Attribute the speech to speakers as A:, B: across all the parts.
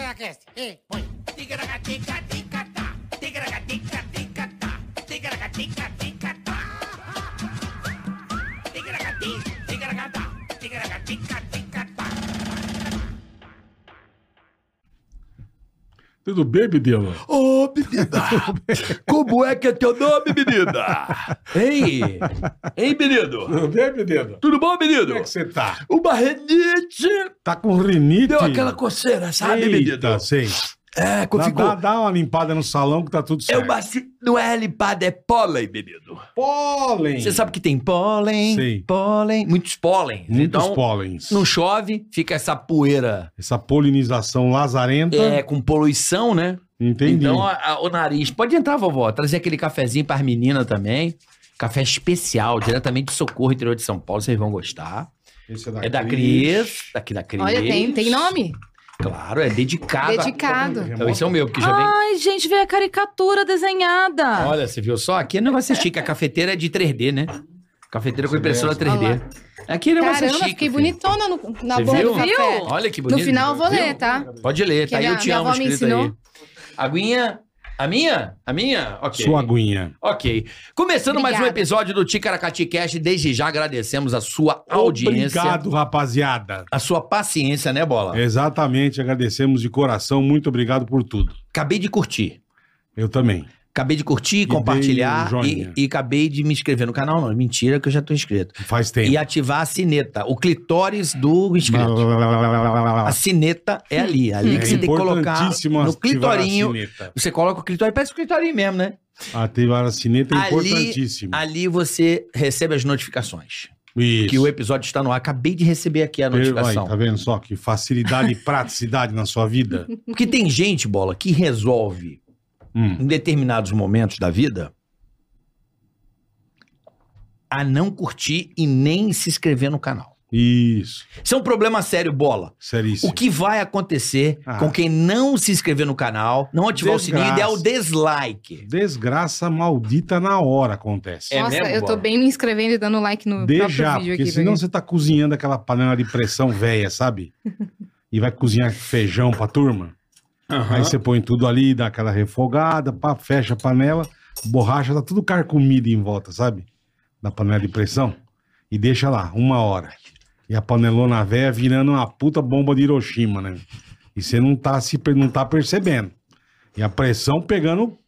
A: Ticaracast, e põe. Ticaracatica, ticatá. Ticaracatica, ticatá. Ticaracatica, ticatá. Ticaracati, ticaracatá. Ticaracatica, ticatá.
B: Tudo bem, menino?
C: Ô, menina! Como é que é teu nome, menina? Hein? Hein, menino?
B: Tudo bem, menino?
C: Tudo bom, menino?
B: Como é que você tá?
C: Uma renite
B: Tá com rinite?
C: deu aquela coceira, sabe, menino?
B: Eita, sei.
C: É, quando
B: Dá,
C: ficou...
B: dá, dá uma limpada no salão que tá tudo
C: É
B: certo.
C: uma... ci- Não é limpada, é pólen, menino.
B: Pólen.
C: Você sabe que tem pólen,
B: Sei.
C: pólen, muitos pólen.
B: Muitos
C: então,
B: pólens.
C: não chove, fica essa poeira
B: Essa polinização lazarenta.
C: é, com poluição, né?
B: Entendi.
C: Então, a- a- o nariz. Pode entrar, vovó. Trazer aquele cafezinho para as meninas também. Café especial, diretamente de Socorro, interior de São Paulo. Vocês vão gostar.
B: Esse
C: é da Cris. Daqui da Cris.
D: Olha, tem, tem nome?
C: Claro, é dedicado. a-
D: Dedicado.
C: Então, esse é o meu, porque já vem.
D: Ai, gente, veio a caricatura desenhada.
C: Olha, você viu só? Aqui é negócio chique. A cafeteira é de 3D, né? Cafeteira com impressora 3D. Aqui é negócio
D: Caramba,
C: chique.
D: fiquei
C: filho.
D: bonitona no, na
C: Você
D: boca
C: viu?
D: do café.
C: Olha que bonito.
D: No final eu vou
C: viu?
D: ler, tá?
C: Pode ler,
D: Que
C: tá aí,
D: minha-
C: eu te
D: minha
C: amo
D: avó me
C: escrito
D: ensinou.
C: aí. Aguinha? A minha? A minha? Ok.
B: Sua aguinha.
C: Ok. Começando mais um
D: Obrigada.
C: episódio do Ticaracati Cast, desde já agradecemos a sua audiência,
B: Obrigado, É. rapaziada.
C: a sua paciência, né, Bola?
B: Exatamente, agradecemos de coração. Muito obrigado por tudo.
C: Acabei de curtir.
B: Eu também.
C: Acabei de curtir,
B: dei um
C: compartilhar
B: joinha.
C: e, e acabei de me inscrever no canal. Não, é mentira que eu já tô inscrito.
B: Faz tempo.
C: E ativar a sineta, o clitóris do inscrito. A sineta é ali, ali
B: É
C: que você tem que colocar
B: importantíssimo
C: no
B: ativar a
C: clitorinho.
B: sineta.
C: Você coloca o clitóris, parece o clitóris mesmo, né?
B: Ativar a sineta é
C: Ali-
B: importantíssimo.
C: Ali você recebe as notificações.
B: Isso.
C: Que o episódio está no ar. Acabei de receber aqui a
B: Per-
C: notificação.
B: Aí, tá vendo só que facilidade e praticidade na sua vida?
C: Porque tem gente, bola, que resolve,
B: Hum.
C: em determinados momentos da vida, a não curtir e nem se inscrever no canal.
B: Isso.
C: Isso é um problema sério, bola.
B: Seríssimo.
C: O que vai acontecer
B: Ah.
C: com quem não se inscrever no canal, não ativar o
B: Desgraça.
C: sininho, é o dislike.
B: Desgraça maldita na hora acontece.
C: É
D: Nossa,
C: mesmo,
D: eu tô
C: Bola?
D: bem me inscrevendo e dando like no
B: De
D: próprio
B: já,
D: vídeo
B: porque
D: aqui.
B: senão
D: velho.
B: você tá cozinhando aquela panela de pressão velha, sabe? E vai cozinhar feijão pra turma. Aí você põe tudo ali, dá aquela refogada, pá, fecha a panela, borracha, tá tudo carcomido em volta, sabe? Da panela de pressão. E deixa lá, uma hora. E a panelona véia virando uma puta bomba de Hiroshima, né? E você não tá, se, per- não tá percebendo. E a pressão pegando,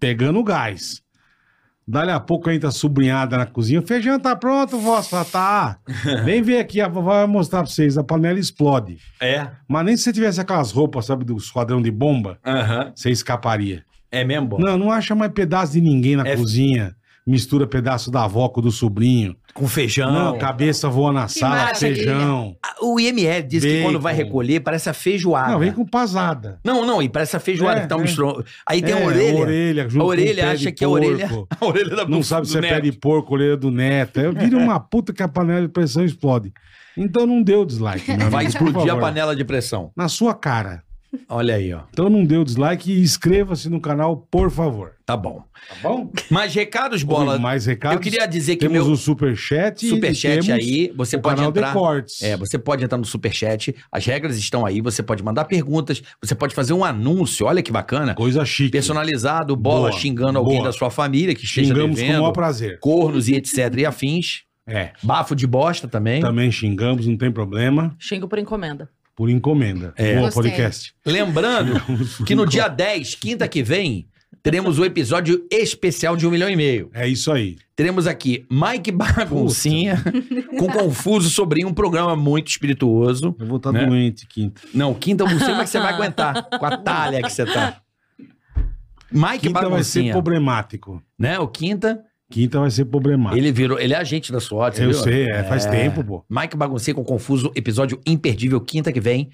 B: pegando gás. Dali a pouco entra a sobrinhada na cozinha. Feijão tá pronto, vó. Você fala, tá. Vem ver aqui, a vovó vai mostrar pra vocês. A panela explode.
C: É.
B: Mas nem se você tivesse aquelas roupas, sabe, do esquadrão de bomba,
C: Aham.
B: você escaparia.
C: É mesmo, bola?
B: Não, não acha mais pedaço de ninguém na
C: É-
B: cozinha. Mistura pedaço da avó com o do sobrinho.
C: Com feijão.
B: Não, tá- cabeça voa na
D: Que
B: sala,
D: maravilha.
B: feijão.
C: Ah, O IML diz que quando vai
B: Bacon.
C: recolher, parece a feijoada.
B: Não, vem com pasada.
C: Não, não, e parece a feijoada
B: É,
C: que tá
B: é.
C: misturando. Aí tem a
B: É,
C: orelha.
B: orelha junto
C: a
B: com o
C: orelha
B: pé
C: acha
B: de
C: que a orelha,
B: porco.
C: a orelha da
B: Não
C: do-
B: sabe
C: do
B: se é pé
C: neto.
B: de porco, orelha do neto. Aí vira uma puta que a panela de pressão explode. Então não deu dislike. meu
C: Vai
B: amigo, por
C: explodir a
B: favor.
C: panela de pressão.
B: Na sua cara.
C: Olha aí, ó.
B: Então não deu dislike e inscreva-se no canal, por favor.
C: Tá bom.
B: Tá bom?
C: Mais recados, bola.
B: Mais recados.
C: Eu queria dizer que
B: Temos
C: meu
B: o superchat. e
C: superchat
B: temos
C: aí, você
B: o
C: pode
B: canal
C: entrar.
B: de cortes.
C: É, você pode entrar no superchat. As regras estão aí. Você pode mandar perguntas. Você pode fazer um anúncio. Olha que bacana.
B: Coisa chique.
C: Personalizado, bola
B: Boa,
C: xingando alguém
B: boa.
C: da sua família que esteja
B: Xingamos com o maior
C: devendo.
B: prazer.
C: Cornos e etc. e afins.
B: É.
C: Bafo de bosta também.
B: Também xingamos, não tem problema.
E: Xingo por encomenda.
B: Por encomenda.
C: É.
B: Boa
D: Gostei.
B: podcast.
C: Lembrando que no dia 10, quinta que vem, teremos o episódio especial de um milhão e meio.
B: É isso aí.
C: Teremos aqui Mike Baguncinha com Confuso Sobrinho, um programa muito espirituoso.
B: Eu vou estar
C: Né?
B: doente quinta.
C: Não, quinta eu não sei como é que você vai aguentar com a talha que você tá. Mike
B: quinta vai ser
C: Baguncinha,
B: problemático.
C: né? O quinta,
B: Quinta vai ser problemático.
C: ele virou, ele é agente da SWAT, você
B: Eu
C: viu?
B: sei, é, faz tempo, pô.
C: Mike Baguncinha com Confuso, episódio imperdível, quinta que vem,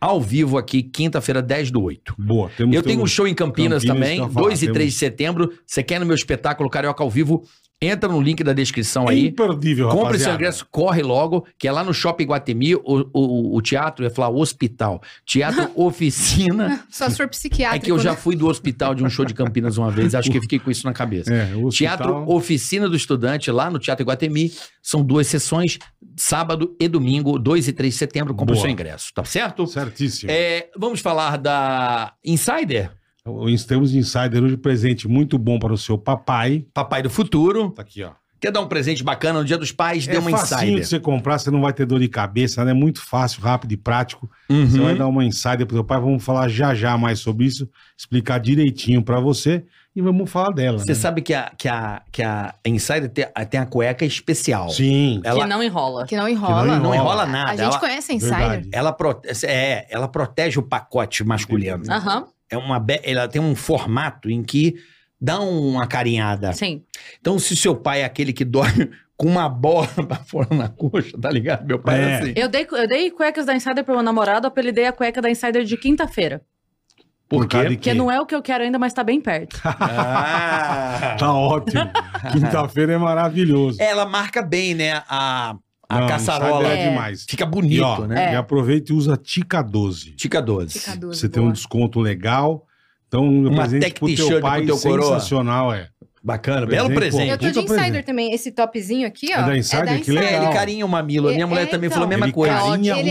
C: ao vivo aqui, quinta-feira, 10 do 8.
B: Boa. Temos
C: Eu tenho um
B: temos-
C: show em Campinas,
B: Campinas,
C: também,
B: que eu ia falar,
C: 2 e
B: temos-
C: 3 de setembro. Você quer no meu espetáculo Carioca ao Vivo? Entra no link da descrição
B: É
C: aí.
B: imperdível,
C: Compre seu
B: rapaziada.
C: ingresso, corre logo, que é lá no Shopping Guatemi, o, o, o teatro, eu ia falar hospital, teatro oficina,
D: Só se for
C: é
D: psiquiátrico.
C: que eu já
D: né?
C: fui do hospital de um show de Campinas uma vez, acho que eu fiquei com isso na cabeça.
B: É, o hospital-
C: Teatro Oficina do Estudante, lá no Teatro Iguatemi. São duas sessões, sábado e domingo, 2 e 3 de setembro. Compre o
B: Boa.
C: seu ingresso, tá certo?
B: Certíssimo.
C: É, vamos falar da Insider,
B: Nós Temos de Insider hoje presente muito bom para o seu papai.
C: Papai do Futuro.
B: Tá aqui, ó.
C: Quer dar um presente bacana no Dia dos Pais? Dê
B: é
C: uma
B: facinho de
C: Insider.
B: você comprar, você não vai ter dor de cabeça, né? É muito fácil, rápido e prático.
C: Uhum.
B: Você vai dar uma insider pro seu pai, vamos falar já já mais sobre isso, explicar direitinho pra você e vamos falar dela,
C: Você
B: né?
C: sabe que a, que a, que a Insider tem, tem a cueca especial.
B: Sim,
C: Ela
E: Que não enrola.
D: Que não enrola.
B: Que
C: não
B: enrola.
C: enrola nada.
D: A gente
C: ela,
D: conhece a Insider.
B: verdade.
C: ela protege, é, ela protege o pacote masculino.
E: Aham,
C: É uma, be- ela tem um formato em que dá uma carinhada.
E: sim.
C: Então, se seu pai é aquele que dorme com uma bola pra fora na coxa, tá ligado? Meu pai é,
B: É.
C: assim.
E: Eu dei, eu dei cuecas da Insider pro meu namorado, apelidei a cueca da Insider de quinta-feira.
B: Por causa de
E: Porque
B: quê?
E: não é o que eu quero ainda, mas tá bem perto.
C: Ah.
B: Tá ótimo. Quinta-feira é maravilhoso.
C: Ela marca bem, né? A, a
B: Não,
C: caçarola.
B: insider é
D: É.
B: demais.
C: Fica
B: E,
C: bonito,
B: ó,
C: né?
B: E aproveita e usa Tica 12.
C: Tica 12.
D: Fica duro,
B: Você tem um
D: boa.
B: desconto legal. Então, um
C: Uma
B: presente
C: tech
B: pro teu
C: t-shirt
B: pai
C: pro teu coroa.
B: sensacional, é.
C: Bacana, belo
B: Presente,
C: presente.
D: Eu tô de
B: Nunca
D: Insider
B: presente.
D: também. Esse topzinho aqui, ó.
B: É da Insider? Que
C: É,
B: legal.
C: ele carinha o mamilo. A minha
D: É,
C: mulher
D: é,
C: também
D: então.
C: falou a mesma
B: Ele
C: coisa.
B: carinha- o
D: Ó, mara-
B: mamilo.
D: é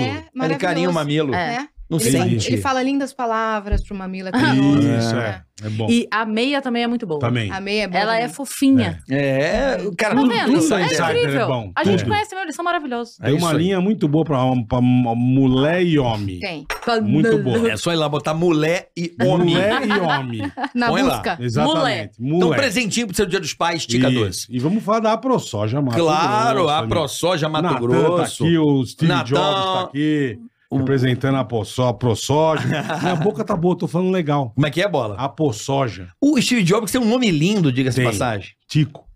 C: Ele
D: maravilhoso.
C: carinha o mamilo.
D: É.
C: Não
D: Ele,
B: Entendi.
C: sente.
D: ele fala lindas palavras pro mamilo. É
C: Ah,
D: carinhoso.
B: Isso, é. É bom.
E: E a meia também é muito boa.
B: Também.
D: A meia é boa.
E: Ela é
D: também.
E: fofinha.
C: É, o cara
E: Tá
C: tudo-
E: vendo?
C: tudo
E: é
B: Insider é
E: incrível.
B: bom,
E: a gente
B: tudo.
E: conhece mesmo, eles são maravilhosos.
C: É
B: Tem uma
C: isso aí.
B: linha muito boa pra, pra mulher e homem.
D: Tem.
B: Muito boa.
C: É só ir lá botar mulher e É homem.
B: Mulher e homem.
D: Na
C: Põe lá.
D: busca.
B: Exatamente.
C: Então,
B: Mulher.
C: presentinho pro seu dia dos pais, Tica 12.
B: Isso. E vamos falar da ProSoja Mato
C: Claro,
B: Grosso,
C: a
B: amigo.
C: ProSoja Mato
B: Natan
C: Grosso.
B: Tá aqui, o Steve
C: Natan-
B: Jobs tá aqui,
C: O-
B: representando a ProSoja. ProSoja. Minha boca tá boa, tô falando legal.
C: Como é que é a bola?
B: A ProSoja,
C: O Steve Jobs tem um nome lindo, diga-se de
B: Tem.
C: passagem.
B: Tico,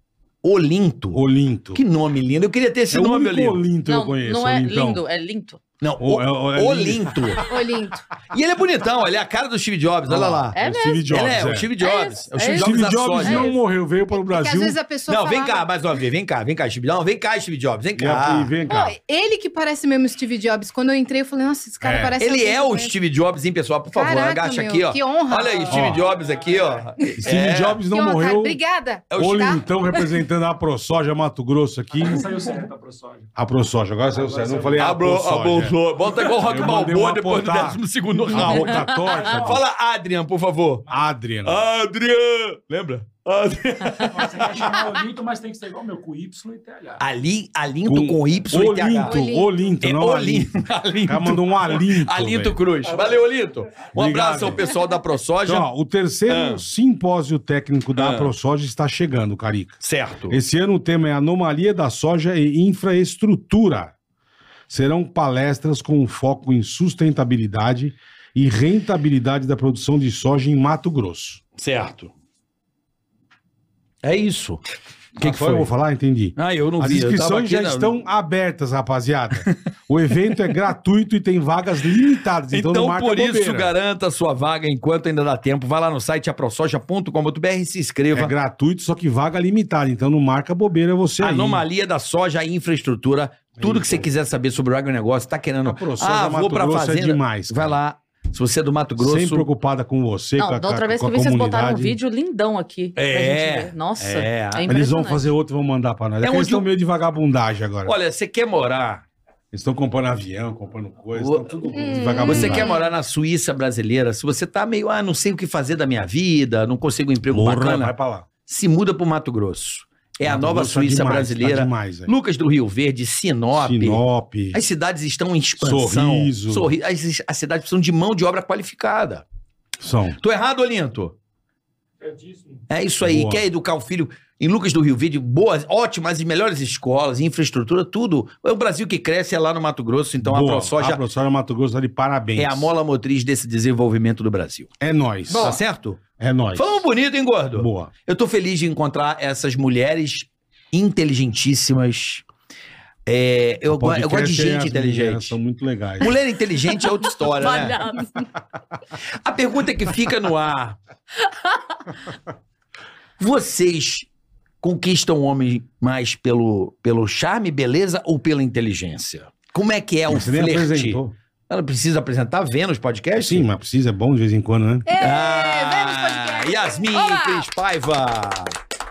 C: Olinto.
B: Olinto.
C: Que nome lindo. Eu queria ter esse
B: é o
C: nome,
B: único
C: Olinto.
B: Olinto eu
E: não,
B: conheço.
E: não é
B: Olintão.
E: lindo, é lindo.
C: Não,
B: O-
C: o-
B: é- é- é-
C: Olinto.
D: Ô, lindo.
C: e ele é bonitão, ele é a cara do Steve Jobs, olha lá.
E: É
B: o Steve Jobs.
C: ele é,
B: é.
C: o Steve
E: É
C: Jobs.
E: isso,
C: É, o
E: é
C: Steve
E: isso.
C: Jobs
B: Steve
C: da
B: Jobs
C: Sony.
B: não morreu, veio para o
D: É que às
B: Brasil.
D: vezes a pessoa
C: Não, vem cá,
D: falava-
C: mais uma vez. Vem cá, vem cá, Steve Jobs. Não, vem cá, Steve Jobs. Vem
B: E a- e
C: cá.
B: vem
D: Pô,
B: cá.
D: ele que parece mesmo Steve Jobs. Quando eu entrei, eu falei, nossa, esse cara
B: É.
D: parece...
C: Ele
D: alguém
C: é
D: que eu
C: o
D: conheço.
C: Steve Jobs, hein, pessoal? Por favor,
D: Caraca,
C: agacha
D: meu,
C: aqui, ó.
D: Que honra.
C: Olha aí, Steve
B: Ó.
C: Jobs aqui, ó.
B: Steve
C: É.
B: Jobs não
D: Que honra, cara.
B: morreu.
D: Obrigada.
C: É o
D: tá?
B: Olintão representando a ProSoja Mato Grosso aqui.
F: Saiu certo a ProSoja.
B: A ProSoja, agora saiu certo. Não falei é a
C: Abro,
B: ProSoja.
C: a bolsa. Bota igual o Rock
B: Eu mandei
C: Balboa
B: uma
C: depois
B: botar.
C: do 12 segundo
B: A
C: round.
B: boca torta. Fala.
C: Fala Ah, Adrian, por favor.
B: Adrian.
C: Adrian! Lembra? Adrian.
F: Você vai chamar o Lito, mas tem que ser igual meu, com Y e TH.
C: Ali, Alinto com, Y e TH.
B: Olinto, Olinto,
C: É,
B: não Alinto.
C: Olinto.
B: O
C: Alinto.
B: cara mandou um Alinto.
C: Alinto
B: velho.
C: Cruz. Valeu, Olinto. Um
B: Obrigado.
C: abraço ao pessoal da ProSoja.
B: Então, ó, o terceiro
C: Ah.
B: simpósio técnico da
C: Ah.
B: ProSoja está chegando, Carica.
C: certo.
B: Esse ano o tema é Anomalia da Soja e Infraestrutura. Serão palestras com foco em sustentabilidade e rentabilidade da produção de soja em Mato Grosso.
C: Certo. É isso. O que,
B: Ah,
C: que foi?
B: Eu vou falar, entendi.
C: Ah, eu não
B: As
C: vi. eu tava
B: inscrições
C: aqui
B: já
C: na-
B: estão abertas, rapaziada. O evento é gratuito e tem vagas limitadas. Então,
C: Então,
B: não marca
C: por isso,
B: bobeira.
C: garanta a sua vaga enquanto ainda dá tempo. Vai lá no site aprosoja.com.br e se inscreva.
B: É gratuito, só que vaga limitada. Então não marca bobeira você aí. É
C: Anomalia da soja, infraestrutura, tudo que você quiser saber sobre o agronegócio, tá querendo.
B: A ProSoja
C: Ah, vou
B: Mato
C: pra
B: Grosso é
C: fazenda.
B: demais, cara.
C: Vai lá. Se você é do Mato Grosso.
B: Sempre preocupada com você, com
E: Não,
B: a,
E: da outra
B: com
E: vez
B: a
E: que eu vi, vocês botaram um
B: comunidade.
E: vídeo lindão aqui. pra
C: É.
E: gente ver. Nossa,
C: É.
E: é,
B: Eles vão
E: impressionante.
B: fazer outro e vão mandar pra nós. É
C: É
B: que eles
C: onde
B: estão
C: o-
B: meio de vagabundagem agora.
C: Olha, você quer morar?
B: Eles estão comprando avião, comprando coisa,
C: O-
B: estão tudo
E: Hum.
B: de vagabundagem.
C: Você quer um morar na Suíça brasileira? Se você tá meio, ah, não sei o que fazer da minha vida, não consigo um emprego
B: Porra,
C: bacana,
B: vai pra lá.
C: se muda pro Mato Grosso. É a nova
B: Nossa,
C: Suíça
B: demais, Tá
C: brasileira.
B: demais, velho.
C: Lucas do Rio Verde, Sinop.
B: Sinop.
C: As cidades estão em expansão.
B: Sorriso.
C: Sorri- As, as cidades precisam de mão de obra qualificada.
B: São.
C: Tô errado, Olinto?
F: Certíssimo.
C: É isso aí.
B: Boa.
C: Quer educar o filho em Lucas do Rio Verde? Boas, ótimas e melhores escolas, infraestrutura, tudo. É o Brasil que cresce é lá no Mato Grosso, então a
B: Boa.
C: ProSoja
B: A ProSoja Mato Grosso tá de parabéns.
C: é a mola motriz desse desenvolvimento do Brasil.
B: É nós.
C: Tá certo?
B: É nós.
C: Falamos bonito, hein, gordo?
B: Boa.
C: Eu tô feliz de encontrar essas mulheres inteligentíssimas. É, eu, go- eu gosto de
B: Podcast é as
C: gente
B: mulheres, São
C: inteligente.
B: muito legais.
C: Mulher inteligente é outra história, né?
E: Palhaço.
C: A pergunta que fica no ar. Vocês conquista um homem mais pelo, pelo charme, beleza ou pela inteligência? Como é que é o
B: Você nem
C: flerte?
B: apresentou.
C: Ela precisa apresentar Vênus
B: É,
C: Podcast?
B: sim, mas precisa, é bom de vez em quando, né?
C: Ah, Yasmin Cris Paiva,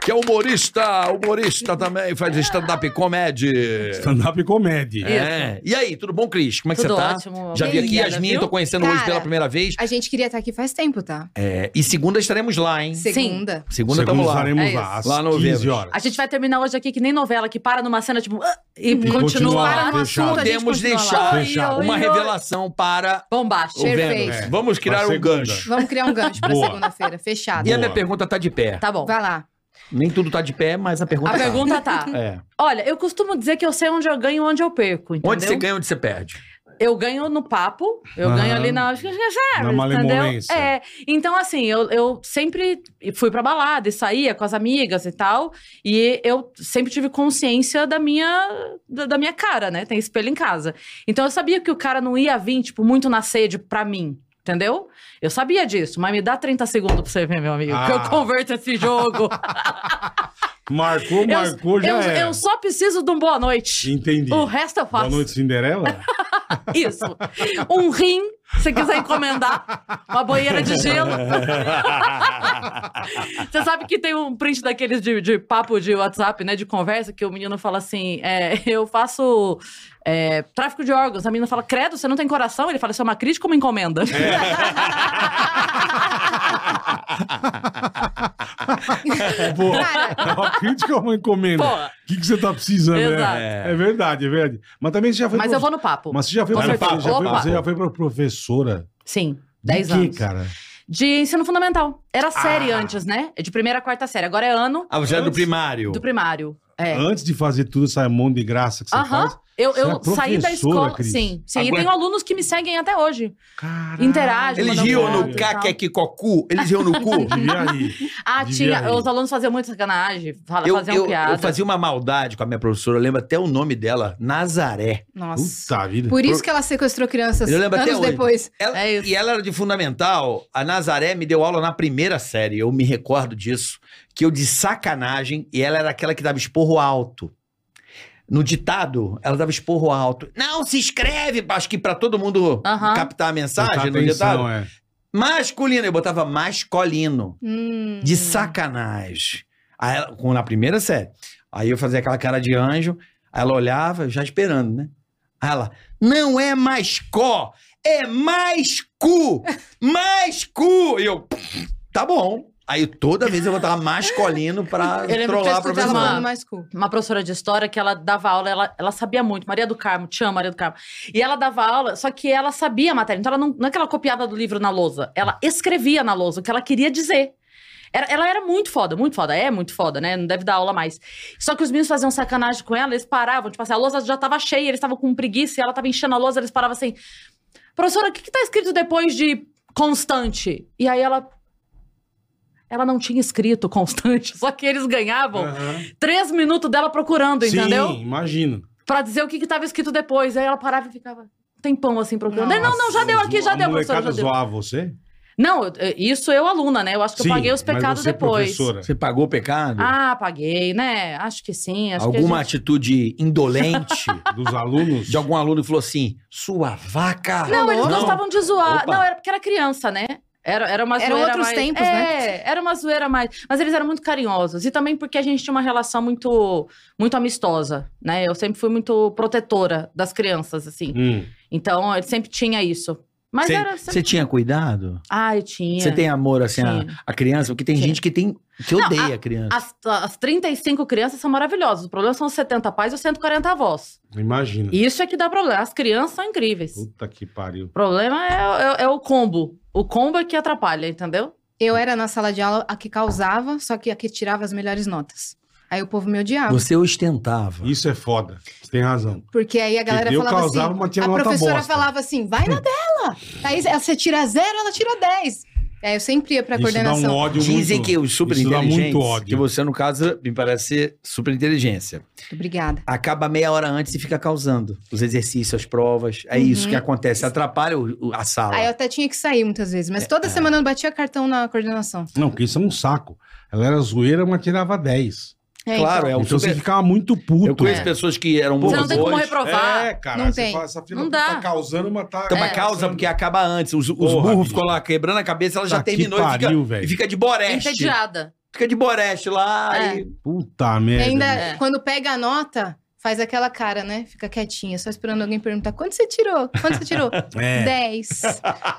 C: que é humorista, humorista também, faz stand-up comedy.
E: É.
B: Stand-up e comédia.
C: É. E aí, tudo bom, Cris? Como é que
E: Tudo
C: você tá?
E: ótimo.
C: Já vi aqui
E: Obrigada,
C: Yasmin,
E: viu?
C: tô conhecendo hoje
D: Cara.
C: pela primeira vez.
D: A gente queria estar aqui faz tempo, tá?
C: É, e segunda estaremos lá, hein?
D: Segunda.
C: Segunda estamos lá.
E: É
B: estaremos lá, às
C: Lá no
B: 15
C: Vênus.
B: horas.
E: A gente vai terminar hoje aqui que nem novela, que para numa cena, tipo, ah, e,
B: continua
E: continua.
B: lá.
E: numa-
B: fechado.
D: a gente
C: Podemos
D: continua lá.
C: deixar
B: Fechado.
C: uma
E: Oi, oi.
C: revelação para o
E: Bombástica.
D: Perfeito.
C: Vênus.
B: É,
C: Vamos criar
B: pra
C: um
B: segunda.
C: gancho.
D: Vamos criar um gancho pra
B: Boa.
D: segunda-feira, fechado.
C: E a
B: Boa.
C: minha pergunta tá de pé.
E: Tá bom.
D: Vai lá.
C: Nem tudo tá de pé, mas a pergunta
E: A
C: tá.
E: pergunta tá.
C: É.
E: Olha, eu costumo dizer que eu sei onde eu ganho e onde eu perco, entendeu?
C: Onde você ganha, onde você perde?
E: Eu ganho no papo, eu
B: Aham.
E: ganho ali na... Sabe, entendeu?
B: malemolência.
E: É, então assim, eu, eu sempre fui pra balada e saía com as amigas e tal, e eu sempre tive consciência da minha, da, da minha cara, né? Tem espelho em casa. Então eu sabia que o cara não ia vir, tipo, muito na sede pra mim. Entendeu? Eu sabia disso, mas me dá 30 segundos pra você ver, meu amigo, que eu
B: Ah.
E: converto esse jogo.
B: Marcou,
E: Eu-
B: marcou, já
E: eu,
B: é.
E: eu só preciso de um boa noite.
B: Entendi.
E: O resto eu faço.
B: Boa noite, Cinderela.
E: Isso. Um rim, se quiser encomendar. Uma banheira de gelo. Você sabe que tem um print daqueles de, de papo de WhatsApp, né? De conversa, que o menino fala assim: é, eu faço é, tráfico de órgãos. A menina fala, credo, você não tem coração? Ele fala, isso é uma crítica ou uma encomenda?
C: É,
B: Boa.
D: Cara,
B: É uma crítica ou uma encomenda?
E: Pô.
B: O que, que você tá precisando?
E: Exato.
B: É, é verdade, é verdade. Mas também você já foi.
E: Mas eu vou no papo.
B: Mas você já foi,
E: Com
B: pro-
E: certeza.
B: já foi-
E: Opa.
B: você já foi pra professora.
E: Sim.
B: De
E: 10
B: quê,
E: anos.
B: cara?
E: De ensino fundamental. Era série
B: Ah.
E: antes, né? É De primeira a quarta série. Agora é ano
C: Ah, já é do
B: Antes-
C: primário.
E: do primário. É.
B: Antes de fazer tudo essa mão de graça que você
E: Aham.
B: faz.
E: Eu,
B: Você
E: eu
B: era
E: saí da
B: professora,
E: escola.
B: Cris?
E: Sim, sim.
C: Aguenta.
E: E tenho alunos que me seguem até hoje.
B: Caralho.
E: Interage,
C: Ah. Eles
E: Mandar um
C: riam
E: áudio
C: no
E: e
C: caquequicocu. Eles riam no cu.
B: E aí?
E: Ah, tinha.
B: Devia rir.
E: Os alunos faziam muita sacanagem, fala-
C: Eu,
E: faziam
C: eu-
E: piada.
C: eu fazia uma maldade com a minha professora, eu lembro até o nome dela, Nazaré.
D: nossa.
B: Puta vida.
D: Por isso que ela sequestrou crianças
C: Eu lembro até
D: anos
C: hoje.
D: depois.
C: Ela-
E: É isso.
C: E ela era de fundamental. A Nazaré me deu aula na primeira série, eu me recordo disso. Que eu de sacanagem, e ela era aquela que dava esporro alto. No ditado, ela dava esporro alto. Não se inscreve, acho que pra todo mundo
E: Aham.
C: captar
B: Prestar
C: a mensagem no
B: atenção,
C: ditado.
B: é.
C: Masculino, eu botava masculino.
D: Hum.
E: Uhum.
C: de sacanagem. Aí ela, com- na primeira série. Aí eu fazia aquela cara de anjo, aí ela olhava, já esperando, né? Aí ela, não é mais có, é mais cu, mais cu. E eu, tá bom. Aí toda vez eu botava masculino pra
E: Eu lembro que eu
C: trollar a
E: escutava
C: professora.
E: uma-
D: Tá mais cool.
E: Uma professora de história que ela dava aula, ela, ela sabia muito. Maria do Carmo, te amo, Maria do Carmo. E ela dava aula, só que ela sabia a matéria. Então ela não, não é que ela copiava do livro na lousa, ela escrevia na lousa o que ela queria dizer. Era- ela era muito foda, muito foda. É muito foda, né? Não deve dar aula mais. Só que os meninos faziam sacanagem com ela, eles paravam. Tipo assim, a lousa já tava cheia, eles estavam com preguiça e ela tava enchendo a lousa, eles paravam assim. Professora, o que, que tá escrito depois de constante? E aí ela. Ela não tinha escrito constante, só que eles ganhavam
B: Aham.
E: três minutos dela procurando, entendeu?
B: Sim, imagino.
E: Pra dizer o que, que tava escrito depois. Aí ela parava e ficava um tempão assim procurando. Não, não, não, já
B: Nossa,
E: deu aqui, já
B: a
E: deu, professora,
B: molecada
E: já deu.
B: zoava você?
E: Não, eu- eu- isso eu, aluna, né? Eu acho que eu paguei os
B: mas
E: pecados
B: você, é
E: depois.
B: professora.
C: Você pagou o pecado?
E: Ah, paguei, né? Acho que sim. Acho que a
C: Alguma
E: gente-
C: atitude indolente
B: Dos alunos?
C: de algum aluno que falou assim, sua vaca.
E: Não, eles
C: Não.
E: gostavam de zoar.
C: Opa.
E: Não, era porque era criança, né? Era, era uma
D: Eram
E: zoeira
D: outros
E: mais...
D: tempos,
E: é,
D: né?
E: era uma zoeira mais... Mas eles eram muito carinhosos. E também porque a gente tinha uma relação muito, muito amistosa, né? Eu sempre fui muito protetora das crianças, assim.
B: Hum.
E: Então, ele sempre tinha isso. Mas
C: Você
E: era...
C: você tinha cuidado?
E: Ah, eu tinha.
C: Você tem amor, assim, a,
E: Tinha.
C: a criança? Porque tem
E: Tinha.
C: gente que tem que
E: Não,
C: odeia a criança.
E: As, as 35 crianças são maravilhosas. O problema são os 70 pais e os 140 avós.
B: Imagina.
E: Isso é que dá problema. As crianças são incríveis. O
B: Puta que pariu.
E: problema é, é- é o combo. O combo é que atrapalha, entendeu?
D: Eu era na sala de aula a que causava, só que a que tirava as melhores notas. Aí o povo me odiava.
C: Você ostentava.
B: Isso é foda. Você tem razão.
D: Porque aí a galera
B: Porque eu
D: falava
B: causava,
D: assim.
B: mas tinha
D: a
B: nota
D: professora
B: bosta.
D: falava assim: vai na dela. Aí você tira zero, ela tira dez. Aí eu sempre ia pra
B: Isso dá um
D: coordenação.
B: ódio
C: Dizem
B: muito...
C: que os super
B: isso dá
C: inteligentes,
B: muito ódio.
C: que você, no caso, me parece ser super inteligência,
D: Obrigada.
C: acaba meia hora antes e fica causando os exercícios, as provas. É isso que acontece. Atrapalha o- o- a sala.
D: Aí Ah, eu até tinha que sair muitas vezes,
B: É,
D: mas toda semana eu batia cartão na coordenação.
B: Não, porque isso é um saco. Ela era zoeira, mas tirava 10.
D: É,
C: claro,
D: então.
C: é um
B: então você
C: super...
B: ficava muito puto.
C: Eu conheço
B: É.
C: pessoas que eram
E: Você não
C: boas
E: tem como
C: hoje.
E: reprovar. Tá
B: É, cara.
D: Não
B: você
D: tem.
B: fala, essa fila
E: Não dá.
B: tá causando uma... Tá,
C: Então,
B: uma
C: mas causa, porque acaba antes. Os, os
B: Porra,
C: burros
B: bicho.
C: ficam lá quebrando a cabeça, ela já
B: Tá que
C: terminou e, fica,
B: pariu, velho.
C: e fica de boreste.
E: Entediada.
C: Fica de boreste lá
E: É.
C: e...
B: Puta
D: E
B: merda.
D: ainda,
E: é.
D: quando pega a nota, faz aquela cara, né? Fica quietinha, só esperando alguém perguntar: quanto você tirou? Quanto você tirou?
B: É.
D: 10.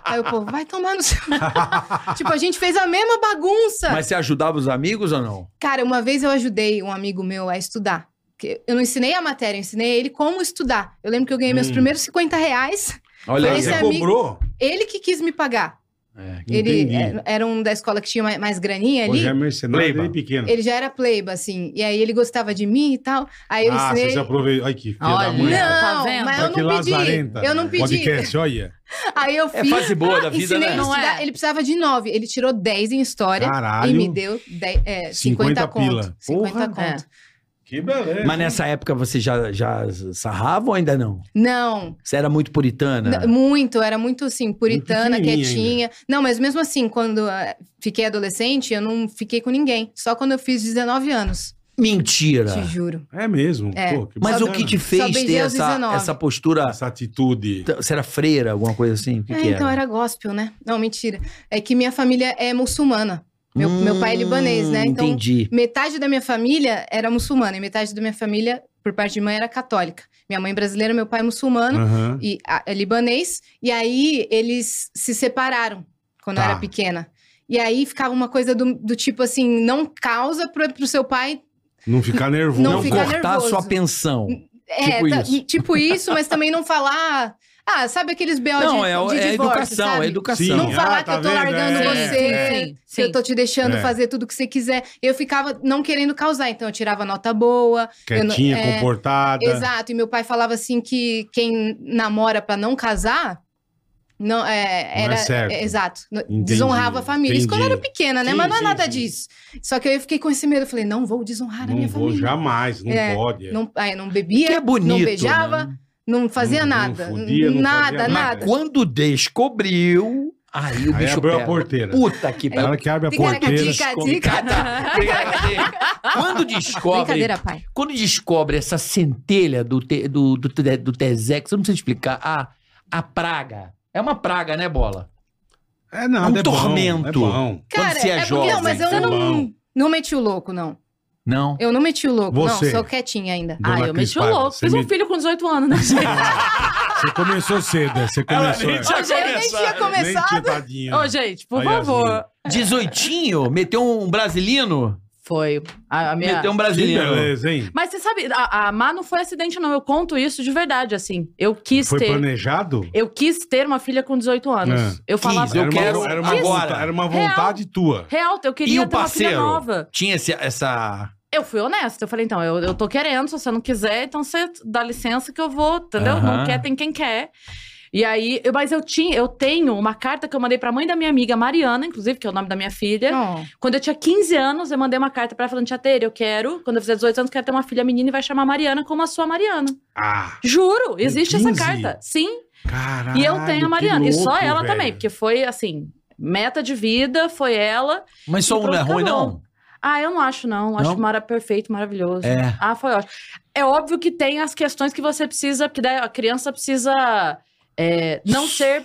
D: Aí o povo, vai tomar no seu. tipo, a gente fez a mesma bagunça.
C: Mas você ajudava os amigos ou não?
D: Cara, uma vez eu ajudei um amigo meu a estudar. Que Eu não ensinei a matéria, eu ensinei ele como estudar. Eu lembro que eu ganhei meus
B: Hum.
D: primeiros 50 reais.
C: Olha aí.
D: Esse
B: Você
C: ó.
D: é- amigo-
B: cobrou?
D: Ele que quis me pagar.
C: É.
D: Ele
B: Entendi.
D: é, era um da escola que tinha mais, mais graninha ali.
B: Hoje é mercenário
C: Leiba.
B: bem pequeno.
D: Ele já era pleiba, assim. E aí ele gostava de mim e tal. Aí É, eu
B: ah,
D: ensinei.
B: você se aproveitou. Ai, que filha
E: Olha.
B: da mãe.
E: Não,
B: cara.
E: Tá
D: Não,
E: vendo?
D: mas
B: Olha
D: eu
B: que
D: não pedi.
B: lazarenta.
D: Eu não pedi.
B: Podcast, olha.
D: Aí eu
C: É
D: fiz.
C: fase boa da vida,
D: ensinei
C: né?
D: ele a
E: Não é?
D: estudar. Ele precisava de 9. Ele tirou 10 em história.
B: Caralho.
D: E me deu 10, é, 50,
B: 50
D: conto.
B: pila.
D: 50
B: Porra.
D: conto.
E: É.
B: Que beleza.
C: Mas nessa época você já, já sarrava ou ainda não?
D: Não,
C: Você era muito puritana?
D: N- Muito, era muito assim, puritana,
B: pequenininha
D: quietinha. Não, mas mesmo assim, quando ah, fiquei adolescente, eu não fiquei com ninguém. Só quando eu fiz 19 anos,
C: Mentira!
D: te juro.
B: É mesmo.
D: É.
B: Pô, que
C: Mas o
B: bacana.
C: que te fez
D: beijei
C: ter
D: aos
C: essa,
D: 19.
C: essa postura?
B: Essa atitude.
C: T- Você era freira, alguma coisa assim? O que,
D: É,
C: que era?
D: então era gospel, né? Não, mentira. É que minha família é muçulmana. Meu, meu pai é libanês, né?
C: Hum,
D: Então,
C: Entendi.
D: metade da minha família era muçulmana e metade da minha família, por parte de mãe, era católica. Minha mãe é brasileira, meu pai muçulmano
B: Aham.
D: e a- é libanês. E aí eles se separaram quando eu
B: Tá.
D: era pequena. E aí ficava uma coisa do, do tipo assim, não causa pro, pro seu pai.
B: Não ficar nervoso.
D: Não
C: Não
D: fica
C: cortar a
D: nervoso.
C: sua pensão.
D: É,
C: Tipo
D: tá-
C: isso.
D: tipo isso, mas também não falar. Ah, sabe aqueles B.O.
C: Não,
D: de,
C: é,
D: de
C: é
D: divórcio,
C: educação,
D: sabe?
C: é educação.
B: Sim.
D: Não
B: Ah, tá
D: falar que eu tô
B: vendo?
D: largando
B: É.
D: você,
E: Sim,
D: que eu
E: sim.
D: tô te deixando
B: É.
D: fazer tudo que você quiser. Eu ficava não querendo causar, então eu tirava nota boa. eu não-
B: Quietinha,
D: é,
B: comportada.
D: Exato, e meu pai falava assim que quem namora pra não casar não
B: Não
D: é,
B: é
D: era
B: certo.
D: é, exato, no-
B: Entendi,
D: desonrava a família. Isso quando eu era
B: entendi.
D: pequena, né?
B: Sim,
D: Mas não é
B: sim,
D: nada
B: sim.
D: disso. Só que eu fiquei com esse medo, eu falei, não vou desonrar a
B: Não
D: minha
B: vou
D: família.
B: jamais, não
D: É,
B: pode.
D: Não, aí não
C: Que
D: bebia,
C: é bonito.
D: não beijava,
C: né?
D: não fazia
B: Não- não
D: nada,
B: fudia, não
D: nada,
B: fazia
D: nada.
B: nada.
C: Quando descobriu, aí o
B: Aí
C: bicho
B: abriu
C: pega.
B: a porteira.
C: Puta que
B: Na hora que abre a porteira,
D: Ticaracatica,
C: Quando descobre
D: Brincadeira, pai.
C: Quando descobre essa centelha do, te, do, do, te- do Tesex, eu não sei explicar, a, a praga. É uma praga, né, Bola?
B: é nada,
C: É um
B: é bom,
C: tormento.
B: é bom.
D: Cara,
C: Quando você é
D: porque-
C: jovem,
D: não, mas eu
B: tá
D: não,
B: bom.
D: não meti o louco, não.
C: Não.
D: Eu não meti o louco,
B: Você.
D: não. Sou quietinha ainda.
B: Dona
E: ah, eu meti o
B: Crispada,
E: louco.
B: você
E: Fiz um
B: me-
E: filho com 18 anos, né, gente?
B: Você começou cedo, você começou.
C: nem
B: é.
C: tinha
E: Ô, gente,
D: Eu nem tinha
B: Nem tinha
D: começado.
B: tadinho.
E: Ô, gente, por
B: Aí,
E: favor.
B: Yasmin.
C: Dezoitinho, meteu um brasileiro?
E: Foi. A, a
D: É.
E: minha...
C: Meteu um
B: Que
C: brasileiro.
B: beleza, hein?
E: Mas você sabe, a, a Má não foi acidente, não. Eu conto isso de verdade, assim. Eu quis
B: Foi
E: ter.
B: planejado?
E: Eu quis ter uma filha com 18 anos.
B: É.
E: Eu falava.
C: Quis, eu
B: era
C: quero
B: uma, era uma
E: Quis.
B: vontade, era uma vontade tua.
E: Real, eu queria
C: E o
E: ter uma filha
C: parceiro?
E: nova.
C: Tinha esse- essa.
E: Eu fui honesta. Eu falei, então, eu, eu tô querendo. Se você não quiser, então você dá licença que eu vou, entendeu?
C: Aham.
E: Não quer, tem quem quer. E aí, eu- mas eu tinha, eu tenho uma carta que eu mandei pra mãe da minha amiga Mariana, inclusive, que é o nome da minha filha.
D: Não.
E: Quando eu tinha 15 anos, eu mandei uma carta pra ela falando: Tia Tere, eu quero, quando eu fizer 18 anos, quero ter uma filha menina e vai chamar Mariana como a sua Mariana.
B: Ah,
E: Juro, existe essa
B: 15?
E: carta. Sim.
B: caralho.
E: e eu tenho a
B: que
E: Mariana. e só
B: louco,
E: ela
B: velho.
E: também, porque foi assim. Meta de vida foi ela.
C: Mas só
E: E
C: um não é
E: pronto,
C: ruim, não?
E: acabou. Ah, eu não acho, não.
C: Não?
E: Acho que Mara é perfeito, maravilhoso.
C: É.
E: Ah, foi ótimo. É óbvio que tem as questões que você precisa, porque daí a criança precisa é, não ser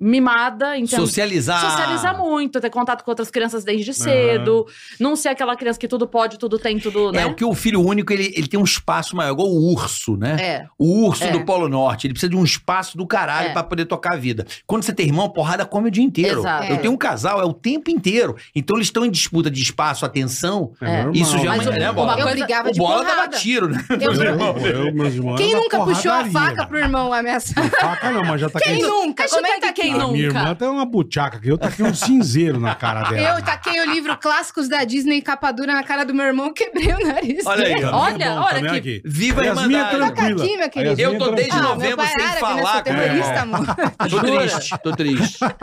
E: mimada,
D: Então,
E: entendeu?
C: Socializar.
E: Socializar muito, ter contato com outras crianças desde cedo, não ser aquela criança que tudo pode, tudo tem, tudo,
C: É,
E: né?
C: o que o filho único, ele, ele tem um espaço maior, igual o urso, né?
E: É.
C: O urso
E: É.
C: do Polo Norte, ele precisa de um espaço do caralho
E: É.
C: pra poder tocar a vida. Quando você tem irmão, a porrada come o dia inteiro.
E: Exato.
C: Eu tenho um casal, é o tempo inteiro. Então eles estão em disputa de espaço, atenção.
B: É
E: É.
B: normal,
C: Isso já é
E: Mas
C: uma,
E: o-
C: né,
E: uma
C: bola?
D: Eu
E: coisa-
D: brigava
C: o
D: de
C: bola dava
D: porrada.
C: tiro, né?
D: Eu
B: Eu,
D: brigava.
B: eu, meus irmãos,
D: Quem
B: era é uma
D: nunca puxou a
B: porradaria,
D: faca
B: mano.
D: pro irmão ameaçar?
B: Faca não, mas já tá
D: Quem nunca?
E: Hashtag
D: Comenta aqui.
E: quem
B: A minha
E: nunca?
B: irmã tem uma buchaca aqui, eu taquei um cinzeiro na cara dela.
D: Eu taquei o livro Clássicos da Disney capa dura na cara do meu irmão, quebrei o nariz.
C: Olha aí, ó.
E: Olha, olha
B: também
E: que-
C: Viva a
B: Yasmin é
C: irmandade.
B: tranquila.
D: Taca aqui, Tá meu
B: A
D: querido.
B: Yasmin
C: Eu tô
B: é
C: desde
B: tranquila.
D: ah,
C: novembro
D: meu pai
C: sem
D: é árabe, né?
C: falar
D: Sou
C: com
B: meu
D: terrorista,
C: irmão.
D: amor.
C: Tô
E: Jura?
C: triste, tô triste.
E: tá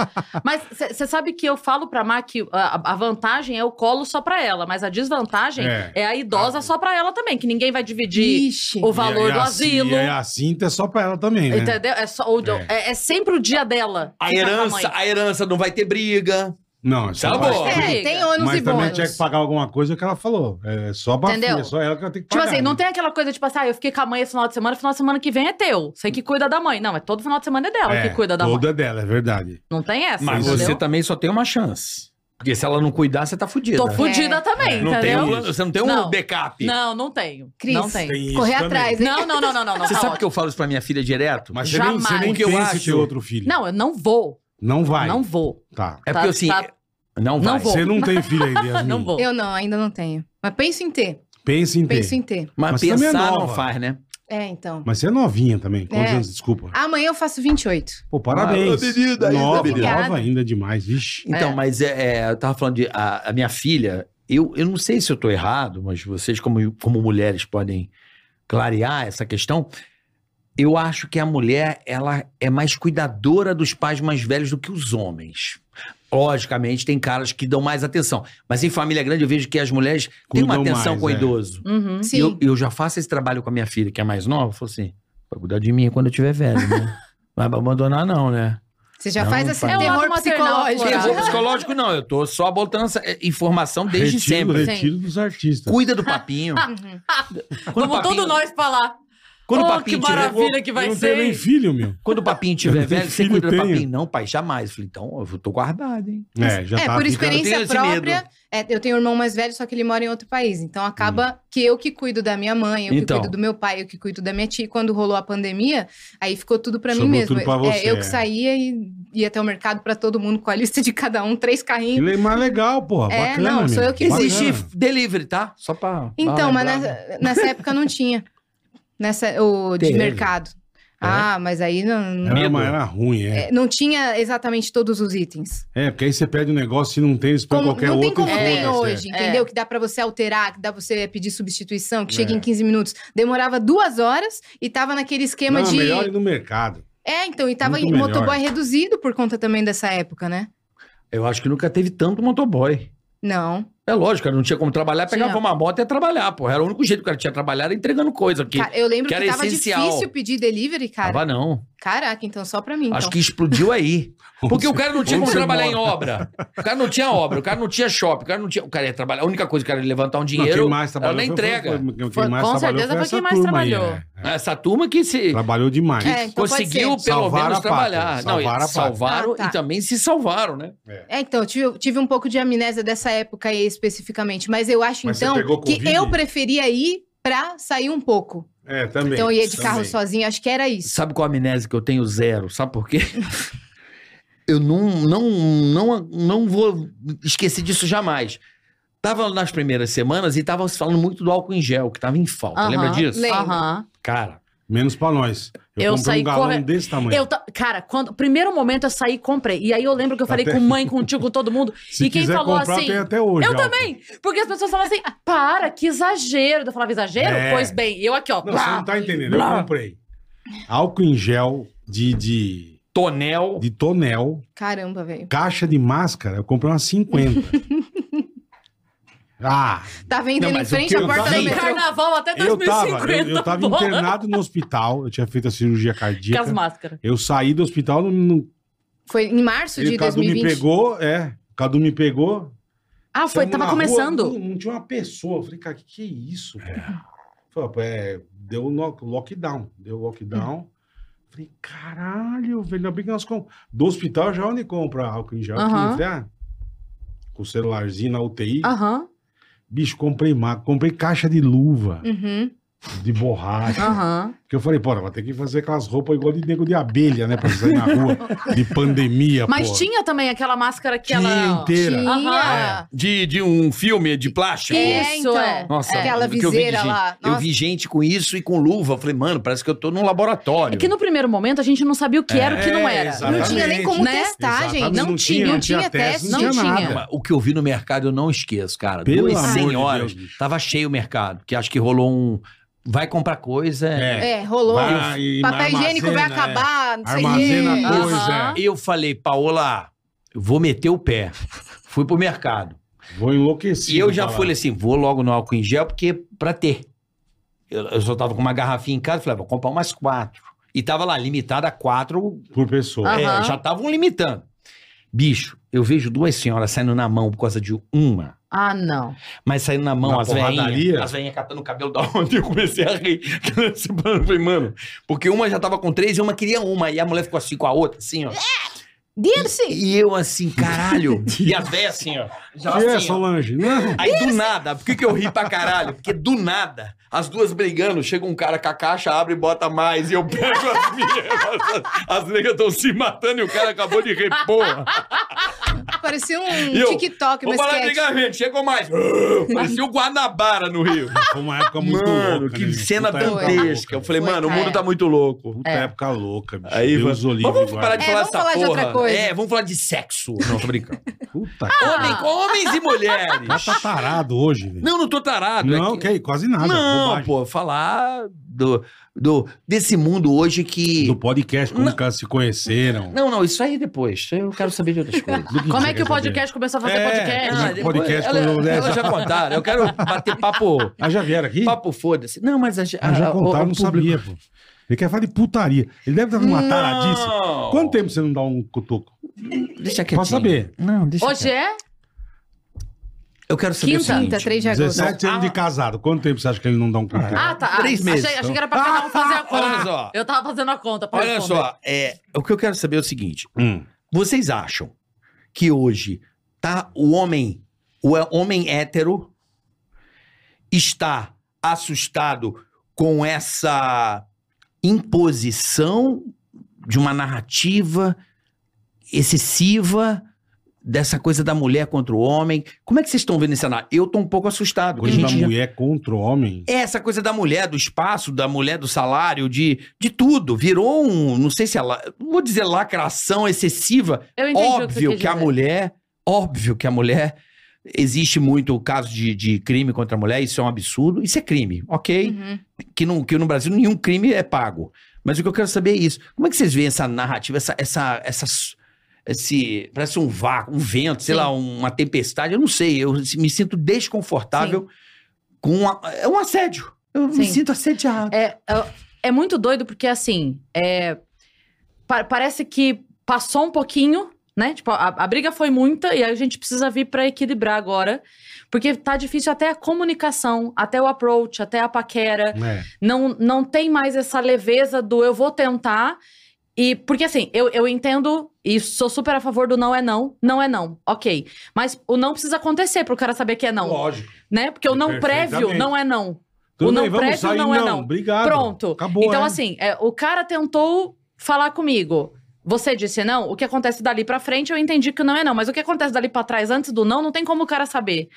E: Mas você sabe que eu falo pra Má que a, a vantagem é o colo só pra ela, mas a desvantagem é,
B: É.
C: Ah,
E: a idosa só pra ela também, que ninguém vai dividir
D: Ixi.
E: o valor
B: E a-
E: do
B: e a-
E: asilo.
B: E a, cinta é só pra ela também, né?
E: Entendeu? É, só, o-
B: É.
E: é- é sempre o dia dela.
C: A
E: ficar com
C: herança,
E: mãe.
C: a herança não vai ter briga.
B: Não, é
C: Tá
B: pra-
C: bom.
D: Tem, tem ônus
B: Mas
D: e
B: também
D: bônus.
B: tinha que pagar alguma coisa que ela falou. É só a
D: Entendeu?
B: filha, é só ela que ela tem que
E: Tipo
B: pagar.
E: assim, não
B: né?
E: tem aquela coisa, tipo assim, ah, eu fiquei com a mãe esse final de semana, final de semana que vem é teu. Você que cuida da mãe. Não, é todo final de semana é dela
B: é,
E: que cuida da mãe.
B: Toda dela, é verdade.
E: Não tem essa,
C: Mas
E: entendeu?
C: você tá também só tem uma chance. Porque se ela não cuidar, você tá fudida.
E: Tô fudida também,
C: Não tem um
E: entendeu?
C: plano- você não tem um
E: Não.
C: backup.
E: Não, não tenho.
D: Cris,
E: Não tenho.
B: Tem isso
D: correr
B: também.
D: atrás. hein?
E: Não, não, não, não, não. não
C: Você
E: tá
C: sabe
E: ótimo.
C: que eu falo isso pra minha filha direto?
B: Mas você nem, você
E: Jamais.
B: nem
C: O que eu
B: pensa em
C: acho-
B: ter outro filho.
E: Não, eu não vou.
B: Não vai.
E: Não vou.
B: Tá.
C: é
E: tá-
C: porque assim.
E: tá-
C: Não vai.
E: não vou.
B: Você não tem filho ainda, Yasmin.
E: Não vou.
D: Eu não, ainda não tenho. Mas penso em ter.
B: Pensa em ter.
D: Penso em ter.
C: Mas,
B: Mas também é
C: pensar não
B: nova.
C: faz, né?
D: É, então.
B: Mas você é novinha também. Quantos
D: É.
B: anos? Desculpa.
D: Amanhã eu faço 28.
B: Pô, parabéns.
C: Ah, menina, ainda,
B: nova,
C: menina.
B: nova ainda demais. Vixe.
C: Então,
D: É.
C: mas é, é, eu tava falando de. A, a minha filha, eu, eu não sei se eu tô errado, mas vocês, como, como mulheres, podem clarear essa questão. Eu acho que a mulher, ela é mais cuidadora dos pais mais velhos do que os homens. Logicamente, tem caras que dão mais atenção. Mas em família grande, eu vejo que as mulheres têm uma
B: Cuidam
C: atenção
B: mais,
C: com o
B: é.
C: idoso.
E: Uhum.
D: Sim.
C: E eu, eu já faço esse trabalho com a minha filha, que é mais nova, eu falo assim: vai cuidar de mim quando eu tiver velho, né? Vai me abandonar, não, né?
D: Você já
C: Não,
D: faz assim,
C: pai. É o
E: lado
D: terror
E: maternal,
D: psicológico.
E: claro.
C: Terror é psicológico, não. Eu tô só botando essa eh, informação desde
B: retiro,
C: sempre.
B: Retiro dos artistas.
C: Cuida do papinho.
D: Uhum.
C: Quando o
E: Vamos
C: papinho,
E: todos nós pra lá.
C: Quando, o
E: Oh,
C: papinho
E: que
C: tiver,
E: maravilha que vai
B: eu não
E: ser.
B: tenho nem filho, meu.
C: quando o papinho tiver
B: Eu tenho
C: velho, você
B: filho,
C: cuida do
B: tenho.
C: papinho. Não, pai, jamais. Eu falei, então eu tô guardado, hein?
B: É, já
D: é,
B: tá
D: por
B: ficando-
D: experiência
C: Eu tenho esse
D: própria. é, eu tenho um irmão mais velho, só que ele mora em outro país. Então
B: Hum.
D: acaba que eu que cuido da minha mãe, eu
C: Então.
D: que cuido do meu pai, eu que cuido da minha tia. E quando rolou a pandemia, aí ficou tudo pra mim
B: Sobrou
D: mesmo.
B: tudo pra você,
D: é, eu que
B: é.
D: saía e ia até o mercado pra todo mundo com a lista de cada um, três carrinhos.
B: Ele é mais legal, porra.
D: É,
B: bacana,
D: não, sou
B: meu.
D: eu que
B: Bacana.
C: Existe delivery, tá? Só pra.
D: Então,
C: pra
D: mas
C: lembrar. né?
D: nessa, nessa época não tinha. Nessa, o de
C: Teve.
D: mercado.
B: É.
D: Ah, mas aí não,
B: Era,
C: Medo.
B: mas era ruim, é.
D: é, não tinha exatamente todos os itens.
B: É, porque aí você pede um negócio e não tem, eles põem
D: Como-
B: qualquer
D: não tem
B: outro.
D: como
B: e
D: tem
B: foda-se, é.
D: hoje, entendeu? Que dá pra você alterar, que dá pra você pedir substituição, que chega
B: É.
D: em 15 minutos. Demorava duas horas e tava naquele esquema
B: é. não,
D: de.
B: melhor ir no mercado.
D: É, então, e tava
B: Muito
D: em
B: melhor.
D: motoboy reduzido por conta também dessa época, né?
C: Eu acho que nunca teve tanto motoboy.
D: Não.
C: É lógico, cara, não tinha como trabalhar, pegava
D: Tinha.
C: uma moto e ia trabalhar, porra. Era o único jeito que o cara tinha trabalhado era entregando coisa aqui.
D: Cara, eu lembro
C: que
D: que,
C: era
D: tava
C: essencial.
D: difícil pedir delivery, cara.
C: Tava não.
D: Caraca, então só pra mim. Então.
C: Acho que explodiu aí. Porque o cara não tinha
B: Onde
C: como
B: você
C: trabalhar
B: mora?
C: em obra. O cara não tinha obra, o cara não tinha shopping, o cara não tinha. O cara ia trabalhar. A única coisa que era levantar um
B: Não,
C: dinheiro.
B: quem mais trabalhou
C: ela
B: foi-
C: entrega.
B: foi- quem
E: Foi-
B: mais
E: com
B: trabalhou
E: certeza foi
B: essa
E: quem mais
B: turma aí,
E: trabalhou.
B: é.
C: Essa turma que se
B: Trabalhou demais.
D: É, então pode
C: conseguiu, pelo
D: ser.
B: assim, Salvaram
C: menos,
B: a pátria,
C: trabalhar. Não,
B: salvaram
C: e
B: a pátria.
C: salvaram
D: Ah, tá.
C: e também se salvaram, né?
D: É, então, eu tive, tive um pouco de amnésia dessa época aí especificamente, mas eu acho
B: Mas você
D: então
B: pegou
D: que
B: Covid?
D: eu preferia ir pra sair um pouco.
B: É, também.
D: então eu ia de
B: também.
D: carro sozinha, acho que era isso.
C: Sabe qual a amnésia que eu tenho? Zero. Sabe por quê? eu não, não, não, não vou esquecer disso jamais. Tava nas primeiras semanas e tava se falando muito do álcool em gel, que tava em falta.
E: Aham.
C: Lembra disso?
D: Lembro.
E: Aham.
C: Cara,
B: Menos pra nós. Eu,
E: Eu
B: comprei
E: saí
B: um galão
E: corre-
B: desse tamanho.
E: Eu ta- Cara, quando primeiro momento eu saí e comprei. E aí eu lembro que eu falei
B: Até-
E: com mãe, com tio, com todo mundo.
B: Se
E: e quem
B: quiser
E: falou
B: comprar,
E: assim.
B: tem até hoje.
E: Eu
B: ó.
E: também! Porque as pessoas falam assim: para, que exagero. Eu falava, exagero?
B: É.
E: Pois bem, eu aqui, ó.
B: Não,
E: blá.
B: você não tá entendendo. Eu
E: Blá.
B: comprei álcool em gel de, de,
C: tonel.
B: de tonel,
D: Caramba, velho.
B: caixa de máscara. Eu comprei umas 50. ah,
D: Tá vendendo
C: Não,
D: em
C: mas o
D: frente
C: que
D: à
B: eu é
D: porta
B: tava-
D: do
E: Tem
B: Sim,
D: metrô.
E: carnaval até
B: eu
E: 2050.
B: tava, eu, eu tava
E: pô.
B: internado no hospital. Eu tinha feito a cirurgia
E: tá Com as
B: cardíaca.
E: máscaras.
B: Eu saí do hospital no, no,
D: Foi em março
B: e
D: de
B: o Cadu me
D: 2020.
B: pegou, é. O Cadu me pegou.
E: Ah, foi, tava
B: Tamo na rua, um
E: começando.
B: não, não tinha uma pessoa. Eu falei, cara, que que é isso? cara? Falei, "Pô, é, deu no- lockdown. Deu
E: Hum.
B: lockdown. Falei, caralho, velho. Ainda bem que nós com... Do hospital já onde compra álcool em gel. aqui,
E: Aham. Ah.
B: falei, ah, com o celularzinho na UTI.
E: Aham,
B: Bicho, comprei ma- comprei caixa de luva,
D: Uhum.
B: de borracha.
E: aham.
B: Porque eu falei, pô, vai ter que fazer aquelas roupas igual de nego de abelha, né? Pra sair na rua, de pandemia,
E: Mas
B: pô.
E: tinha também aquela máscara que
B: Tá Tinha
E: ela.
B: inteira.
D: Tinha.
C: De, de um filme de plástico.
D: É,
E: Isso,
D: então.
E: é.
C: Nossa,
D: Aquela
C: que eu vi de
D: viseira
C: gente.
D: lá.
C: Eu
D: Nossa,
C: vi gente com isso e com luva. Eu falei, mano, parece que eu tô num laboratório.
E: É que no primeiro momento a gente não sabia o que era e o que não
B: É,
E: era.
B: exato.
D: não tinha nem como
E: Né?
D: testar,
B: Exatamente,
D: tá, gente.
E: Não tinha,
D: não tinha teste,
E: não tinha.
C: Não, mas O que eu vi no mercado eu não esqueço, cara.
B: Pelo
C: Duas
B: amor de
C: senhoras.
B: Deus, bicho.
C: tava cheio o mercado, que acho que rolou um. Vai comprar coisa.
B: É.
D: É, rolou.
B: Vai,
D: Papel higiênico
B: armazena,
D: vai
B: é.
D: acabar, não sei o quê.
B: Armazena coisa.
E: Aham.
C: Eu falei, Paola, eu vou meter o pé. Fui pro mercado.
B: Vou enlouquecer.
C: e eu já
B: falar.
C: falei assim: vou logo no álcool em gel, porque pra ter. Eu, eu só tava com uma garrafinha em casa, falei, "Ah, vou comprar umas quatro. E tava lá, limitada a quatro
B: Por pessoa.
E: Ah.
C: É,
E: Aham.
C: já estavam limitando. Bicho, eu vejo duas senhoras saindo na mão por causa de uma.
E: Ah, não.
C: Mas saindo na mão,
B: Na
C: as velhinhas.
B: porradaria?
C: As velhinhas catando o cabelo da onde eu comecei a rir. Esse mano, eu falei, mano. Porque uma já tava com três e uma queria uma. E a mulher ficou assim com a outra, assim, ó.
D: Dirce!
C: E eu assim, caralho. e as velhas assim, ó. Já
B: Que é,
C: assim, ó.
B: Solange? Não.
C: Aí do nada, por que, que eu ri pra caralho? Porque do nada, as duas brigando, chega um cara com a caixa, abre e bota mais, e eu pego as minhas. As, as negras estão se matando e o cara acabou de rir, porra.
D: Parecia um
C: E eu?
D: TikTok,
C: Vou
D: uma
C: parar de
D: sketch.
C: brigar, gente, chegou mais. Parecia o Guanabara no Rio.
B: Foi uma época muito
C: mano,
B: louca.
C: que
B: né?
C: cena
B: Puta época
C: dantesca. Eu
B: louca.
C: falei,
D: Foi,
C: mano, o
D: cara.
C: mundo tá muito louco.
B: Puta época louca, bicho.
C: Aí,
B: Deus
C: mano,
B: olive,
C: mas vamos parar de
D: É,
C: falar
D: vamos
C: essa
D: falar de
C: porra.
D: outra coisa.
C: É, vamos falar de sexo. Não, tô brincando.
B: guarde. Puta,
E: Ah.
C: Homem,
D: Ah.
C: com homens e mulheres.
B: tá, tá tarado hoje, velho.
C: Não, não tô tarado. é
B: Não,
C: que-
B: ok, quase nada.
C: Não,
B: bobagem.
C: pô, falar do, do, desse mundo hoje que.
B: Do podcast, como
C: Não.
B: os caras se conheceram.
C: Não, não, isso aí depois. Eu quero saber de outras coisas.
B: Do
E: Como
B: você
E: é que
B: quer
E: o podcast começou a fazer
B: É,
E: podcast?
B: como é que o podcast
C: ela,
B: quando-
C: elas já contaram. Eu quero bater papo.
B: saber? Ah, já vieram aqui?
C: Papo foda-se. Não, mas a, gente.
B: Ah, já contaram, não sabia, pô. Ele quer falar de putaria. Ele deve estar com uma taradice. Quanto tempo você não dá um cutuco?
C: Deixa quietinho.
E: é
B: saber.
C: Não, deixa
E: Hoje
C: quieto.
E: é?
C: Eu quero saber o
E: Quinta?
C: seguinte.
D: Quinta, 3 de agosto.
B: 17 anos de casado. Quanto tempo você acha que ele não dá um cutuco?
E: Ah, tá. Ah,
C: Três meses,
E: Achei, achei
C: então.
E: que era pra cada um fazer a conta.
C: Olha só.
E: Eu tava fazendo a conta. pra
C: Olha
E: responder.
C: só, é, o que eu quero saber é o seguinte.
B: Hum.
C: Vocês acham que hoje tá o homem, o é- homem hétero está assustado com essa imposição de uma narrativa excessiva dessa coisa da mulher contra o homem? Como é que vocês estão vendo esse cenário? Eu tô um pouco assustado. porque a
B: Coisa da
C: gente já-
B: mulher contra o homem.
C: é essa coisa da mulher, do espaço, da mulher, do salário, de, de tudo. Virou um, não sei se é, la- vou dizer lacração excessiva.
E: Eu entendi o que, você
C: Óbvio
E: quis
C: que a
E: dizer.
C: mulher, óbvio que a mulher, existe muito o caso de, de crime contra a mulher, isso é um absurdo, isso é crime, ok?
D: Uhum.
C: Que, no, que no Brasil nenhum crime é pago. Mas o que eu quero saber é isso. Como é que vocês veem essa narrativa, essa... essa, essa s- esse, parece um vácuo, um vento, sei
E: Sim.
C: lá, uma tempestade, eu não sei. Eu me sinto desconfortável com a- é um assédio. Eu me
E: Sim.
C: sinto assediado.
E: É, é- é muito doido porque, assim, é, pa- parece que passou um pouquinho, né? Tipo, a, a briga foi muita e aí a gente precisa vir pra equilibrar agora. Porque tá difícil até a comunicação, até o approach, até a paquera.
B: É.
E: Não, não tem mais essa leveza do eu vou tentar. E porque assim, eu, eu entendo e sou super a favor do não é não, não é não, ok. Mas o não precisa acontecer pro cara saber que é não,
B: Lógico.
E: né? Porque o não prévio
B: Perfeitamente.
E: não é não.
B: Tudo
E: O não
B: bem, vamos
E: prévio
B: sair,
E: não é não.
B: Obrigado.
E: Pronto.
B: Acabou,
E: então,
B: né?
E: assim, é, o cara tentou falar comigo. Você disse não, o que acontece dali pra frente eu entendi que não é não, mas o que acontece dali pra trás antes do não, não tem como o cara saber.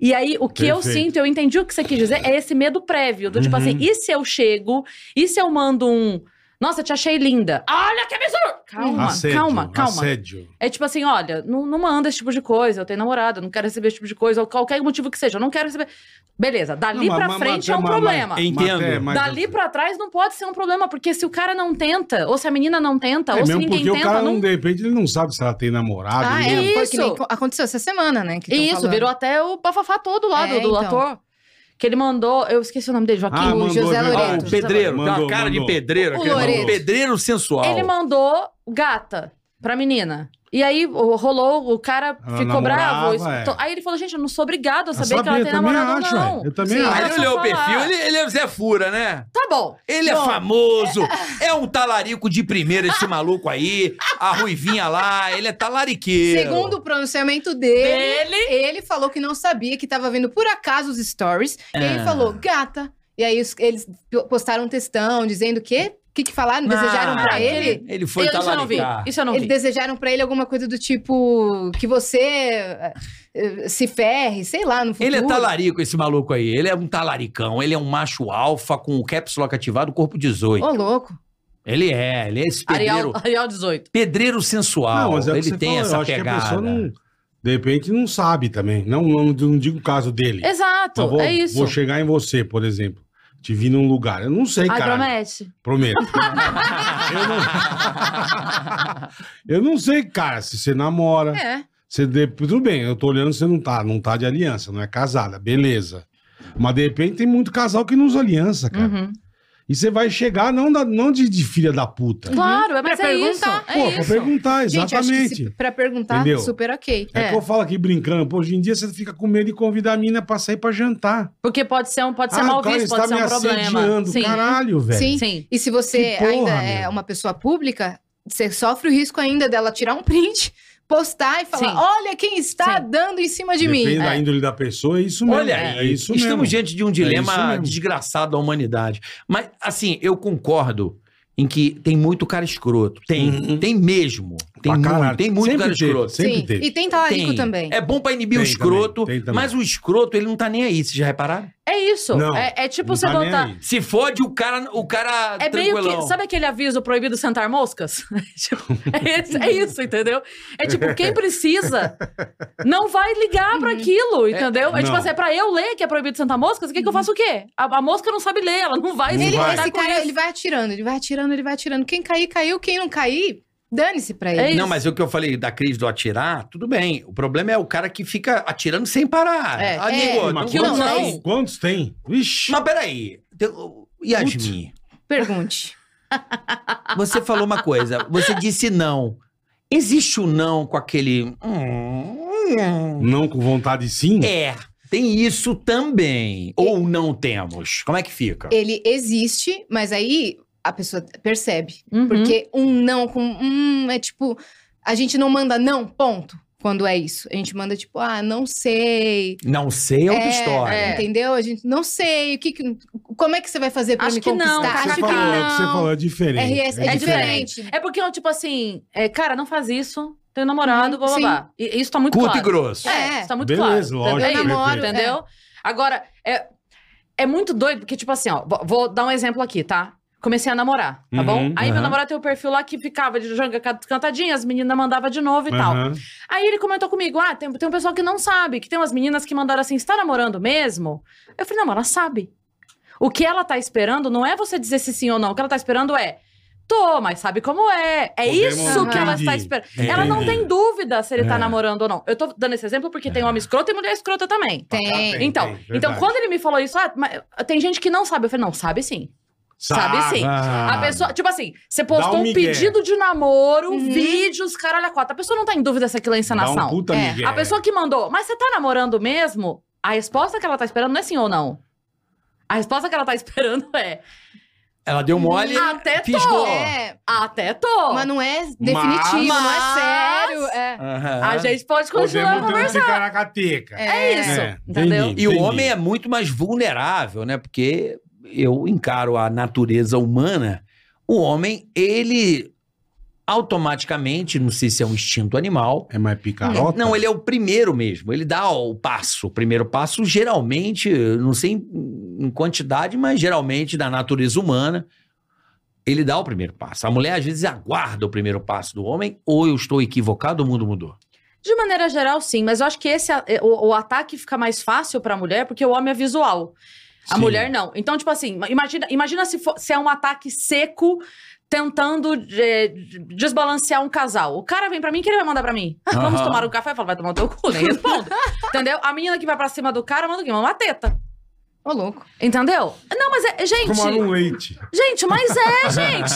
E: E aí, o que eu
B: Perfeito.
E: sinto, eu entendi o que você quis dizer, é esse medo prévio, do tipo
B: Uhum.
E: assim, e se eu chego, e se eu mando um, nossa, te achei linda. Olha que absurdo! Calma,
B: Assédio,
E: calma, calma.
B: Assédio.
E: É tipo assim, olha, não, não manda esse tipo de coisa, eu tenho namorado, eu não quero receber esse tipo de coisa, ou qualquer motivo que seja, eu não quero receber. Beleza, dali
B: Não, mas-
E: pra
B: mas-
E: frente é
B: mas-
E: um
B: mas-
E: problema.
B: mas-
C: Entendo.
B: mas- mas-
E: Dali pra trás não pode ser um problema, porque se o cara não tenta, ou se a menina não tenta,
B: É
E: ou se
B: mesmo
E: ninguém
B: porque o
E: tenta,
B: cara, não...
E: não.
B: de repente, ele não sabe se ela tem namorado. né?
D: Ah,
B: ele-
D: é, foi que nem
E: Isso.
D: aconteceu essa semana, né? que tão
E: Isso,
D: falando.
E: virou até o bafafá todo lá
D: É,
E: do, do
D: então.
E: ator. Que ele mandou. Eu esqueci o nome dele, Joaquim.
B: Ah,
D: o
B: mandou,
D: José
B: viu?
C: Ah,
D: Loreto.
C: o pedreiro, tem
B: Mandou,
C: uma cara
B: mandou.
C: de pedreiro.
E: É, O
C: aquele
E: Loreto.
C: maluco. pedreiro sensual.
E: Ele mandou gata pra menina. E aí o- rolou, o cara
B: Ela
E: ficou bravo.
B: namorava,
E: isso-
B: é.
E: to- Aí ele falou: gente, eu não sou obrigado a
B: Eu
E: saber que ela
B: sabia,
E: tem
B: eu também
E: namorado,
B: acho,
E: não.
B: é, eu também acho.
C: Aí
E: era
C: ele
E: só
C: olhou o
E: falar.
C: perfil, ele, ele é o Zé Fura, né?
E: Tá bom.
C: Ele é
E: Bom,
C: famoso, é um talarico de primeira esse maluco aí, a ruivinha lá, ele é talariqueiro.
D: Segundo o pronunciamento dele,
E: Dele?
D: ele falou que não sabia, que tava vendo por acaso os stories. E aí
C: Ah.
D: falou, gata. E aí os- eles postaram um textão dizendo que... O que, que falaram? Desejaram pra ele?
C: Ah, Ele foi
E: Eu, isso eu não vi.
C: talaricar.
E: Isso eu não
D: Eles
E: vi.
D: desejaram pra ele alguma coisa do tipo que você eh, eh, se ferre, sei lá, no futuro.
C: Ele é talarico, esse maluco aí. Ele é um talaricão. Ele é um macho alfa com o caps lock ativado, corpo 18.
D: Ô, louco.
C: Ele é, ele é esse pedreiro.
E: Arial, Arial 18.
C: Pedreiro sensual.
B: Não, mas é o que
C: ele
B: você
C: tem
B: falou, eu
C: essa
B: acho
C: pegada.
B: Que a pessoa não, de repente não sabe também. Não, não, não digo o caso dele.
C: Tá
E: Exato,
B: Mas vou,
E: é isso.
B: Vou chegar em você, por exemplo. Te vi num lugar. Eu não sei,
E: Ai,
B: cara.
E: promete.
B: Prometo. eu, não, eu não sei, cara, se você namora.
D: É.
B: Você de- Tudo bem, eu tô olhando, você não tá, não tá de aliança, não é casada, beleza. Mas de repente tem muito casal que não usa aliança, cara.
E: Uhum.
B: E você vai chegar não, da- não de, de filha da puta.
E: Claro, é, mas
D: Pra
E: é isso.
D: perguntar.
E: É
B: Pô, pra
E: isso.
B: perguntar,
D: Gente, acho que
B: exatamente.
D: se, pra perguntar,
B: Entendeu?
D: super ok.
B: É,
E: é.
B: que eu falo aqui brincando, pô, hoje em dia você fica com medo de convidar a mina pra sair pra jantar.
E: Porque pode ser, um, pode ser
B: Ah,
E: mal
B: o cara
E: visto,
B: está
E: pode ser
B: me
E: um problema.
B: assediando,
E: Sim.
B: Caralho, velho.
D: Sim.
E: Sim.
D: E se você
B: Que porra,
D: ainda é
B: meu.
D: uma pessoa pública, você sofre o risco ainda dela tirar um print, postar e falar:
E: Sim.
D: olha quem está dando em cima de
B: Depende
D: mim.
B: da
D: É.
B: índole da pessoa, é isso mesmo.
C: Olha,
B: é
C: aí,
B: isso
C: estamos
B: mesmo. É
C: diante de um
B: isso
C: dilema
B: mesmo.
C: desgraçado da humanidade. Mas, assim, eu concordo em que tem muito cara escroto. Tem,
B: Uhum.
C: tem mesmo.
B: Pra
C: Tem muito,
B: caralho.
C: tem muito
B: Sempre
C: cara
B: teve,
C: escroto.
B: Sempre
D: Sim.
B: teve.
D: E tem talarico
C: Tem.
D: também.
C: É bom pra inibir o
B: Tem também,
C: escroto,
B: tem também.
C: mas o escroto, ele não tá nem aí, vocês já repararam?
E: É isso.
B: Não.
E: É, é tipo
B: Não
E: você
B: tá nem
E: botar.
B: aí.
C: Se fode, o cara, o cara
E: É meio
C: tranquilão.
E: que. Sabe aquele aviso proibido sentar moscas? Tipo, é, esse- é isso, entendeu? É tipo, quem precisa não vai ligar
D: Uhum.
E: pra aquilo, entendeu? É, tipo
B: não.
E: assim, é pra eu ler que é proibido sentar moscas, o que, que eu faço o quê? A, a mosca não sabe ler, ela não vai
B: Não
E: se
D: Ele,
B: vai.
E: importar
D: esse
E: com
D: cara,
E: isso.
D: ele vai atirando, ele vai atirando, ele vai atirando. Quem cair, caiu. Quem não cair, dane-se pra ele.
E: É isso.
C: Não, mas o que eu falei da crise do atirar, tudo bem. O problema é o cara que fica atirando sem parar.
E: É,
C: Amigo,
D: é,
C: não
B: Mas
E: que
B: quantos,
E: não.
B: tem? quantos tem? Vixe.
C: Mas peraí. Tem- Yasmin,
D: Pergunte.
C: você falou uma coisa. Você disse não. Existe o não com aquele. hum, hum.
B: Não com vontade sim?
C: É. Tem isso também. Ou não temos. Como é que fica?
D: Ele existe, mas aí a pessoa percebe.
E: Uhum.
D: Porque um não com um é tipo. A gente não manda não, ponto. Quando é isso. A gente manda tipo, ah, não sei.
C: Não sei é outra
D: É,
C: história.
E: é.
D: Entendeu? A gente não sei. O que, que- como é que você vai fazer pra
E: Acho
D: me
E: que não,
B: É o
D: conquistar?
B: que
E: acho
B: você
E: que
B: falou, é o que você
E: não.
B: falou, é diferente.
D: RS é,
E: É
D: diferente.
E: É porque, ó, tipo assim, é, cara, não faz isso, tem namorado,
D: Uhum,
E: blá blá
D: sim.
E: blá. E, isso tá muito
C: Curto
E: claro.
C: e grosso.
E: É, isso tá muito
B: Beleza,
E: claro.
B: lógico,
E: entendeu?
D: Eu namoro,
E: É isso, entendeu? Agora, é, é muito doido, porque, tipo assim, ó, vou, vou dar um exemplo aqui, tá? Comecei a namorar, tá
B: Uhum,
E: bom? Aí meu
B: aham.
E: namorado tem o perfil lá que ficava de janga ca- cantadinha, as meninas mandavam de novo e tal.
B: Aham.
E: Aí ele comentou comigo: ah, tem, tem um pessoal que não sabe, que tem umas meninas que mandaram assim, está namorando mesmo? Eu falei: não, mas ela sabe. O que ela tá esperando não é você dizer se sim ou não. O que ela tá esperando é. Tô, mas sabe como é. É
B: Podemos-
E: isso que ela
B: Entendi.
E: está esperando. Ela não
B: Entendi.
E: tem dúvida se ele tá
B: É.
E: namorando ou não. Eu tô dando esse exemplo porque tem homem escroto e mulher escrota também.
D: Tem.
B: Ah, tem.
E: então, então,
B: verdade.
E: quando ele me falou isso, ah, mas tem gente que não sabe. Eu falei, não, sabe sim. sabe sim.
B: Ah,
E: A pessoa, tipo assim, você postou
B: um
E: um,
B: migué.
E: pedido de namoro,
D: Uhum.
E: vídeos, caralho, a quatro. A pessoa não tá em dúvida se aquilo é
B: dá um
E: encenação.
B: puta
D: É.
B: migué.
E: A pessoa que mandou, mas você tá namorando mesmo? A resposta que ela tá esperando não é sim ou não. A resposta que ela tá esperando é
C: Ela deu mole.
E: Até tô.
C: Fisgou.
D: É,
E: até tô.
D: mas não é definitivo, não
E: Mas-
D: é sério. É.
C: Aham.
E: A gente pode continuar
B: Podemos ter um
E: conversando.
B: ticaracateca.
E: É isso,
B: É,
E: entendeu?
B: entendi.
C: E o homem é muito mais vulnerável, né? Porque eu encaro a natureza humana. O homem, ele automaticamente, não sei se é um instinto animal.
B: É mais picarota?
C: Não, ele é o primeiro mesmo. Ele dá o passo. O primeiro passo, geralmente, eu não sei em em quantidade, mas geralmente da natureza humana, ele dá o primeiro passo. A mulher, às vezes, aguarda o primeiro passo do homem, ou eu estou equivocado, o mundo mudou.
E: De maneira geral, sim, mas eu acho que esse é- o, o ataque fica mais fácil pra mulher porque o homem é visual. A
C: Sim.
E: mulher não. Então, tipo assim, imagina, imagina se, for- se é um ataque seco tentando é, desbalancear um casal. O cara vem pra mim, o que ele vai mandar pra mim? Vamos
C: Aham.
E: tomar um café? Eu falo, vai tomar o teu cu, nem respondo. Entendeu? A menina que vai pra cima do cara manda o quê? Manda Uma teta.
D: Ô, louco.
E: Entendeu? Não, mas é, gente.
B: Tomaram um leite.
E: Gente, mas é, gente.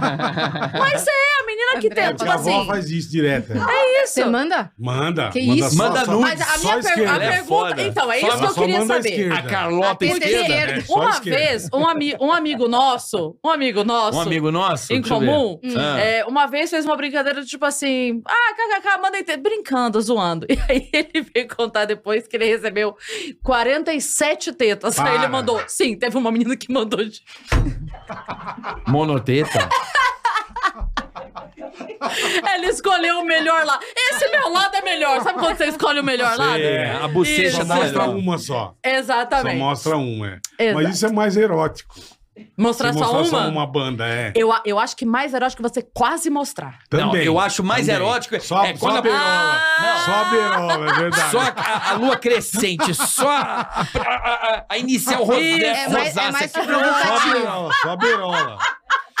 E: mas é, a menina que
D: André,
E: tenta,
D: eu
E: tipo
B: Minha avó
E: assim.
B: faz isso direto. né?
E: Isso.
D: Você manda?
B: Manda.
D: Que
B: manda
D: isso?
B: Só,
C: Manda
B: só,
C: nude.
E: Mas a
B: só
E: minha per- a
B: esquerda.
C: É
E: pergunta.
C: foda.
E: então, é
C: Só-
E: isso que eu
B: só
E: queria
B: manda a
E: saber.
B: esquerda.
C: A Carlota
D: Até
C: esquerda.
D: esquerda.
B: É, só
E: Uma
B: esquerda.
E: vez, um, ami um amigo nosso, um amigo nosso,
C: Um amigo nosso.
E: em
C: deixa eu ver.
E: comum,
D: Hum.
C: Ah.
E: é, uma vez fez uma brincadeira do tipo assim, ah, kkk, manda entender, brincando, zoando. E aí ele veio contar depois que ele recebeu 47 tetas. Aí ele
B: Para.
E: mandou, sim, teve uma menina que mandou. de-
C: Monoteta.
E: Ela escolheu o melhor lá. Esse meu lado é melhor. Sabe quando você escolhe o melhor lado?
C: É, a bochecha
E: Isso.
B: Só
C: da
B: mostra
C: melhor.
B: uma só. Só
E: Exatamente.
B: mostra uma. é.
E: Exato.
B: Mas isso é mais erótico. Se
E: mostrar só
B: mostrar
E: uma?
B: só uma banda, é.
E: Eu, a- eu acho que mais erótico você quase mostrar.
B: Também.
C: Não, eu acho mais
B: também.
C: erótico é-
B: Só,
C: é
B: só
C: quando
B: a
C: a-
B: berola.
E: Ah!
B: Só a berola, é verdade.
C: Só a, a lua crescente, só a, a- a- a inicial ro-
E: Isso.
C: né,
D: É mais- é
C: rosácea
D: mais
C: aqui.
B: Só a
D: provocativo.
B: berola, só a berola.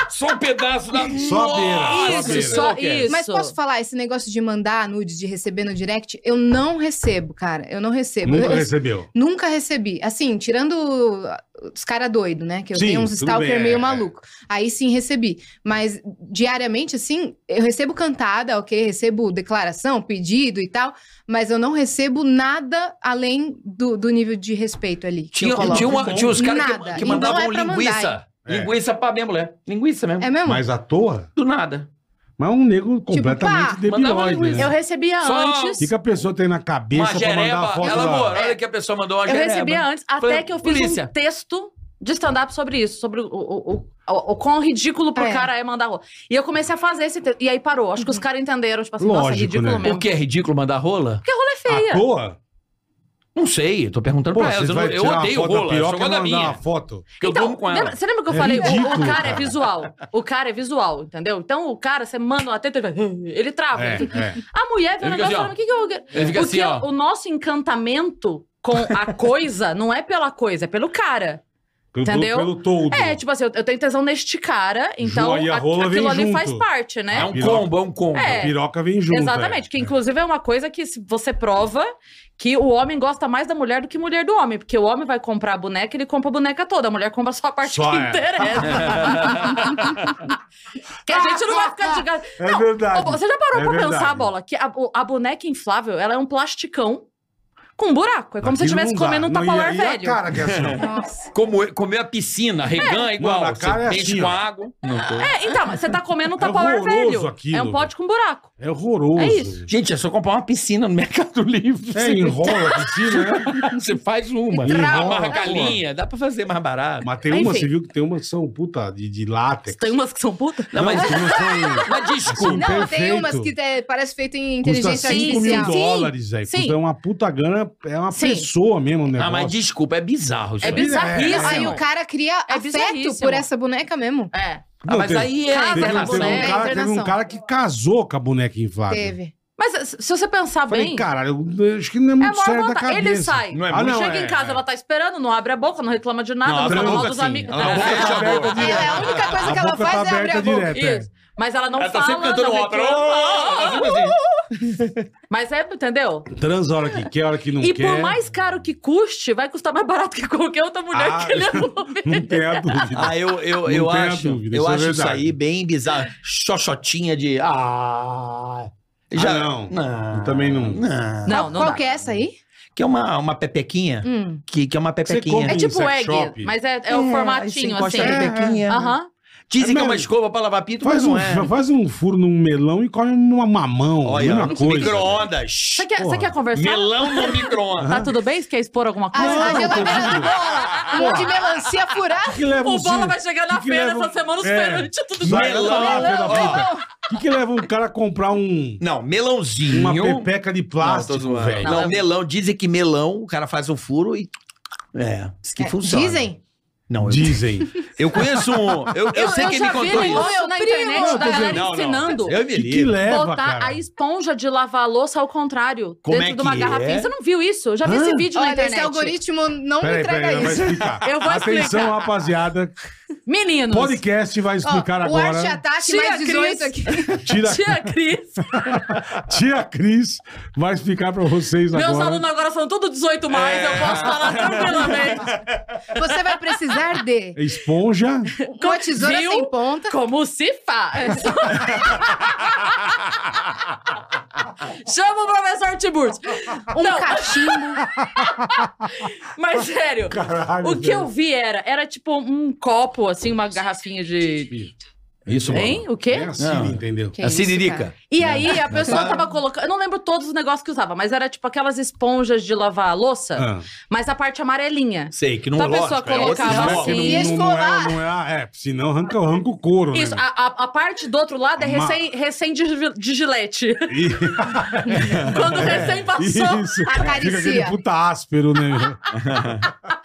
C: Só um pedaço da.
B: Só a beira,
C: Nossa,
E: Isso, só
C: eu quero.
E: isso.
D: Mas posso falar, esse negócio de mandar nude, de receber no direct, eu não recebo, cara. Eu não recebo. eu,
B: Nunca
D: eu-
B: recebeu.
D: Nunca recebi. Assim, tirando uh, os cara doido, né? Que eu
B: Sim,
D: tenho uns
B: tudo
D: stalker
B: bem, é.
D: meio maluco. Aí sim recebi. Mas diariamente, assim, eu recebo cantada, ok? Recebo declaração, pedido e tal. Mas eu não recebo nada além do, do nível de respeito ali. que eu
C: Tinha,
D: coloco.
C: tinha, uma- tinha uns caras que-
D: Nada.
C: que,
D: E não
C: mandavam
D: é pra mandar,
C: linguiça.
B: hein? É.
C: Linguiça pra minha mulher. Linguiça mesmo.
D: É mesmo?
B: Mas à toa?
C: Do nada.
B: Mas um nego
E: Tipo,
B: completamente
D: pá,
C: mandava
B: debilóide.
C: linguiça.
E: Eu
B: Né?
E: recebia
C: Só-
E: antes.
B: O que a pessoa tem na
C: Uma
B: cabeça pra mandar a
C: jereba.
B: foto
C: Ela,
B: da...
C: amor, olha que a pessoa mandou uma
E: Eu
C: jereba.
E: recebia antes, até
C: Falei,
E: que eu fiz
C: polícia.
E: um texto de stand-up sobre isso, sobre o, o, o, o- o quão ridículo pro
D: É.
E: cara é mandar rola. E eu comecei a fazer esse texto. E aí parou. Acho que os caras entenderam, tipo assim, nossa, é
B: Lógico,
E: ridículo
B: né?
E: mesmo.
C: O que é ridículo mandar rola?
E: Porque rola é
B: À
E: feia.
B: toa?
C: Não sei, eu tô perguntando
B: Pô,
C: pra
B: você
C: elas. Eu,
B: vai
C: não- eu
B: tirar
C: odeio
B: a foto da
C: rola, eu
B: piroca
C: só
B: e
C: gosto da
B: mandar
C: minha.
B: uma foto.
C: Porque
E: Então,
C: eu durmo com ela.
E: lembra, você lembra que eu
B: É
E: falei? O- o,
B: ridículo,
E: cara, é
B: cara.
E: visual. O cara é visual, entendeu? Então o cara, você manda uma teta, ele vai- ele trava.
B: É, é.
E: A mulher vê o
C: Ele
E: negócio e
C: fica
E: fala,
C: assim,
E: o que que eu...
C: Ele
E: Porque
C: fica assim, ó.
E: o nosso encantamento com a coisa não é pela coisa, é pelo cara.
B: Pelo-
E: Entendeu?
B: Pelo todo.
E: É, tipo assim, eu, eu tenho tesão neste cara, então
B: Joia e a
E: a-
B: rola
E: aquilo
B: vem
E: ali
B: junto.
E: faz parte, né?
C: É um
B: Piroca.
C: combo, é um combo.
E: É.
B: A piroca vem junto.
E: Exatamente,
B: é.
E: que inclusive é uma coisa que se você prova que o homem gosta mais da mulher do que mulher do homem, porque o homem vai comprar a boneca, ele compra a boneca toda, a mulher compra só a parte
B: Só
E: que
B: é.
E: interessa. que a gente não vai ficar de gato.
B: É
E: Não,
B: verdade.
E: Ô, Você já parou
B: É
E: pra pensar,
B: verdade.
E: bola, que a, o- a boneca inflável, ela é um plasticão com um buraco, é como se
B: Aquilo
E: você estivesse
B: não dá.
E: comendo um
B: Não, e-
E: tapalar
B: e a
E: velho.
B: cara que é assim, ó.
D: Nossa.
C: Como eu- comer a piscina, regan é igual.
B: Não, na
C: você
B: cara é
C: enche
B: assim,
C: com
B: ó.
C: água. Não tô.
E: É, então, mas você tá comendo um
B: É
E: tapalar
B: horroroso
E: velho.
B: aquilo,
E: é um pote com buraco.
B: É horroroso.
E: É isso.
C: Gente, é só comprar uma piscina no Mercado Livre.
B: É, enrola a piscina, né?
C: Você faz uma.
B: E trava.
C: Amarra a galinha. Dá pra fazer mais barato.
B: Mas tem uma,
E: Enfim.
B: você viu que tem uma que são, puta, de, de látex.
E: Tem umas que são puta.
C: Não, mas,
B: tem umas que são-
C: mas
B: Sim,
C: desculpa.
D: Não, tem
B: perfeito.
D: umas que é, parece feito em
B: Custa
D: inteligência
B: 5 mil
D: artificial.
B: dólares, velho.
E: sim.
B: Custa uma puta grana, é uma
E: Sim.
B: pessoa mesmo o
C: Ah,
B: negócio.
C: mas desculpa, é bizarro isso
E: É
C: aí.
E: bizarríssimo.
D: Aí o cara cria
E: É
D: afeto
E: bizarríssimo.
D: por essa boneca mesmo.
E: É.
C: Ah, mas
B: teve-
C: aí é.
E: Casa,
B: Teve,
E: Ela
B: um, teve, um
E: boneca,
B: cara, teve um
D: internação.
B: cara que casou com a boneca inflável.
D: Teve.
E: Mas se você pensar
B: Falei,
E: Tá bem,
B: cara, eu acho que não é
E: é a
B: muito
E: maior
B: sério da
E: vontade.
B: cabeça.
E: Ele sai.
C: Não é
B: Ah, não,
E: Chega
B: é,
E: em casa,
B: é.
E: ela tá esperando, não abre a boca, não reclama de nada,
C: Não,
E: não,
C: abre
E: fala
C: a
E: mal
C: boca
E: dos
C: assim.
B: tá
E: amigos.
C: Ela
E: É.
C: fecha a boca.
B: aberta
D: É, a única coisa que ela
B: boca tá
D: faz é abrir a boca.
B: direto, é.
E: Isso. Mas ela não
C: Ela tá
E: fala,
C: sempre cantando
E: não
C: ópera.
E: reclama.
C: Ela sempre assim.
E: Mas é, entendeu?
B: Transa a hora que quer, a hora que não
E: e
B: quer.
E: por mais caro que custe, vai custar mais barato que qualquer outra mulher
B: Ah,
E: que ele arrume.
B: Não tem a dúvida.
C: Ah, eu, eu, eu
B: Não tenha
C: acho.
B: dúvida,
C: eu
B: isso é
C: acho isso
B: verdade.
C: aí bem bizarro. Xoxotinha de. Ah.
B: Ah, não.
E: é.
C: Não.
B: Eu também não-
C: Não.
E: Não,
D: Qual-
E: não
D: Qual
E: dá.
D: que é essa aí?
C: Que é uma, uma pepequinha.
D: Hum.
C: Que, que é uma pepequinha.
B: come
E: É tipo
B: Sex
E: egg,
B: shop.
E: mas é, é o formatinho, assim.
B: a
E: É.
B: pepequinha,
E: Aham.
C: Dizem que é uma
B: Mas-
C: escova pra lavar pinto, mas
B: Faz
C: não
B: um,
C: é.
B: faz um furo num melão e come uma mamão.
C: Olha,
B: mesma coisa.
C: micro-ondas.
E: Você quer, você
B: Porra.
E: quer conversar?
C: Melão no micro-ondas.
E: Tá tudo bem? Você quer expor alguma
D: A,
E: coisa?
D: a
B: não,
D: geladeira
B: não.
D: do bola. Um monte de melancia furada.
B: Que leva um
E: O Bola
B: zinho?
E: vai chegar na
B: que que
E: feira
B: leva um-
E: essa semana, os
B: É.
E: feirantes, tudo
B: Vai
E: bem.
C: Melão.
B: lá, filha da
C: Melão.
B: puta. O que, que leva um cara a comprar um,
C: Não, melãozinho.
B: uma pepeca de
C: Plástico,
B: plástico,
C: não,
B: velho?
C: Não,
E: Não, é-
C: melão. Dizem que melão, o cara faz um furo e. É, isso que
D: É,
C: funciona.
D: Dizem?
C: Não, eu,
B: Dizem.
C: eu conheço um. Eu, eu sei quem me
E: já vi
C: contou isso.
E: negócio na
D: Primo,
E: internet da
D: tá
E: galera
C: Não, não.
E: ensinando
C: Eu me
B: E que
C: livro.
B: leva,
E: botar
B: cara.
E: a esponja de lavar louça ao contrário,
C: Como
E: dentro
C: é
E: de uma
C: que
E: garrafinha.
C: é?
E: Você não viu isso? Eu já vi
C: Hã?
E: esse vídeo na
D: Olha, esse
E: internet.
D: algoritmo não me
B: Peraí,
D: entrega
B: peraí, ela vai
D: isso.
B: explicar.
E: Eu vou
B: Atenção,
E: explicar.
B: rapaziada.
E: Meninos,
B: Podcast vai
D: Ó,
B: explicar
D: o Arte
B: agora.
D: Ataque
E: Tia
D: mais 18
E: Cris.
D: aqui.
E: tá
B: Tira,
E: tia Cris,
B: tia Cris vai explicar pra vocês
E: meus
B: agora. É.
E: alunos agora são tudo 18 mais, eu posso falar tranquilamente.
D: Você vai precisar de
B: Esponja.
D: uma tesoura
E: Viu?
D: sem ponta.
E: Como se faz? Chama o professor Tiburcio.
D: Um
E: Não.
D: cachimbo.
E: Mas sério,
B: Caralho.
E: o que eu
B: velho.
E: vi era, era tipo um copo, assim, uma garrafinha de...
C: Isso,
E: Hein? O
B: É
E: quê?
B: assim,
C: Não.
B: entendeu?
D: Que é
C: a
D: isso,
C: siririca.
D: cara.
E: E aí a pessoa
C: tá.
E: tava colocando... Eu não lembro todos os negócios que usava, mas era tipo aquelas esponjas de lavar a louça,
B: Ah,
E: mas a parte amarelinha.
C: Sei, que não
E: Então a
C: lógico,
E: pessoa
C: é outro
E: colocava
C: esmalte.
B: não é
E: assim.
B: que
D: E
B: não- não- não é,
D: escovar.
B: não é, é, senão arranca, arranca o couro, né?
E: Isso, ah, a, a, a parte do outro lado é
B: Uma-
E: recém, recém de, de gilete.
B: E-
E: Quando
B: É,
E: recém passou.
B: Isso. Fica
D: Acaricia.
B: aquele puta áspero, né?
C: Ah,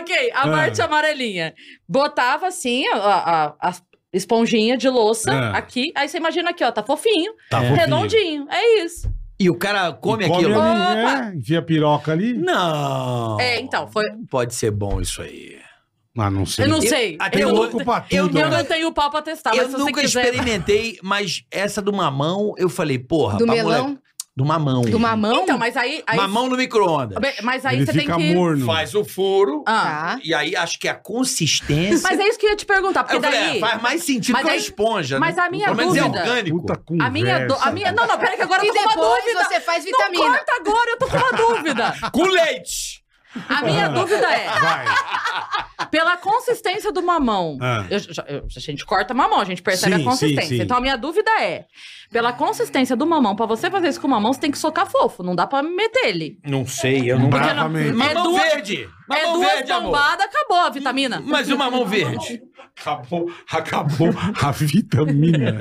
E: Ok, a
B: Ah.
E: parte amarelinha. Botava assim a, a, a esponjinha de louça
B: Ah.
E: aqui. Aí você imagina aqui, ó, tá fofinho,
B: Tá
C: É.
B: fofinho.
E: redondinho. É isso.
C: E o cara come,
B: E come
C: aquilo.
B: ali, é, enfia a piroca ali.
C: Não.
E: É, então, foi-
C: Não pode ser bom isso aí.
B: Ah, não sei.
E: Eu não sei.
C: Até
E: Eu,
B: Tem
C: eu-
E: não-
B: louco pra tudo.
C: eu-
E: eu
B: né?
E: não tenho o pau pra testar, Tá, mas
C: Eu
E: se
C: nunca
E: você quiser...
C: experimentei, mas essa do mamão, eu falei,
B: Ah,
C: porra,
D: Do
C: pra
D: melão,
C: moleque- Do mamão.
D: do mamão.
E: Então, mas aí... aí
C: Mamão no micro-ondas.
E: Bem, Mas aí
B: Ele
E: você tem
B: fica
E: que...
B: morno.
C: Faz o furo.
E: Ah.
D: Tá.
C: E aí acho que a consistência.
E: Mas é isso que eu ia te perguntar, porque
C: eu falei,
E: daí...
C: é, faz mais sentido
E: Mas
C: que uma
E: aí-
C: esponja.
E: mas
C: né?
E: a minha
C: Pelo menos é
E: dúvida-
C: orgânico.
B: Puta conversa.
E: A minha, do- a minha. Não, não, pera que agora eu tô
D: E
E: com uma
D: depois
E: dúvida.
D: você faz
E: Não
D: vitamina.
E: corta agora, eu tô com uma dúvida.
C: Com leite!
E: A
B: Ah.
E: minha dúvida é,
B: Vai.
E: pela consistência do mamão.
B: Ah.
E: eu já- eu- a gente corta mamão, a gente percebe
B: Sim,
E: a consistência.
B: sim, sim.
E: Então a minha dúvida é, pela consistência do mamão, pra você fazer isso com o mamão, você tem que socar fofo, não dá pra meter ele.
C: Não sei, eu não.
B: Bravamente.
E: não- é
C: Mamão
E: duas-
C: verde!
E: é
C: Mamão
E: duas
C: verde, amor!
E: bombadas, acabou a vitamina.
C: Mas o mamão verde?
B: Acabou, acabou a vitamina.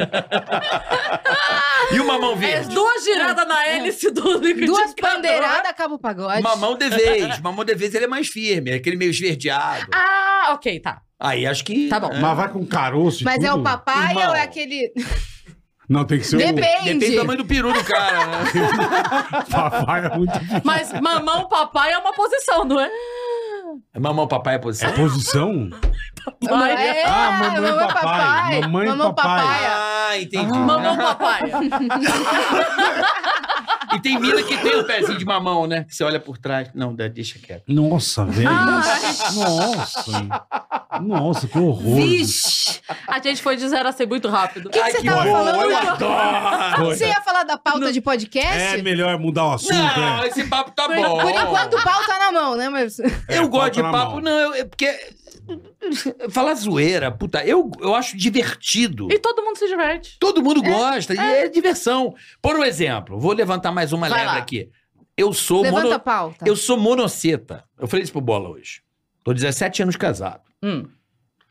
C: E o mamão
E: É
C: verde?
E: duas giradas na hélice do
D: Duas
E: liquidificador.
D: pandeiradas, acaba o pagode.
C: Mamão de vez. Mamão de vez ele é mais firme, é aquele meio esverdeado.
E: Ah, ok, tá.
C: Aí acho que.
E: Tá bom.
C: É.
B: Mas vai com caroço e
D: Mas é
B: tudo?
D: o papai
C: Irmão.
D: ou é aquele...
B: Não, tem que ser
D: Depende.
C: Depende do tamanho do peru do cara, né?
B: o papai. É muito
E: Mas mamão papai é uma posição, não é?
C: Mamão papai é posição.
B: posição.
D: Mamãe-
E: Papai.
D: É,
B: Ah, mamãe e
D: mamãe
B: papai.
D: papai.
B: Mamãe e
D: Mamão
B: papai.
D: papai.
C: Ah, entendi.
E: É. Mamão papai.
C: E tem mina que tem o pezinho de mamão, né? Você olha por trás. Não, dá- deixa quieto.
B: Nossa, velho.
E: Ai.
B: Nossa. Nossa, que horror.
D: Vixe.
E: A gente foi de zero a ser muito rápido.
D: O que, que você tava falando?
C: eu
D: Léo?
C: adoro!
D: Você ia falar da pauta de podcast?
B: É melhor mudar o assunto,
C: Não,
B: é.
C: esse papo tá
D: Por,
C: bom.
D: por enquanto o pau tá na mão, né? Mas...
C: Eu
B: É,
C: gosto
B: papo
C: de
B: na
C: papo,
B: mão.
C: não, eu- é porque. Falar zoeira, puta, eu, eu acho divertido.
E: E todo mundo se diverte.
C: Todo mundo gosta, e é diversão. Por um exemplo, vou levantar mais uma
E: Vai
C: lebre
E: lá.
C: aqui. Eu sou
D: Levanta a
C: mono,
D: pauta.
C: eu sou monoceta. Eu falei isso pro Bola hoje. Tô 17 anos casado. Então,
E: Hum,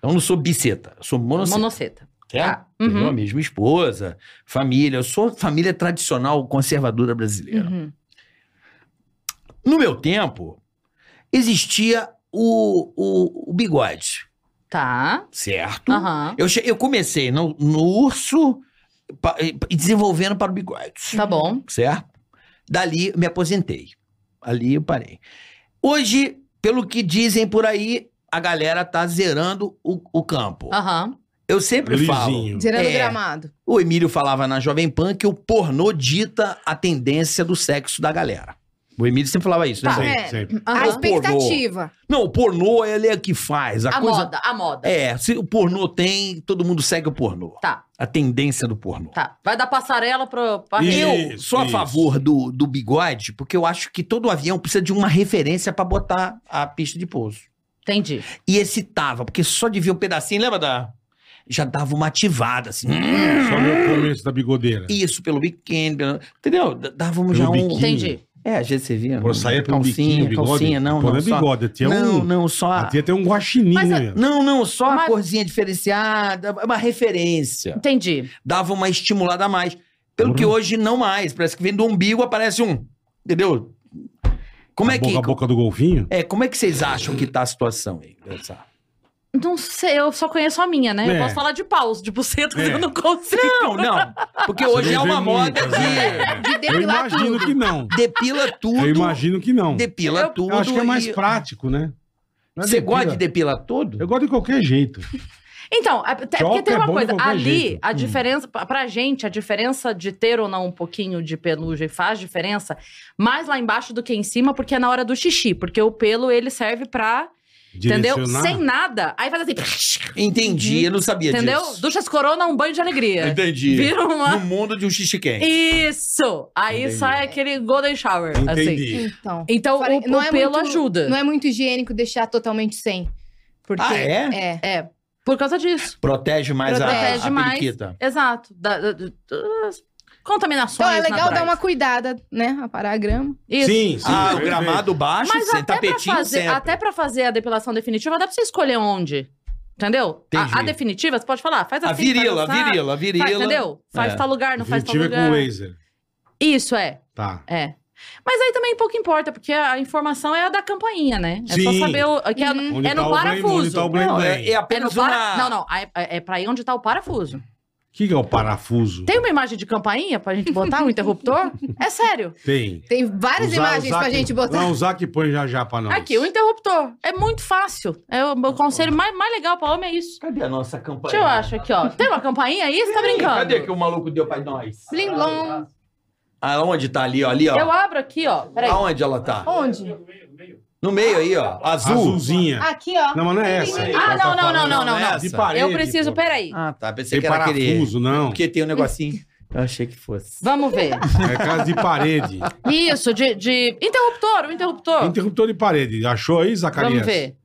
C: Eu não sou biceta, eu sou monoceta.
E: monoceta.
C: Tá?
E: Uhum.
C: Tenho a mesma esposa, família. Eu sou família tradicional conservadora brasileira.
D: Uhum.
C: No meu tempo, existia o, o, o bigode,
E: Tá.
C: certo?
E: Aham.
C: Eu, che- eu comecei no, no urso pa- e e desenvolvendo para o bigode,
E: Tá bom.
C: certo? Dali eu me aposentei. Ali eu parei. Hoje, pelo que dizem por aí, a galera tá zerando o, o campo.
E: Aham.
C: Eu sempre falo.
B: Lisinho.
D: Zerando
C: É.
D: gramado.
C: O Emílio falava na Jovem Pan que o pornô dita a tendência do sexo da galera. O Emílio sempre falava isso, né?
E: Tá.
C: Zé?
B: Sempre,
D: É.
B: sempre.
D: A
E: Aham.
D: expectativa.
C: Não, o pornô ele é que faz. A,
E: A
C: coisa.
E: moda, a moda.
C: É, se o pornô tem, todo mundo segue o pornô.
E: Tá,
C: A tendência do pornô.
E: tá. Vai dar passarela pro... pra
B: Isso,
E: rede.
C: Eu sou a
B: isso.
C: favor do, do bigode, porque eu acho que todo avião precisa de uma referência pra botar a pista de pouso.
E: Entendi.
C: E excitava, porque só de ver um pedacinho, lembra da. Já dava uma ativada, assim.
B: Só ver o começo da bigodeira.
C: Isso, pelo biquíni, pelo- entendeu? D- Dava um, já
B: Pelo
C: um.
B: biquíni.
E: Entendi.
C: É, às vezes você via.
B: Pô, saía pelo biquinho,
C: calcinha,
B: bigode.
C: calcinha, não,
B: Pô,
C: não.
B: é
C: Só,
B: bigode, tinha
C: não, ah.
B: um...
C: não, só.
B: A tia tem um guaxininho.
E: Mas a-
B: né?
C: Não, não, só
E: Mas-
C: a corzinha diferenciada, é uma referência.
E: Entendi.
C: Dava uma estimulada a mais. Pelo que
B: Uhum.
C: hoje não mais. Parece que vem do umbigo, aparece um. Entendeu? Como
B: a
C: é que.
B: boca, a boca do golfinho.
C: É, como é que vocês acham que tá a situação aí? Essa?
E: Não sei, eu só conheço a minha, né?
B: É.
E: Eu posso falar de paus, de bucetas,
B: É.
E: eu não consigo.
C: Não, não. Porque hoje
B: Você
C: é uma
B: vê
C: moda
B: muitas, né?
C: que
D: De
B: Eu
D: depilar
B: imagino
D: tudo.
B: que não.
C: depila tudo.
B: Eu imagino que não.
C: Depila
E: Eu- eu
C: tudo.
B: Eu acho que é mais
C: e-
B: prático, né? Não é
C: Você
B: depila.
C: gosta de depilar tudo?
B: Eu gosto de qualquer jeito.
E: Então, é- é porque
B: Choca
E: tem
B: é
E: uma
B: bom de
E: coisa.
B: qualquer
E: Ali,
B: jeito.
E: a
B: Hum.
E: diferença. pra- Pra gente, a diferença de ter ou não um pouquinho de penugem faz diferença mais lá embaixo do que em cima, porque é na hora do xixi. Porque o pelo, ele serve pra. Entendeu?
B: Direcionar. é
E: Sem nada. Aí faz assim.
C: Entendi, eu não sabia
E: Entendeu?
C: disso.
E: Duchas Corona, um banho de alegria.
C: Entendi.
E: Vira
C: No
E: uma.
C: mundo de um xixi quente.
E: Isso! Aí
C: Entendi.
E: sai aquele golden shower. Assim.
B: Entendi.
D: Então,
E: Então,
D: Fora-
E: o, o pelo
D: muito,
E: ajuda.
D: Não é muito higiênico deixar totalmente sem. Porque
C: Ah, é?
D: é.
E: Por causa disso.
C: Protege mais a-
E: Protege
C: a,
E: mais.
C: periquita.
E: Exato. Da- da- da- das contaminações.
D: Então é legal
E: naturais.
D: dar uma cuidada, né? Aparar a grama.
E: Isso.
B: Sim, sim.
C: Ah, o
B: perfeito.
C: gramado baixo,
E: Mas
C: sem
E: até pra,
C: tapetinho
E: fazer,
C: sempre.
E: até pra fazer a depilação definitiva, dá pra você escolher onde. Entendeu?
C: Tem
E: A, a
C: jeito.
E: definitiva, você pode falar, faz
C: A
E: assim.
C: Ah, virila, a
E: faz assim,
C: virila, a virila.
E: faz, entendeu? Faz
C: É.
E: tal lugar, não faz tal
B: Definitivo é
E: lugar.
B: com laser.
E: Isso, é.
B: Tá.
E: É. Mas aí também pouco importa, porque a informação é a da campainha, né? É
B: Sim.
E: só saber o, que é,
D: Uhum.
B: Onde
E: é
B: tá
E: no
B: o blame,
E: parafuso.
B: onde tá o blame,
C: Não, é,
B: blame.
C: é
E: É no
C: apenas
E: para-
C: uma...
E: Não, não. É, é pra ir onde tá o parafuso.
B: que, que é o parafuso?
E: Tem uma imagem de campainha pra gente botar um interruptor? É sério.
B: Tem.
D: Tem várias
B: Usar-
D: imagens
B: usar
D: pra
B: que-
D: gente botar.
B: Não, usar que põe já já pra nós.
E: Aqui, o interruptor. É muito fácil. É o meu conselho mais, mais legal pra homem é isso.
C: Cadê a nossa campainha?
E: Deixa eu acho aqui, ó. Tem uma campainha aí? Você tá brincando?
C: Cadê que o maluco deu pra nós?
D: Blim blom.
C: Aonde tá ali, ó? Ali, ó.
E: Eu abro aqui, ó. Peraí.
C: Aonde ela tá?
D: Onde?
C: No meio aí, ó. Azul.
B: Azulzinha.
D: Aqui, ó.
B: Não, mas não é essa.
E: Ah, não, não, não, não, não. não.
C: Essa?
B: De parede,
E: Eu preciso,
B: pô.
E: peraí.
C: Ah, tá. Pensei
B: Tem
C: que era aquele.
B: parafuso, não.
C: Porque tem um negocinho. Eu achei que fosse.
E: Vamos ver.
B: É casa de parede.
E: Isso, de, de- Interruptor, o interruptor.
B: Interruptor de parede. Achou aí, Zacarias?
E: Vamos ver.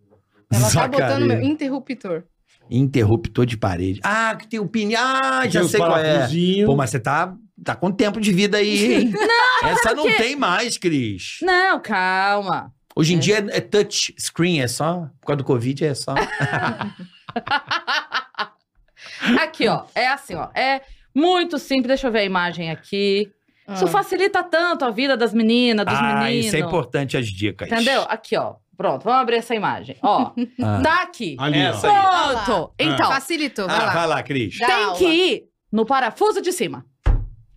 D: Ela tá
C: Zacarias.
D: botando meu interruptor.
C: Interruptor de parede. Ah, que tem o pin. Ah,
B: Tem
C: já
B: os
C: sei qual é.
B: parafusinhos.
C: Pô, mas você tá, tá com tempo de vida aí, hein? Essa não
E: quê?
C: tem mais, Cris.
E: Não, calma.
C: Hoje em dia é touch screen, é só. Por causa do Covid, é só.
E: Aqui, ó. É assim, ó. É muito simples. Deixa eu ver a imagem aqui. Isso
D: Ah.
E: facilita tanto a vida das meninas, dos
C: ah,
E: meninos.
C: isso é importante as dicas.
E: Entendeu? Aqui, ó. Pronto, vamos abrir essa imagem. Ó,
C: Ah.
E: tá aqui.
B: Ali,
C: Essa
B: ó.
C: aí.
E: Pronto.
B: Ah.
E: Então,
D: Facilitou, vai
C: Ah,
D: lá.
C: vai lá, Cris.
D: Dá
E: tem
D: aula.
E: que ir no parafuso de cima.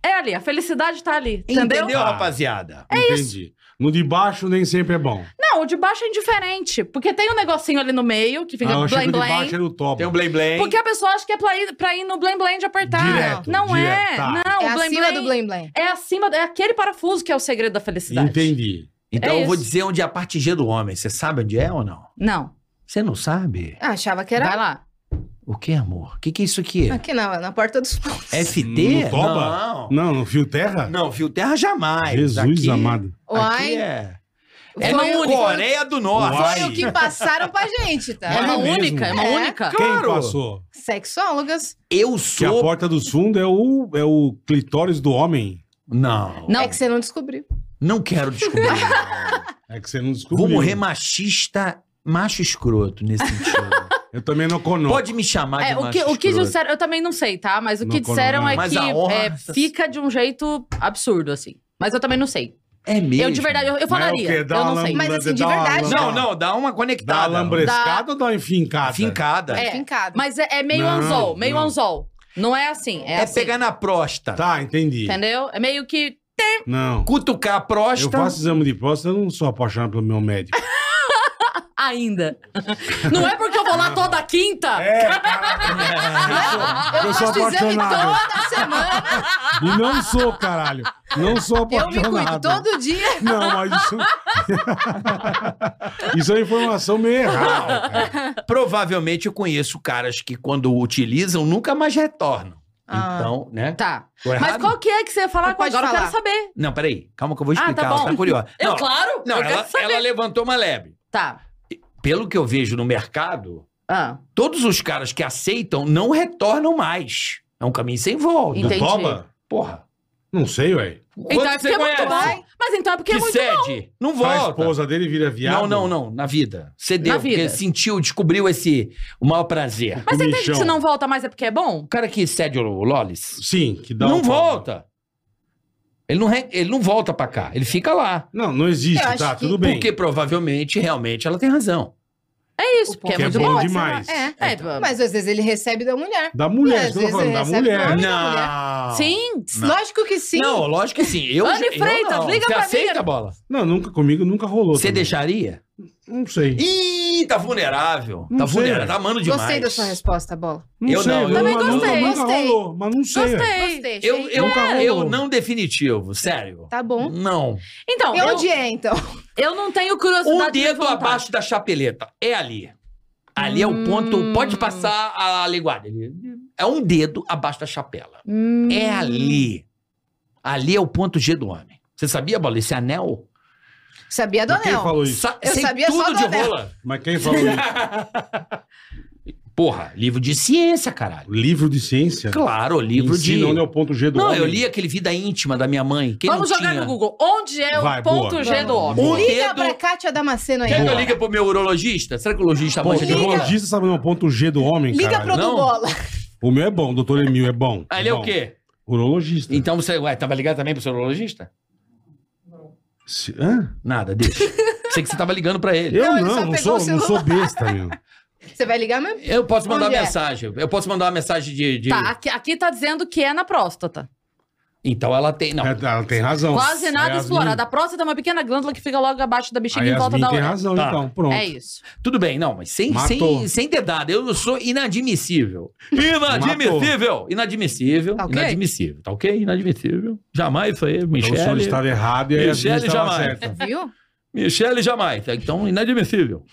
E: É ali, a felicidade tá ali, entendeu?
C: Entendeu, rapaziada?
E: é
B: Entendi. No de baixo nem sempre é bom.
E: Não, o de baixo é indiferente, porque tem um negocinho ali no meio que fica
B: Ah, eu achei que
E: blém
B: o de
E: blém.
B: baixo era o top.
C: Tem um blém blém.
E: Porque a pessoa acha que é pra ir, pra ir no blém blém de apertar.
B: Direto,
E: não é.
B: direto, tá.
E: Não,
D: É
E: o blém
D: acima
E: blém
D: do blém blém.
E: é acima, é aquele parafuso que é o segredo da felicidade.
B: Entendi.
C: Então
E: É
C: eu vou
E: isso.
C: dizer onde é a parte G do homem. Você sabe onde é ou não?
E: Não,
C: Você não sabe?
D: Ah, achava que era
E: vai lá.
C: O que, amor? O que, que é isso aqui?
D: aqui na, na porta dos
C: FT?
B: No toba?
C: Não.
B: Não, no fio terra?
C: Não, fio terra jamais.
B: Jesus
C: Aqui- é-
B: amado.
C: Aqui
D: Uai,
C: é.
D: foi, um
C: É na
D: o- foi,
C: Coreia do Norte.
B: Uai.
D: o que passaram pra gente, tá?
E: É uma
B: mesmo?
E: única, é uma
D: É.
E: única.
B: Quem
C: Claro.
B: passou?
D: Sexólogas.
C: Eu
B: Que a
C: sou.
B: porta dos fundos é o, é o clitóris do homem.
C: Não.
E: Não.
D: É que você não descobriu.
C: Não quero descobrir.
B: É que você não descobriu.
C: Vou morrer machista, macho escroto nesse sentido.
B: Eu também não conosco.
C: Pode me chamar de
E: É, o
C: macho
E: que, o que
C: escroto.
E: disseram, eu também não sei, tá? Mas o
B: Não
E: que disseram é
B: coronel.
C: Mas
E: que
C: a honra-
E: é, fica de um jeito absurdo, assim. Mas eu também não sei.
C: É mesmo.
E: Eu de verdade, eu, eu
B: Mas é o
E: falaria.
B: quê?
E: Eu
B: Dá uma
E: não sei.
B: lambra-
D: Mas, assim, de
B: dá uma
D: verdade-
B: lambra-
C: Não, não, dá uma
B: Dá
C: conectada.
B: lambrescada ou dá uma enfincada?
C: Fincada.
E: É.
C: É,
D: Fincado.
E: Mas é, é meio
B: Não,
E: anzol, meio
B: não.
E: anzol. Não é assim, é, assim.
C: pegar na próstata.
B: Tá, entendi.
E: Entendeu? É meio que.
B: Não.
C: Cutucar a
B: Eu
C: próstata.
B: faço exame de próstata, eu não sou apaixonado pelo meu médico.
E: Ainda. não é porque eu vou lá toda quinta.
B: É, caralho. Eu sou
D: faço exame
B: apaixonado.
D: toda semana.
B: E não sou, caralho. Não sou
D: Eu me
B: apaixonado.
D: cuido todo dia.
B: Não, mas isso... isso é informação meio errada, cara.
C: É. Provavelmente eu conheço caras que quando utilizam nunca mais retornam.
D: Ah.
C: Então, né?
E: Tá.
C: Tô errado?
E: Mas qual que é que você ia falar
D: Não
E: com
D: pode
E: agora? Eu quero
D: falar.
E: saber.
C: Não, peraí. Calma que eu vou
E: Ah, tá
C: explicar.
E: bom.
C: Ela tá curiosa.
E: Eu,
C: não,
E: claro.
C: não
E: eu
C: ela,
E: quero saber.
C: ela levantou uma lebre.
E: Tá.
C: Pelo que eu vejo no mercado,
E: Ah,
C: todos os caras que aceitam não retornam mais. É um caminho sem volta.
E: Entendi.
B: Toba?
C: Porra.
B: Não sei, ué.
E: então é
C: Quantos
E: porque é muito
C: conhece?
E: bom. Mas então é porque é
C: Que
E: muito
C: cede. Não
B: A
C: volta.
B: esposa dele vira viado.
C: Não, não, não. Na vida. Cedeu.
E: Na vida.
C: Porque sentiu, descobriu esse... O maior prazer.
E: Mas você
B: Comichão.
E: entende que se não volta mais é porque é bom?
C: O cara que cede o Lollis...
B: Sim, que dá
C: Não
B: um-
C: volta. Ele não, re- ele não volta pra cá. Ele fica lá.
B: Não, não existe,
D: Eu acho
B: tá?
D: que-
B: Tudo bem.
C: Porque provavelmente, realmente, ela tem razão.
E: É isso, porque é
B: Que é
E: muito
B: bom
E: bom.
B: demais.
D: É.
E: É,
D: Mas às vezes ele recebe da mulher.
B: Da
D: É,
B: mulher, isso que eu
D: às
B: tô falando, da
D: vezes recebe
B: mulher.
D: nome.
C: Não.
E: Sim.
D: Lógico que sim.
C: Não, lógico que sim. Eu,
E: Anne
C: eu
E: Freitas,
C: não.
E: liga
C: Você
E: pra mim.
C: aceita a bola?
B: Não, nunca, comigo nunca rolou.
C: Você
B: também.
C: deixaria?
B: Não sei.
C: Ih, tá vulnerável.
B: Não
C: tá
B: sei,
C: vulnerável,
B: velho.
C: tá amando demais.
D: Gostei da sua resposta, Bola.
B: Não
C: Eu
B: sei,
C: não, eu-
E: Também
B: mas
E: gostei,
B: nunca, nunca
D: gostei.
B: rolou, mas não
C: é.
B: sei. velho.
E: Gostei.
D: Gostei.
C: Eu,
D: achei.
C: eu,
B: Nunca
C: eu
B: rolou.
C: não definitivo, sério.
D: Tá bom.
C: Não.
E: Então,
D: E
E: eu,
D: onde é, então?
E: eu não tenho curiosidade.
C: Um
E: de
C: dedo
E: levantar.
C: abaixo da chapeleta. É ali. Ali é o
D: Hum.
C: ponto. Pode passar a linguada. É um dedo abaixo da chapela.
E: Hum.
C: É ali. Ali é o ponto G do homem. Você sabia, Bola, esse anel?
D: Sabia do
B: Mas quem
D: anel.
B: falou isso?
C: Sa-
D: Eu
C: sei
D: sabia
C: tudo
D: só do
C: de
D: anel.
C: rola.
B: Mas quem falou isso?
C: Porra, livro de ciência, caralho.
B: Livro de ciência?
C: Claro, livro
B: Ensina
C: de...
B: onde é o ponto G do
C: Não,
B: homem.
C: eu li aquele Vida Íntima da minha mãe. Quem
E: Vamos
C: não
E: jogar
C: tinha?
E: no Google. Onde é
B: Vai,
E: o ponto
B: boa.
E: G do homem?
C: Boa.
D: Liga
C: dedo-
D: pra Cátia Damasceno aí.
C: Quer é que eu
B: Boa.
C: ligue pro meu urologista? Será que o urologista
B: Pô,
C: manja de
B: o
C: rola?
B: urologista sabe onde é o ponto G do homem,
D: Liga
B: caralho.
D: pro do
C: Não.
D: Bola.
B: O meu é bom, o doutor Emil é bom.
C: Ah, Ele é o
B: bom.
C: quê?
B: Urologista.
C: Então você... Ué, tava ligado também pro seu urologista?
B: Se- Hã?
C: Nada, deixa. Sei que você tava ligando pra ele.
B: Eu
D: Não,
B: não,
D: ele só
B: não,
E: Então,
B: sou,
D: pegou o
B: não
D: celular.
B: sou besta, meu.
D: Você vai ligar mesmo?
C: Eu posso mandar
D: Onde é?
C: mensagem. Eu posso mandar uma mensagem de. de-
E: Tá, aqui, aqui tá dizendo que é na próstata.
C: Então ela tem. Não.
B: É, ela tem razão.
C: Então,
B: É
E: Quase nada
B: Aí as
E: explorada. A próstata é uma pequena glândula que fica logo abaixo da bexiga
B: Aí
E: em volta
B: Yasmin
E: da
B: tem
E: orelha.
B: razão,
C: Tá.
B: então. Pronto.
E: É isso.
C: Tudo bem, não, mas sem,
B: Matou.
C: sem, sem dedada. Eu sou inadmissível. Inadmissível! Inadmissível.
D: Tá ok?
C: Inadmissível. Tá ok? Inadmissível. Jamais isso aí,
B: Então, o senhor
C: Michele.
B: estava errado e aí a
C: Michele
B: gente estava
C: jamais.
B: certa.
D: Viu?
C: Michele jamais. tá? Então, inadmissível.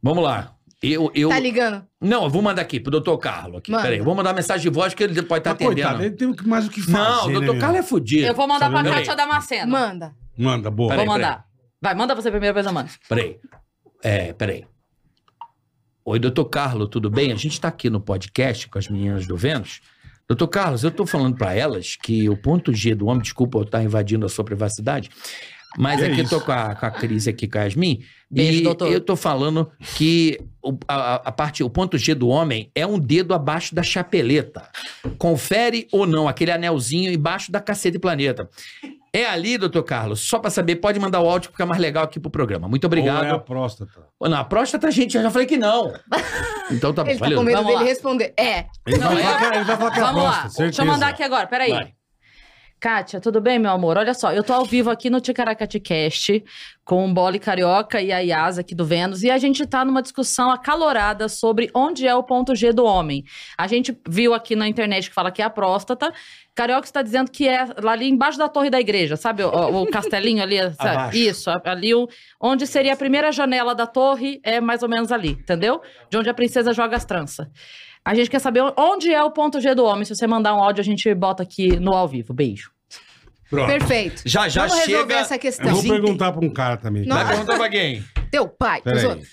C: Vamos lá. Eu, eu...
D: Tá ligando.
C: Não, eu vou mandar aqui pro doutor Carlos. Aqui.
D: Manda.
C: Peraí, eu vou mandar mensagem de voz que ele pode estar
B: Mas, coitado,
C: Tá atendendo.
B: ele tem o que- mais o que fazer.
C: Não, o
B: né,
C: doutor
B: meu?
C: Carlos é fudido.
E: Eu vou mandar pra
C: Peraí.
E: Kátia Damasceno.
D: Manda.
B: Manda, boa.
C: Peraí,
E: vou mandar. Vai, manda você primeiro, depois eu mando.
C: Peraí. É, peraí. Oi, doutor Carlos, tudo bem? A gente está aqui no podcast com as meninas do Vênus. Doutor Carlos, eu estou falando para elas que o ponto G do homem, desculpa eu estar invadindo a sua privacidade, mas
B: Que
C: aqui eu
B: isso?
C: tô com a, com a Cris aqui, com a Yasmin,
E: Beijo,
C: e
E: doutor.
C: eu tô falando que o, a, a parte, o ponto G do homem é um dedo abaixo da chapeleta. Confere ou não, aquele anelzinho embaixo da caceta e planeta. É ali, doutor Carlos, só pra saber, pode mandar o áudio que fica mais legal aqui pro programa. Muito
B: Ou é a
C: obrigado.
B: próstata.
C: Ô, Na próstata, gente, eu já falei que não. Então tá bom,
D: Ele tá
C: valeu.
D: com medo
E: Vamos
D: dele
E: lá.
D: responder. É.
B: Ele,
E: Não,
B: vai,
E: é-
B: falar que, é- ele vai falar que é a
E: Vamos lá.
B: próstata, certeza.
E: Deixa eu mandar aqui agora, peraí.
C: Vai.
E: Kátia, tudo bem, meu amor? Olha só, eu tô ao vivo aqui no Ticaracati Cast com o Bole Carioca e a Yas aqui do Vênus e a gente tá numa discussão acalorada sobre onde é o ponto G do homem. A gente viu aqui na internet que fala que é a próstata. Carioca está dizendo que é lá ali embaixo da torre da igreja, sabe? O, o castelinho ali. sabe?
C: Abaixo.
E: Isso, a- ali o- onde seria a primeira janela da torre, é mais ou menos ali, entendeu? De onde a princesa joga as tranças. A gente quer saber onde é o ponto G do homem. Se você mandar um áudio, a gente bota aqui no ao vivo. Beijo.
D: Perfeito.
C: Já, já
D: Vamos
C: chega.
D: resolver essa
B: Eu
D: questão.
B: vou perguntar pra um cara também.
D: Não,
C: Vai
B: Peraí.
C: perguntar pra quem?
D: Teu pai. os
B: Peraí.
D: outros.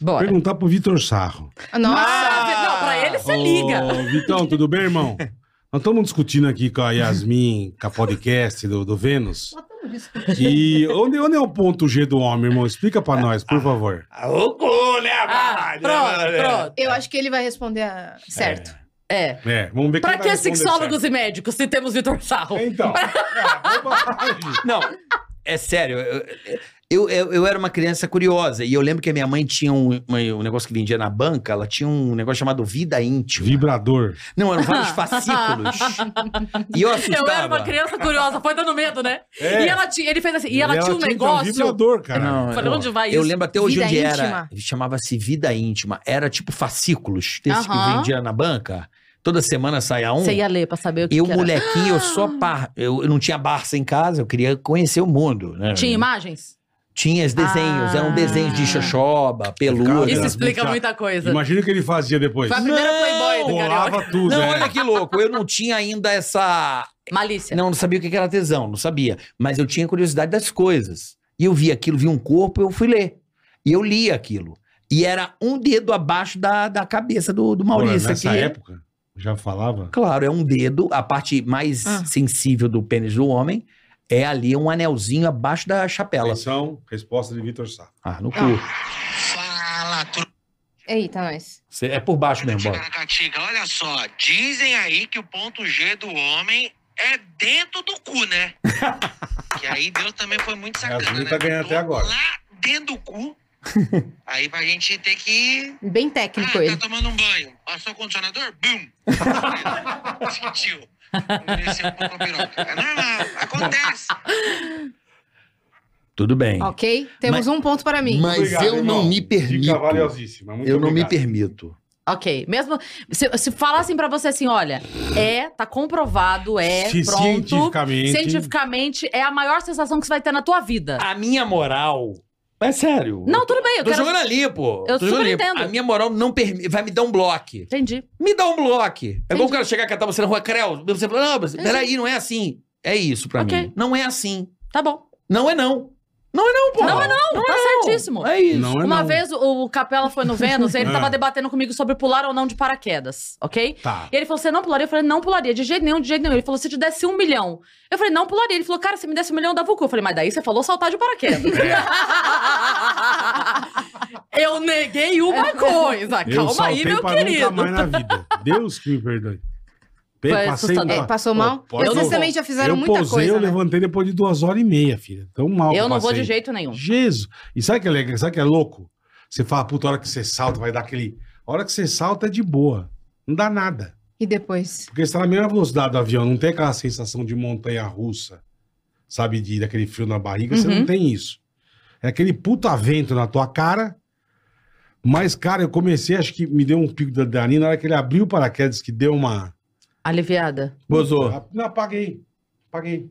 E: Bora.
B: Perguntar pro Vitor Sarro.
D: Nossa.
E: Ah, não, pra ele você
B: Ô,
E: liga.
B: Vitão, tudo bem, irmão? Nós estamos discutindo aqui com a Yasmin, com a podcast do, do Vênus. E onde, onde é o ponto G do homem, irmão? Explica pra nós, por favor.
C: O cu, né?
E: Ah, pronto, pronto.
D: Eu acho que ele vai responder a- certo.
E: É.
B: É, vamos ver
E: Pra
B: quem vai
E: que
B: responder
E: sexólogos e médicos se temos Vitor Sarro?
B: certo. É, Então. É, bobagem.
C: Não, é sério. eu- Eu, eu, eu era uma criança curiosa e eu lembro que a minha mãe tinha um, uma- um negócio que vendia na banca, ela tinha um negócio chamado Vida Íntima.
B: Vibrador.
C: Não, eram vários fascículos. e eu assustava.
E: Eu era uma criança curiosa, foi dando medo, né?
B: É.
E: E ela tinha, ele fez assim, e ela, tinha um
B: Um
E: negócio.
B: vibrador, cara.
C: Não,
E: Falei,
C: eu-
E: onde vai
C: Eu
E: isso?
C: lembro até hoje
D: Vida
C: onde era.
D: íntima.
C: Chamava-se Vida Íntima. Era tipo fascículos desse que
E: Aham.
C: vendia na banca. Toda semana saia um.
E: Você ia ler pra saber o que,
C: Eu,
E: que era. Ah.
C: molequinho, eu só par... eu, eu não tinha Barça em casa, eu queria conhecer o mundo. Né?
E: Tinha imagens?
C: Tinha os desenhos,
E: Ah.
C: eram desenhos de xoxoba, pelúcia.
B: Cara,
E: Isso
B: era
E: explica
B: muito
E: muita coisa.
B: Imagina o que ele fazia depois.
E: Foi a primeira
C: Não,
E: Playboy do Carioca.
B: Rolava tudo,
C: Não,
B: né?
C: olha que louco, eu não tinha ainda essa.
E: Malícia.
C: Não, não sabia o que que era tesão, não sabia. Mas eu tinha curiosidade das coisas. E eu vi aquilo, vi um corpo, eu fui ler. E eu li aquilo. E era um dedo abaixo da, da cabeça do, do Maurício.
B: nessa
C: aqui.
B: época, já falava.
C: Claro, é um dedo, a parte mais
D: Ah.
C: sensível do pênis do homem é ali um anelzinho abaixo da chapela.
B: Atenção, resposta de Vitor Sarro.
C: Ah, no cu.
G: Fala, truta
D: Eita, nós.
C: Cê- É por baixo
G: de
C: mesmo, bora.
G: Caracatica. Olha só, dizem aí que o ponto G do homem é dentro do cu, né? que aí Deus também foi muito sacana,
B: Yasmin
G: né?
B: tá ganhando
G: Botou
B: até agora.
G: Lá dentro do cu. aí pra gente ter que...
D: Bem
G: Ah,
D: técnico
G: tá
D: ele.
G: tomando um banho. Passou o condicionador? Bum! Sentiu. Desceu um pouco a piroca. É normal, acontece.
C: Tudo bem.
D: Ok? Temos um ponto para mim.
C: Mas eu não me permito.
B: Dica valiosíssima. Muito
C: eu não me
B: obrigado.
C: permito.
E: Ok. Mesmo. Se, se falassem pra você assim, olha, é, tá comprovado, é,
B: Ci-
E: pronto.
B: Cientificamente.
E: Cientificamente, é a maior sensação que você vai ter na tua vida.
B: Ah,
C: A minha moral. É sério.
E: Não, tudo bem, eu
C: Tô
E: quero.
C: jogando ali, pô.
E: Eu
C: Tô jogando
E: super
C: ali.
E: entendo.
C: A minha moral não permite. Vai me dar um bloco.
E: Entendi.
C: Me dá um bloco. É igual
E: Entendi.
C: o cara chegar e catar você na rua, Creu. Você fala, não, mas
E: Entendi.
C: peraí, não é assim. É isso pra
E: Ok.
C: mim. Não é assim.
E: Tá bom.
C: Não é não. Não é não, pô.
E: Não é
C: não.
E: tá certíssimo.
C: É isso.
B: Não é
E: Uma
B: não.
E: vez o o Capela foi no Vênus, ele
B: Ah.
E: tava debatendo comigo sobre pular ou não de paraquedas, ok?
B: Tá.
E: E ele falou: você não pularia? Eu falei, não pularia, de jeito nenhum, de jeito nenhum. Ele falou: se te desse um milhão. Eu falei, não pularia. Ele falou, cara, se me desse um milhão, eu dava o cu. Eu falei, mas daí você falou saltar de paraquedas. eu neguei uma coisa.
B: É. Eu
E: Ah, Calma aí,
B: saltei
E: meu
B: pra
E: querido.
B: Nunca mais na vida. Deus que me perdoe. Pe-
E: Foi assustador.
D: É, passou mal?
B: Pô, pode-
D: Vocês
B: eu-
D: também já fizeram
B: eu
D: muita
B: pousei,
D: coisa,
B: Eu
D: né?
B: levantei depois de duas horas e meia, filha. Tão mal. que
E: Eu não vou
B: passei.
E: de jeito nenhum.
B: Jesus. E sabe que é legal? Sabe que é louco? Você fala, puta, a hora que você salta, vai dar aquele. A hora que você salta é de boa. Não dá nada.
D: E depois?
B: Porque você tá na mesma velocidade do avião, não tem aquela sensação de montanha russa, sabe? De daquele frio na barriga, você
E: Uhum.
B: não tem isso. É aquele puta vento na tua cara. Mas, cara, eu comecei, acho que me deu um pico da Dani na hora que ele abriu o paraquedas, que deu uma. Ah,
E: Aliviada.
C: Bozou.
B: Não, apaguei. Apaguei.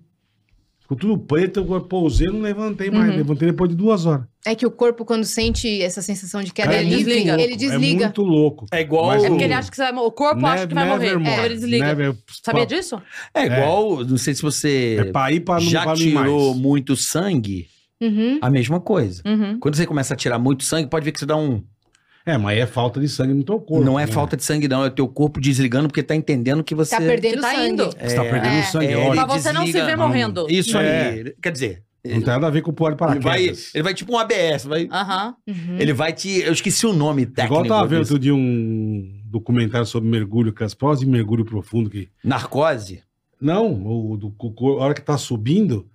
B: Ficou tudo preto, eu pousei, não levantei mais.
D: Uhum.
B: Levantei depois de duas horas.
D: É que o corpo, quando sente essa sensação de queda,
E: Cara, é
D: ele
E: muito
D: desliga.
E: louco,
D: Ele desliga.
B: É muito louco.
C: É igual.
B: Mas
E: É porque
B: o-
E: ele acha que você vai morrer. O corpo acha que vai
B: Never
E: morrer.
B: more.
E: É, ele desliga.
B: Never-
E: Sabia
B: pa-
E: disso?
C: É igual. Não sei se você
B: É pra ir pra não,
C: já
B: pra não ir
C: tirou
B: mais.
C: muito sangue.
D: Uhum.
C: A mesma coisa.
E: Uhum.
C: Quando você começa a tirar muito sangue, pode ver que você dá um.
B: É, mas é falta de sangue no teu corpo.
C: não é
B: né?
C: falta de sangue, não. É o teu corpo desligando porque tá entendendo que você.
D: Tá perdendo
E: Ele tá
D: sangue.
E: indo.
B: Você tá perdendo
D: É.
B: sangue,
C: É,
B: óbvio.
E: Pra você não se
C: desliga,
E: ver
B: não.
E: morrendo.
C: Isso
B: É.
C: aí. Quer dizer,
B: Não tem nada a ver com o pular de
C: ele vai,
B: paraquedas.
C: ele vai tipo um ABS. Vai,
E: Aham.
D: Uhum.
C: Ele vai te. Eu esqueci o nome é técnico.
B: Igual eu tava vendo
C: disso.
B: outro dia um documentário sobre mergulho, que as provas de mergulho profundo que...
C: Narcose.
B: Não, o, do, o cor- a hora que tá subindo,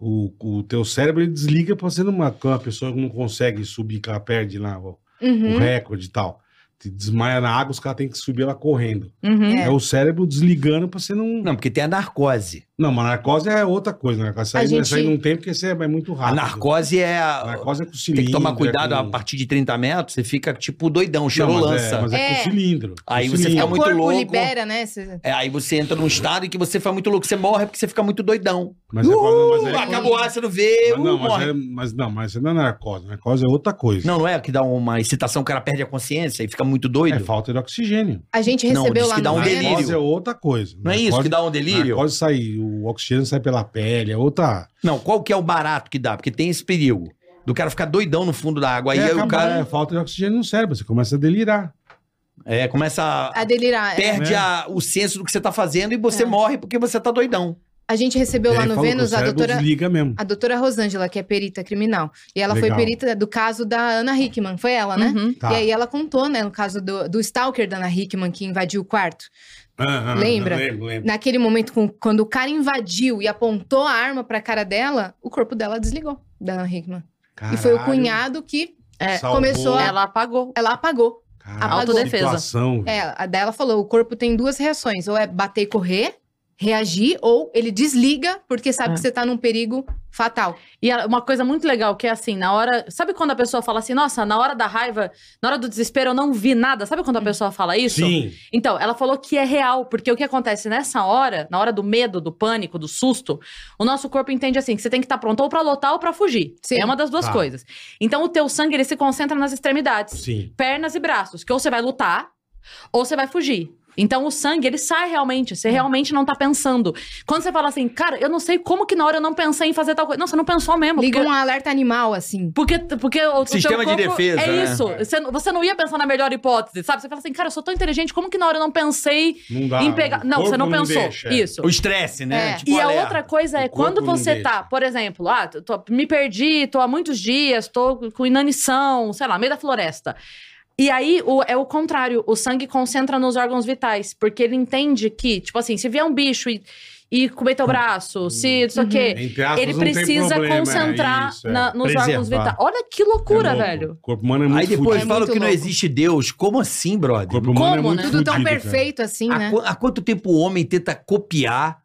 B: o, o teu cérebro ele desliga pra você numa... Quando a pessoa não consegue subir, que ela perde lá o, o
D: Uhum.
B: recorde e tal. Te desmaia na água, os caras têm que subir ela correndo.
E: Uhum.
B: É. o cérebro desligando pra você não...
C: Não, porque tem a narcose.
B: Não, mas narcose é outra coisa, né? Essa aí,
D: A gente-
B: essa aí não tem porque você é é muito
C: A
B: rápido.
C: narcose é. a-
B: A narcose é com cilindro.
C: Tem que tomar
B: é
C: cuidado,
B: com-
C: a partir de 30 metros, você fica tipo doidão,
B: Não, mas
C: cherolança.
B: É, mas é,
D: É.
B: com cilindro. com
C: Aí você
D: É,
B: cilindro.
C: fica
D: o
C: muito
D: corpo
C: louco.
D: libera, né? Cê-
C: É, aí você entra num estado em que você fica muito louco. Você morre porque você fica muito doidão.
B: Mas é
C: Uh,
B: quase- mas é-
C: acabou o ar, você não vê.
B: Mas não,
C: uh, morre.
B: mas, é, mas não, mas isso não é narcose. Narcose é outra coisa.
C: Não, não é que dá uma excitação, o cara perde a consciência e fica muito
B: é
C: doido.
B: falta de oxigênio.
D: A gente
C: Não,
D: recebeu
C: diz
D: lá
C: que dá
D: no
C: um
D: Vênus.
C: delírio.
B: Narcose é outra coisa.
C: não é isso que dá um delírio?
B: Narcose sai, o oxigênio sai pela pele, é outra...
C: Não, qual que é o barato que dá? Porque tem esse perigo do cara ficar doidão no fundo da água. Aí,
B: é,
C: aí o
B: acaba-
C: cara
B: é falta de oxigênio no cérebro, você começa a delirar.
C: é, começa a...
D: A delirar. é.
C: Perde
B: É.
C: a- o senso do que você tá fazendo e você
D: É.
C: morre porque você tá doidão.
D: A gente recebeu
B: E
D: lá
B: aí
D: no
B: fala que
D: Vênus
B: o
D: a
B: cérebro
D: doutora
B: desliga mesmo.
D: A doutora Rosângela, que é perita criminal. E ela
B: Legal.
D: foi perita do caso da Ana Hickman, foi ela, né?
E: Uhum.
B: Tá.
D: E aí ela contou, né, no caso do, do stalker da Ana Hickman, que invadiu o quarto.
B: Ah, ah,
D: Lembra?
B: eu Lembro, lembro.
D: Naquele momento, com- quando o cara invadiu e apontou a arma pra cara dela, o corpo dela desligou, da Ana Hickman. E foi o
B: Caralho,
D: cunhado que
E: É,
B: salvou.
D: começou a-
E: Ela apagou.
D: ela apagou.
B: Caralho,
E: autodefesa.
B: situação, velho.
D: É, a dela falou, o corpo tem duas reações, ou é bater e correr, reagir, ou ele desliga porque sabe
E: É.
D: que você tá num perigo fatal.
E: E ela- uma coisa muito legal que é assim, na hora. Sabe quando a pessoa fala assim, nossa, na hora da raiva, na hora do desespero eu não vi nada? Sabe quando a pessoa fala isso?
B: Sim.
E: Então, ela falou que é real, porque o que acontece nessa hora, na hora do medo, do pânico, do susto, o nosso corpo entende assim, que você tem que estar pronto ou pra lutar ou pra fugir.
D: Sim.
E: É uma das duas
B: Tá.
E: coisas. Então, o teu sangue, ele se concentra nas extremidades.
B: Sim.
E: pernas e braços, que ou você vai lutar ou você vai fugir. Então o sangue, ele sai realmente, você realmente não tá pensando. Quando você fala assim, cara, eu não sei como que na hora eu não pensei em fazer tal coisa. Não, você não pensou mesmo.
D: Liga
E: porque...
D: um alerta animal, assim.
E: Porque, porque o o
C: Sistema
E: teu
C: de
E: corpo-
C: defesa,
E: É
C: né?
E: isso. Você, não- você não ia pensar na melhor hipótese, sabe? Você fala assim, cara, eu sou tão inteligente, como que na hora eu não pensei
B: Não dá.
E: em pegar.
B: o
E: Não, você
B: corpo
E: não pensou.
B: deixa, é.
E: Isso.
C: O estresse, né?
D: É.
C: Tipo,
E: E a
C: alerta.
E: outra coisa é,
B: O corpo
E: quando
B: não
E: você
B: deixa.
E: tá, por exemplo, ah, tô- tô- me perdi, tô há muitos dias, tô com inanição, sei lá, no meio da floresta. E aí o- é o contrário, o sangue concentra nos órgãos vitais, porque ele entende que, tipo assim, se vier um bicho e, e comer teu braço, se não sei o quê,
B: Entre aspas,
E: ele
B: Uhum. não tem
E: precisa
B: problema, é
E: concentrar
B: isso, é.
E: na- nos
C: Preservar.
E: órgãos vitais. Olha que loucura,
B: É louco.
E: velho.
B: O corpo humano é muito
C: Aí depois
B: fudido.
D: É
C: falam
D: muito
C: que não
D: louco.
C: existe Deus. Como assim,
B: O
C: brother?
B: corpo humano
E: Como,
B: é muito
E: né?
D: Tudo tão
B: fudido, cara.
D: perfeito assim,
C: Há,
D: né?
C: qu- há quanto tempo o homem tenta copiar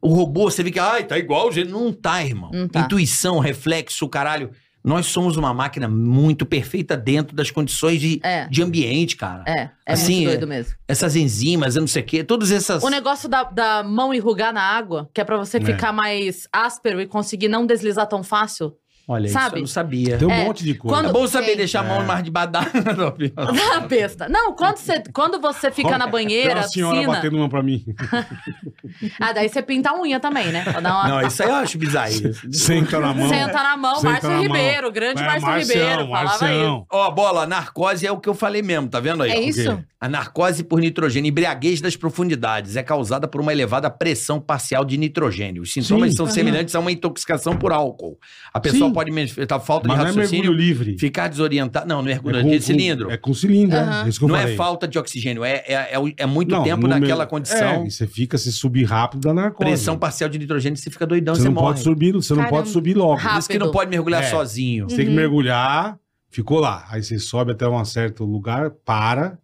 C: o robô? Você vê que, ai, tá igual, gente. Não tá, irmão.
E: Não tá.
C: Intuição, reflexo, caralho. Nós somos uma máquina muito perfeita dentro das condições de,
E: É.
C: de ambiente, cara.
E: É, é
C: Assim,
E: muito
C: é-
E: doido mesmo.
C: Essas enzimas, eu não sei o quê, todas essas.
E: O negócio da, da mão enrugar na água, que é pra você
B: É.
E: ficar mais áspero e conseguir não deslizar tão fácil.
C: Olha, isso
E: sabe?
C: eu não sabia.
B: Tem um
E: É,
B: monte de coisa.
E: quando-
C: É bom saber
D: Tem.
C: deixar a mão mais de badana. não, pior.
E: Ah, besta. Não, quando você, quando você fica na
B: é? Tem
E: banheira,
B: uma senhora
E: piscina.
B: batendo uma pra mim.
E: Ah, daí você pinta a unha também, né? Pra dar uma-
C: não, isso aí eu acho bizarro. isso.
B: Senta na é mão.
E: Senta na mão,
B: Senta na
E: Márcio
B: mão. É,
E: Ribeiro, grande Márcio Ribeiro, falava isso.
C: Ó, bola, narcose é o que eu falei mesmo, tá vendo aí?
D: É
C: ó?
D: isso?
B: ok.
C: A narcose por nitrogênio, embriaguez das profundidades, é causada por uma elevada pressão parcial de nitrogênio. Os sintomas
B: Sim.
C: são
D: Aham.
C: semelhantes a uma intoxicação por álcool. A pessoa
B: Sim.
C: pode manifestar falta
B: Mas
C: de
B: não é mergulho
C: raciocínio,
B: livre.
C: ficar desorientada. Não, não é mergulho, é,
B: com-
C: de cilindro.
B: É com cilindro, é.
D: Aham.
B: é isso que eu
C: não
B: falei.
C: é falta de oxigênio, é, é, é, o- é muito
B: Não,
C: tempo
B: no
C: naquela
B: meio-
C: condição.
B: É, e você fica, se subir rápido, dá narcose.
C: pressão parcial de nitrogênio, você fica doidão,
B: você,
C: você,
B: não
C: morre.
B: pode subir, você não
D: Caramba.
B: pode subir logo.
E: Rápido.
C: Por isso que não pode mergulhar
B: É.
E: Uhum.
C: sozinho.
B: Você tem que mergulhar, Ficou lá. Aí você sobe até um certo lugar, para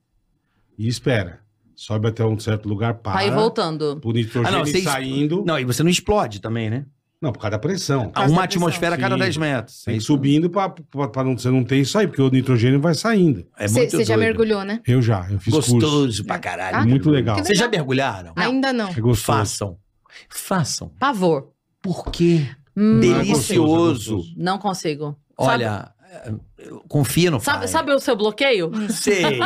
B: e espera. Sobe até um certo lugar, para.
E: Aí voltando.
B: O nitrogênio
C: Ah, você exp-
B: saindo. Não.
C: Não, Ah, e você não explode também, né?
B: por causa da pressão.
D: causa
C: uma
D: da pressão.
C: atmosfera a cada
B: Sim.
C: 10 metros.
B: Tem que subindo para não, você não ter isso aí, porque o nitrogênio vai saindo.
C: É
D: Você
C: muito
D: você já
C: doido.
D: mergulhou, né?
B: Eu já, eu fiz curso. É
C: Gostoso pra caralho.
D: Ah,
B: Muito legal.
D: que
C: Vocês já mergulharam?
D: Ainda não.
B: É gostoso.
C: Façam. Façam.
E: Pavor.
C: Por quê?
E: Hum,
B: Não, é
C: Delicioso.
B: gostoso,
E: Não consigo.
C: Olha, é, eu confia no
E: Sabe,
C: pai.
E: sabe o seu bloqueio?
C: Sei.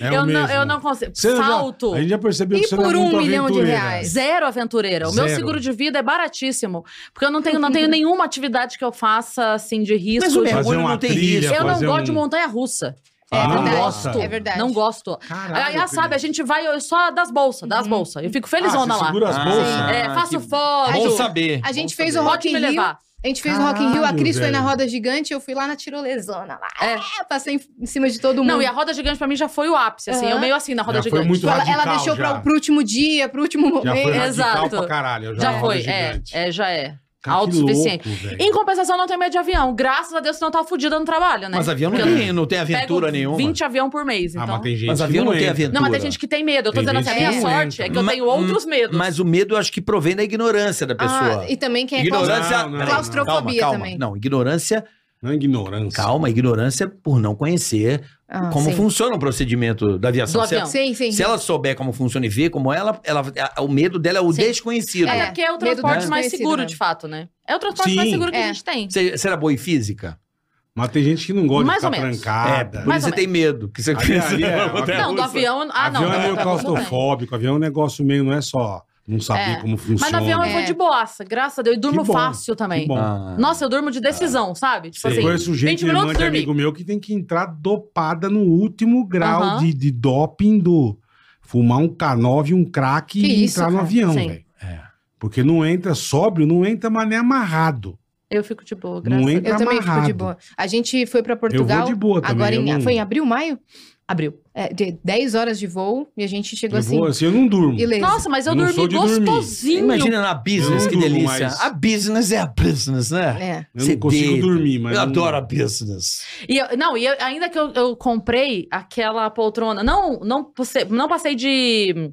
B: É
E: eu,
B: o
E: não,
B: mesmo.
E: eu não consigo.
B: Você já-
E: Salto.
B: a gente já percebeu
D: E
B: que você não é
D: por um
B: muito
D: milhão de
B: aventureira.
D: reais?
E: Zero aventureira. O meu
B: Zero.
E: seguro de vida é baratíssimo. Porque eu não tenho, não tenho nenhuma atividade que eu faça, assim, de risco.
C: Mas o
E: eu
C: mergulho
B: uma
C: não tem
B: trilha,
C: risco.
B: fazer
E: não gosto
B: um-
E: de montanha-russa.
D: É
B: Ah,
D: verdade.
B: nossa.
D: É verdade.
E: Não gosto. Aí,
B: Caralho,
E: ela sabe, a gente vai eu só das bolsas, das bolsas. Eu fico felizona
B: ah, você
E: lá.
B: Segura as
C: Ah,
B: bolsas.
E: É,
C: Ah,
E: faço
C: que
E: foto.
D: Bom
C: saber.
D: A gente
B: Bom
D: fez o
B: saber.
D: Rock
E: Pode
D: in
E: me
D: Rio.
E: levar.
D: A gente fez o Rock in Rio, a
B: Caralho,
D: Cris foi na
B: velho.
D: roda gigante, eu fui lá na tirolesana lá.
E: É.
D: Ah, passei em- em cima de todo mundo.
E: Não, e a roda gigante pra mim já foi o ápice, assim.
D: Aham.
E: Eu meio assim na roda
B: Já foi
E: gigante.
B: muito
D: ela,
B: radical
D: ela
B: já.
D: deixou pra, pro último dia, pro último
B: Já foi
D: momento.
B: radical
E: Exato.
B: pra caralho. Já,
E: Já
B: roda
E: foi, é,
B: gigante.
E: é, já é.
B: Cara, que
E: autossuficiente.
B: louco, velho.
E: Em compensação, não tem medo de avião. Graças a Deus, senão eu tava fudida no trabalho, né?
C: Mas avião não
E: Porque eu
C: tem, não tem aventura
E: pego
C: nenhuma.
E: 20 avião por mês,
B: Ah,
E: então.
B: mas tem gente
C: Mas avião
B: que
C: não tem aventura.
E: Não, mas tem gente que tem medo. Eu tô
B: Tem hum,
E: dizendo assim, a
B: gente
E: minha
D: que não
E: sorte é que eu
C: entra.
E: tenho
C: Ma-
E: outros medos.
C: Mas o medo eu acho que provém da ignorância da pessoa.
D: Ah, e também quem é claustro-
C: ignorância.
B: Não, não,
C: Peraí,
D: claustrofobia
C: calma,
D: também.
C: Calma. Não, ignorância.
B: Não é ignorância.
C: Calma, ignorância por não conhecer
D: Ah,
C: como
D: sim.
C: funciona o procedimento da aviação. é
E: Do
C: Se-
E: avião.
D: Sim, sim.
C: Se ela souber como funciona e ver como ela, ela a- o medo dela é o
E: Sim.
C: desconhecido.
E: Até
D: É,
E: porque é o
D: medo
E: transporte
D: do
E: mais
D: desconhecido
E: seguro,
D: mesmo.
E: de fato, né? É o transporte mais
B: Sim.
E: seguro que
D: É.
E: a gente tem.
C: Você, você era boa em física?
B: Mas tem gente que não gosta
E: Mais
B: de
E: ou
B: ficar
E: menos.
B: trancada.
C: É, por
E: Mais
C: isso
E: ou
C: você tem medo. Que você
B: Ah, tá. Ali- ali é, até
E: Não, do
B: russa.
E: avião. Ah, não. não,
B: avião é
E: não,
B: meio
E: não, não, não.
B: claustrofóbico. Avião é um negócio meio, não é só não saber
E: É.
B: como
E: Mas
B: funciona.
E: no avião eu
D: É.
E: vou de boaça, graças a Deus. E durmo
B: bom,
E: fácil também.
B: Que bom.
C: Ah.
E: Nossa, eu durmo de decisão, sabe? Tipo
C: Sim.
B: Eu
E: assim,
B: conheço gente,
E: 20
B: irmã
E: minutos
B: de
E: dormi.
B: amigo meu, que tem que entrar dopada no último grau
E: Aham.
B: de, de doping do fumar um K9, um crack
D: Que
B: e
D: isso,
B: entrar no
D: cara.
B: avião,
E: Sim.
B: velho.
C: É.
B: Porque não entra sóbrio, não entra mané amarrado.
E: Eu fico de boa, graças
B: Não
E: a
B: entra
D: Eu também fico
B: tá amarrado.
D: de boa. A gente foi pra Portugal.
B: Eu vou de boa também.
D: agora
B: eu
D: em,
B: não-
D: foi em abril, maio?
E: Abriu.
D: É, de 10 horas de voo e a gente
E: Tipo
D: chegou
B: eu
D: assim.
B: vou, assim, eu não durmo.
D: Ilesa.
E: Nossa, mas eu,
B: Eu não sou
E: dormi
B: de dormir.
E: gostosinho.
C: Imagina na business,
B: Eu
C: que
B: não durmo
C: delícia.
B: mais.
C: A business é a business, né?
D: É.
B: Eu não consigo
C: deita.
B: dormir, mas
C: Eu
B: não-
C: adoro a business.
E: E eu- não, e eu- ainda que eu, eu comprei aquela poltrona. Não, não, passei, não passei de.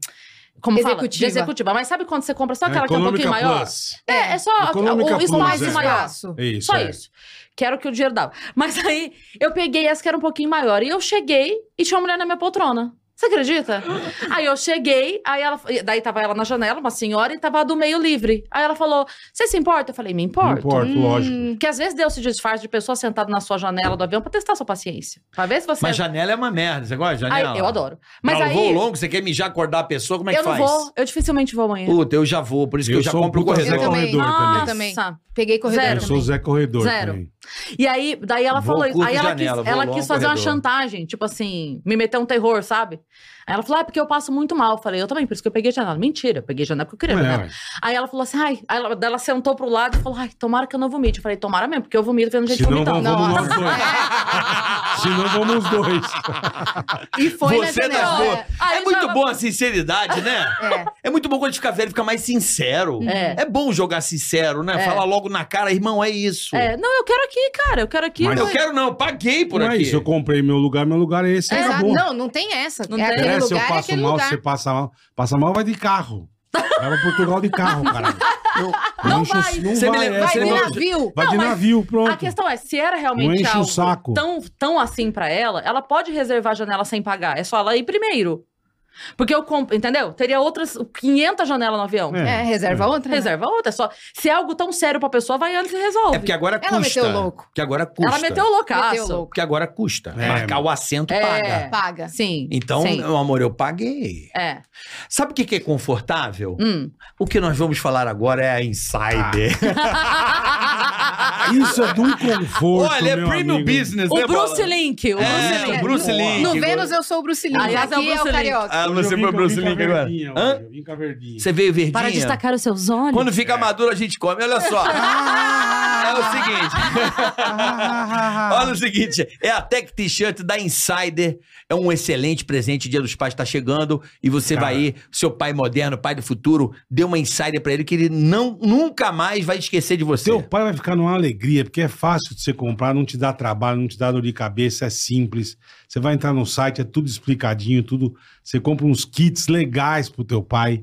E: Como fala? De
D: Executiva.
E: executiva. Mas sabe quando você compra só
B: É
E: aquela que é um pouquinho
B: Econômica
E: maior?
B: Plus.
E: É, é só
B: Econômica
E: o espaço
B: Plus, é.
E: maior.
D: Espaço.
B: É isso.
E: Só
B: é.
E: isso. Que era o que o dinheiro dava. Mas aí eu peguei essa que era um pouquinho maior. E eu cheguei e tinha uma mulher na minha poltrona. Você acredita? aí eu cheguei, aí ela. Daí tava ela na janela, uma senhora, e tava a do meio livre. Aí ela falou: Você se importa? Eu falei, me
B: Não
E: importo.
B: importa,
D: Hum,
B: lógico.
E: Porque às vezes Deus se disfarça de pessoa sentada na sua janela do avião pra testar sua paciência. Pra ver se você.
C: Mas janela é uma merda. Você gosta de
E: Aí,
C: janela?
E: eu adoro. Mas
C: Pra um
E: aí.
C: voo longo, você quer mijar, acordar a pessoa, como é que
E: eu não
C: faz?
E: vou, eu dificilmente vou amanhã.
C: Puta, eu já vou, por isso que eu, já
B: sou um
C: compro o
B: puta Zé
D: Eu
C: corredor.
D: também.
B: corredor
E: Nossa.
B: também.
D: também. Peguei corredor
E: Zero.
B: Eu sou o Zé Corredor
E: Ah, Zero.
B: também.
E: E aí, daí ela
C: Vou
E: falou
C: curto
E: isso. Aí ela
C: janela,
E: quis,
C: vou
E: ela
C: longo
E: quis fazer uma
C: corredor.
E: chantagem, tipo assim, me meter um terror, sabe? Aí ela falou, ah, é porque eu passo muito mal. Eu falei, eu também, por isso que eu peguei a janela. Mentira, eu peguei a janela porque eu queria.
B: É,
E: janela.
B: ué.
E: Aí ela falou assim, ai, aí ela, daí ela sentou pro lado e falou, ai, tomara que eu não vomite. Eu falei, tomara mesmo, porque eu vomito vendo gente então,
B: Se não,
E: vomitando.
B: vamos vamos nós
D: Nossa.
B: dois. Se não,
C: É
B: vamos os dois.
C: Tá
D: E foi na
C: Você
D: janela.
C: das
D: é.
C: boas.
E: Aí
C: É muito
E: já-
C: bom a sinceridade, né?
D: É.
C: É muito bom quando a gente fica velho, fica mais sincero.
E: É.
C: bom jogar sincero, né?
E: É.
C: Falar logo na cara, irmão, é isso.
E: É, não, eu quero aqui, cara, eu quero aqui.
B: Mas
E: não-
C: Eu quero não, eu paguei por
B: não é
C: aqui.
B: isso, eu comprei meu lugar, meu lugar é esse.
D: É,
B: É,
D: exato.
B: acabou.
D: Não, não tem essa.
E: Não
D: é
E: tem.
D: aquele
B: Interessa, eu
D: lugar, é
B: passo
D: aquele
B: mal,
D: lugar.
B: você passa mal. Passa mal, vai de carro. Vai pra Portugal de carro, cara.
E: não
B: enche o-
E: vai.
B: Não
C: Você me
B: vai,
C: lembra-
B: é,
D: Vai
C: você
D: de
C: não-
D: navio.
B: vai
E: Não,
B: de
E: mas
B: navio, pronto.
E: A questão é, se era realmente
B: enche o
E: algo
B: saco.
E: Tão, tão assim pra ela, ela pode reservar a janela sem pagar. É só ela ir primeiro. Porque eu compro, entendeu? Teria outras 500 janelas no avião.
B: É,
D: É, reserva
B: é.
D: outra. né?
E: Reserva outra. É só, se é algo tão sério pra pessoa, vai antes e resolve.
C: É porque agora
D: Ela
C: custa.
D: meteu louco.
C: Porque agora custa.
E: ela meteu o loucaço.
D: Meteu louco.
C: Porque agora custa.
B: É.
C: Marcar o assento
E: É.
C: paga.
D: Paga.
E: Sim.
C: Então,
E: sim.
C: meu amor, eu paguei.
E: É.
C: Sabe o que que é confortável?
E: Hum.
C: O que nós vamos falar agora é a Insider.
B: Ah, Isso é de um conforto,
C: Olha, é
B: meu
C: premium
B: amigo.
C: business, né,
E: o Bruce
C: Paula?
E: Link. O
C: É,
E: Bruce Link.
C: o Bruce Lee.
D: No
C: Que
D: Vênus eu sou o Bruce Lee.
E: Aliás, é o
D: Aqui é
E: Bruce
D: o
E: Lee.
D: carioca.
C: Ah,
B: Hoje eu
C: você
B: vim-
C: foi
B: eu
C: Bruce
B: vim com a
C: Link agora.
B: verdinha hoje,
C: Hã?
B: Eu vim com a verdinha.
C: Você veio verdinha?
E: Para destacar os seus olhos.
C: Quando fica maduro, a gente come. Olha só. é o seguinte. Olha o seguinte, é a Tech T-shirt da Insider. É um excelente presente. Dia dos Pais tá chegando e você
B: Cara.
C: vai ir, seu pai moderno, pai do futuro, dê uma Insider pra ele que ele não, nunca mais vai esquecer de você.
B: Seu pai vai ficar numa alegria, porque é fácil de você comprar, não te dá trabalho, não te dá dor de cabeça, é simples. Você vai entrar no site, é tudo explicadinho, tudo. Você compra uns kits legais pro teu pai.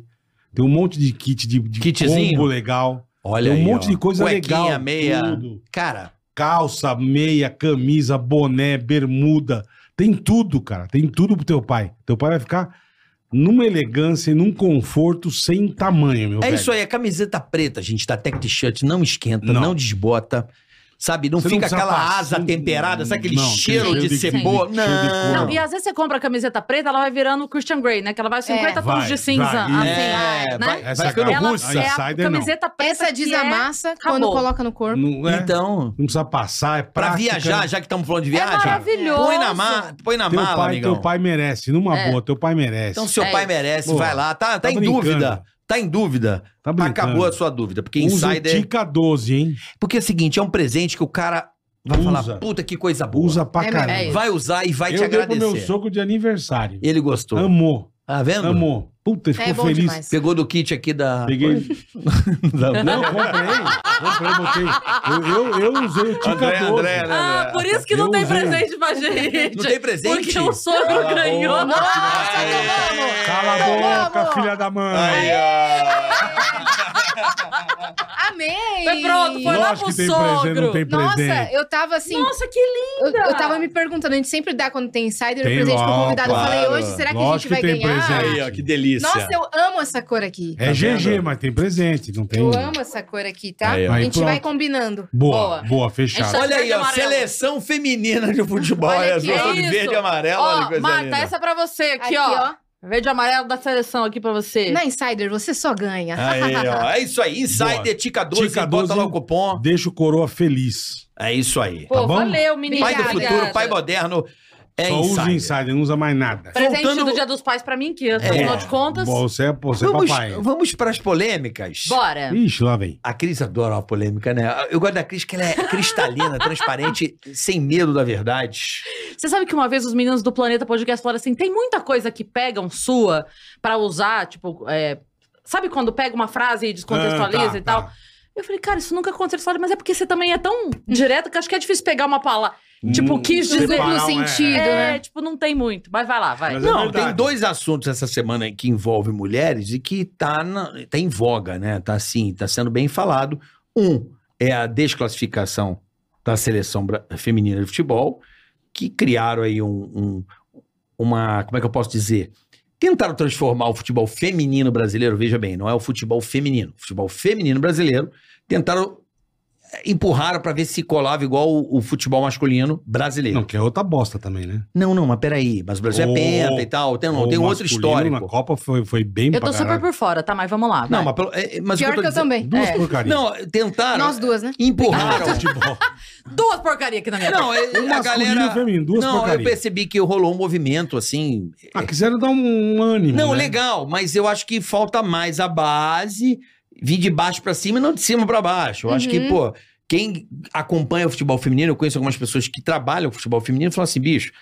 B: Tem um monte de kit de, de
C: Kitzinho?
B: combo legal.
C: Olha
B: Tem um
C: aí,
B: monte
C: ó.
B: de coisa
C: Cuequinha,
B: legal.
C: meia.
B: Tudo.
C: Cara,
B: Calça, meia, camisa, boné, bermuda. Tem tudo, cara. Tem tudo pro teu pai. Teu pai vai ficar numa elegância e num conforto sem tamanho, meu
C: é
B: velho.
C: isso aí. A camiseta preta, gente, da Tech T-shirt não esquenta,
B: Não.
C: não, desbota. Sabe, não
B: Você não
C: fica
B: precisa
C: aquela
B: passar-
C: asa temperada, sabe aquele
B: Não, aquele
C: cheiro,
B: cheiro
C: de,
B: de-
C: cebola?
B: de- cheiro de
C: não.
B: couro.
E: Não, e às vezes você compra a camiseta preta, ela vai virando Christian Grey, né? Que
D: É.
E: ela vai 50 tons
B: Vai,
E: de cinza.
B: vai,
E: assim, né?
C: é, vai, vai
B: Essa
C: ficando
B: cara-
E: ela
C: russa.
E: é a
B: Insider, não.
E: camiseta preta
D: Essa
E: que é-
D: desamassa
E: acabou.
D: quando coloca no corpo.
B: Não é?
C: Então,
B: Não precisa passar, é
C: pra
B: prática.
C: viajar, já que estamos falando de
E: É
C: viagem,
E: maravilhoso.
C: põe na, ma põe na
B: Teu
C: mala,
B: pai,
C: amigão.
B: teu pai merece, numa
E: É.
B: boa, teu pai merece.
C: Então, seu
E: É
C: pai
E: isso.
C: merece,
B: Boa.
C: vai lá. Tá, tá,
B: Tá
C: em
B: brincando.
C: dúvida. Tá em dúvida.
B: tá brincando.
C: Acabou a sua dúvida. Porque
B: Usa o
C: insider.
B: Tica 12, hein?
C: Porque é o seguinte: é um presente que o cara vai
B: Usa.
C: falar, puta que coisa boa.
B: Usa pra
D: É,
B: caramba.
D: é isso.
C: Vai usar e vai te
B: Eu dei pro meu
C: agradecer.
B: sogro de aniversário.
C: Ele gostou.
B: Amor,
C: Tá vendo?
B: amor. Puta, ele
D: É
B: ficou
D: bom
B: feliz.
D: demais.
C: Pegou do kit aqui da.
B: Peguei.
C: da-
B: Não, eu comprei. Comprei, botei. Eu, eu, eu usei o Tica 12.
E: Ah, por isso que não
B: Eu
E: tem
B: usei.
E: presente pra gente.
C: Não tem presente?
E: Porque o sogro
C: Cala a
E: ganhou.
C: boca.
B: Tá Cala a boca, filha da mãe.
C: Aí, ó.
D: Amei!
E: Foi pronto, foi lá
B: Lógico
E: pro
B: que tem presente, não
E: sogro.
B: tem
D: Nossa,
B: presente.
D: eu tava assim.
E: Nossa, que lindo.
D: Eu, eu tava me perguntando, a gente sempre dá quando tem insider
B: Tem,
D: o presente pro
B: ó,
D: convidado.
C: claro.
D: Eu falei, hoje, será que a
B: Lógico
D: gente
B: que
D: vai
B: tem
D: ganhar?
B: presente.
C: Aí, ó, que delícia.
D: Nossa, eu amo essa cor aqui.
B: É
C: Tá
B: GG,
C: vendo?
B: mas tem presente, não tem.
D: Eu amo essa cor aqui, tá?
C: Aí,
B: ó.
D: a
B: Aí,
D: gente
B: pronto.
D: vai combinando.
B: Boa, boa,
E: Essa
B: fechado.
C: Olha aí, ó.
E: Verde e é amarelo. é
C: Seleção feminina de futebol.
D: Olha
C: Olha,
D: aqui,
C: seleção de
E: isso.
C: verde e amarelo. Olha que
E: Ó,
C: coisa linda.
E: Marta, essa é pra você aqui, ó. Verde e amarelo da seleção aqui pra você.
D: Na Insider, você só ganha.
C: Aí, ó. É isso aí. Insider,
B: Boa.
C: Tica 12,
B: Tica
C: bota
B: 12.
C: lá o cupom.
B: Deixa o coroa feliz.
C: É isso aí.
E: Pô,
B: Tá bom?
E: valeu, menina.
C: Pai do
D: Obrigada.
C: futuro, pai moderno. É
B: Só
C: insider.
B: usa insider, não usa mais nada.
E: Presente
C: Voltando-
E: do Dia dos Pais pra mim, que afinal de contas.
B: É. Bom, você é, você é
C: Vamos,
B: papai.
C: vamos para as polêmicas.
E: Bora.
B: Ixi, lá vem.
C: A Cris adora uma polêmica, né? Eu gosto da Cris que ela é cristalina, transparente, sem medo da verdade.
E: Você sabe que uma vez os meninos do Planeta Podcast falaram assim: tem muita coisa que pegam sua pra usar, tipo. é, Sabe quando pega uma frase e descontextualiza
B: Ah, tá,
E: e tal?
B: tá.
E: Eu falei, cara, isso nunca aconteceu, mas é porque você também é tão direto que acho que é difícil pegar uma palavra. Tipo,
B: Hum,
E: quis dizer
B: separar,
D: duplo
B: é.
D: sentido.
E: É,
D: né?
E: tipo, não tem muito. Mas vai lá, vai.
B: Mas é
C: Não,
B: verdade.
C: tem dois assuntos essa semana aí que envolvem mulheres e que tá, na- tá em voga, né? Tá assim, tá sendo bem falado. Um é a desclassificação da seleção bra- feminina de futebol, que criaram aí um, um- uma, como é que eu posso dizer? Tentaram transformar o futebol feminino brasileiro, veja bem, não é o futebol feminino, o futebol feminino brasileiro, tentaram eh, empurraram para ver se colava igual o, o futebol masculino brasileiro.
B: Não, que é outra bosta também, né?
C: Não, não, mas peraí. Mas o Brasil
B: Ô,
C: é penta e tal. Tem, não,
B: O
C: tem outro
B: masculino
C: histórico.
B: Na Copa foi, foi bem
E: Eu
B: pra
E: tô super
B: caralho.
E: por fora, tá? Mas vamos lá. vai.
C: Não, mas, pelo- é, é, mas o
D: Pior que eu,
C: tô dizendo-
D: também.
B: Duas
D: É.
B: porcarias.
C: Não, tentaram.
D: Nós duas, né?
B: Ah,
C: Empurraram.
B: futebol.
E: Duas porcarias aqui na minha
C: não, é-
B: Um
C: a
B: masculino e um
C: galera.
B: feminino, duas
C: não, eu
B: porcarias.
C: percebi que rolou um movimento assim.
B: Ah, quiseram dar um ânimo,
C: Não,
B: né?
C: legal, mas eu acho que falta mais a base vir de baixo pra cima e não de cima pra baixo. Eu acho
D: Uhum.
C: que, pô, quem acompanha o futebol feminino, eu conheço algumas pessoas que trabalham com futebol feminino, falam assim, bicho,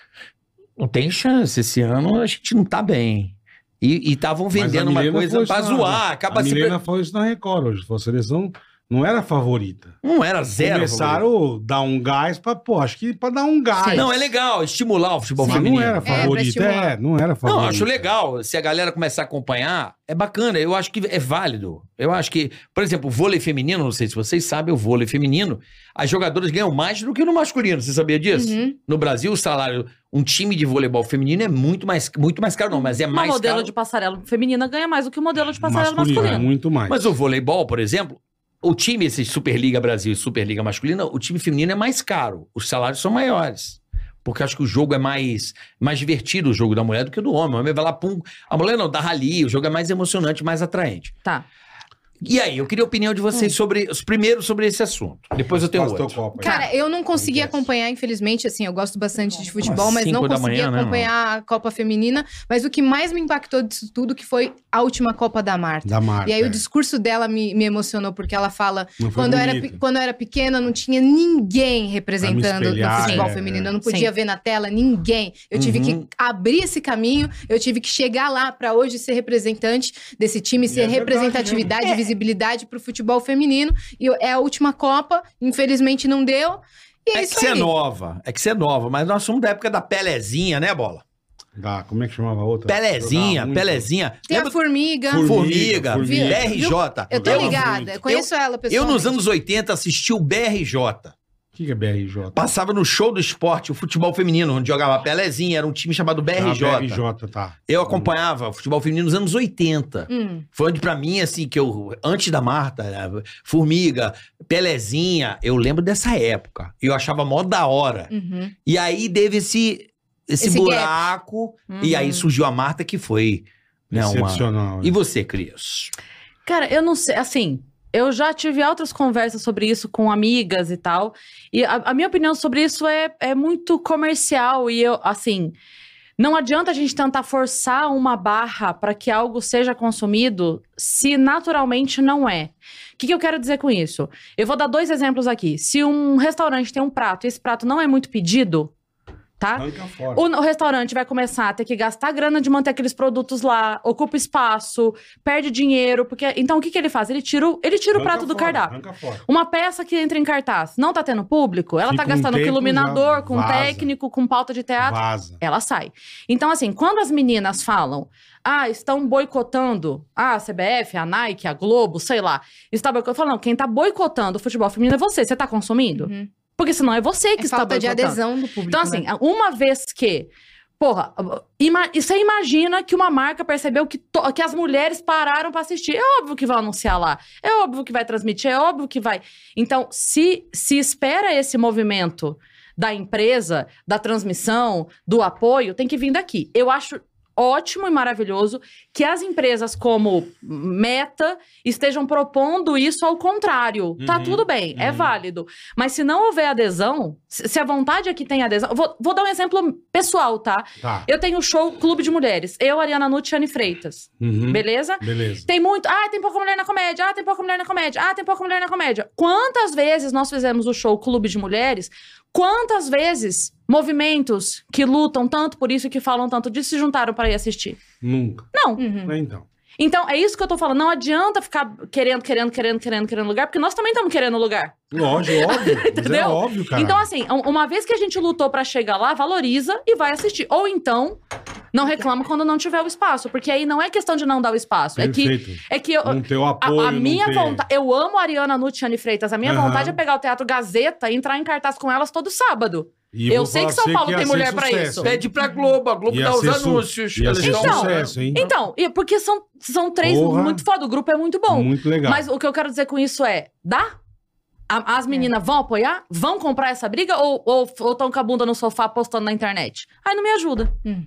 C: não tem chance, esse ano a gente não tá bem. E estavam
B: Mas a
C: vendendo uma
B: Milena
C: coisa
B: foi
C: pra
B: isso na-
C: zoar, acaba
B: A
C: se...
B: Milena falou isso na Record hoje. Falou, a seleção não era a favorita.
C: Não era zero.
B: Começaram a dar um gás pra, pô, acho que pra dar um gás.
C: favorito. Não, é legal estimular o futebol
B: Mas
C: feminino.
B: não era
D: pra
B: favorita.
D: estimular.
B: É, não era
C: Não,
B: favorita.
C: acho legal. Se a galera começar a acompanhar, é bacana. Eu acho que é válido. Eu acho que, por exemplo, o vôlei feminino, não sei se vocês sabem, o vôlei feminino, as jogadoras ganham mais do que no masculino. Você sabia disso?
D: Uhum.
C: No Brasil, o salário, um time de voleibol feminino é muito mais, muito mais caro, não, mas é
E: Uma
C: mais
E: modelo
C: caro. né?
E: de passarela feminina ganha mais do que o modelo de passarela
B: Masculino, é
E: masculina.
B: muito mais.
C: Mas o voleibol, por exemplo, o time, esse Superliga Brasil e Superliga Masculina, o time feminino é mais caro. Os salários são maiores. Porque eu acho que o jogo é mais, mais divertido, o jogo da mulher, do que o do homem. O homem vai lá, pum. A mulher não, dá rali, o jogo é mais emocionante, mais atraente.
E: Tá.
C: E aí, eu queria a opinião de
D: Hum.
C: vocês sobre, primeiro sobre esse assunto. Depois eu tenho
B: Faz teu
C: outro.
B: copo aí.
D: Cara, eu não consegui
B: Acontece.
D: acompanhar, infelizmente, assim, eu gosto bastante de futebol,
C: Às
D: mas não
C: cinco da
D: consegui
C: manhã, né, mano?
D: acompanhar a Copa Feminina. Mas o que mais me impactou disso tudo que foi a última Copa da Marta.
B: Da marca.
D: E aí
B: é.
D: o discurso dela me, me emocionou, porque ela fala
B: Não foi
D: quando eu, era,
B: bonito.
D: pe- quando eu era pequena, não tinha ninguém representando
B: espelhar,
D: no futebol
B: é,
D: feminino.
B: é.
D: Eu não podia
E: Sim.
D: ver na tela ninguém. Eu tive
C: Uhum.
D: que abrir esse caminho, eu tive que chegar lá pra hoje ser representante desse time,
B: é
D: ser
B: verdade,
D: representatividade,
E: né? É.
D: visibilidade pro futebol feminino. E eu- é a última Copa, infelizmente não deu. E é,
C: É que
D: isso
C: você é
D: aí.
C: nova, é que você é nova, mas nós somos da época da Pelezinha, né, Bola?
B: Da, como é que chamava a outra?
C: Pelezinha,
B: Jogava muito.
C: Pelezinha.
D: Tem a
C: Lembra-
D: formiga.
B: Formiga,
C: Formiga,
B: Formiga.
C: BRJ.
D: Eu tô
B: Jogava
D: ligada,
B: muito.
D: eu conheço ela, pessoal.
C: Eu, nos anos 80, assisti o BRJ.
B: O que, que é BRJ?
C: Passava no show do esporte, o futebol feminino, onde jogava Pelezinha, era um time chamado BRJ.
B: Ah, BRJ, tá.
C: Eu acompanhava o futebol feminino nos anos 80.
D: Hum,
C: Foi onde, pra mim, assim, que eu. Antes da Marta, né, Formiga, Pelezinha, eu lembro dessa época. Eu achava mó da hora.
E: É
D: uhum.
C: E aí teve esse, esse,
D: Esse
C: buraco. E
E: Uhum.
C: aí surgiu a Marta, que foi. Né, uma...
B: Excepcional.
C: E
B: né?
C: você, Cris?
E: Cara, eu não sei, assim, eu já tive outras conversas sobre isso com amigas e tal. E a, a minha opinião sobre isso é, é muito comercial. E eu, assim, não adianta a gente tentar forçar uma barra para que algo seja consumido se naturalmente não é. O que, que eu quero dizer com isso? Eu vou dar dois exemplos aqui. Se um restaurante tem um prato e esse prato não é muito pedido, tá?
B: Arranca fora.
E: O, o restaurante vai começar a ter que gastar grana de manter aqueles produtos lá, ocupa espaço, perde dinheiro, porque então o que, que ele faz? Ele tira, o- ele tira o
B: Arranca
E: prato do
B: fora, né?
E: cardápio.
B: Arranca fora.
E: Uma peça que entra em cartaz, não tá tendo público, ela
B: Fica
E: tá
B: um
E: gastando com
B: tempo, já
E: iluminador, com
B: vaza.
E: técnico, com pauta de teatro,
B: Vaza.
E: ela sai. Então assim, quando as meninas falam: "Ah, estão boicotando ah, a CBF, a Nike, a Globo, sei lá". Está boicotando, Eu falo, não, quem tá boicotando o futebol feminino é você, você tá consumindo?
D: uhum.
E: Porque senão é você que
D: É
E: está
D: falta de
E: boicotando.
D: adesão do público. né?
E: Então, assim, uma vez que. Porra, ima- e você imagina que uma marca percebeu que, to- que as mulheres pararam pra assistir. É óbvio que vai anunciar lá. É óbvio que vai transmitir, é óbvio que vai. Então, se, se espera esse movimento da empresa, da transmissão, do apoio, tem que vir daqui. Eu acho ótimo e maravilhoso que as empresas como Meta estejam propondo isso ao contrário. Tá
C: Uhum,
E: tudo bem, é
C: uhum.
E: válido. Mas se não houver adesão, se se a vontade é que tem adesão. Vou, vou dar um exemplo pessoal, tá?
B: Tá.
E: Eu tenho o show Clube de Mulheres. Eu, Ariana Nutti e Anne Freitas.
B: Uhum.
E: Beleza?
B: Beleza.
E: Tem muito. Ah, tem pouca mulher na comédia. Ah, tem pouca mulher na comédia. Ah, tem pouca mulher na comédia. Quantas vezes nós fizemos o show Clube de Mulheres? Quantas vezes movimentos que lutam tanto por isso e que falam tanto disso se juntaram para ir assistir?
B: Nunca.
E: Não.
D: Uhum.
B: É, Então.
E: Então, é isso que eu tô falando. Não adianta ficar querendo, querendo, querendo, querendo, querendo lugar, porque nós também estamos querendo lugar.
B: Lógico, óbvio. Mas é
E: Entendeu?
B: óbvio, cara.
E: Então, assim, um- uma vez que a gente lutou pra chegar lá, valoriza e vai assistir. Ou então, não reclama quando não tiver o espaço. Porque aí não é questão de não dar o espaço.
B: Perfeito.
E: É que, é que eu,
B: Não ter o
E: a-
B: apoio.
E: A,
B: não
E: minha
B: ter-
E: vontade. Eu amo a Ariana Nutiane Freitas. A minha
B: Aham.
E: vontade é pegar o Teatro Gazeta e entrar em cartaz com elas todo sábado.
B: E
E: Eu
B: vou
E: sei
B: falar
E: que São
B: pra você
E: Paulo
B: ia
E: tem
B: ser
E: mulher pra
B: sucesso,
E: isso.
B: hein?
C: Pede pra Globo, a Globo
B: Ia
C: dá os
B: ser su-
C: anúncios.
B: Ia
C: Eles
B: ser
C: dão- um
E: Então,
B: sucesso, hein?
E: Então, e- porque são, são três
B: Porra.
E: muito foda. O grupo é muito bom.
B: Muito legal.
E: Mas o que eu quero dizer com isso é: dá? A- As meninas vão apoiar? Vão comprar essa briga? Ou estão ou, tão com a bunda no sofá postando na internet? Aí não me ajuda.
D: Hum.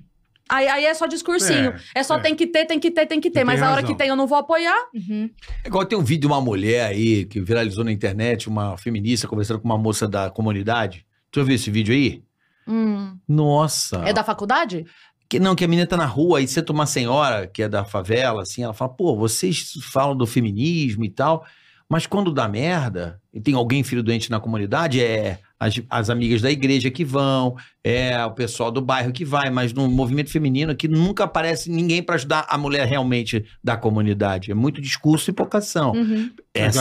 E: Aí, aí é só discursinho. É, só
B: é.
E: tem que ter, tem que ter, tem que ter.
B: tem
E: Mas a hora
B: razão.
E: que tem eu não vou apoiar.
D: Uhum.
C: É Igual tem um vídeo de uma mulher aí que viralizou na internet, uma feminista conversando com uma moça da comunidade. Tu já viu esse vídeo aí?
E: Hum.
C: Nossa.
E: É da faculdade?
C: Que, não, que a menina tá na rua e senta uma senhora que é da favela, assim, ela fala, pô, vocês falam do feminismo e tal, mas quando dá merda, e tem alguém filho doente na comunidade, é as, as amigas da igreja que vão, é o pessoal do bairro que vai, mas no movimento feminino que nunca aparece ninguém pra ajudar a mulher realmente da comunidade. É muito discurso e poucação.
D: Uhum.
C: Essa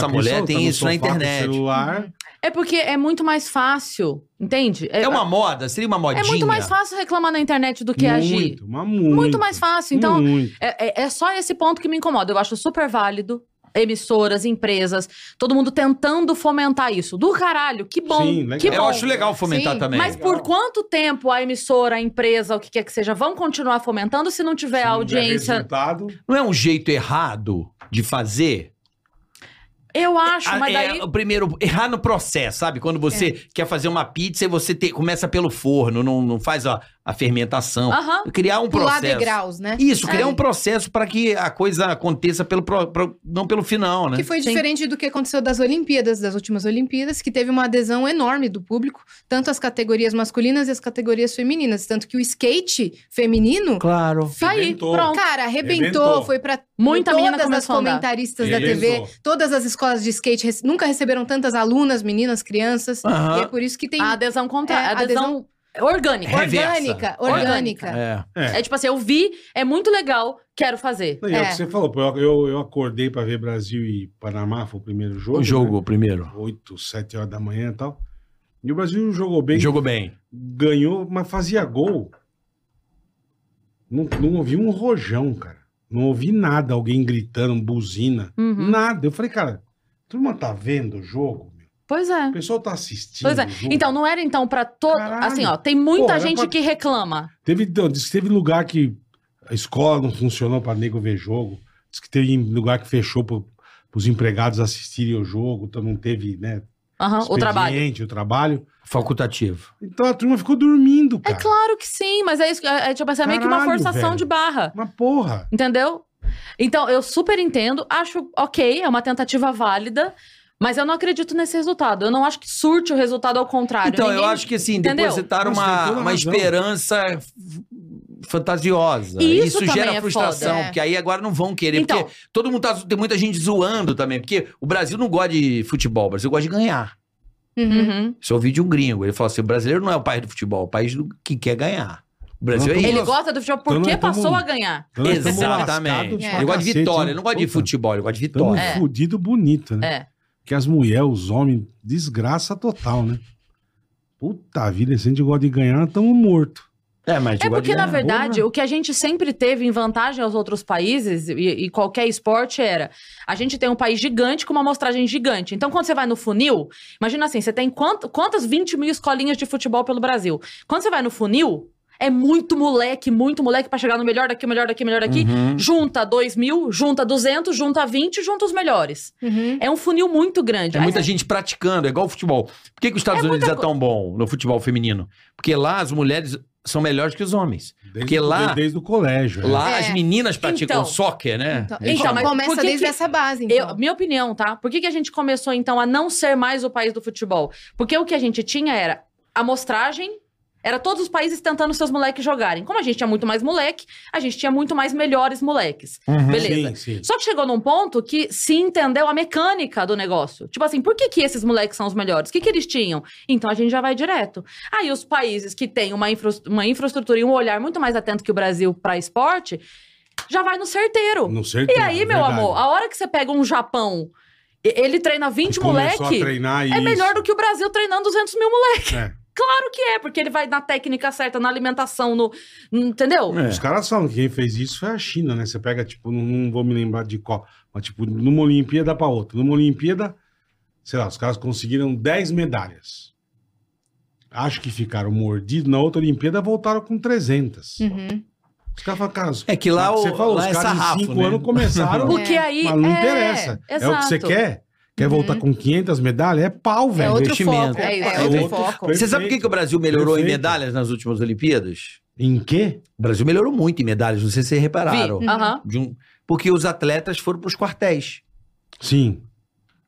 B: Já pensou?
C: mulher
B: Tá
C: tem
B: no
C: isso na
B: sofá com o
C: internet.
B: celular.
E: É porque é muito mais fácil, entende?
C: É uma moda, seria uma
E: é
C: modinha.
E: muito mais fácil reclamar na internet do que agir.
B: Muito, mas muito.
E: é Muito mais fácil. Então,
B: Muito.
E: É, é- é só esse ponto que me incomoda. Eu acho super válido. Emissoras, empresas, todo mundo tentando fomentar isso. Do caralho, que bom.
B: Sim, legal.
E: Que
C: Eu
E: bom.
C: acho legal fomentar
D: Sim,
C: também.
E: Mas por quanto tempo a emissora, a empresa, o que quer que seja, vão continuar fomentando se não tiver
B: Se não tiver
E: é, audiência?
B: resultado,
C: Não é um jeito errado de fazer?
E: Eu acho,
C: Ah,
E: mas
C: é,
E: daí. É.
C: o primeiro, errar no processo, sabe? Quando você quer fazer uma pizza e você te- começa pelo forno, não, não faz a, a fermentação.
E: Aham.
C: Criar um
D: Pular
C: processo.
D: degraus, né?
C: Isso, criar
D: É.
C: um processo para que a coisa aconteça pelo pro- pro- não pelo final, né?
D: Que foi
E: Sim.
D: diferente do que aconteceu das Olimpíadas, das últimas Olimpíadas, que teve uma adesão enorme do público, tanto as categorias masculinas e as categorias femininas. Tanto que o skate feminino
C: Claro.
D: tá aí.
B: Arrebentou.
D: Pronto. Cara, arrebentou,
B: Arrebentou.
D: foi pra
E: Muita
D: todas
E: menina
D: as
E: começou a andar.
D: comentaristas da
B: Arrebentou.
D: TV, todas as escolas de skate rece- nunca receberam tantas alunas, meninas, crianças.
C: Aham.
D: E é por isso que tem
E: A adesão contra...
D: É,
E: a adesão, orgânica.
C: É. reversa.
D: orgânica, orgânica.
C: É.
E: É. tipo assim, eu vi, é muito legal, quero fazer.
B: Não, e é. o
D: É.
B: que você falou, pô, eu, eu, eu acordei pra ver Brasil e Panamá, foi o primeiro jogo.
C: O jogo
B: né?
C: primeiro.
B: 8, 7 horas da manhã e tal. E o Brasil jogou bem,
C: Jogou bem.
B: ganhou, mas fazia gol. Não, não ouvi um rojão, cara. Não ouvi nada, alguém gritando, buzina.
E: Uhum.
B: Nada. Eu falei, cara, a turma tá vendo o jogo? meu?
E: Pois é.
B: O pessoal tá assistindo.
E: Pois é.
B: o jogo.
E: Então, não era então pra todo.
B: Caralho.
E: Assim, ó, tem muita
B: Pô, era
E: gente
B: pra-
E: que reclama.
B: Teve, então, diz que teve lugar que a escola não funcionou para nego ver jogo. Diz que teve lugar que fechou para os empregados assistirem o jogo. Então não teve, né?
E: Aham, Ah, o trabalho.
B: expediente, o trabalho.
C: Facultativo.
B: Então a turma ficou dormindo,
E: É
B: cara.
E: claro que sim, mas é isso. É, é tipo assim, é meio que uma
B: Caralho,
E: forçação
B: velho.
E: de barra.
B: Mas porra.
E: Entendeu? Então, eu super entendo, acho ok, é uma tentativa válida, mas eu não acredito nesse resultado. Eu não acho que surte o resultado ao contrário.
C: Então, eu
E: Ninguém-
C: acho que assim,
E: Entendeu?
C: depositaram
B: Nossa, tem
C: uma,
B: toda a
C: uma
B: razão.
C: esperança f- fantasiosa.
E: E isso também
C: gera
E: é
C: frustração,
D: foda.
C: porque aí agora não vão querer.
E: Então.
C: é Porque todo mundo tá. Tem muita gente zoando também, porque o Brasil não gosta de futebol, o Brasil gosta de ganhar.
D: Uhum.
E: Uhum.
C: Isso eu ouvi de um gringo. Ele falou assim: o brasileiro não é o país do futebol, é o país do que quer ganhar. O
B: Não,
C: Brasil é
E: Ele
B: tô-
C: isso.
B: Nossa.
E: gosta do futebol
B: Então,
E: porque
B: nós tamo-
E: passou a ganhar.
B: Então nós tamo lascado
C: Exatamente.
B: pra
D: É.
C: Ele gosta de
B: cacete,
C: vitória,
B: hein?
C: ele não gosta de
B: Puta,
C: futebol, ele gosta de
B: Tamo
C: vitória.
E: É.
B: fudido bonito, né?
E: É.
B: Porque as mulheres, os homens, desgraça total, né? Puta vida, se a gente gosta de ganhar, nós estamos mortos.
C: É, mas
E: É
C: gosta
E: porque,
C: de
E: na
C: ganhar.
E: verdade,
B: Porra.
E: o que a gente sempre teve em vantagem aos outros países e, e qualquer esporte era: a gente tem um país gigante com uma amostragem gigante. Então, quando você vai no funil, imagina assim: você tem quant- quantas 20 mil escolinhas de futebol pelo Brasil? Quando você vai no funil, é muito moleque, muito moleque pra chegar no melhor daqui, melhor daqui, melhor daqui.
C: Uhum.
E: Junta 2 mil, junta 200, junta 20, junta os melhores.
D: Uhum.
E: É um funil muito grande.
C: É muita
E: Aí-
C: gente praticando, é igual o futebol. Por que, que os Estados
E: É
C: Unidos
E: muita
C: é tão bom no futebol feminino? Porque lá as mulheres são melhores que os homens.
B: Desde,
C: Porque lá-
B: desde, desde o colégio. né?
C: Lá
D: É.
C: as meninas praticam
E: Então.
C: soccer, né?
D: Então,
C: Eles
E: Então,
C: falam,
E: mas por
D: começa
E: que
D: desde
E: que-
D: essa base,
E: Eu-
D: então.
E: minha opinião, tá? Por que, que a gente começou, então, a não ser mais o país do futebol? Porque o que a gente tinha era amostragem, era todos os países tentando seus moleques jogarem. Como a gente tinha muito mais moleque, a gente tinha muito mais melhores moleques. Beleza.
B: Uhum. Sim, sim.
E: Só que chegou num ponto que se entendeu a mecânica do negócio. Tipo assim, por que, que esses moleques são os melhores? O que, que eles tinham? Então a gente já vai direto. Aí os países que têm uma, infra- uma infraestrutura e um olhar muito mais atento que o Brasil pra esporte, já vai no certeiro.
B: Não sei
E: E
B: tudo,
E: aí,
B: é
E: meu
B: verdade.
E: amor, a hora que você pega um Japão, e- ele treina 20
B: Começou a
E: moleque,
B: treinar
E: é
B: isso.
E: melhor do que o Brasil treinando 200 mil moleque.
B: É.
E: Claro que é, porque ele vai na técnica certa, na alimentação, no... no- Entendeu?
C: É.
B: Os caras falam que quem fez isso foi a China, né? Você pega, tipo, não, não vou me lembrar de qual, mas, tipo, numa Olimpíada dá pra outra. Numa Olimpíada, sei lá, os caras conseguiram 10 medalhas. Acho que ficaram mordidos. Na outra Olimpíada voltaram com 300.
D: Uhum.
B: Os caras falam, cara, os-
C: É que lá
B: você
C: o-
B: falou,
C: lá
B: os
C: é
B: caras
C: sarrafo,
B: em 5
C: né?
B: anos começaram, mas
E: Porque aí...
B: não
E: é,
B: interessa. É o que você
E: exato.
B: quer? Quer voltar com 500 medalhas? É pau, velho.
D: outro
C: investimento.
D: foco. É, isso,
E: É
D: é outro
B: outro-
D: foco.
B: Perfeito.
C: Você sabe por que, que o Brasil melhorou em
B: Perfeito.
C: medalhas nas últimas Olimpíadas?
B: Em quê?
C: O Brasil melhorou muito em medalhas, não sei se vocês
E: Vi.
C: repararam.
E: Aham.
C: De um- Porque os atletas foram para os quartéis.
B: Sim.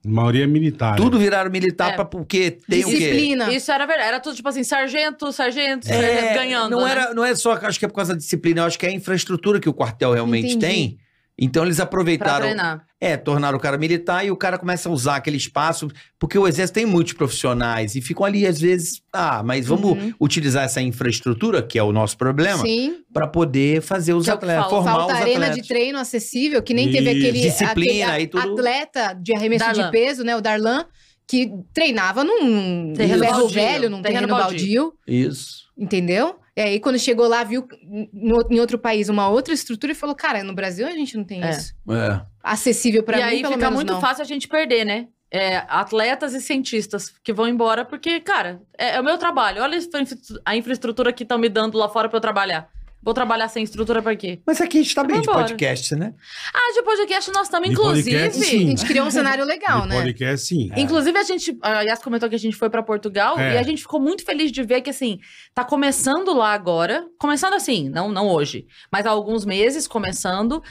B: A maioria é militar.
C: Tudo viraram militar
E: É.
C: pra- porque tem o quê?
D: Disciplina.
E: Isso era verdade. Era tudo tipo assim, sargento, sargento, sargento
C: É,
E: ganhando.
C: não,
E: né?
C: era, não é só, acho que é por causa da disciplina, eu acho que é a infraestrutura que o quartel realmente
D: Entendi.
C: tem. Então eles
E: Pra
C: aproveitaram
E: treinar.
C: É, tornar o cara militar e o cara começa a usar aquele espaço, porque o exército tem muitos profissionais e ficam ali às vezes, ah, mas vamos
D: Uhum.
C: utilizar essa infraestrutura, que é o nosso problema,
D: Sim,
C: pra poder fazer os
E: Que é o que
C: atletas,
E: fala,
C: formar
D: falta
C: os
D: arena
C: atletas.
D: de treino acessível, que nem teve
B: Isso.
D: aquele,
C: Disciplina,
D: aquele
C: aí tudo-
D: atleta de arremesso
E: Darlan.
D: de peso, né? O Darlan, que treinava num
E: Terreno
D: ferro
E: baldio.
D: velho, num
E: Terreno
D: terreno,
E: baldio.
D: baldio.
C: Isso.
D: Entendeu? E aí, quando chegou lá, viu no- em outro país uma outra estrutura e falou: Cara, no Brasil a gente não tem
E: É.
D: isso.
C: É.
D: Acessível pra
E: e
D: mim,
E: aí
D: pelo
E: fica
D: menos
E: muito
D: não.
E: fácil a gente perder, né? É, atletas e cientistas que vão embora porque, cara, é, é o meu trabalho. Olha a infra- a infraestrutura que estão me dando lá fora pra eu trabalhar. Vou trabalhar sem estrutura pra quê?
C: Mas aqui a gente tá bem
E: Vai
C: de
E: embora.
C: podcast, né?
E: Ah, de podcast nós estamos,
B: De
E: inclusive.
B: podcast,
D: A
B: sim.
D: gente criou um cenário legal,
B: De
D: né?
B: podcast, sim.
E: Inclusive, a gente. A Yas comentou que a gente foi pra Portugal
B: É.
E: e a gente ficou muito feliz de ver que, assim, tá começando lá agora. Começando assim, não, não hoje, mas há alguns meses começando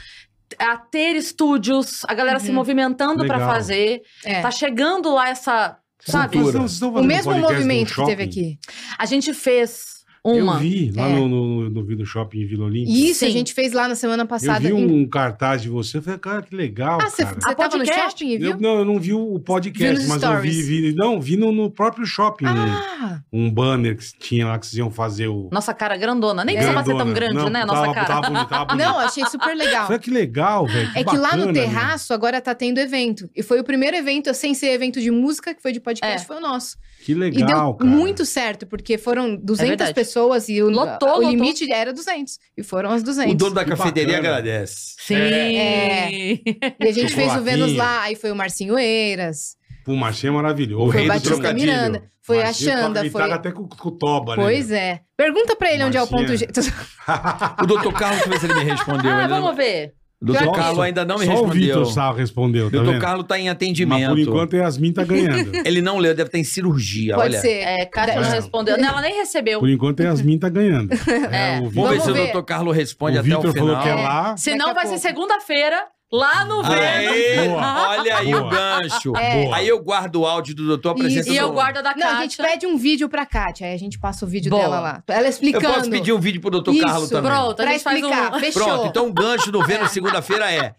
E: a ter estúdios, a galera se
D: Uhum.
E: movimentando pra
B: Legal.
E: fazer.
D: É.
E: Tá chegando lá essa. Sabe?
B: Ah, Vocês não- vocês estão
D: O
B: fazendo
D: mesmo
B: podcast num
D: movimento que teve
B: um shopping?
D: aqui.
E: A gente fez
B: Eu
E: uma.
B: vi lá
D: É.
B: no, no, no Vila Shopping em Vila Olímpia.
D: E isso a
E: Sim.
D: gente fez lá na semana
B: Eu
D: passada.
B: vi
D: Em-
B: um, cartaz de você. Eu falei, cara, que legal.
D: Ah, você
B: cara.
E: A
D: você tava no
E: podcast?
D: shopping e viu?
B: Eu, não, eu não vi o
D: Viu
B: podcast,
D: nos
B: mas eu vi,
D: stories.
B: vi. Não, vi no, no próprio shopping um-
D: Ah,
B: um, banner que tinha lá que vocês iam fazer o.
E: Nossa cara grandona. Nem precisava ser tão
B: Grandona.
E: grande,
B: Não,
E: né? Nossa
B: tava-
E: cara.
B: Tava bonito, tava bonito.
D: não, achei super
B: Eu
D: legal.
B: falei, que legal, velho.
D: É que lá no
B: bacana, meu.
C: né?
D: terraço agora tá tendo evento. E foi o primeiro evento, sem ser evento de música, que foi de podcast,
E: É.
D: foi o nosso.
B: Que
D: E
B: legal,
D: deu
B: cara.
D: muito certo, porque foram 200
E: É verdade.
D: pessoas e o,
E: Lotou,
D: o
E: lotou.
D: limite era 200. E foram as 200.
C: O dono da
B: Que
C: cafeteria
B: bacana.
C: agradece.
E: Sim.
D: É. E a gente fez o
B: Chocolatinho.
D: Vênus lá, aí foi o Marcinho Eiras,
B: Pô, o Marcinho é maravilhoso.
D: foi
C: rei
D: o
C: do
D: Batista
C: trocadilho.
D: Miranda, foi a
B: Marcinho toca
D: Xanda, foi...
B: guitarra até com, com o Toba,
D: Pois
B: né?
D: é. Pergunta pra ele onde é o ponto G.
B: Marcinho.
C: O doutor Carlos, deixa eu ver se ele me respondeu.
E: Ah,
C: Ele não-
E: vamos ver.
C: O doutor
D: Só-
C: Carlos ainda não me
B: Só o
C: respondeu.
B: Vitor Sá respondeu,
C: O
B: tá
C: doutor
B: vendo?
C: Carlos tá em
B: Mas por
C: atendimento.
B: enquanto a Yasmin tá ganhando.
C: Ele não leu, deve estar em cirurgia,
D: Pode
C: olha.
D: ser.
E: É, cara não
B: É.
E: respondeu. Não, ela nem recebeu.
B: Por enquanto a Yasmin tá ganhando.
E: É.
B: o
C: Vamos ver se
D: Vamos
C: o
D: ver.
C: doutor Carlos responde
B: o
C: até o
B: Vitor
C: final.
B: falou que é lá.
E: Senão
D: Daqui a
E: vai ser
D: pouco.
E: segunda-feira, lá no
B: Ah, é
E: Vênus.
C: Aê,
B: Boa.
C: olha aí o
B: tá Boa.
C: gancho.
D: É.
C: Aí eu guardo o áudio do doutor, a presença
E: E
D: Isso.
C: do...
E: eu guardo a da
D: Não, a gente
E: Kátia.
D: pede um vídeo pra Kátia, aí a gente passa o vídeo
E: Boa.
D: dela lá. Ela
C: Eu
D: explicando.
C: posso pedir um vídeo pro doutor
D: Isso,
C: Carlos também.
E: Pronto, a
D: Pra
E: gente faz
D: explicar,
E: um...
D: fechou.
C: Pronto, então o gancho do Vênus segunda-feira é...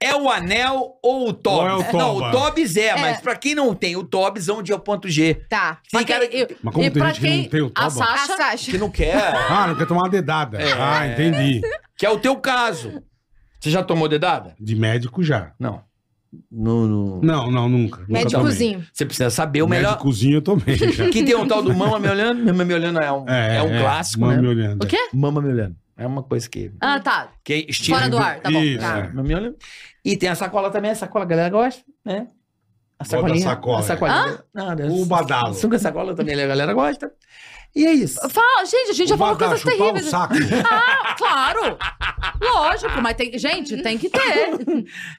C: É o anel ou o Tobis?
B: Ou é o
C: não,
B: Toba.
C: o Tobis é,
D: É.
C: mas pra quem não tem o Tobis, onde é o ponto G?
D: Tá.
E: Pra
C: Tem
E: quem-
C: cara
E: e-
C: que,
B: Mas como
E: e
B: tem
E: pra
B: gente que não
E: quem-
B: tem o
E: a
B: toba?
E: Sasha-
D: A Sasha.
C: que não quer,
B: Ah, não quer tomar uma dedada.
C: É.
B: Ah, entendi.
C: que é o teu caso. Você já tomou dedada?
B: De médico já.
C: Não. No, no-
B: Não, não, nunca.
D: É
B: nunca tomei.
D: Médicozinho.
C: Você precisa saber o melhor...
B: Médicozinho eu tomei já.
C: Que tem um tal do Mama Me Olhando. Mama Me Olhando é um, é, um clássico,
B: mano
C: né?
B: me olhando.
E: O quê?
C: Mama Me Olhando. É uma coisa que...
E: Ah, tá.
C: que estira-
E: Fora do ar, tá bom.
B: Isso,
D: Tá.
B: é.
C: Mama Me Olhando. E tem a sacola também. A sacola a galera gosta, né?
B: Bota
C: A
B: a
C: sacolinha.
B: sacola.
C: A sacolinha. Nada.
B: O badalo.
C: Sunga sacola também a galera gosta. E é isso.
E: Fala, gente, a gente já
B: O
E: falou
B: Badá,
E: coisas
B: chupar o
E: terríveis.
B: saco.
E: Ah, claro! Lógico, mas tem. Gente, tem que ter.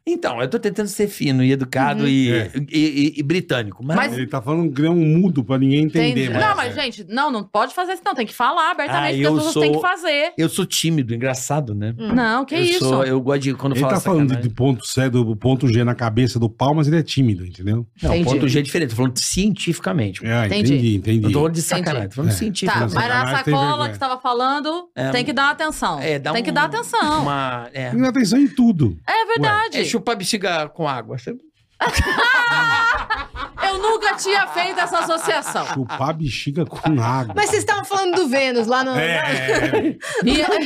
C: Então, eu tô tentando ser fino e educado
D: Uhum.
C: e,
B: É.
C: e- e- e britânico. Mas...
E: Mas-
B: Ele tá falando um grão mudo pra ninguém entender.
E: Tem- Não,
B: é.
E: mas, gente, não, não pode fazer isso, não. Tem que falar
C: Ah,
E: abertamente, porque
C: eu
E: as pessoas têm
C: sou-
E: que fazer.
C: Eu sou tímido, engraçado, né?
E: Não, que
C: eu
E: isso.
C: Sou, eu gosto de quando
B: Ele
C: fala
B: tá falando de
C: sacanagem.
B: ponto C, do ponto G na cabeça do pau, mas ele é tímido, entendeu?
C: Não,
D: Entendi.
C: ponto G é diferente. Tô falando cientificamente.
B: É,
E: Entendi.
B: entendi, entendi.
C: Eu tô falando de sacanagem. Tô
B: É.
C: falando cientifico.
E: Tá,
B: Não,
E: mas na
B: sacanagem, tem
E: sacola
B: vergonha.
E: que você tava falando,
C: É,
E: tem que dar atenção.
C: É, dá
E: tem que
C: um-
E: dar atenção.
C: Uma, é,
B: Tem atenção em tudo.
E: É verdade.
C: É chupar bexiga com água. Você-
E: Eu nunca tinha feito essa associação.
B: Chupar bexiga com água.
D: Mas vocês estavam falando do Vênus lá no.
B: É,
D: E a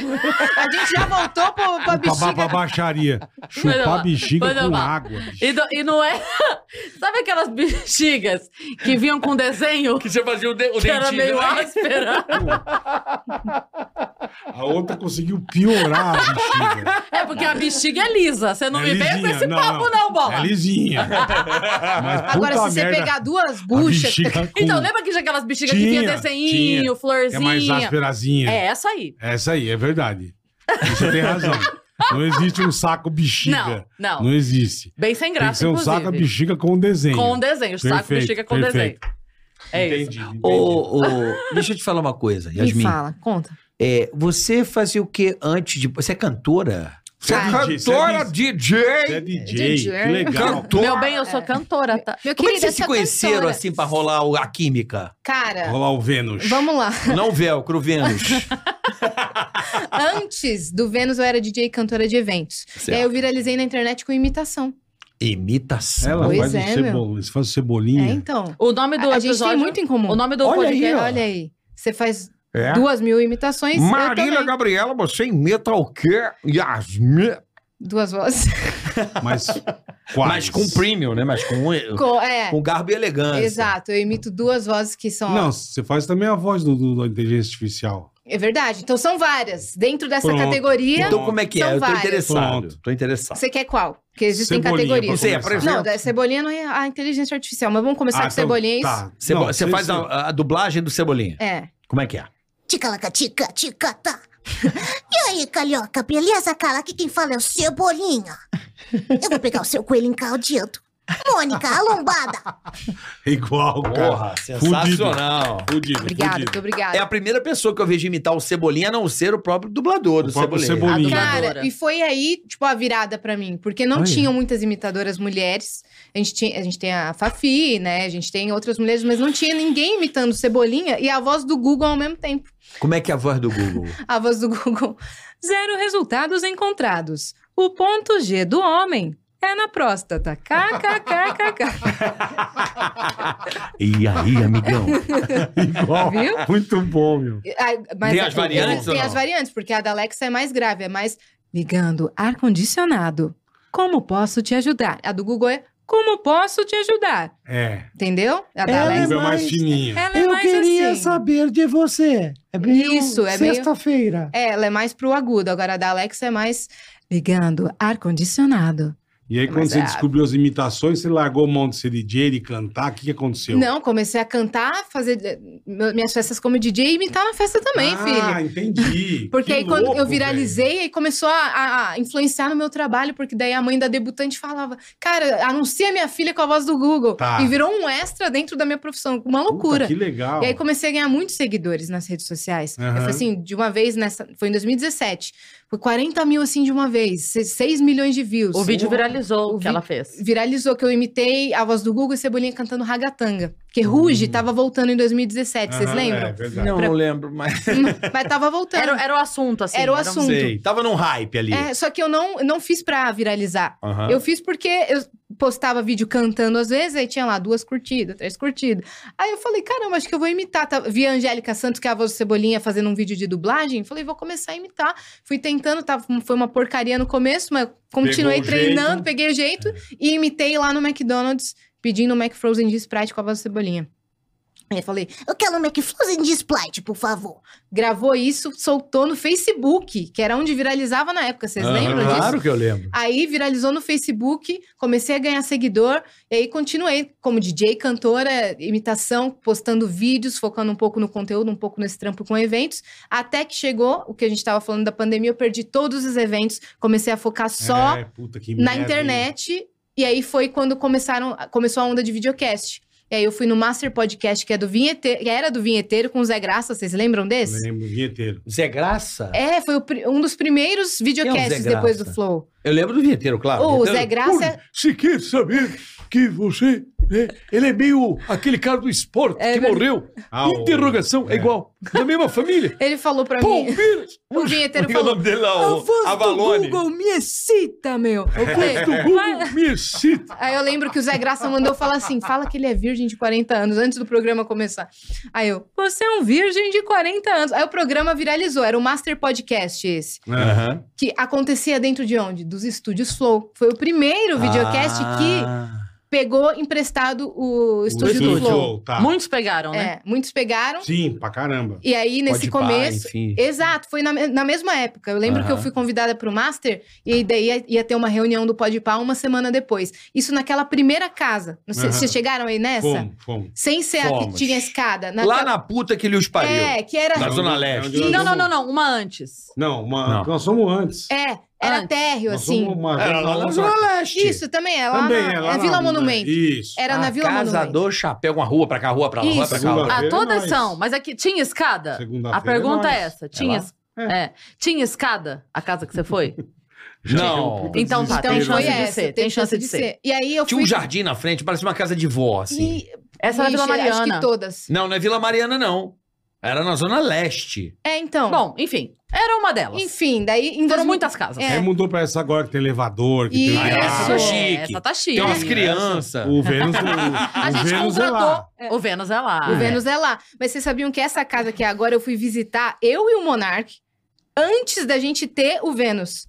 D: gente já voltou pro,
B: pra, ba- pra
D: pra bexiga.
B: baixaria.
E: Vai lá.
B: Chupar bexiga
E: Vai
B: com
E: lá.
B: água.
E: E, do- e não é. Sabe aquelas bexigas que vinham com desenho
C: Que você fazia o, de, o
E: que era
C: dentinho,
E: meio
C: né?
E: áspera?
B: A outra conseguiu piorar a bexiga.
E: É porque a bexiga é lisa. Você não
B: É
E: me vem com
B: lisinha,
E: esse
B: não,
E: papo, não,
B: não.
E: bola.
B: É lisinha. Mas
D: Agora,
B: puta
D: se você
B: merda,
D: pegar duas
B: a
D: buchas.
B: bexiga com-
E: Então, lembra que tinha aquelas bexigas que vinha
B: Tinha,
E: desenhinho,
B: tinha.
E: florzinha?
B: É mais ásperazinha.
E: É essa aí.
B: Essa aí, é verdade. Você tem razão. Não existe um saco bexiga.
E: Não, não.
B: Não existe.
E: Bem sem
B: Tem que
E: graça,
B: ser um
E: inclusive.
B: saco bexiga com desenho.
E: Com um desenho. Saco
B: Perfeito,
E: bexiga com
B: perfeito.
E: desenho. É isso.
B: Entendi. entendi.
C: Ô, ô, deixa eu te falar uma coisa,
D: Me
C: Yasmin.
D: fala, conta.
C: É, você fazia o que antes de. Você é cantora?
B: Você é
D: Cara,
B: DJ, você é
C: Cantora,
B: DJ,
C: DJ!
B: você é DJ,
D: DJ.
B: que legal.
C: Cantora.
E: Meu bem, eu sou cantora, tá?
D: Meu
C: Como é que
D: querido,
C: vocês se
D: essa
C: conheceram
D: cantora-
C: assim pra rolar o- a química?
D: Cara,
B: Rolar o Vênus.
D: é. vamos lá.
C: Não velcro, Vênus.
D: Antes do Vênus, eu era DJ e cantora de eventos. E
B: é
D: aí eu viralizei na internet com imitação.
C: Imitação.
B: Ela
D: Pois
B: faz,
D: é,
B: um cebol... Você faz
D: É,
B: cebolinha.
D: então.
E: O nome do
D: A, a gente
E: episódio...
D: tem muito em comum.
E: O nome do
C: Olha aí,
E: podcast...
C: ó.
D: Olha aí. Você faz
C: É.
D: duas mil imitações. eu
C: Marília
D: também.
C: Gabriela, você imita o quê? Yasmin.
D: Duas vozes.
B: Mas quase.
C: Mas com premium, né? Mas com,
D: Co- é.
C: com garbo e elegância.
D: Exato, eu imito duas vozes que são.
B: Não, você faz também a voz do, do- da inteligência artificial.
D: É verdade. Então são várias. Dentro dessa
B: Pronto.
D: categoria,
C: Então como é que
D: São
C: é? Eu tô
D: várias.
C: interessado.
B: Pronto.
C: Tô interessado.
D: você quer qual? Porque existem
B: Cebolinha,
D: categorias.
B: vamos
C: Você é,
B: começar.
C: por exemplo,
D: Não, da cebolinha não é a inteligência artificial, mas vamos começar
B: Ah,
D: com
B: então,
D: cebolinha, é isso?
B: tá.
C: Cebo-
B: Não,
C: você
B: cê-
C: faz
B: cê-
C: a, a dublagem do Cebolinha.
D: É.
C: Como é que é?
H: Ticalaca, tica, ticata. E aí, Calhoca, beleza, Cala? Aqui quem fala é o Cebolinha. Eu vou pegar o seu coelho encaldeado. Mônica, a lombada.
B: Igual, cara.
C: Porra, sensacional.
B: Fudido,
D: Obrigada,
B: fudido.
D: muito obrigada.
C: É a primeira pessoa que eu vejo imitar o Cebolinha, a não ser o próprio dublador do
B: O próprio
C: Cebolinha.
B: Cebolinha. Bolinha.
D: Cara,
E: Adora.
D: e foi aí, tipo, a virada pra mim. Porque não
B: Olha.
D: tinham muitas imitadoras mulheres. A gente, tinha, a gente tem a Fafi, né? A gente tem outras mulheres, mas não tinha ninguém imitando Cebolinha e a voz do Google ao mesmo tempo.
C: Como é que é a voz do Google?
D: A voz do Google. Zero resultados encontrados. O ponto G do homem é na próstata. KKKKK.
C: e aí, amigão?
B: Igual.
D: Viu?
B: Muito bom, meu.
D: Ai, mas
C: Tem as
D: é-
C: variantes ou
D: Tem
C: não?
D: as variantes, porque a da Alexa é mais grave, é mais ligando ar-condicionado. Como posso te ajudar? A do Google é como posso te ajudar?
B: É.
D: Entendeu? A
C: Ela
D: da
C: é
B: O
D: Alexa.
B: nível mais
C: mais-
B: fininho.
D: Ela é mais assim.
C: saber de você. É
D: Isso, é meio-
C: sexta-feira.
D: É, ela é mais pro agudo. Agora a da Alexa é mais ligando ar-condicionado.
B: E aí, quando
D: Mas
B: você
D: é-
B: descobriu as imitações, você largou mão de ser DJ, de cantar. O que, que aconteceu?
D: Não, comecei a cantar, fazer eh, meu- minhas festas como DJ e imitar na festa também,
B: ah,
D: filho.
B: entendi.
D: Porque
B: Que
D: aí quando
B: louco,
D: eu viralizei, aí começou a, a- a influenciar no meu trabalho, porque daí a mãe da debutante falava, cara, anuncia minha filha com a voz do Google.
B: Tá.
D: E virou um extra dentro da minha profissão,
B: velho.
D: uma
B: Puta,
D: loucura.
B: que legal.
D: E aí comecei a ganhar muitos seguidores nas redes sociais.
B: Aham.
D: Eu falei assim, de uma vez nessa. Foi em 2017. Foi 40 mil assim de uma vez, 6 milhões de views.
E: O vídeo viralizou o
D: viralizou. O
E: que
D: vi-
E: ela fez.
D: Viralizou que eu imitei a voz do Google e Cebolinha cantando ragatanga. Porque Ruge tava voltando em 2017, vocês
B: Aham,
D: lembram?
B: É, verdade.
C: Não, não lembro, mas.
D: Mas tava voltando.
E: Era, era o assunto, assim.
D: Então, Era o
E: um-
D: assunto.
C: Sei. Tava num hype ali.
D: É, só que eu não, não fiz pra viralizar.
C: Aham.
D: Eu fiz porque eu postava vídeo cantando às vezes, aí tinha lá duas curtidas, três curtidas. Aí eu falei, caramba, acho que eu vou imitar. Tá- Vi a Angélica Santos, que é a voz do Cebolinha, fazendo um vídeo de dublagem. Falei, vou começar a imitar. Fui tentando, tava, foi uma porcaria no começo, mas continuei
B: Pegou o jeito.
D: treinando, peguei o jeito e imitei lá no McDonald's, pedindo o McFrozen de Sprite com a voz do Cebolinha. Aí eu falei,
H: Eu quero um McFrozen de Sprite, por favor.
D: gravou isso, soltou no Facebook, que era onde viralizava na época, vocês
B: Ah,
D: lembram disso?
C: Claro que eu lembro.
D: Aí viralizou no Facebook, comecei a ganhar seguidor, e aí continuei como DJ, cantora, imitação, postando vídeos, focando um pouco no conteúdo, um pouco nesse trampo com eventos, até que chegou o que a gente estava falando da pandemia, eu perdi todos os eventos, comecei a focar só
B: É, puta, que
D: na
B: merda, hein?
D: internet, e aí foi quando começaram, começou a onda de videocast. E aí eu fui no Master Podcast, que, é do vinhete- que era do vinheteiro com o Zé Graça, vocês lembram desse?
B: Lembro, vinheteiro.
C: Zé Graça?
D: É, foi o pri- um dos primeiros
B: é
D: videocasts depois do
C: Graça?
D: Flow.
C: Eu lembro do vinheteiro, claro.
D: O
C: Vinheteiro.
D: Zé Graça-
C: Ui, Se quer saber que você. né, ele é meio aquele cara do esporte
D: É
C: que
D: verdade.
C: morreu.
B: Ah, o-
C: Interrogação, é
B: é.
C: igual. Da mesma família.
D: Ele falou pra mim,
C: Palmeiras.
D: o vinheteiro
C: Como é o
D: falou,
C: nome dele lá?
D: a
C: o
D: voz
C: Avalone.
D: do Google me excita, meu. Eu falei,
C: Do Google me excita.
D: Aí eu lembro que o Zé Graça mandou falar assim, fala que ele é virgem de 40 anos, antes do programa começar. Aí eu, você é um virgem de 40 anos. Aí o programa viralizou, era o Master Podcast esse,
B: É.
D: que acontecia dentro de onde? Dos estúdios Flow. Foi o
C: Ah.
D: primeiro videocast que pegou emprestado o
B: O
D: estúdio do Flow.
B: Flow, tá.
E: Muitos pegaram, né?
D: É, muitos pegaram.
B: Sim, pra caramba.
D: E aí, nesse começo,
C: enfim.
D: Exato, foi na, me- na mesma época. Eu lembro que eu
C: Aham.
D: fui convidada para o Master e aí daí ia, ia ter uma reunião do Podpah uma semana depois. Isso naquela primeira casa. Não sei-
B: Aham.
D: Vocês chegaram aí nessa?
B: Fomos, fomos.
D: Sem ser a que
C: Fomos.
D: tinha escada.
C: Lá na puta que lhe os pariu.
D: É, que era...
C: Na
B: Não,
C: Zona
B: não,
C: Leste.
B: não,
E: Não, não, não, não. Uma antes.
B: Não, uma-
C: Não.
B: nós somos antes.
D: É, era
E: Antes.
D: térreo,
B: Nós
D: assim.
B: somos uma-
C: Era É, lá na Zona Leste.
D: Isso, também é lá
B: Também
D: na...
B: é lá
D: é
B: na-
D: Vila Monumento.
B: Isso.
D: Era na
C: A
D: Vila
C: Casa
D: Monumento.
C: do Chapéu, uma rua pra cá, rua pra lá, rua
D: Isso.
C: pra cá. Rua.
B: Segunda-
E: Ah,
B: Feira,
E: todas
B: nós.
E: são. Mas aqui, tinha
D: É.
E: escada?
B: Segunda-feira
E: A pergunta
B: nós.
E: é essa. Tinha,
C: É
E: es- é. tinha escada a casa que você foi?
C: Não.
B: Puta
E: então tá,
D: Então
E: tem
D: foi
E: chance de
D: essa,
E: ser. Tem chance de ser.
D: E aí
C: Tinha
D: eu Então fui...
C: um jardim na frente, parece uma casa de vó, assim.
D: E...
E: Essa era a Vila
D: Ixi, Acho
E: Mariana.
D: que todas.
C: Não, não é Vila Mariana, não. Era na Zona Leste.
D: É, então.
E: Bom, enfim. Era uma delas.
D: enfim, daí... Em
E: Foram
D: 2000
E: muitas casas.
D: É.
B: Aí mudou pra essa agora que tem elevador, que
D: Isso.
B: tem
D: Ah,
B: graça.
C: essa tá chique.
E: Essa tá chique.
C: Tem umas crianças.
B: O Vênus, o,
E: A
B: o
E: gente
B: Vênus é lá.
E: contratou. O Vênus é lá.
D: O
E: É.
D: Vênus é lá. Mas vocês sabiam que essa casa que é agora eu fui visitar, eu e o Monark, antes da gente ter o Vênus.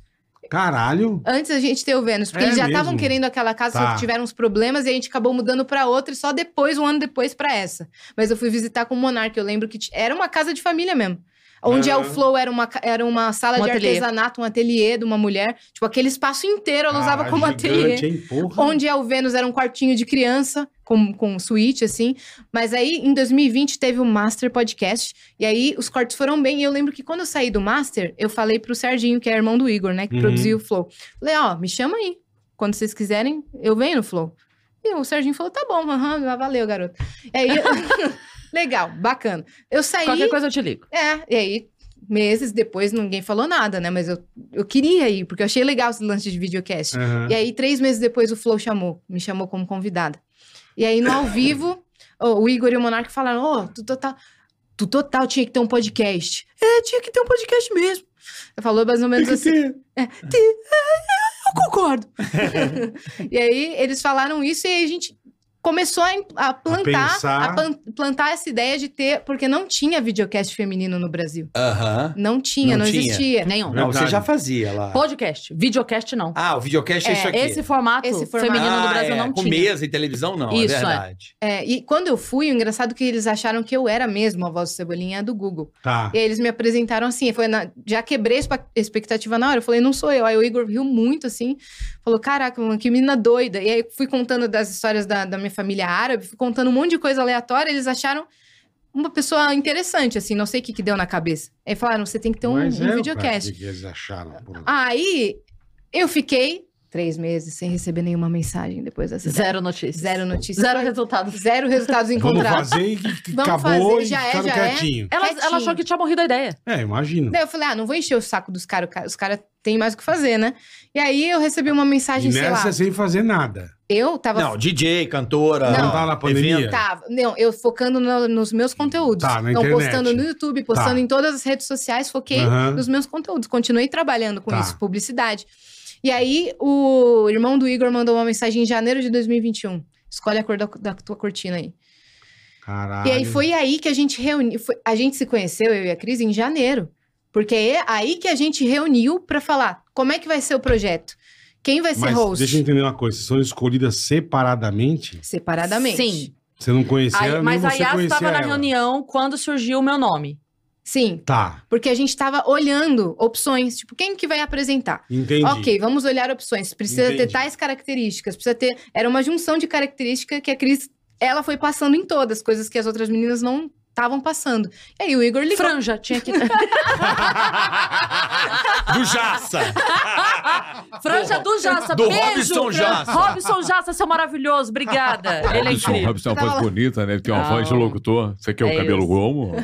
B: Caralho.
D: Antes da gente ter o Vênus. Porque
B: É
D: eles já
B: mesmo?
D: estavam querendo aquela casa, só
B: Tá.
D: que tiveram uns problemas e a gente acabou mudando pra outra e só depois, um ano depois, pra essa. Mas eu fui visitar com o Monark. Eu lembro que t- era uma casa de família mesmo. Onde é o
B: Aham.
D: Flow era uma, ca- era uma sala
E: Um
D: de
E: ateliê.
D: artesanato, um ateliê de uma mulher.
B: Ah,
D: Tipo, aquele espaço inteiro ela usava
B: Caralho,
D: como ateliê.
E: Uhum.
B: gigante, hein, porra.
D: Onde é o Vênus era um quartinho de criança, com, com suíte, assim. Mas aí, em 2020, teve o Master Podcast. E aí, os cortes foram bem. E eu lembro que quando eu saí do Master, eu falei pro Serginho, que é irmão do Igor, né? Que
B: Uhum.
D: produziu o Flow. Falei, ó, me chama aí. Quando vocês quiserem, eu venho no Flow. E o Serginho falou, tá bom, aham, valeu, garoto. E aí, legal, bacana. Eu saí...
E: Qualquer coisa eu te ligo.
D: É, e aí, meses depois, ninguém falou nada, né? Mas eu, eu queria ir, porque eu achei legal esse lance de videocast.
B: Aham.
D: E aí, três meses depois, o Flow chamou, me chamou como convidada. E aí, no ao vivo, o o Igor e o Monark falaram: Ô, tu total. Tu total tinha que ter um podcast. É, tinha que ter um podcast mesmo. Falou mais ou menos assim. É, ti- é, eu concordo. e aí, eles falaram isso e aí a gente começou a, im- a plantar,
B: pensar.
D: a pan- plantar essa ideia de ter, porque não tinha videocast feminino no Brasil.
C: Aham.
D: Não tinha,
C: Não
D: não,
C: tinha.
D: existia.
E: É, Nenhum.
C: Não, você
B: Verdade.
C: já fazia lá.
E: Podcast. Videocast, não.
C: Ah, o videocast é,
D: É,
C: isso aqui.
E: Esse formato,
D: Esse formato.
E: feminino do
C: Ah,
E: Brasil
C: é,
E: não
C: com
E: tinha.
C: mesa e televisão, não,
E: Isso, é.
C: é verdade.
D: É, e quando eu fui, o engraçado é que eles acharam que eu era mesmo a voz do Cebolinha do Google.
B: Tá.
D: E aí eles me apresentaram assim, foi na- já quebrei a espa- expectativa na hora, eu falei, não sou eu. Aí o Igor riu muito assim, falou, caraca, mano, que menina doida. E aí eu fui contando das histórias da, da minha família árabe, fui contando um monte de coisa aleatória, eles acharam uma pessoa interessante, assim, não sei o que que deu na cabeça. Aí falaram, você tem que ter um,
B: Mas
D: um
B: é, cara,
D: videocast. Ah,
B: O que que eles acharam? Pô,
D: Aí eu fiquei três meses sem receber nenhuma mensagem depois dessa.
E: Zero notícias.
D: Zero notícias.
E: Zero resultados.
D: Zero resultados
B: Vamos
D: encontrados.
B: fazer e que, que
D: Vamos
B: acabou
D: fazer,
B: e
D: já é,
B: ficaram
D: já é.
B: quietinho.
E: Ela,
D: Quietinho.
E: ela achou que tinha morrido a ideia.
B: É, imagino.
D: Daí eu falei, ah, não vou encher o saco dos caras, os caras têm mais o que fazer, né? E aí eu recebi uma mensagem,
B: E
D: sei lá.
B: nessa sem fazer nada.
D: Eu tava.
C: Não, DJ, cantora.
B: Não,
D: Não.
B: tá na pandemia.
D: Tava, não, eu focando no- nos meus conteúdos.
B: Tá, na
D: não,
B: internet.
D: postando no YouTube, postando
B: Tá.
D: em todas as redes sociais, foquei
B: Aham.
D: nos meus conteúdos. Continuei trabalhando com
B: Tá.
D: isso, publicidade. E aí, o irmão do Igor mandou uma mensagem em janeiro de 2021. Escolhe a cor da, da tua cortina aí.
B: Caralho.
D: E aí foi aí que a gente reuniu. foi- a gente se conheceu, eu e a Cris, em janeiro. Porque é aí que a gente reuniu pra falar como é que vai ser o projeto. Quem vai ser
B: Mas
D: host?
B: deixa eu entender uma coisa. Vocês são escolhidas separadamente?
D: Separadamente.
E: Sim.
B: Você não conhecia
E: Aí-
B: ela, nem
E: mas a
B: você
E: Yas
B: conhecia
E: estava na
B: ela.
E: reunião quando surgiu o meu nome.
D: Sim.
B: Tá,
D: Porque a gente tava olhando opções. Tipo, quem que vai apresentar?
B: entendi.
D: Ok, vamos olhar opções. Precisa ter
B: Entendi.
D: tais características. Precisa ter. Era uma junção de características que a Cris. Ela foi passando em todas, coisas que as outras meninas não estavam passando. E aí o Igor ligou.
E: Franja, tinha que.
C: Do Jaça.
E: Franja do Jaça.
C: Do
E: Beijo,
C: Robson
E: Fran-
C: Jaça.
E: Robson Jaça, seu maravilhoso. Obrigada. Ele é
I: Robson,
E: incrível.
I: Robson é uma
D: Tava
I: voz
D: lá.
I: bonita, né? Ele Tem uma
E: Não.
I: voz de locutor. Você quer
E: É
I: o cabelo
E: isso.
I: como?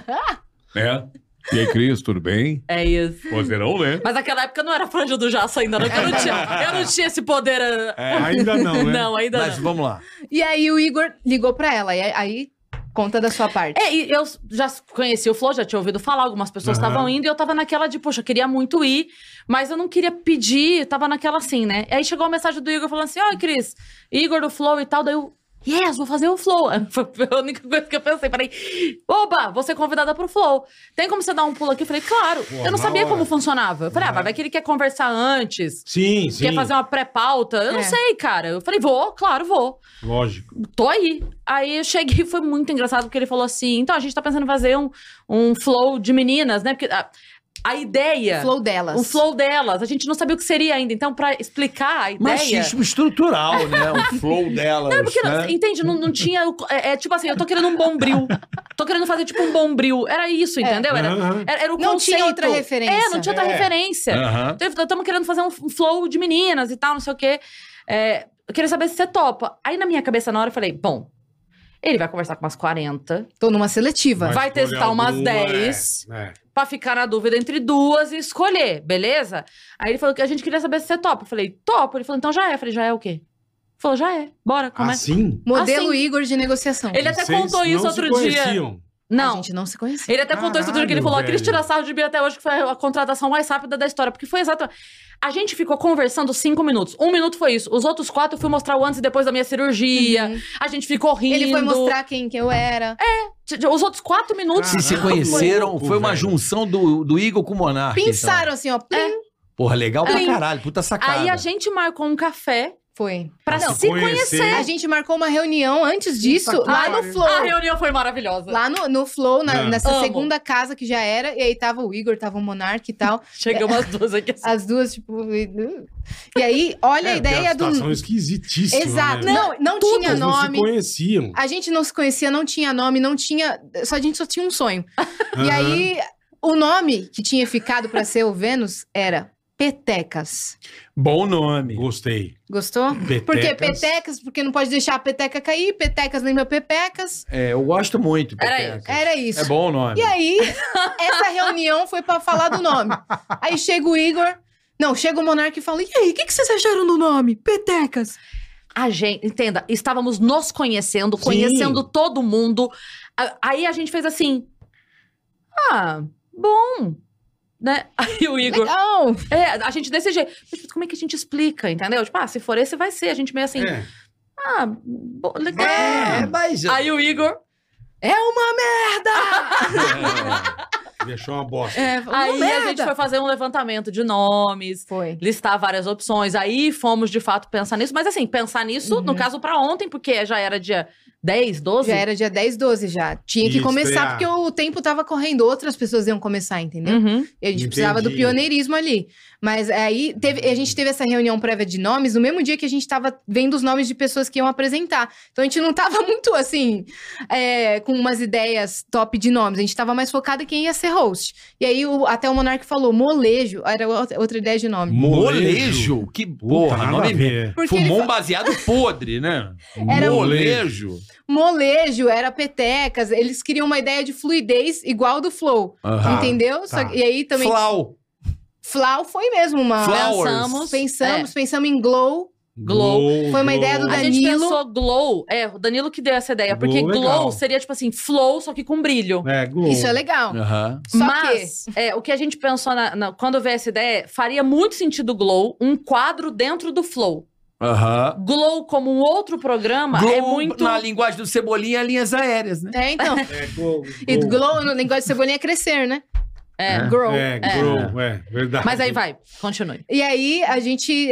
I: né? E aí, Cris, tudo bem?
E: É isso.
I: Vozeirão, né?
E: Mas naquela época não era franja do Jaça ainda, não. Eu não tinha, eu não tinha esse poder. ah,
B: É, ainda não, né?
E: Não, ainda
C: Mas
E: não.
C: vamos lá.
D: E aí o Igor ligou pra ela. E aí, conta da sua parte.
E: É, e eu já conheci o Flow, já tinha ouvido falar, algumas pessoas
B: Aham.
E: estavam indo e eu tava naquela de, poxa, eu queria muito ir, mas eu não queria pedir, tava naquela assim, né? Aí chegou a mensagem do Igor falando assim: Oi, Cris, Igor do Flow e tal, daí eu. Yes, vou fazer o Flow. Foi a única coisa que eu pensei. Falei, oba, vou ser convidada pro Flow. Tem como você dar um pulo aqui? Eu falei, claro.
B: Pô,
E: eu
B: na
E: não sabia
B: hora.
E: como funcionava. Eu falei, ah,
B: Aham.
E: vai que ele quer conversar antes,
B: Sim, sim.
E: quer fazer uma pré-pauta. Eu não
D: É.
E: sei, cara. Eu falei, vou, claro, vou
B: Lógico.
E: tô aí. Aí eu cheguei, foi muito engraçado, porque ele falou assim: então a gente tá pensando em fazer um, um flow de meninas, né? Porque a, a ideia.
D: O flow delas.
E: o É. Um flow delas, a gente não sabia o que seria ainda. Então, pra explicar a ideia.
C: Machismo estrutural, né? O flow né? dela.
E: Não, é porque,
C: Uhum.
E: não- entende, não, não tinha. o- É, é tipo assim, eu tô querendo um bombril. Tô querendo fazer tipo um bombril. Era isso, entendeu? Era,
B: Aham.
E: era, era o
D: É. Não
E: conceito.
D: tinha outra referência.
E: É, não tinha outra
B: Uhum. É.
E: referência.
I: Aham.
E: Estamos querendo fazer um f- um flow de meninas e tal, não sei o quê. É, eu queria saber se você topa. Aí na minha cabeça, na hora, eu falei, bom, ele vai conversar com umas 40,
D: Tô numa seletiva.
E: Vai
B: escolher
E: testar umas
B: alguma,
E: 10.
B: É, é.
E: pra ficar na dúvida entre duas e escolher, beleza? Aí ele falou que a gente queria saber se você topa. Eu falei, topo. Ele falou, então já é. Eu falei, já é o quê? Ele falou, já é. Bora, começa.
B: Assim?
D: Modelo
E: Assim.
D: Igor de negociação.
E: Ele até
B: Vocês
E: contou isso
B: não se
E: outro dia.
B: conheciam.
D: A
E: Não.
D: gente não se conhecia.
E: Ele até contou isso outro dia que ele
B: Caralho,
E: falou, a Cris
B: velho.
E: tira sarro de mim até hoje, que foi a contratação mais rápida da história. Porque foi exatamente... A gente ficou conversando cinco minutos. Um minuto foi isso. Os outros quatro eu fui mostrar o antes e depois da minha cirurgia.
D: Uhum.
E: A gente ficou rindo.
D: Ele foi mostrar quem que eu era.
E: É, Os outros quatro minutos...
C: Se se
B: Caralho,
C: conheceram,
B: louco,
C: foi uma
B: velho.
C: junção do, do Igor com o Monark. então.
E: É.
D: Pensaram assim, ó. plim.
C: Porra, legal pra
E: Sim.
C: caralho, puta sacada.
E: Aí a gente marcou um café
D: Foi.
E: Pra
D: Não,
E: se
B: conhecer.
E: conhecer.
D: A gente marcou uma reunião antes disso,
B: Puta que
D: lá no
B: pariu.
D: Flow.
E: A reunião foi maravilhosa.
D: Lá no, no Flow, na-
B: Ah.
D: nessa
E: Amo.
D: segunda casa que já era, e aí tava o Igor, tava o Monark e tal.
E: Chegamos às duas aqui assim.
D: As duas, tipo. E, e aí, olha
B: É,
D: a
B: porque é
D: ideia
B: uma
D: do.
B: situação esquisitíssima.
D: Exato.
B: Né?
D: Não, não tinha
B: Eles não se
D: nome.
B: conheciam.
D: A gente não se conhecia, não tinha nome, não tinha. Só, a gente só tinha um sonho. E
B: Aham.
D: aí, o nome que tinha ficado pra ser o Vênus era Petecas.
C: Bom nome.
B: Gostei.
D: Gostou? Por quê? Petecas, porque não pode deixar a peteca cair, petecas lembra pepecas.
C: É, eu gosto muito.
E: Era
C: Peteca.
D: Era isso.
C: É bom o nome.
D: E aí, essa reunião foi pra falar do nome. Aí chega o Igor. Não, chega o Monarca e fala: E aí, o que, que vocês acharam do nome? Petecas.
E: A gente, entenda, estávamos nos conhecendo, conhecendo todo mundo. A- Aí a gente fez assim. Ah, bom. Né? Aí o Igor.
D: Legal!
E: É, a gente desse jeito. Mas como é que a gente explica, entendeu? Tipo, ah, se for esse, vai ser. A gente meio assim.
B: É.
E: Ah, bo- legal.
C: É, mas...
E: Aí o Igor.
D: É uma merda!
C: É.
B: Deixou uma bosta.
D: É, uma
E: Aí
D: merda.
E: a gente foi fazer um levantamento de nomes,
D: Foi.
E: listar várias opções. Aí fomos, de fato, pensar nisso. Mas assim, pensar nisso, no caso, pra ontem, porque já era dia 10, 12.
D: Uhum. Já era dia 10, 12 já. Tinha que
B: Isso,
D: começar,
B: é.
D: porque o tempo tava correndo, outras pessoas iam começar, entendeu?
E: Uhum.
D: E a gente precisava do
B: Hum, Entendi. Hum.
D: pioneirismo ali. Mas aí teve- a gente teve essa reunião prévia de nomes no mesmo dia que a gente tava vendo os nomes de pessoas que iam apresentar. Então a gente não tava muito assim, é, com umas ideias top de nomes. A gente tava mais focada em quem ia ser host. E aí o- até o Monark falou: molejo, era outra outra ideia de nome.
B: Molejo.
C: Molejo. Que
B: Porra,
C: porra,
B: nada a
C: nome
B: ver.
D: Porque ele
C: Fumou
D: fa-
C: um baseado podre, né?
D: Era-
C: Molejo.
D: molejo, era petecas. Eles queriam uma ideia de fluidez igual do flow.
B: Tá,
D: entendeu? Só
B: tá.
D: que- e aí também.
C: Flau.
D: Flau foi mesmo uma.
C: Flowers.
E: Pensamos.
D: Pensamos,
E: É.
D: pensamos em Glow.
E: Glow.
D: Foi uma ideia do
E: É. A
D: Danilo.
E: gente pensou glow. É, o Danilo que deu essa ideia. Porque
B: Glow, é
E: glow
B: legal.
E: seria tipo assim, flow, só que com brilho.
B: É, Glow.
D: Isso é legal.
C: Aham.
D: Só
E: Mas é, o que a gente pensou na- na- quando veio essa ideia, faria muito sentido glow, um quadro dentro do flow.
C: Aham.
E: Glow como um outro programa
C: Globo,
E: é muito.
C: na linguagem do Cebolinha, é linhas aéreas, né?
D: que. É, então.
B: É, Glow.
D: E Glow, no linguagem de cebolinha é crescer, né?
E: É.
D: Grow.
B: É, Glow. É, verdade.
E: Mas aí vai, continue.
D: E aí a gente,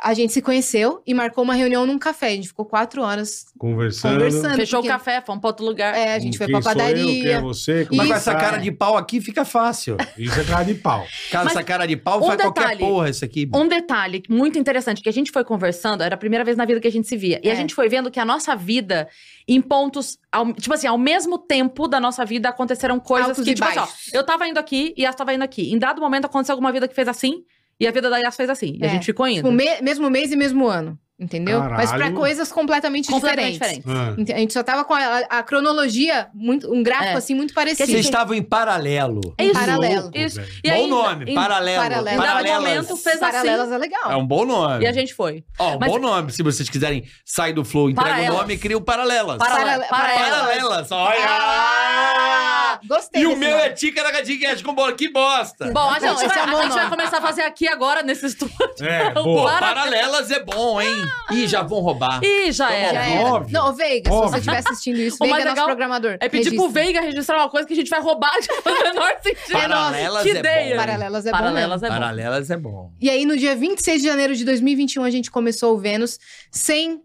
D: a gente se conheceu e marcou uma reunião num café. A gente ficou quatro horas
B: Conversando.
D: conversando.
E: Fechou
D: porque-
E: o café, fomos pra outro lugar.
D: É, a gente foi
B: Hum, Quem
D: pra
B: sou Eu, quem é
D: padaria.
B: você? Como
C: Mas com
B: é que
C: essa
B: tá?
C: cara de pau aqui fica fácil.
B: Isso é cara de pau.
C: Cara,
E: Mas
C: essa cara de pau
E: um
C: faz qualquer
E: detalhe.
C: porra isso aqui.
E: Um detalhe muito interessante que a gente foi conversando, era a primeira vez na vida que a gente se via. E
D: É.
E: a gente foi vendo que a nossa vida, em pontos. ao- tipo assim, ao mesmo tempo da nossa vida aconteceram coisas
D: Altos e
E: que, tipo assim, ó,
D: baixos.
E: eu tava indo aqui e a tava indo aqui. Em dado momento aconteceu alguma vida que fez assim. E a vida da Yas fez assim. E
D: É.
E: a gente ficou indo.
D: Tipo, me- mesmo mês e mesmo ano. Entendeu? Mas pra
B: Caralho.
D: coisas completamente,
E: Completamente
D: diferentes.
E: diferente.
B: Ah,
D: Ente- A gente só tava com a, a cronologia, muito, um gráfico
E: É.
D: assim muito
E: Que a
D: parecido.
C: Vocês estavam em paralelo.
E: É isso.
D: Paralelo.
E: Isso.
B: velho.
E: E
C: bom
E: aí,
C: nome,
E: em-
C: paralelo.
D: paralelo.
E: Em dado
C: Paralelas.
E: momento fez
D: Paralelas
E: assim.
D: é legal.
C: É um bom nome.
E: E a gente foi.
C: Ó, um
E: Mas-
C: bom nome. Se vocês quiserem sair do flow, entrega o
E: Paralelas.
C: nome e cria o paralelas.
E: Paralelo.
D: Paralelo-
E: Paralelo.
C: Paralelas. Olha!
D: Ah, Gostei.
C: E o
D: desse
C: meu
D: nome.
C: é Ticaracatiquete com bola. Que bosta!
E: Bom, a gente,
D: Esse
E: vai,
D: é um bom
E: a gente vai
D: nome.
E: começar a fazer aqui agora, nesse estúdio.
B: É,
E: O
B: boa.
E: Para- Ah.
C: Paralelas é bom, hein? Ih, já vão roubar.
E: Ih, já
C: Então,
E: era.
D: Já era.
B: Óbvio.
D: Não, o Veiga, se você
B: Óbvio.
D: estiver assistindo isso,
E: Ah, é. O
D: Veiga
E: mais
D: é nosso
E: legal
D: programador.
E: É pedir pro
D: Registra.
E: Veiga registrar uma coisa que a gente vai roubar de o menor sentido.
C: Paralelas
E: que
C: é
E: ideia.
C: bom.
D: Paralelas é bom.
E: Paralelas é bom.
C: Paralelas é bom.
D: mesmo. E aí, no dia 26 de janeiro de 2021, a gente começou o Vênus sem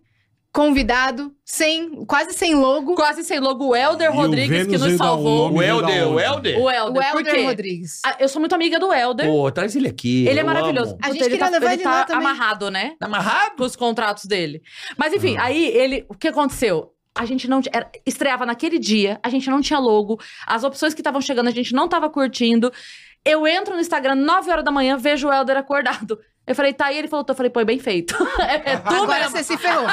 D: convidado, sem quase sem logo.
E: Quase sem logo, o Helder
B: E o
E: Rodrigues que
B: Vênus veio
E: nos
B: dar um
E: salvou.
B: nome.
C: O Helder,
B: Menino da
C: o
B: onde?
C: Helder.
E: O
D: o
E: Helder, por
D: Helder
E: quê?
D: Rodrigues.
E: Ah, Eu sou muito amiga do Helder.
C: Pô, traz ele aqui.
E: ele é
C: eu
E: maravilhoso.
C: amo.
D: A gente
E: Puta,
D: queria levar ele
E: tá
D: lá também.
E: amarrado, né?
C: Amarrado?
E: Com os contratos dele. Mas enfim, aí ele. O que aconteceu? A gente não. t- Era, estreava naquele dia, a gente não tinha logo, as opções que estavam chegando a gente não tava curtindo. Eu entro no Instagram 9 horas da manhã, vejo o Helder acordado. Eu falei, tá aí? Ele falou, tô. Eu falei, pô, é bem feito. é tu
D: Agora
E: mesmo.
D: você se ferrou.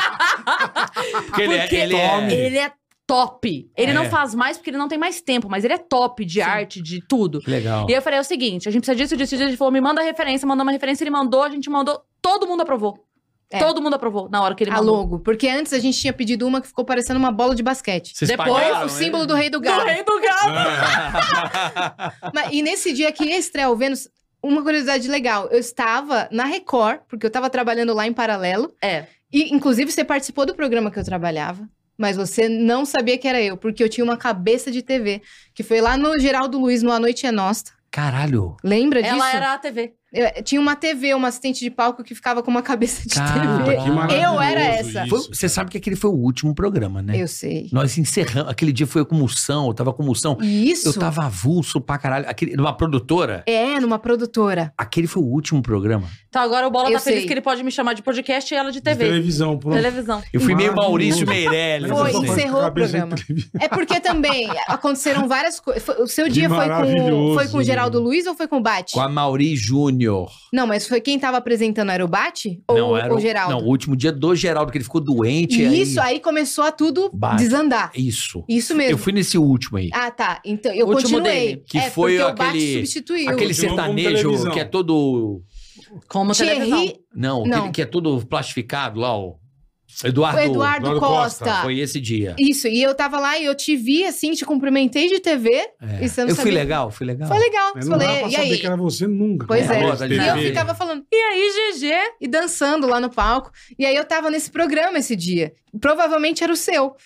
C: Porque ele é.
E: Porque
C: Ele é...
E: Ele é top. Ele
C: É.
E: não faz mais porque ele não tem mais tempo, mas ele é top de arte, de tudo.
C: Que Legal.
E: E aí eu falei, é o seguinte, a gente precisa disso, disso, disso. Ele falou, me manda referência, mandou uma referência, ele mandou, a gente mandou, todo mundo aprovou.
D: É. Tá
E: Todo mundo aprovou na hora que ele
D: A
E: mandou.
D: logo. Porque antes a gente tinha pedido uma que ficou parecendo uma bola de basquete.
C: Vocês
E: Depois,
C: pagaram,
D: o símbolo
C: hein?
D: do rei do galo.
E: do galo.
B: Ah,
D: Mas- e nesse dia que ia estrear o Vênus, uma curiosidade legal. Eu estava na Record, porque eu estava trabalhando lá em paralelo.
E: É.
D: E, inclusive, você participou do programa que eu trabalhava, mas você não sabia que era eu, porque eu tinha uma cabeça de TV, que foi lá no Geraldo Luiz, no A Noite é Nossa.
C: Caralho.
D: Lembra disso?
E: Ela era a TV.
D: Eu- tinha uma TV, uma assistente de palco que ficava com uma cabeça de
C: Cara,
D: TV.
B: Que maravilhoso
D: Eu era essa.
B: isso,
C: Foi- você sabe que aquele foi o último programa, né?
D: Eu sei.
C: Nós encerramos. Aquele dia foi comoção, eu tava comoção.
D: E isso
C: Eu tava avulso pra caralho. Aquele, numa produtora,
D: é numa produtora.
C: aquele foi o último programa.
E: Então agora o Bola
D: Eu
E: tá feliz
D: sei.
E: que ele pode me chamar de podcast e ela de
B: De
E: TV.
B: televisão, pronto.
E: Televisão.
C: Eu fui meio Maurício
B: Mas
C: Meirelles.
D: Foi,
B: essa
C: assim.
B: coisa de
D: encerrou o
B: cabeça
D: programa.
B: de televisão.
D: É porque também aconteceram várias coisas. O seu
B: Que
D: dia foi com,
B: maravilhoso.
D: foi com o Geraldo Luiz ou foi com o Bate?
C: Com a Mauri Júnior.
D: Não, mas foi quem tava apresentando era o Bate? Ou
C: não, era
D: o Geraldo?
C: Não, o último dia do Geraldo, que ele ficou doente.
D: E
C: aí-
D: isso aí começou a tudo
C: Bate.
D: desandar.
C: Isso.
D: Isso mesmo.
C: Eu fui nesse último aí.
D: Ah, tá. Então eu
E: Último
D: continuei.
E: dele,
C: que
D: é,
C: foi
D: porque o
C: aquele-
D: Bate substituiu.
C: Aquele
B: Continuou como
C: sertanejo
B: televisão.
C: que é todo.
E: Como televisão.
D: Thierry,
C: Não,
D: Não.
C: aquele que é todo plastificado lá, o.
D: o
C: Eduardo.
D: Eduardo,
B: Eduardo
D: Costa.
B: Costa.
C: Foi esse dia.
D: Isso, e eu tava lá e eu te vi assim, te cumprimentei de TV.
C: É.
D: E você não
C: Eu fui
D: sabia.
C: legal, fui legal.
D: Foi legal.
B: Mas
D: Você
B: Não dá
D: falei,
B: pra
D: e
B: saber
D: aí?
B: que era você nunca.
D: Pois
B: cara.
D: é.
B: Cabeça de
C: E
D: E eu
B: TV.
D: ficava falando, e aí, GG? E dançando lá no palco. E aí eu tava nesse programa esse dia. Provavelmente era o seu.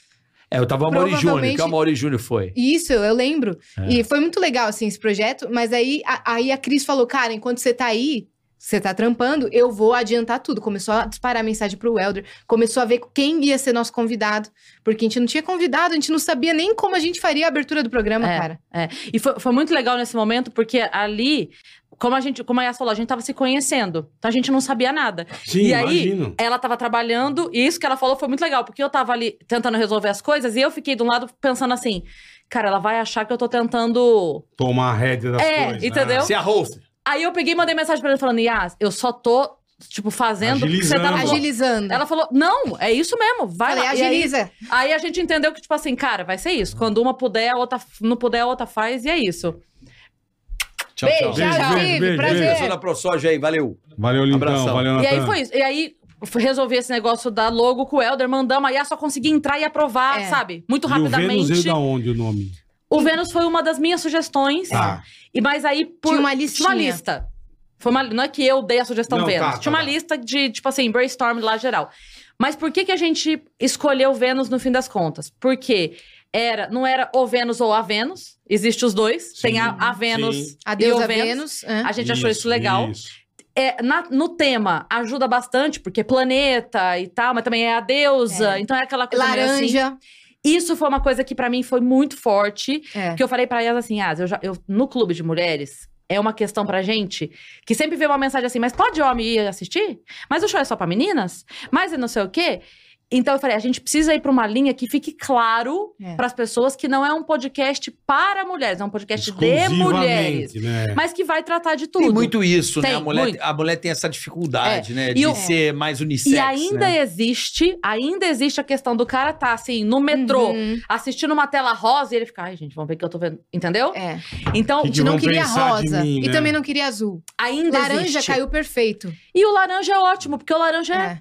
C: É, eu tava o Mauri Júnior, que
D: Provavelmente-
C: o Mauri Júnior foi.
D: Isso, eu lembro.
C: É.
D: E foi muito legal, assim, esse projeto. Mas aí a, aí a Cris falou, cara, enquanto você tá aí, você tá trampando, eu vou adiantar tudo. Começou a disparar mensagem pro Elder. Começou a ver quem ia ser nosso convidado. Porque a gente não tinha convidado, a gente não sabia nem como a gente faria a abertura do programa,
E: É.
D: cara.
E: E foi, foi muito legal nesse momento, porque ali, como a gente, como a Yas falou, a gente tava se conhecendo. Então a gente não sabia nada.
B: Sim,
E: E aí-
B: imagino.
E: Ela tava trabalhando, e isso que ela falou foi muito legal, porque eu tava ali tentando resolver as coisas, e eu fiquei de um lado pensando assim, cara, ela vai achar que eu tô tentando.
B: Tomar a rédea das
E: É,
B: coisas.
E: entendeu?
D: Então,
C: Você é a host.
E: Aí eu peguei e mandei mensagem pra ela falando, Yas, eu só tô, tipo, fazendo. o que você tá
B: Agilizando.
E: falando."
D: Agilizando.
E: Ela falou, não, é isso mesmo, vai
D: Falei,
E: lá. E aí,
D: agiliza.
E: aí a gente entendeu que, tipo assim, cara, vai ser isso. Quando uma puder, a outra não puder, a outra faz, e é isso.
C: Tchau, tchau.
D: Beijo, tchau,
B: beijo,
D: Ive,
B: beijo,
D: prazer.
B: beijo.
C: Pessoa da ProSoja aí, valeu.
B: Ah, Valeu, Lindão.
C: Abração.
B: Valeu,
E: E aí
B: Natan.
E: foi isso. E aí f- resolvi esse negócio da logo com o Helder, mandamos, aí ah, só consegui entrar e aprovar,
D: É.
E: sabe? Muito
B: E o Vênus
E: rapidamente.
B: veio da onde o nome?
E: O Vênus foi uma das minhas sugestões.
B: Tá.
E: E mas aí por
D: Tinha
E: tinha
D: uma
E: uma
D: listinha.
E: lista. Foi uma, não é que eu dei a sugestão
B: Não, tá,
E: Vênus.
B: tá,
E: tinha uma
B: tá.
E: lista de tipo assim brainstorm lá geral. Mas por que que a gente escolheu Vênus no fim das contas? Porque era, não era o Vênus ou a Vênus. Existe os dois. Tem a, a Vênus
B: sim.
D: Adeus
E: e o
D: a
E: Vênus.
D: Vênus. é.
E: A gente achou isso legal
B: Isso.
E: é, na- no tema ajuda bastante, porque é planeta e tal, mas também é a deusa,
D: É.
E: então é aquela coisa meio assim.
D: Laranja.
E: Isso foi uma coisa que pra mim foi muito forte,
D: É.
E: que eu falei pra elas assim, ah, eu já, eu, no clube de mulheres, é uma questão pra gente, que sempre vê uma mensagem assim, mas pode homem ir assistir? Mas o show é só pra meninas? Mas eu não sei o quê? Então eu falei, a gente precisa ir pra uma linha que fique claro
D: É.
E: pras pessoas que não é um podcast para mulheres, é um podcast de
B: Exclusivamente,
E: mulheres,
B: Né?
E: mas que vai tratar de tudo.
C: Tem muito isso, né?
E: Tem,
C: A mulher,
E: muito.
C: a mulher tem essa
D: É.
C: dificuldade, né? De
E: eu-
C: ser mais unissex.
E: E ainda
C: né?
E: existe, ainda existe a questão do cara tá assim, no metrô,
D: Uhum.
E: assistindo uma tela rosa e ele fica, ai gente, vamos ver o que eu tô vendo. Entendeu?
D: É. A
E: Então,
B: Que
D: gente não
B: vão
D: queria
B: pensar de
D: rosa.
B: mim,
D: E
B: né?
D: também não queria azul.
E: ainda
D: laranja
E: existe.
D: caiu perfeito.
E: E o laranja é ótimo, porque o laranja é.
D: É.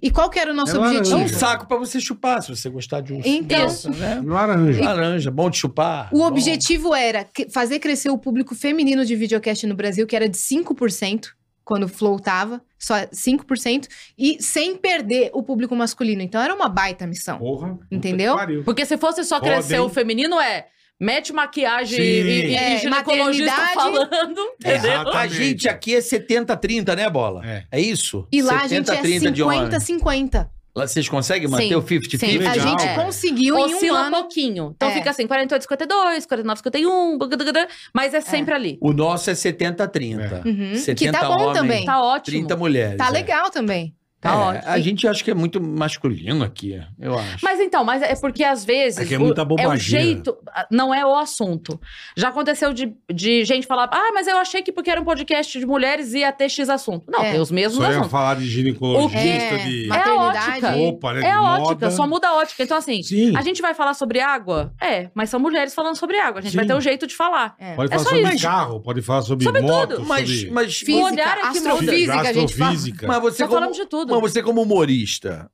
D: E qual que era o nosso
B: É laranja.
C: É um
D: objetivo?
C: saco pra você chupar, se você gostar de um.
D: Então-
C: Nossa, né?
B: Laranja.
C: Laranja, bom de chupar.
D: O
C: Bom.
D: objetivo era que- fazer crescer o público feminino de videocast no Brasil, que era de 5%, quando o Flow tava, só 5%, e sem perder o público masculino. Então era uma baita missão,
B: Porra.
D: entendeu?
B: Pariu.
E: Porque se fosse só
B: Podem.
E: crescer o feminino, é. Mete maquiagem
B: Sim. É.
E: e, e,
D: É,
E: e ginecologista
D: maternidade.
E: falando.
D: é
E: Entendeu?
B: Exatamente.
C: tá? A gente aqui é 70-30, né, Bola?
B: É.
C: isso?
D: E lá a gente é
C: 70-30 de um homem.
D: 50-50.
C: Lá Vocês conseguem manter
E: Sim.
C: o 50-50?
E: Sim.
D: A
B: Legal.
D: gente
B: É.
D: conseguiu em um
E: Oscila um
D: ano.
E: pouquinho. Então
D: É.
E: fica assim, 48, 52, 49, 51, blá-blá-blá-blá, mas é sempre ali.
C: O nosso é 70-30.
D: Uhum, que
C: 70
D: tá bom
C: homens,
D: também. Tá,
E: Tá ótimo.
C: 30 mulheres. é.
D: legal também.
E: Tá
C: É,
E: ótimo.
C: A gente acha que é muito masculino aqui, eu acho.
E: Mas então, mas é porque às vezes.
B: É que é muita
E: o- o
B: bobageira.
E: jeito, não é o assunto. Já aconteceu de, de gente falar, ah, mas eu achei que porque era um podcast de mulheres ia ter X assunto. Não,
D: É.
E: tem os mesmos
B: Só ia
E: assuntos.
B: falar de ginecologista,
D: O que-
B: de
D: Mas-
E: É a
D: Maternidade.
E: ótica.
B: roupa, né?
E: É
B: de
E: a ótica,
B: moda.
E: só muda a ótica. Então, assim,
B: Sim.
E: a gente vai falar sobre água? É, mas são mulheres falando sobre água. A gente vai
B: Sim.
E: ter um jeito de falar.
D: É.
B: Pode
E: É
B: falar
E: só
B: sobre
E: isso.
B: carro, pode falar sobre,
E: Sobre
B: moto,
E: tudo.
C: Mas,
B: sobre
C: mas,
D: Física,
E: olhar é que muda.
D: astrofísica, a gente fala.
B: astrofísica.
C: mas você
E: Só
C: como,
E: falamos tá de tudo.
C: mas você como humorista,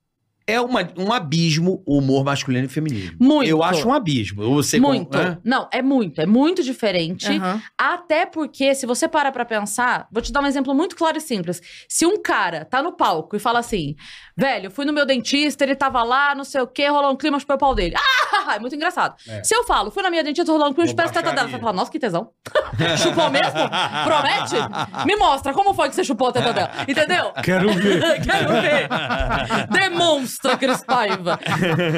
C: é uma- um abismo o humor masculino e feminino.
E: Muito.
C: Eu acho um abismo. Você como-
E: muito.
C: né?
E: Não, é muito. É muito diferente.
D: Aham.
E: Até porque, se você parar pra pensar, vou te dar um exemplo muito claro e simples. Se um cara tá no palco e fala assim, velho, eu fui no meu dentista, ele tava lá, não sei o quê, rolou um clima, chupei o pau dele. Ah, é muito engraçado.
B: É.
E: Se eu falo, fui na minha dentista um rolando com os pés
B: Bobacharia.
E: tetadela, você vai falar, nossa, que tesão. Chupou mesmo? Promete? Me mostra, como foi que você chupou a tetadela? Entendeu?
B: Quero ver.
E: Quero ver. Demonstra, Cris Paiva.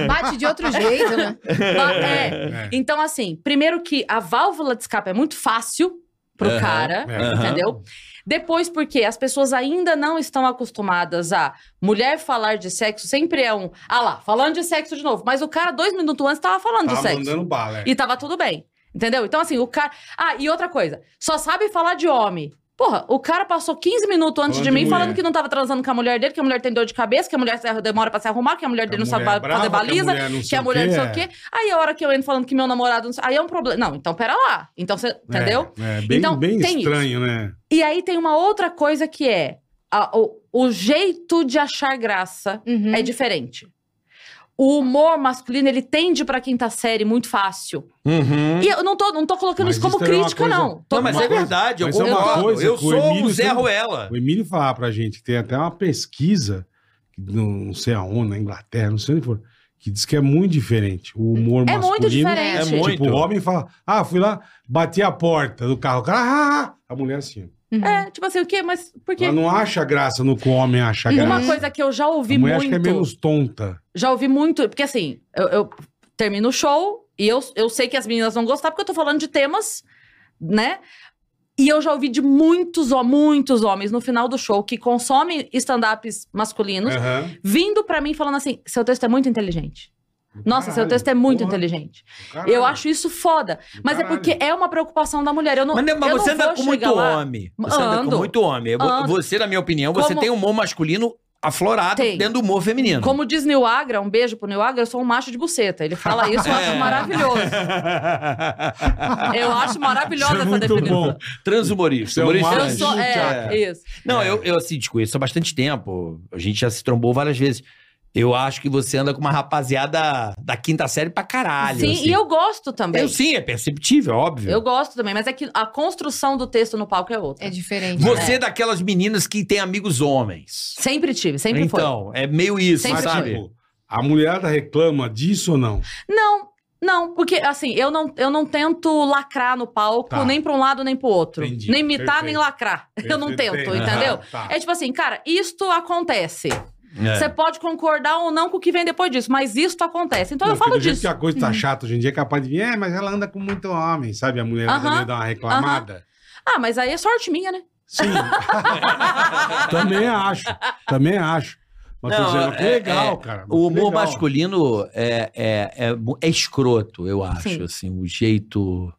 D: Bate de outro jeito, né?
E: Ba- é. Então, assim, primeiro que a válvula de escape é muito fácil pro
C: Aham,
E: cara,
B: É. aham.
E: entendeu? Depois, porque as pessoas ainda não estão acostumadas a mulher falar de sexo, sempre é um, ah lá, falando de sexo de novo. Mas o cara, dois minutos antes, tava falando de
B: Tá
E: sexo.
B: mandando bala. é.
E: E tava tudo bem. Entendeu? Então, assim, o cara. Ah, e outra coisa, só sabe falar de homem. Porra, o cara passou 15 minutos antes
B: Falando
E: de
B: de
E: mim
B: mulher.
E: falando que não tava transando com a mulher dele, que a mulher tem dor de cabeça, que a mulher se- demora pra se arrumar, que a mulher
B: Que a
E: dele não sabe
B: mulher é
E: fa- fazer
B: brava,
E: baliza, que
B: que
E: a mulher não sei o
B: é.
E: quê. Aí a hora que eu entro falando que meu namorado não sei, Aí é um problema. Não, então pera lá. Então você. Entendeu?
B: É, é bem,
E: Então,
B: bem
E: tem
B: estranho, né?
E: E aí tem uma outra coisa que é a- o, o jeito de achar graça
D: Uhum.
E: é diferente. O humor masculino, ele tende pra quinta série muito fácil.
C: Uhum.
E: E eu não tô, não tô colocando
B: Mas
E: isso como
B: isso também é uma
E: crítica,
B: coisa-
E: não. Tô-
C: Não, mas
B: Uma
C: é
B: coisa-
C: verdade, eu
B: mas é uma
C: concordo.
B: coisa
C: eu
B: que o
C: sou o
B: Emílio
C: Zé
B: sempre-
C: Ruela.
B: O Emílio falava pra gente, tem até uma pesquisa, que não não sei aonde, na Inglaterra, não sei onde for, que diz que é muito diferente. O humor
E: É
B: masculino.
E: muito diferente.
C: É muito.
B: Tipo, o homem fala, ah, fui lá, bati a porta do carro, o cara, ah, ah, ah. a mulher assim.
D: Uhum.
E: É, tipo assim, o quê? Mas por quê?
B: Ela não acha graça no que o homem acha graça.
E: Uma coisa que eu já ouvi
B: a mulher
E: muito.
B: acha que é menos tonta.
E: Já ouvi muito. Porque assim, eu, eu termino o show e eu, eu sei que as meninas vão gostar, porque eu tô falando de temas, né? E eu já ouvi de muitos, ho- muitos homens no final do show que consomem stand-ups masculinos
B: Aham.
E: vindo pra mim falando assim: seu texto é muito inteligente. Nossa, seu
B: Caralho,
E: texto é muito
B: porra,
E: inteligente.
B: caralho.
E: Eu acho isso foda. Mas é
B: Caralho.
E: porque é uma preocupação da mulher. Eu não,
C: Mas, né, mas
E: eu
C: você
E: não
C: anda
E: vou
C: com
E: chegar
C: muito
E: lá.
C: homem. Você anda
E: Ando.
C: com muito homem. Eu vou-
E: Ando.
C: Você, na minha opinião, você
E: Como-
C: tem um humor masculino aflorado
E: Tem.
C: dentro do humor feminino.
E: Como diz Neil Agra, um beijo pro Neil Agra, eu sou um macho de buceta. Ele fala isso, eu acho
C: É.
E: maravilhoso. Eu acho maravilhosa
B: Isso é
E: essa
B: muito
E: definição.
B: bom.
C: Transhumorista.
B: Você é um
C: humorista
B: macho.
E: Eu sou, é, isso.
C: Não, eu, eu assim, te conheço há bastante tempo. A gente já se trombou várias vezes. Eu acho que você anda com uma rapaziada da quinta série pra caralho.
E: sim,
C: assim.
E: e eu gosto também.
C: Eu
E: Eu,
C: sim, é perceptível, óbvio.
E: gosto também, mas é que a construção do texto no palco é outra.
D: É diferente.
C: Você
D: né?
C: é daquelas meninas que tem amigos homens.
E: Sempre tive, sempre foi.
C: então, é meio isso,
E: Sempre
C: sabe?
B: Tipo, a mulherada reclama disso ou não?
E: Não, não, porque assim, eu não, eu não tento lacrar no palco,
B: Tá.
E: nem pra um lado, nem pro outro.
B: Entendi,
E: Nem imitar, nem
B: perfeito.
E: lacrar. Eu não tento, entendeu?
B: Tá.
E: É tipo assim, cara, isto acontece.
C: É.
E: Você pode concordar ou não com o que vem depois disso, mas isto acontece. Então
B: Não,
E: eu
B: porque
E: falo
B: do jeito
E: disso. Uhum.
B: que a coisa tá chata hoje em dia, é capaz de vir, é, mas ela anda com muito homem, sabe? A mulher
E: Aham,
B: dá uma reclamada.
E: Ah, mas aí é sorte minha, né?
B: Sim. também acho, também acho. Mas tô
C: Não,
B: dizendo que
C: é-
B: legal,
C: é-
B: cara.
C: O humor
B: legal.
C: masculino é, é, é, mu- é escroto, eu acho,
E: Sim.
C: assim, um jeito,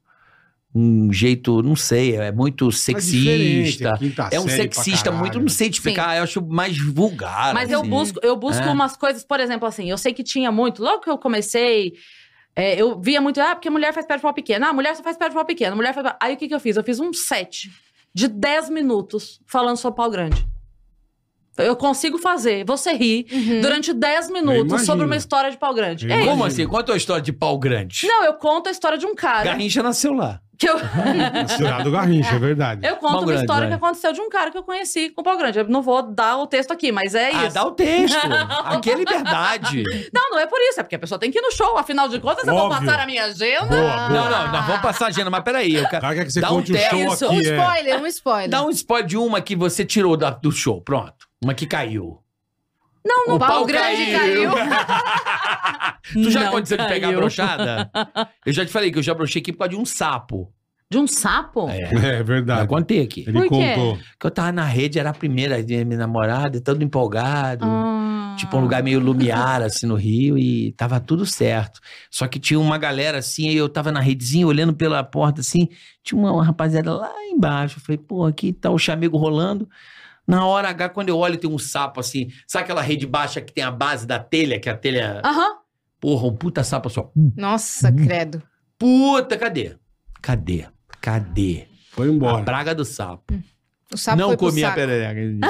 C: um jeito, não sei, é muito
B: Mas diferente,
C: sexista,
B: quinta
C: é um
B: série pra
C: sexista
B: caralho.
C: muito, não sei explicar, eu acho mais vulgar.
E: Mas eu
C: assim.
E: busco, eu busco
C: É.
E: umas coisas, por exemplo, assim, eu sei que tinha muito, logo que eu comecei, é, eu via muito, ah, porque a mulher faz pé de pau pequeno, ah, a mulher só faz pé de pau pequeno, a mulher faz. pau-". Aí o que, que eu fiz? Eu fiz um set de 10 minutos falando sobre pau grande. Eu consigo fazer, você ri
D: Uhum.
E: durante 10 minutos
B: imagino.
E: sobre uma história de pau grande.
B: Eu
E: É isso.
C: Como assim? Conta a história de pau grande.
E: Não, eu conto a história de um cara
C: Garrincha nasceu lá.
E: que eu.
B: Na cidade do Garrincha, é verdade.
E: Eu conto
C: Pau
E: uma
C: grande,
E: história
C: vai.
E: que aconteceu de um cara que eu conheci com pau grande. Eu não vou dar o texto aqui, mas é
C: ah,
E: isso.
C: dá o texto. Aqui é liberdade.
E: Não, não é por isso. É porque a pessoa tem que ir no show. Afinal de contas, eu vou
B: Óbvio.
E: passar a minha agenda.
B: Boa, boa.
C: Não, não, nós vamos passar a agenda, mas peraí. Eu
B: O
C: quero...
B: cara quer que você
C: Dá um
B: conte o
C: tempo.
B: show
E: Isso,
B: aqui,
D: Um
B: é.
D: spoiler, um spoiler.
C: Dá um spoiler de uma que você tirou da- do show, pronto. Uma que caiu.
E: Não, não.
C: O
D: O
C: pau
D: pau grande
C: caiu.
D: caiu.
C: Tu já
E: Não
C: aconteceu de pegar
E: caiu.
C: brochada? Eu já te falei que eu já brochei aqui por causa de um sapo.
E: De um sapo?
C: É.
B: É
C: Já
B: verdade.
C: contei aqui.
B: Ele
E: Por quê?
B: contou.
C: Que eu tava na rede, era a primeira de minha namorada, todo empolgado.
E: Ah.
C: Tipo, um lugar meio lumiar, assim, no Rio, e tava tudo certo. Só que tinha uma galera, assim, aí eu tava na redezinha, olhando pela porta, assim, tinha uma, uma rapaziada lá embaixo. Eu falei, pô, aqui tá o chamego rolando. Na hora H, quando eu olho, tem um sapo, assim, sabe aquela rede baixa que tem a base da telha, que a telha...
E: Aham.
C: Porra, um puta sapo só.
D: Nossa, credo.
C: Puta, cadê? Cadê? Cadê?
B: Foi
C: A
B: embora.
E: Ah, tá.
C: praga do sapo.
D: O sapo
C: não
D: foi pro
C: comi a
D: saco.
C: perereca. esse dia.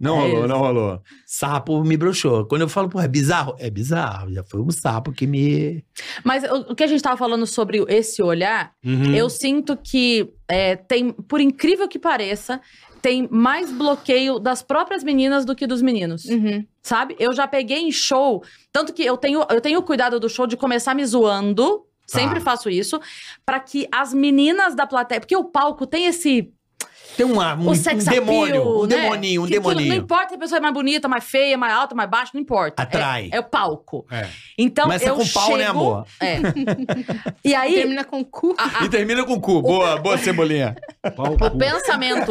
C: não
E: É
C: rolou,
E: isso.
C: não rolou. Sapo me broxou. Quando eu falo, porra, é bizarro? É bizarro. Já foi um sapo que me.
E: Mas o, o que a gente tava falando sobre esse olhar,
C: Hum.
B: Uhum.
E: eu sinto que é, tem, por incrível que pareça, tem mais bloqueio das próprias meninas do que dos meninos.
D: Uhum.
E: Sabe? Eu já peguei em show. Tanto que eu tenho, eu tenho cuidado do show de começar me zoando.
B: Tá.
E: Sempre faço isso. pra que as meninas da plateia. Porque o palco tem esse.
C: Tem um, um,
E: o
C: um
E: sex appeal,
C: demônio. Um
E: né?
C: demoninho, um
E: Que tudo-
C: demoninho.
E: não importa se a pessoa é mais bonita, mais feia, mais alta, mais baixa, não importa. É-
C: Atrai.
E: É, o palco.
B: É.
E: Então,
C: Começa
E: eu
C: com pau, né,
E: chego-
C: amor?
E: É. e aí, Ah,
D: Termina com cu.
C: E termina com cu. Boa, boa cebolinha.
B: Pau,
E: o
B: cu.
E: pensamento.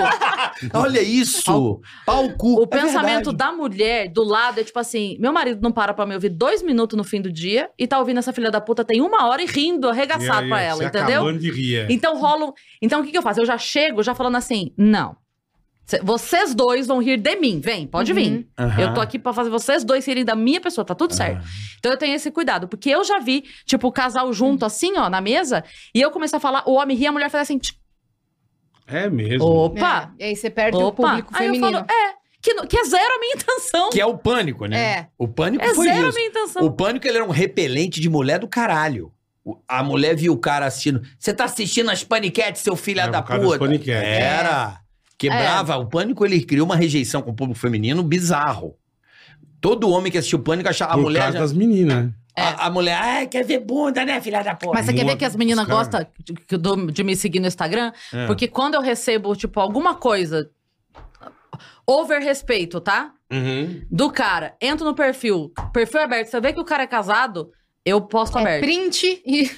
C: Olha isso. Pau cu.
E: O
C: É
E: pensamento
C: verdade.
E: da mulher do lado é tipo assim: meu marido não para pra me ouvir dois minutos no fim do dia e tá ouvindo essa filha da puta tem uma hora e rindo, arregaçado
B: É, é,
E: pra ela,
B: você
E: entendeu?
B: Acabando de rir, é.
E: Então rola. um- Então o que, que eu faço? Eu já chego já falando assim: não. Cê- Vocês dois vão rir de mim, vem, pode vir.
C: Aham.
E: Eu tô aqui pra fazer vocês dois rirem da minha pessoa, tá tudo certo. Então eu tenho esse cuidado, porque eu já vi, tipo, o casal junto assim, ó, na mesa, e eu começar a falar, o homem ri, a mulher faz assim, tch,
B: É mesmo.
E: opa,
D: É, e aí você perde o
E: opa.
D: público
E: Aí eu
D: feminino.
E: falo, é, que, no- que é zero a minha intenção.
C: Que é o pânico, né?
D: É.
C: O pânico
E: É
C: foi
E: zero a
C: isso.
E: minha intenção.
C: O pânico ele era um repelente de mulher do caralho. O- A mulher viu o cara assistindo. Você tá assistindo as paniquetes, seu filho
B: É,
C: da
B: por causa das
C: puta.
B: paniquetes.
E: É.
C: Era. Quebrava. O pânico ele criou uma rejeição com o público feminino bizarro. Todo homem que assistiu o pânico achava a
B: Por
C: mulher.
B: causa
C: já-
B: das meninas, né?
E: É.
C: a, a mulher, ah, quer ver bunda, né, filha da porra?
E: Mas você quer ver
B: Muito
E: que as meninas
B: cara.
E: gostam de, que eu dou- de me seguir no Instagram?
C: É.
E: Porque quando eu recebo, tipo, alguma coisa over respeito, tá? Do cara, entro no perfil, perfil aberto, você vê que o cara é casado, eu posto
D: É
E: Tá aberto.
D: print e.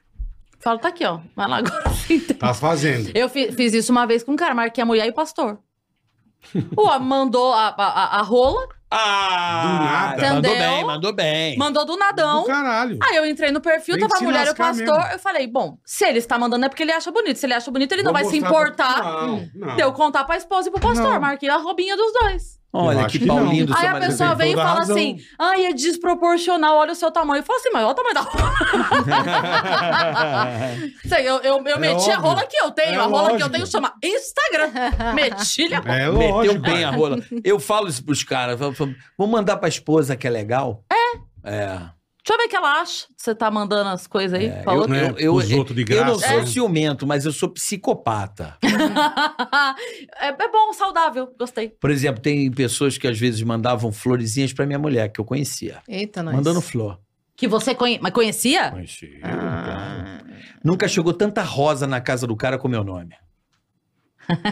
E: Falo, tá aqui, ó. Vai lá agora.
B: Tá fazendo.
E: Eu fi- fiz isso uma vez com um cara, marquei a mulher e o pastor. O homem mandou a, a, a- a rola,
C: Ah,
B: Do nada.
C: mandou
E: Entendeu?
C: bem, mandou bem.
E: mandou do nadão.
B: Do caralho.
E: Aí eu entrei no perfil,
B: Tem que
E: tava a
B: se
E: mulher e o
B: lascar
E: pastor.
B: mesmo.
E: Eu falei, bom, se ele está mandando é porque ele acha bonito. Se ele acha bonito, ele não
B: Vou
E: vai se
B: mostrar pra-
E: importar.
B: Não, não.
E: Deu contar pra esposa e pro pastor.
B: Não.
E: Marquei a robinha dos dois.
B: Eu
C: Olha
B: acho
C: que
B: que não.
C: Paulinho do seu
E: Aí a
C: marido.
E: pessoa
B: tem
E: vem e
B: toda a
E: fala
B: razão.
E: assim: ai, é desproporcional, olha o seu tamanho. Eu falo assim, mas olha o tamanho da rola. Sei, eu eu, eu
B: É
E: meti a
B: óbvio.
E: rola que eu tenho,
B: É
E: a rola que eu
B: lógico.
E: tenho chama Instagram. Meti-lhe a
B: É
C: Meteu
B: lógico.
C: bem a rola. Eu falo isso pros caras. eu falo, Vou mandar pra esposa que é legal. É. É.
E: Deixa eu ver o que ela acha. Você tá mandando as coisas aí pra
C: eu,
E: outra.
B: né,
C: eu, eu,
B: pros outros de
C: eu não
B: graça,
C: sou
B: né?
C: ciumento, mas eu sou psicopata.
E: é, é bom, saudável. Gostei.
C: Por exemplo, tem pessoas que às vezes mandavam florezinhas pra minha mulher, que eu conhecia.
D: Eita, nós.
C: Mandando flor.
E: Que você conhe... mas conhecia?
C: Conhecia.
D: Ah.
C: Nunca chegou tanta rosa na casa do cara com meu nome.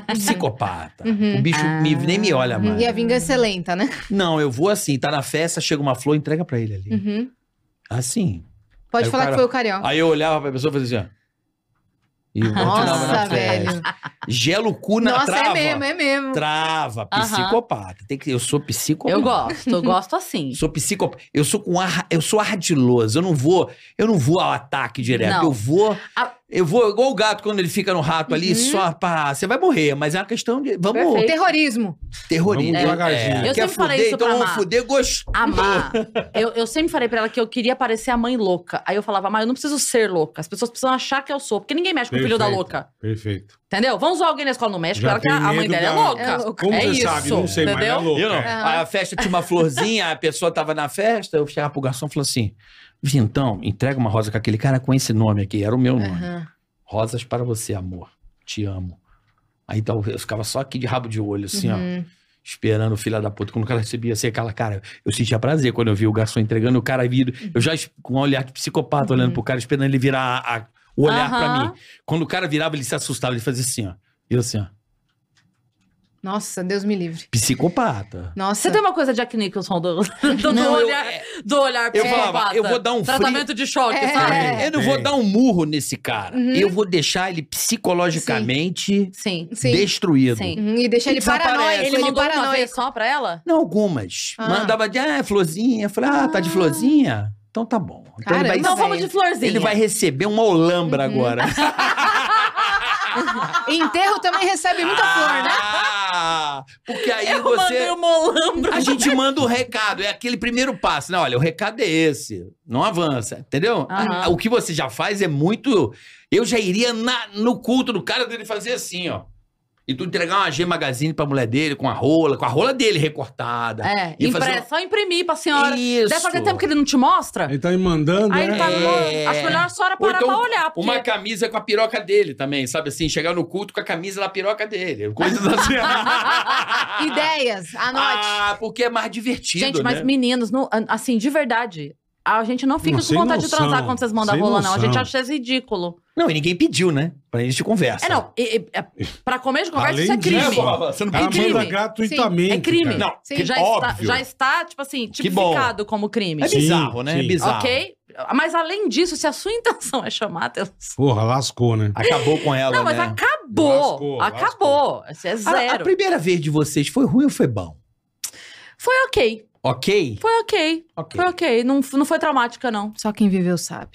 C: Psicopata.
D: Uhum.
C: O bicho me- nem me olha
D: Hum,
C: mais.
D: E a vingança é lenta, né?
C: Não, eu vou assim, tá na festa, chega uma flor, entrega pra ele ali.
D: Uhum.
C: Assim.
D: Pode
C: Aí o
D: falar
C: cara-
D: que foi o carioca.
C: Aí eu olhava pra pessoa e fazia assim, ó. E eu continuava na
D: Nossa,
C: festa.
D: velho.
C: Gela o cu na
D: Nossa,
C: trava.
D: é mesmo, é mesmo.
C: Trava,
E: Aham.
C: psicopata. Tem que, eu sou psicopata.
E: Eu gosto, eu gosto assim.
C: Sou psicopata. Eu sou com ar, eu sou ardiloso. Eu não vou, eu não vou ao ataque direto.
E: Não.
C: Eu vou,
E: A-
C: eu vou igual o gato quando ele fica no rato ali,
D: Uhum.
C: só pá, você vai morrer, mas é uma questão de vamos
E: Perfeito.
D: Terrorismo.
C: terrorismo.
B: Vamos devagarzinho.
E: Eu
C: Quer
E: sempre falei
C: fuder,
E: isso
C: então
E: pra
C: vamos
E: Mar.
C: fuder gostoso.
E: Amar. Eu, eu sempre falei pra ela que eu queria parecer a mãe louca. Aí eu falava, mas eu não preciso ser louca. As pessoas precisam achar que eu sou. Porque ninguém mexe com o filho da
B: Perfeito.
E: louca.
B: Perfeito.
E: Entendeu? Vamos zoar alguém na escola no México,
B: Já
E: ela que
B: tem
E: a a mãe
B: medo
E: dela é
B: da-
E: louca.
D: É louca.
B: Como
E: é
B: você
E: isso,
B: sabe? Não sei, mas é
E: entendeu?
B: louco.
C: Eu não.
B: é.
C: Aí A festa tinha uma florzinha, a pessoa tava na festa, eu chegava pro garçom e falava assim: Vintão, entrega uma rosa com aquele cara com esse nome aqui, era o meu nome.
D: Aham.
C: Rosas para você, amor. Te amo. Aí então, eu ficava só aqui de rabo de olho, assim, ó.
D: Uhum.
C: Esperando o filho da puta. Quando o cara recebia assim, aquela cara, eu sentia prazer quando eu vi o garçom entregando o cara vindo. Eu já es- com um olhar de psicopata olhando pro cara, esperando ele virar a- a- o olhar pra
E: Aham.
C: mim. Quando o cara virava, ele se assustava, ele fazia assim, ó. Eu assim, ó.
D: Nossa, Deus me livre.
C: Psicopata.
D: Nossa.
E: Você tem uma coisa Jack Nicholson do, do,
C: Não, eu-
E: olhar,
C: é-
E: do olhar
C: eu falava,
E: psicopata.
C: eu vou dar um frio-
E: Tratamento de choque,
D: É.
E: sabe?
C: eu não vou
B: tem.
C: dar um murro nesse cara.
D: Uhum.
C: Eu vou deixar ele psicologicamente
E: Sim.
D: Sim.
C: destruído.
E: Sim.
D: Uhum, E deixa ele
C: Desaparece.
D: paranoico.
E: Ele
D: Ele,
E: mandou uma vez
D: paranoico.
E: só pra ela?
C: Não, algumas.
D: Ah.
C: Mandava de, ah, florzinha. Eu Falei, ah, tá de florzinha? Então tá bom. Então
D: Caramba,
C: ele vai
E: Então vamos
D: velho.
E: de florzinha.
C: Ele vai receber uma olambra agora.
D: Enterro também recebe muita flor, né?
C: Ah, porque aí
E: Eu mandei um
C: você.
E: o molambro.
C: A gente manda o recado, é aquele primeiro passo. Não, olha, o recado é esse. Não avança, entendeu?
E: Aham.
C: Ah, O que você já faz é muito. Eu já iria na- no culto do cara dele fazer assim, ó. E tu entregar uma G Magazine pra mulher dele, com a rola, com a rola dele recortada.
E: É,
C: E
E: impressa.
C: fazer-
E: Só imprimir pra senhora.
C: Isso.
E: Deve fazer tempo que ele não te mostra.
B: Ele tá me mandando,
E: Aí
B: né?
E: ele tá.
C: É.
E: Acho melhor a senhora
C: Ou
E: parar
C: então,
E: pra olhar. Porque...
C: Uma camisa com a piroca dele também, sabe assim? Chegar no culto com a camisa na piroca dele. Coisas assim.
D: Ideias, anote.
C: Ah, porque é mais divertido,
E: Gente, mas
C: né?
E: meninos, não- assim, de verdade. A gente não fica
B: Não,
E: com
B: sem
E: vontade de
B: noção,
E: transar quando vocês mandam
B: sem
E: rola, não. A gente
B: noção.
E: acha isso ridículo.
C: Não, e ninguém pediu, né? Pra gente conversa.
E: É, não. E, e- é- pra comer de conversa,
B: Além
E: isso é crime.
B: disso, ó,
C: Né, Você não
B: O cara
E: É crime.
B: manda Tá gratuitamente.
E: é crime.
B: cara.
C: Não,
E: Sim,
C: que
E: já,
C: óbvio.
E: Está, já está, tipo assim,
C: Que bom.
E: tipificado como crime.
C: É bizarro, né? É
B: sim.
C: bizarro.
E: Ok? Mas além disso, se a sua intenção é chamar atenção.
B: Porra, lascou, né?
C: Acabou com ela,
E: Não, mas
C: né?
E: acabou.
B: Lascou,
E: acabou. Isso é
C: A- A,
E: zero.
C: primeira vez de vocês foi ruim ou foi bom?
E: Foi ok.
C: Ok?
E: Foi ok.
C: Ok.
E: Foi ok. Não, f- não foi traumática, não.
D: Só quem viveu sabe.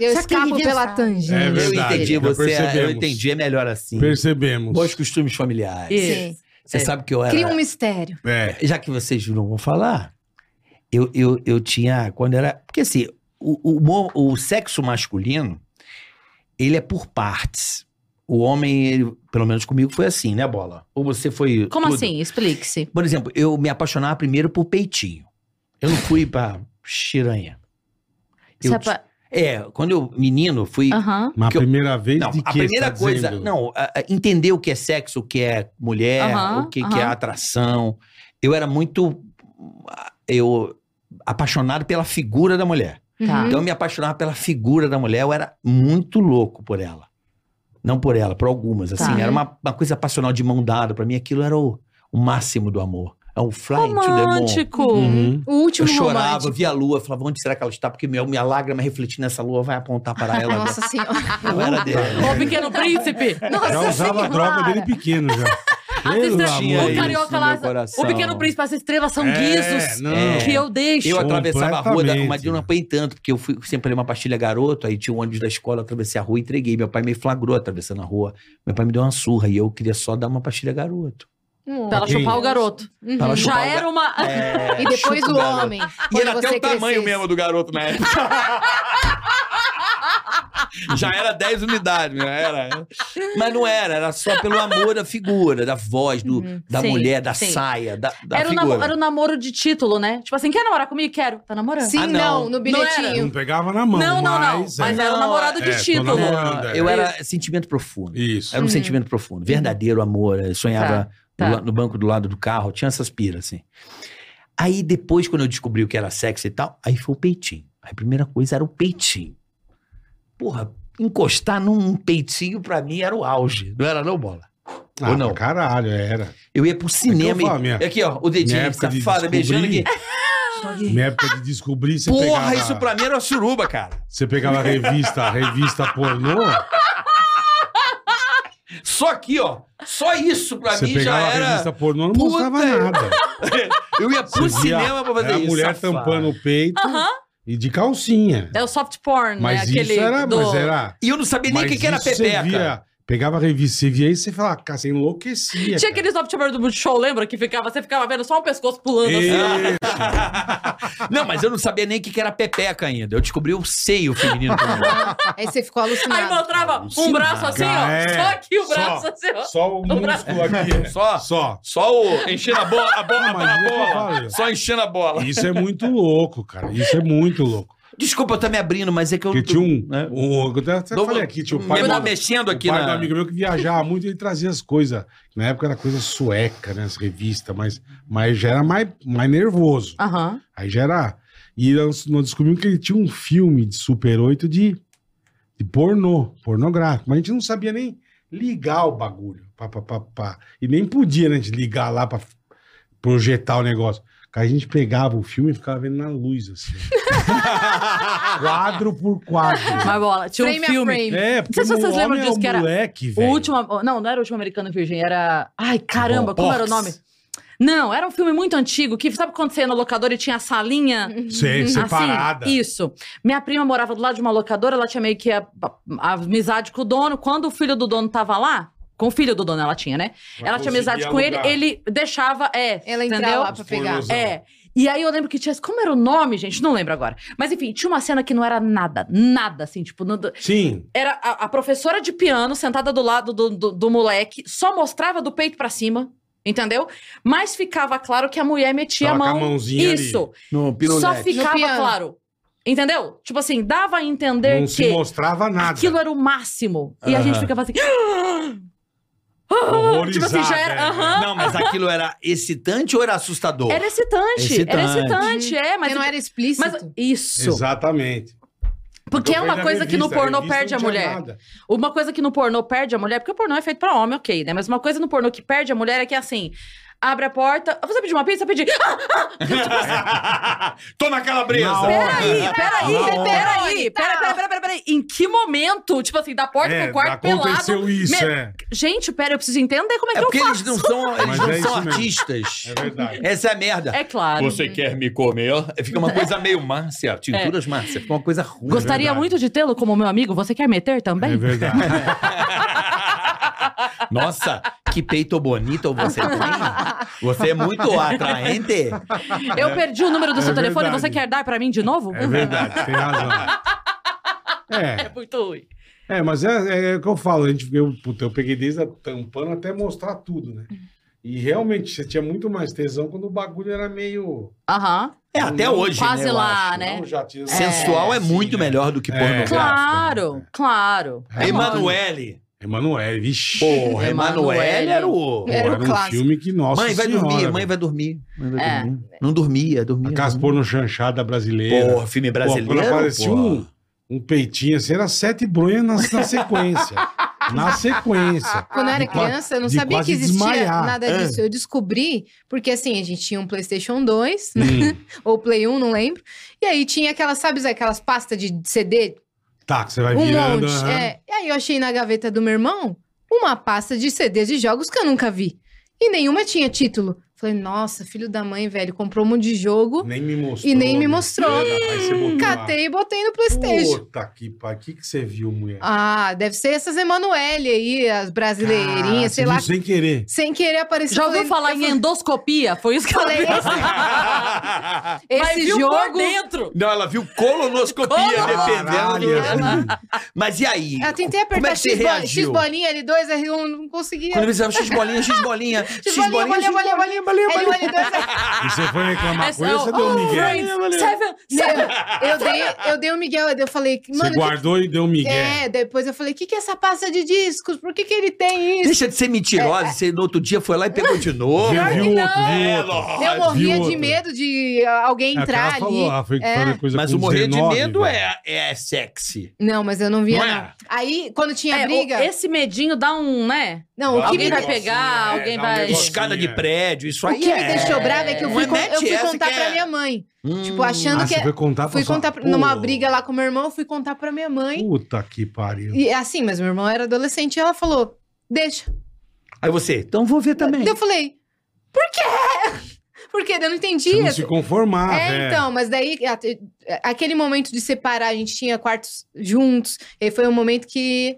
D: Eu
C: Só quem
D: escapo
C: viveu
D: pela
C: sabe.
D: tangente.
B: É
C: eu
B: verdade,
C: entendi
B: já
C: você, eu
B: percebemos.
C: entendi, é melhor assim.
B: Percebemos.
C: Bons costumes familiares.
E: Isso.
C: Você
E: É.
C: sabe que eu era...
D: Cria um mistério.
B: É.
C: Já que vocês não vão falar, eu, eu, eu tinha. Quando era. Porque assim, o, o, mo- o sexo masculino, ele é por partes. O homem, ele- pelo menos comigo, foi assim, né, Bola? Ou você foi.
E: Como
C: tudo?
E: assim? Explique-se.
C: Por exemplo, eu me apaixonava primeiro por peitinho. Eu não fui pra xiranha. Eu
E: Isso é
C: ti-
E: pra-
C: É, quando eu, menino, eu fui.
E: Aham.
B: Mas a
C: Que eu-
B: primeira vez
C: Não,
B: de que
C: a primeira
B: você tá
C: coisa,
B: dizendo?
C: não, a- a- entender o que é sexo, o que é mulher,
E: Aham,
C: o que, que é
E: aham.
C: atração. Eu era muito eu apaixonado pela figura da mulher.
D: Uhum.
E: Tá.
C: Então eu me apaixonava pela figura da mulher, eu era muito louco por ela. Não por ela, por algumas,
E: Tá.
C: assim, era uma, uma coisa passional de mão dada, pra mim aquilo era o, o máximo do amor. É um fly to the moon.
E: Romântico.
B: Uhum.
D: O último
C: Eu chorava,
D: romântico.
C: via a lua, falava, onde será que ela está? Porque minha, minha lágrima refletindo nessa lua vai apontar para ela.
D: Nossa senhora.
C: Eu era dele.
E: O Pequeno Príncipe.
D: Nossa
B: Já usava
D: senhora.
B: droga dele pequeno já. Pelo
E: Assista-
C: tinha
B: amor
E: o
B: de Deus.
E: Carioca
C: no
E: lá.
C: meu coração.
E: O Pequeno Príncipe, as estrelas são guizos.
B: não.
C: É.
E: Que eu deixo.
C: Eu atravessava a rua da
B: Completamente.
C: uma dia eu não apanhei tanto, porque eu fui sempre ali uma pastilha garoto, aí tinha um ônibus da escola, atravessei a rua e entreguei. Meu pai me flagrou atravessando a rua. Meu pai me deu uma surra e eu queria só dar uma pastilha garoto.
E: Pra ela
B: Quem?
E: chupar o garoto.
D: Uhum.
C: Pra ela chupar
E: Já
C: o
E: era uma.
C: É,
D: E depois
C: chupa
D: o
C: garoto.
D: homem.
C: E
D: quando
C: era até
D: você
C: o tamanho
D: crescesse.
C: mesmo do garoto na época. Já era 10 unidades, né? Era. Mas não era, era só pelo amor da figura, da voz, do, da
E: Uhum. Sim,
C: mulher, da
E: sim.
C: saia, da, da
E: Era o,
C: figura.
E: namo- era o namoro de título, né? Tipo assim, quer namorar comigo? Quero. Tá namorando.
D: Sim,
C: Ah, não.
D: não. no
B: Não
D: bilhetinho.
B: pegava na mão.
E: não, não, não.
B: mas,
E: Mas,
B: é.
E: era o
C: Não,
E: namorado de
B: é, tô
E: título.
B: namorando.
C: Não, eu era sentimento profundo.
B: Isso.
C: Era um sentimento profundo, verdadeiro amor. Eu sonhava
E: Uhum. Tá,
C: do
E: tá.
C: la- no banco do lado do carro, tinha essas piras, assim. Aí depois, quando eu descobri o que era sexo e tal, aí foi o peitinho. Aí A primeira coisa era o peitinho. Porra, encostar num peitinho pra mim era o auge. Não era não, Bola?
B: Ah,
C: Ou não?
B: pra Caralho, era. É
C: Eu ia pro cinema
B: falo,
C: e...
B: minha-
C: Aqui, ó, o
B: minha
C: dedinho
B: época de
C: safada, beijando aqui.
B: descobrir- Na época de descobrir, você
C: Porra,
B: pegava...
C: isso pra mim era uma suruba, cara.
B: Você pegava a revista, a revista pornô,
C: Só aqui, ó. Só isso pra
B: você
C: mim já
B: pegava a
C: era...
B: revista pornô, não
C: Puta,
B: mostrava
C: eu-
B: nada.
C: Eu ia pro
B: Você via-
C: cinema pra fazer
B: era
C: isso.
B: a mulher
C: safado.
B: tampando o peito
E: Aham.
B: e de calcinha.
E: É o soft porn, né?
B: Mas
E: Aquele
B: isso era...
E: do...
B: Mas era...
C: E eu não sabia nem o
B: mas
C: que, que era
B: isso você
C: pepeca.
B: via- Pegava a revista, você via isso e você falava, "Ah, cara, você enlouquecia.
E: Tinha
B: cara.
E: aquele soft porn do Multishow, lembra? Que ficava, você ficava vendo só um pescoço pulando assim.
B: E-
C: Não, mas eu não sabia nem o que, que era pepeca ainda. Eu descobri o seio feminino pra mim.
D: Aí você ficou
E: Aí
D: alucinado.
E: mostrava um braço assim, ó.
B: É.
E: Só aqui o
B: Só.
E: braço assim, ó.
B: Só o
E: braço.
B: músculo aqui. né?
C: Só,
B: Só.
C: só o enchendo a bola, a bola, a
B: Não, mas isso que
C: bola, a
B: eu
C: bola.
B: falei.
C: Só enchendo a bola.
B: Isso é muito louco, cara. Isso é muito louco.
C: Desculpa eu estar me abrindo, mas é que eu.
B: Porque tinha um.
C: né?
B: um eu até
C: Dou-
B: falei aqui, tinha o
C: me
B: pai,
C: dá
B: do,
C: mexendo aqui
B: o pai
C: na-
B: do amigo meu que viajava muito e ele trazia as coisas. Na época era coisa sueca, né? As revistas, mas, mas já era mais, mais nervoso.
E: Aham.
B: Aí já era. E nós, nós descobrimos que ele tinha um filme de Super 8 de, de pornô, pornográfico. Mas a gente não sabia nem ligar o bagulho. Pá, pá, pá, pá. E nem podia, né? A gente ligar lá pra projetar o negócio. Aí a gente pegava o filme e ficava vendo na luz, assim. quadro por quadro.
E: Mas bola, tinha
D: Frame
E: um
D: a
E: filme.
D: frame.
B: É, porque
E: Não sei se vocês
B: o
E: lembram
B: homem é
E: disso,
B: um
E: que era
B: moleque,
E: O
B: velho.
E: último. Não, não era o último americano virgem, era. Ai, caramba, como era o
C: Box.
E: nome? Não, era um filme muito antigo, que sabe quando você ia na locadora e tinha a salinha?
D: Uhum.
B: Sei, separada.
E: Assim, isso. Minha prima morava do lado de uma locadora, ela tinha meio que a, a amizade com o dono. Quando o filho do dono tava lá, com o filho do dono ela tinha, né?
I: Ela
E: ela tinha amizade
I: conseguia
E: com ele,
I: alugar.
E: ele deixava, é,
D: Ela
E: entendeu?
D: entrar lá pra pegar.
B: Curioso.
E: É. E aí eu lembro que tinha. Como era o nome, gente? Não lembro agora. Mas enfim, tinha uma cena que não era nada, nada, assim, tipo, não-
B: Sim.
E: era a, a professora de piano sentada do lado do, do, do moleque, só mostrava do peito pra cima, entendeu? Mas ficava claro que a mulher metia
B: Tava
E: a
B: com a
E: mão.
B: mãozinha ali.
E: Isso.
C: No
E: Só
C: pirulete.
E: ficava
D: No piano.
E: claro. Entendeu? Tipo assim, dava a entender
B: Não se
E: que
B: mostrava nada.
E: aquilo era o máximo. E a
C: Aham.
E: gente ficava assim. tipo assim, já era.
B: Horrorizada, é.
E: aham.
C: Não, mas aquilo era excitante ou era assustador?
E: Era excitante, Era
C: Excitante.
E: excitante, é. Mas,
D: Mas não era explícito.
E: mas isso.
B: Exatamente.
E: Porque é
B: Eu perdi
E: uma
B: a
E: coisa que no
B: revista, a
E: pornô
B: revista
E: perde a
B: não tinha
E: mulher.
B: nada.
E: Uma coisa que no pornô perde a mulher, porque o pornô é feito pra homem, ok, né? Mas uma coisa no pornô que perde a mulher é que assim. Abre a porta. Você pediu uma pizza? Pedi. Ah,
C: Toma calabresa!
B: Na hora.
E: peraí, peraí,
B: Não.
E: peraí, peraí, peraí,
D: Tá.
E: peraí, peraí, peraí, peraí. Em que momento? Tipo assim, da porta
B: É,
E: pro quarto pelado.
B: aconteceu isso,
E: Me-
B: é.
E: Gente, pera, eu preciso entender como é,
C: É
E: que
C: porque
E: eu
C: eles
E: faço.
C: não são, eles
B: Mas
C: não
B: é
C: são
B: isso mesmo.
C: artistas.
B: É verdade.
C: Essa é a merda.
E: É claro.
I: Você quer me comer?
C: Fica uma coisa meio Márcia, tinturas Márcia, fica uma coisa ruim.
E: É. Gostaria
B: É verdade.
E: muito de tê-lo como meu amigo. Você quer meter
B: É
E: também?
B: verdade.
C: né? Nossa, que peito bonito você tem. Você é muito atraente.
E: eu perdi o número do
B: É
E: seu telefone.
B: verdade.
E: Você quer dar pra mim de novo?
B: É verdade, tem razão.
E: É
B: É,
E: muito ruim.
B: é mas é, é o que eu falo. A gente, eu, puta, eu peguei desde a tampando até mostrar tudo, né? E realmente, você tinha muito mais tesão quando o bagulho era meio...
E: Aham.
C: É, até hoje,
E: Quase
C: né, eu
E: lá,
C: acho.
E: né?
B: Não, já tinha...
C: Sensual é, muito melhor do que
B: É.
C: pornográfico.
E: Claro, claro.
B: É,
C: Emanuele.
B: Emanuele, vixi.
C: Porra, Emanuele era o...
D: Era o
B: Era um
D: clássico.
B: filme que, nossa
C: mãe, vai
B: senhora,
C: dormir, mãe,
B: velho.
C: vai dormir, mãe, vai
E: É.
C: dormir. Não dormia, dormia.
B: A
D: né?
B: casa
C: dormia.
B: porno chanchada brasileira.
C: Porra, filme brasileiro.
B: Pô, quando aparecia
C: porra.
B: um, um peitinho assim, era sete bronhas na, na sequência. na sequência.
D: Quando
C: Ah,
D: eu era
B: De qua-
D: criança, eu não
B: de
D: sabia
B: quase
D: que existia
B: desmaiar.
D: nada
C: É.
D: disso. Eu descobri, porque assim, a gente tinha um PlayStation 2, né?
B: Hum,
D: ou Play 1, não lembro. E aí tinha aquelas, sabe, aquelas pastas de CD?
B: tá, que você vai
D: um
B: virando.
D: monte.
B: aham.
D: é. E aí eu achei na gaveta do meu irmão uma pasta de CDs de jogos que eu nunca vi. E nenhuma tinha título. Falei, nossa, filho da mãe, velho, comprou um monte de jogo.
B: Nem me mostrou.
D: E nem me
B: né?
D: mostrou.
B: Aí você botou lá.
D: Catei e botei no PlayStation.
B: Puta que pariu. O que, que você viu, mulher?
D: Ah, deve ser essas Emanuele aí, as brasileirinhas,
B: Ah, você
D: sei lá.
B: viu Sem querer.
D: Sem querer aparecer.
E: Já
D: Eu
E: ouviu
D: falei-
E: falar
D: eu
E: em
D: falei-
E: endoscopia? Foi isso que eu
D: Falei, é assim,
E: falei. Mas
D: Esse
E: viu um por
D: jogo.
E: dentro.
C: Não, ela viu colonoscopia, né, dependendo
B: Caralho,
C: do... né?
B: assim.
C: Mas e aí?
D: Eu tentei
C: Como
D: apertar
C: é que você
D: X, bo- X
C: reagiu? é
D: bolinha, L2, R1, não conseguia.
C: Quando eles falavam X bolinha, X bolinha, X
D: bolinha,
C: bolinha, X
D: bolinha,
C: bolinha,
D: bolinha,
C: bolinha,
D: L1,
C: bolinha.
D: L2, R1.
B: assim. E você foi reclamar
E: Essa
B: com ele,
E: é
B: você
E: o-
B: deu um migué.
E: Friends, Seven, Seven.
D: Eu, eu dei, eu dei um Miguel, eu falei,
B: Você
D: mano, que-
B: guardou e deu um migué.
D: é, depois eu falei, o que, que é essa pasta de discos? Por que, que ele tem isso?
C: Deixa de ser
D: É,
C: mentirosa, você no outro dia foi lá e pegou de novo.
B: Viu, viu um
D: que
B: outro,
D: não.
B: viu
C: É,
B: outro.
C: lógico.
D: Eu morria
B: viu
D: de
B: outro.
D: medo de ah, alguém
B: É, o cara
D: entrar ali.
B: falou, ah, foi
D: É.
B: fazer coisa
C: Mas
B: com
C: o morrer de
B: 19,
C: medo
B: velho.
C: é, é sexy.
D: Não, mas eu não via.
C: Não é?
D: não. Aí, quando tinha
E: É, o-
D: briga.
E: esse medinho dá um, né?
D: Não, o que
E: Alguém
D: me,
E: vai
D: de-
E: pegar,
B: É,
E: alguém
B: dá um
E: vai.
B: negocinho.
C: Escada de prédio, isso aí
D: o que me
C: é-
D: deixou brava é que eu
C: Não
D: fui,
C: é
D: con- eu
C: mete
D: fui
C: essa
D: contar
C: que é-
D: pra minha mãe.
C: Hum.
D: Tipo, achando
B: Ah,
D: que.
B: você foi contar pra
D: Fui
B: sua-
D: contar pra- numa
B: Pô.
D: briga lá com meu irmão, fui contar pra minha mãe.
B: Puta que pariu.
D: E assim, mas meu irmão era adolescente e ela falou: deixa.
C: Aí você, então vou ver também.
D: Daí eu falei, por quê? Por quê? Daí Eu não entendi.
B: Você não se conformar,
D: É,
B: velho.
D: então, mas daí ate- aquele momento de separar, a gente tinha quartos juntos, e foi um momento que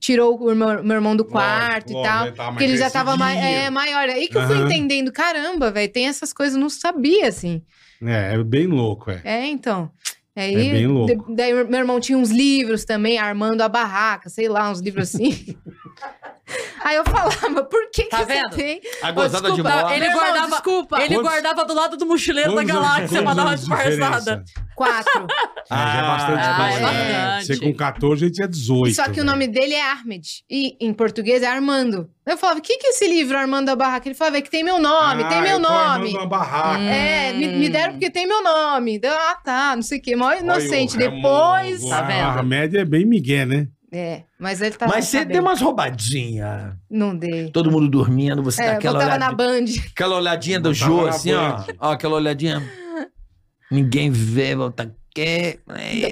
D: tirou o irmão- meu irmão do
B: Lógico,
D: quarto
B: lógico,
D: e tal.
B: né? Tava mais
D: Porque ele já tava mai-
B: crescidinho.
D: é, maior. Aí que eu fui
B: Aham.
D: entendendo, caramba, velho, tem essas coisas, eu não sabia, assim.
B: É, é bem louco, é.
D: É, então. Aí,
B: É bem louco.
D: de- daí meu irmão tinha uns livros também, armando a barraca, sei lá, uns livros assim. Aí eu falava, por que,
E: Tá
D: que
E: vendo?
D: você tem?
C: A gozada de
E: Desculpa,
C: moda.
E: ele
D: Meu irmão,
E: guardava.
D: desculpa.
E: Ele
B: Quantos-
E: guardava do lado do mochileiro da
B: Quantos anos-
E: galáxia pra
B: quantos
E: dar uma
B: anos de diferença?
E: disfarçada.
D: Quatro.
B: Ah, já é bastante
E: Ah,
B: coisa,
E: é
B: né?
E: bastante.
B: Você com 14, ele tinha 18.
D: Só que o
B: é velho.
D: nome dele é Ahmed. E em português é Armando. Eu falava, o que, que é esse livro, Armando da Barraca? Ele falava, é que tem meu nome,
B: Ah,
D: tem meu
B: eu tô
D: nome.
B: armando uma barraca.
D: É, me,
C: Hum.
D: me deram porque tem meu nome. Deu, ah, tá, não sei o quê. Mó inocente.
B: Olha o
D: Depois.
B: Raimundo.
E: Tá
B: é A
E: vendo?
B: média é bem migué, né?
D: É, mas ele tava.
C: Mas você
D: sabendo.
C: deu umas roubadinhas.
D: Não dei.
C: Todo mundo dormindo, você dá
D: É,
C: aquela
D: botava na
C: olhada.
D: Band.
C: Aquela olhadinha do
B: Botava
C: Jô,
B: na
C: assim, ó.
B: Band.
C: Ó, aquela olhadinha. Ninguém vê, volta Que...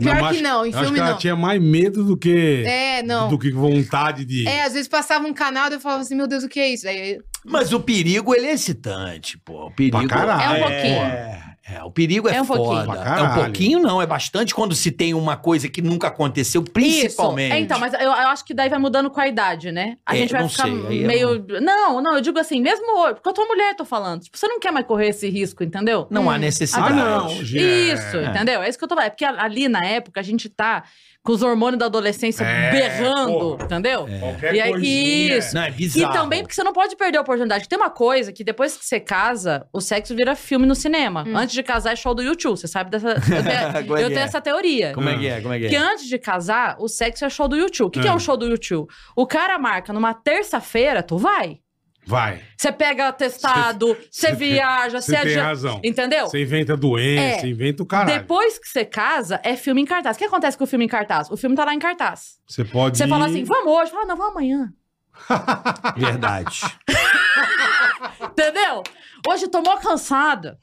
D: Pior
B: mas
D: que não, em
B: É, eu acho
D: filme
B: que ela
D: não.
B: tinha mais medo do que,
D: É, não.
B: do que vontade de.
D: É, às vezes passava um canal e eu falava assim, meu Deus, o que é isso? Aí,
C: Mas o perigo, ele é excitante, pô. O perigo
B: Pra caralho.
E: É um pouquinho.
C: É, é, o perigo é,
E: É um pouquinho.
B: Pra
C: foda. É um
B: caralho.
C: pouquinho, não. É bastante quando se tem uma coisa que nunca aconteceu, principalmente.
E: Isso. É, então, mas eu, eu acho que daí vai mudando com a idade, né? A
C: É,
E: gente vai
C: não
E: ficar
C: sei, aí eu
E: meio. Não... não, eu digo assim, mesmo hoje, porque eu tô mulher, tô falando. Tipo, você não quer mais correr esse risco, entendeu?
C: Não há
D: Hum.
C: necessidade.
B: Ah, não. hoje é-
E: Isso, entendeu? É isso que eu tô falando. É porque ali na época a gente tá com os hormônios da adolescência
B: É,
E: berrando,
B: porra.
E: entendeu?
B: Qualquer
E: E aí-
B: coisinha.
E: isso.
C: Não, é bizarro.
E: E também porque você não pode perder a oportunidade. Tem uma coisa que depois que você casa, o sexo vira filme no cinema.
D: Hum.
E: Antes de casar é show do YouTube, você sabe dessa. Eu tenho,
C: Como é
E: eu
C: que
E: tenho
C: é?
E: essa teoria.
C: Como é que é? Como é Hum. que é?
E: Porque antes de casar, o sexo é show do YouTube. O que, que é
B: Ah.
E: um show do YouTube? O cara marca numa terça-feira, tu vai.
B: Vai.
E: Você pega atestado, você
B: cê-
E: viaja,
B: Você
E: você
B: tem
E: adi-
B: razão.
E: Entendeu?
B: Você inventa doença,
E: É.
B: você inventa o caralho.
E: Depois que você casa, é filme em cartaz. O que acontece com o filme em cartaz? O filme tá lá em cartaz.
B: Você pode.
E: Você fala
B: ir-
E: assim, vamos hoje, fala, não, vamos amanhã.
C: Verdade.
E: Entendeu? Hoje tomou cansada.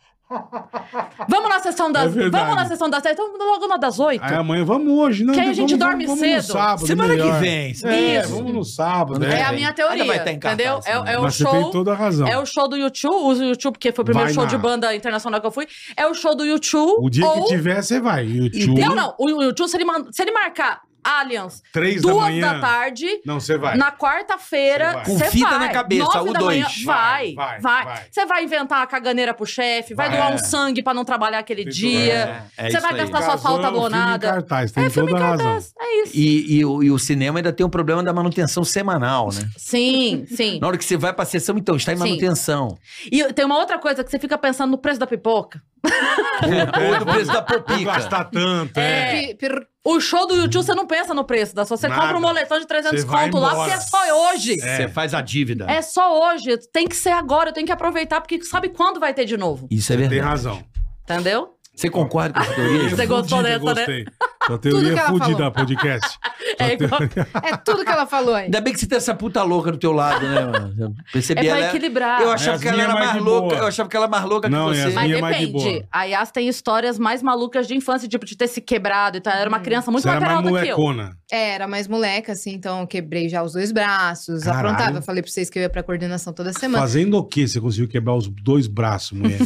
E: Vamos na sessão das.
B: É verdade. Ah,
E: vamos na sessão das sete, então vamos logo na das oito.
B: Aí É, amanhã vamos hoje, não?
E: Que aí a gente
B: vamos-
E: dorme
B: vamos,
E: cedo.
B: No sábado,
C: Semana
B: melhor.
C: que vem.
B: É,
E: Isso.
B: vamos no sábado,
E: é
B: né?
E: a
C: bem.
E: minha
C: Ainda
E: teoria.
C: vai estar em cartaz,
E: entendeu? É,
C: né?
E: é o
B: Mas você tem
E: show.
B: toda a razão.
E: É o show do YouTube, o YouTube, porque foi o primeiro
B: Vai
E: show
B: na-
E: de banda internacional que eu fui. É o show do YouTube.
B: O dia
E: ou...
B: que tiver, você vai. YouTube,
E: Não, não. O YouTube, se ele, man- se ele marcar Aliens
B: três da
E: duas
B: manhã.
E: da tarde,
B: Não, você vai.
E: na quarta-feira,
B: Você vai.
E: você
C: Com fita
E: vai.
C: na cabeça,
E: Nove
C: o
E: da
C: dois.
E: manhã, vai,
B: Vai,
E: vai,
B: vai, vai.
E: Você vai inventar uma caganeira pro chefe, vai,
B: Vai.
E: doar
B: É.
E: um sangue pra não trabalhar aquele
B: Tem
E: dia.
C: É
E: Você
C: isso
E: vai
C: aí.
E: gastar sua falta
B: Casou,
E: abonada.
B: Filme em cartaz, tem
E: é filme
B: toda
E: em
B: a razão.
E: cartaz, é isso.
C: E, e o, e o cinema ainda tem um problema da manutenção semanal, né?
E: Sim, sim.
C: Na hora que você vai pra sessão, então, está em
E: Sim.
C: manutenção.
E: E tem uma outra coisa que você fica pensando no preço da pipoca.
C: Ou do preço da
B: Não
C: popica.
B: É, gastar tanto, é.
E: É.
D: pi- pir-
E: O show do YouTube, você não pensa no preço da sua. Você
B: Nada.
E: compra um moletom de 300
B: Você vai
E: conto lá,
B: embora.
E: porque é só hoje. É.
C: Você faz a dívida.
E: só hoje. Tem que ser agora. Eu tenho que aproveitar, porque sabe quando vai ter de novo.
C: Isso é
B: Tem
C: verdade.
B: razão.
E: Entendeu?
C: Você concorda com a teoria?
E: Você gostou
B: Fudida,
E: dessa, né?
B: gostei. Sua
D: Tudo
B: teoria é
D: que ela
B: fudida,
D: falou.
B: podcast. Sua
E: É igual.
D: É tudo que ela falou aí.
C: Ainda bem que você tem essa puta louca do teu lado, né, mano? Eu
E: É
C: Percebi
E: pra
C: ela.
E: equilibrar.
C: Eu
B: É,
C: achava
B: as
C: que ela
B: minhas
C: era
B: mais
C: mais
B: de boa.
C: louca. Eu achava que ela era mais louca
B: Não,
C: que
B: e
C: você.
B: as
E: Mas
B: minha é mais de
E: depende.
B: boa.
E: A Yas tem histórias mais malucas de infância, tipo, de ter se quebrado. Então, ela era uma
D: Hum.
E: criança muito
B: Você
E: mais
B: era mais
E: caralda que eu.
B: molecona.
D: É, era mais moleca, assim, então eu quebrei já os dois braços,
B: Caralho.
D: aprontava. Eu falei pra vocês que eu ia pra coordenação toda semana.
B: Fazendo o quê? Você conseguiu quebrar os dois braços, mulher?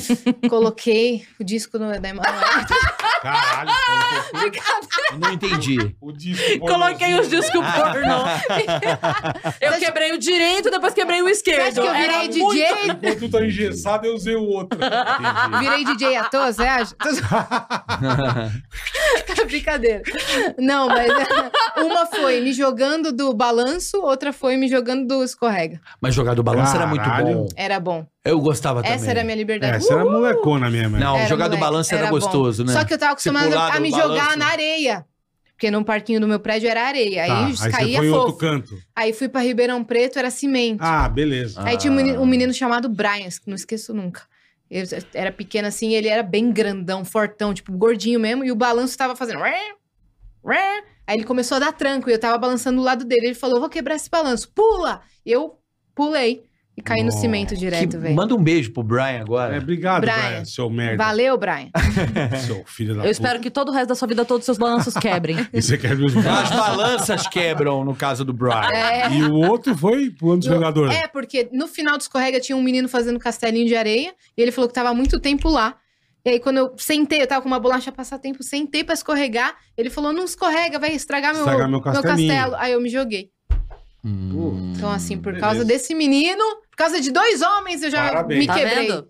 D: Coloquei o disco no, da Emanuela.
B: Caralho.
C: Eu Não entendi.
B: o disco
E: Coloquei os discos
B: assim.
E: pornô. eu
D: Você-
E: quebrei o direito, depois quebrei o esquerdo.
D: Você acha que eu
E: Era
D: virei
E: muito-
D: DJ?
B: Enquanto eu tô engessado, eu usei o outro.
D: Virei DJ à toa, você acha? Brincadeira. Não, mas uma foi me jogando do balanço, outra foi me jogando do escorrega.
C: Mas jogar do balanço era muito
B: Caralho.
C: bom.
D: Era bom.
C: Eu gostava também.
D: Essa era a minha
B: É,
D: liberdade. Uh!
B: você era molecona mesmo.
C: Não,
D: Era
C: jogar do
D: moleque,
C: balanço era,
D: era bom.
C: gostoso, né?
D: Só que eu tava acostumada
C: pular
D: a
C: do
D: me
C: balanço.
D: jogar na areia. Porque num parquinho do meu prédio era areia.
B: Tá,
D: Aí,
B: aí você
D: caía
B: foi em outro
D: fofo.
B: canto.
D: Aí fui pra Ribeirão Preto, era cimento.
B: Ah, beleza.
D: Aí tinha um menino, um menino chamado Brian, que não esqueço nunca. Ele era pequeno assim, ele era bem grandão, fortão, tipo, gordinho mesmo, e o balanço tava fazendo. "Ué, ué". Aí ele começou a dar tranco e eu tava balançando do lado dele. Ele falou: vou quebrar esse balanço, pula! Eu pulei e caí no
B: Nossa,
D: cimento
C: Que-
D: direto, velho.
C: Manda um beijo pro Brian
B: É,
C: agora.
B: obrigado,
D: Brian.
B: Brian, seu merda.
D: Valeu, Brian.
B: Seu filho da
E: Eu
B: puta.
E: espero que todo o resto da sua vida, todos os seus balanços quebrem.
B: E você quer ver os
C: As
B: braços?
C: balanças quebram, no caso do Brian.
D: É.
B: E o outro foi pro ano do
D: E o-
B: jogador.
D: É, porque no final do escorrega tinha um menino fazendo castelinho de areia e ele falou que tava há muito tempo lá. E aí, quando eu sentei, eu tava com uma bolacha passatempo, sentei pra escorregar. Ele falou: não escorrega, vai estragar, meu-
B: Estragar meu
D: meu,
B: castelinho."
D: castelo. Aí eu me joguei.
C: Hum.
D: Então, assim, por
B: beleza.
D: causa desse menino, por causa de dois homens, eu já
B: Parabéns.
D: me
E: tá
D: quebrei.
E: vendo?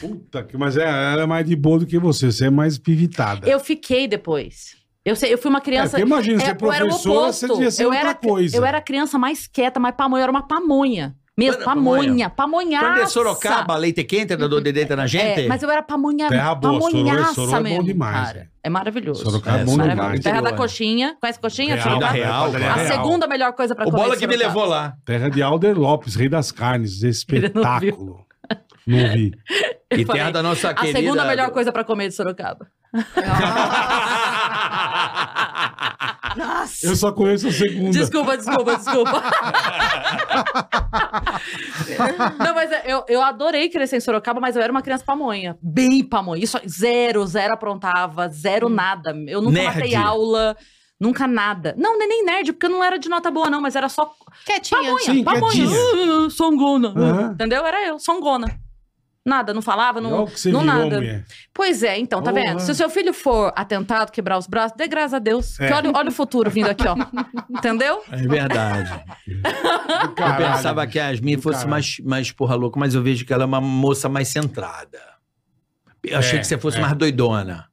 B: Puta que... Mas é, ela é mais de boa do que você. Você é mais pivitada.
E: Eu fiquei depois. Eu, sei- eu fui uma
B: É,
E: criança.
B: porque imagina, você é
E: eu era o
B: professora, você
E: oposto.
B: devia ser
E: eu
B: outra
E: era,
B: coisa.
E: Eu era a criança mais quieta, mais pamonha. Eu era uma pamonha. Mesmo,
C: Era
E: pamonha.
C: Quando
E: Pamonhaça.
C: é Sorocaba, leite quente, é da dor de dentro na gente?
E: É, mas eu era pamonha,
B: Terra boa, Sororo-
E: pamonhaça
B: Sororo é bom
E: mesmo,
B: demais,
E: cara.
B: é.
E: É maravilhoso.
B: Sorocaba é
C: É,
B: bom
C: Sorocaba
E: Maravilhoso.
B: demais.
E: Terra da
C: Interior.
E: coxinha. Conhece coxinha?
B: Real,
E: Sorocaba?
B: né?
C: Real,
B: Padaria
E: a
B: real.
E: segunda melhor coisa pra
C: O
E: comer
C: bola
E: em
C: que me
E: Sorocaba.
C: levou lá.
B: Terra de Alder Lopes, rei das carnes. Espetáculo. Não vi.
E: Eu
C: E
E: falei,
C: terra da nossa
E: A
C: querida...
E: segunda melhor coisa pra comer de Sorocaba. Nossa.
B: Eu só conheço a segunda.
E: Desculpa, desculpa, desculpa. Não, mas é, eu, eu adorei crescer em Sorocaba, mas eu era uma criança pamonha. Bem pamonha. Isso, zero, zero aprontava, zero
B: Hum.
E: nada. Eu nunca
C: Nerd.
E: matei aula, nunca nada. Não, é nem, nem nerd, porque eu não era de nota boa, não, mas era só
D: Quietinha.
E: pamonha,
B: Sim,
E: pamonha.
B: quietinha.
E: Uh, uh, uh, songona. uh.
B: Aham.
E: Entendeu? Era eu, songona. Nada, não falava, não,
B: Olha É o que você
E: não
B: virou,
E: nada.
B: mulher.
E: Pois é, então, tá
B: Porra.
E: vendo? Se o seu filho for atentado, quebrar os braços, dê graças a Deus.
B: É.
E: Que olha, olha o futuro vindo aqui, ó. Entendeu?
C: É verdade.
B: Caralho.
C: eu pensava que a Yasmin
B: Do
C: fosse
B: caralho.
C: mais, mais porra louca, mas eu vejo que ela é uma moça mais centrada. Eu achei
B: É,
C: que você fosse
B: é.
C: mais doidona.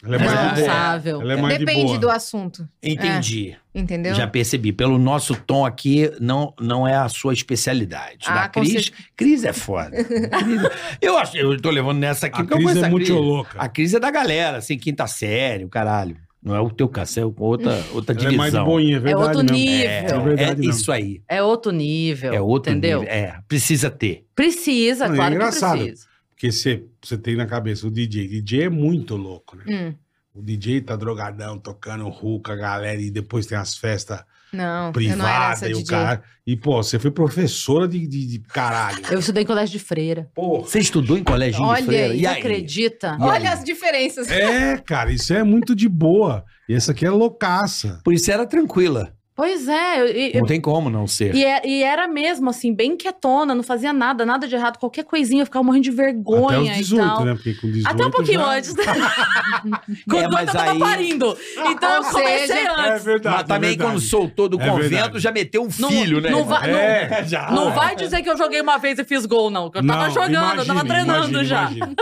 B: Ela é
C: Mas
B: mais de boa.
E: Responsável.
B: Ela é mais de
D: Depende
B: boa.
D: do assunto,
C: Entendi.
D: É, entendeu?
C: Já percebi. Pelo nosso tom aqui, não, não é a sua especialidade.
D: Ah,
C: da
D: com
C: Cris, Cris é foda. Cris- é eu, acho, eu tô levando nessa aqui
B: A
C: porque eu
B: Cris
C: conheço
B: é
C: a
B: muito
C: Cris.
B: louca.
C: A Cris é da galera, assim, quinta série, o caralho. Não é o teu caso, é outra, outra
B: Ela é mais de
C: divisão.
B: boinha, é
E: É
B: verdade
E: outro
B: mesmo.
E: nível.
B: É
E: É,
B: verdade
C: é
B: mesmo.
C: isso aí.
E: outro nível.
C: É outro
E: Entendeu?
C: nível. É, precisa ter.
E: Precisa,
B: Não, é
E: claro
B: engraçado.
E: que precisa.
B: Porque você, você tem na cabeça o DJ. DJ é muito louco, né?
D: Hum,
B: O DJ tá drogadão, tocando ruca, a galera, e depois tem as festas
D: não, eu não era
B: privadas
D: essa
B: e o
D: DJ.
B: cara. E, pô, você foi professora de, de, de caralho.
E: Eu estudei em colégio de freira.
B: Porra.
C: Você estudou em colégio de
E: Olha
C: freira?
E: aí,
C: E
E: tu
C: aí? Ah.
E: acredita?
C: E aí?
D: Olha as diferenças.
B: É, cara, isso é muito de boa. E essa aqui é loucaça.
C: Por isso era tranquila.
E: Pois é. eu- e-
C: Não tem como não ser.
E: e, é- e era mesmo, assim, bem quietona, não fazia nada, nada de errado. Qualquer coisinha, eu ficava morrendo de vergonha
B: Até os 18,
E: e tal.
B: né? Porque com 18
E: Até um pouquinho
B: já-
E: antes. Quando
C: É, mas
E: eu tava
C: aí-
E: parindo. Então eu
D: Ou
E: comecei
D: seja,
B: É
E: antes.
B: verdade.
C: Mas também
B: é verdade.
C: quando soltou do
B: É
C: convento,
B: verdade.
C: já meteu um
E: Não-
C: filho, né?
E: não
C: irmão?
E: va- não-
B: É, já.
C: Ah.
E: Não vai dizer que eu joguei uma vez e fiz gol, não. que Eu tava
B: Não,
E: jogando, eu
B: imagina,
E: tava treinando
B: imagina,
E: já.
B: Imagina.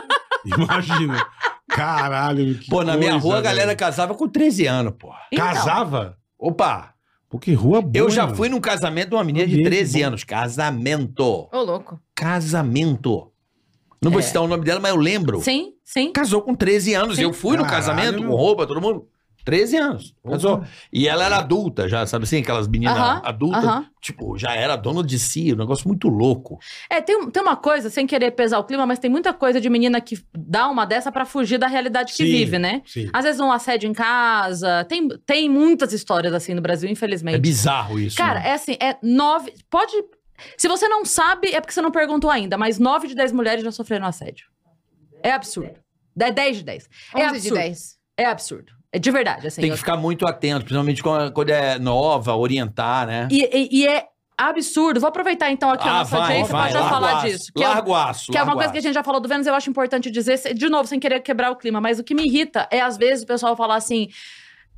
B: Imagina. Caralho. que
C: Pô, na minha
B: coisa,
C: rua a
B: é, velho.
C: galera casava com 13 anos, pô.
E: Então,
B: Casava?
C: Opa,
B: Pô, que rua boa.
C: eu já
B: hein,
C: fui num casamento de uma menina de
B: Ambiente
C: 13
B: bom.
C: anos. Casamento.
D: Ô, louco.
C: Casamento. Não vou citar o nome dela, mas eu lembro.
E: É. Sim, sim.
C: Casou com 13 anos.
E: Sim.
C: Eu fui no
B: Caralho,
C: casamento
B: meu.
C: com roupa, todo mundo. 13 anos.
B: mano?
C: Casou. E ela era adulta já, sabe assim? Aquelas meninas
E: Aham,
C: adultas.
E: aham.
C: Tipo, já era dona de si, um negócio muito louco.
E: É, tem, tem uma coisa, sem querer pesar o clima, mas tem muita coisa de menina que dá uma dessa pra fugir da realidade que
B: Sim.
E: vive, né?
B: Sim.
E: Às vezes um assédio em casa. Tem, tem muitas histórias assim no Brasil,
C: É
E: infelizmente.
C: bizarro isso.
E: Cara,
C: né?
E: é assim, é nove. Pode. Se você não sabe, é porque você não perguntou ainda, mas nove de dez mulheres já sofreram assédio. É absurdo. É 10 de 10. É
D: 11 de
E: absurdo.
D: 10.
E: É absurdo. É de verdade, assim.
C: Tem
E: eu-
C: que ficar muito atento, principalmente quando quando é nova, orientar, né?
E: E, e- e é absurdo. Vou aproveitar então aqui a nossa audiência pra já
C: Ah, larga o
E: falar
C: aço,
E: disso. Que, é,
C: Larga o aço.
E: que é uma
C: larga o
E: coisa que a gente já falou do Vênus, eu acho importante dizer, se- de novo, sem querer quebrar o clima, mas o que me irrita é às vezes o pessoal falar assim.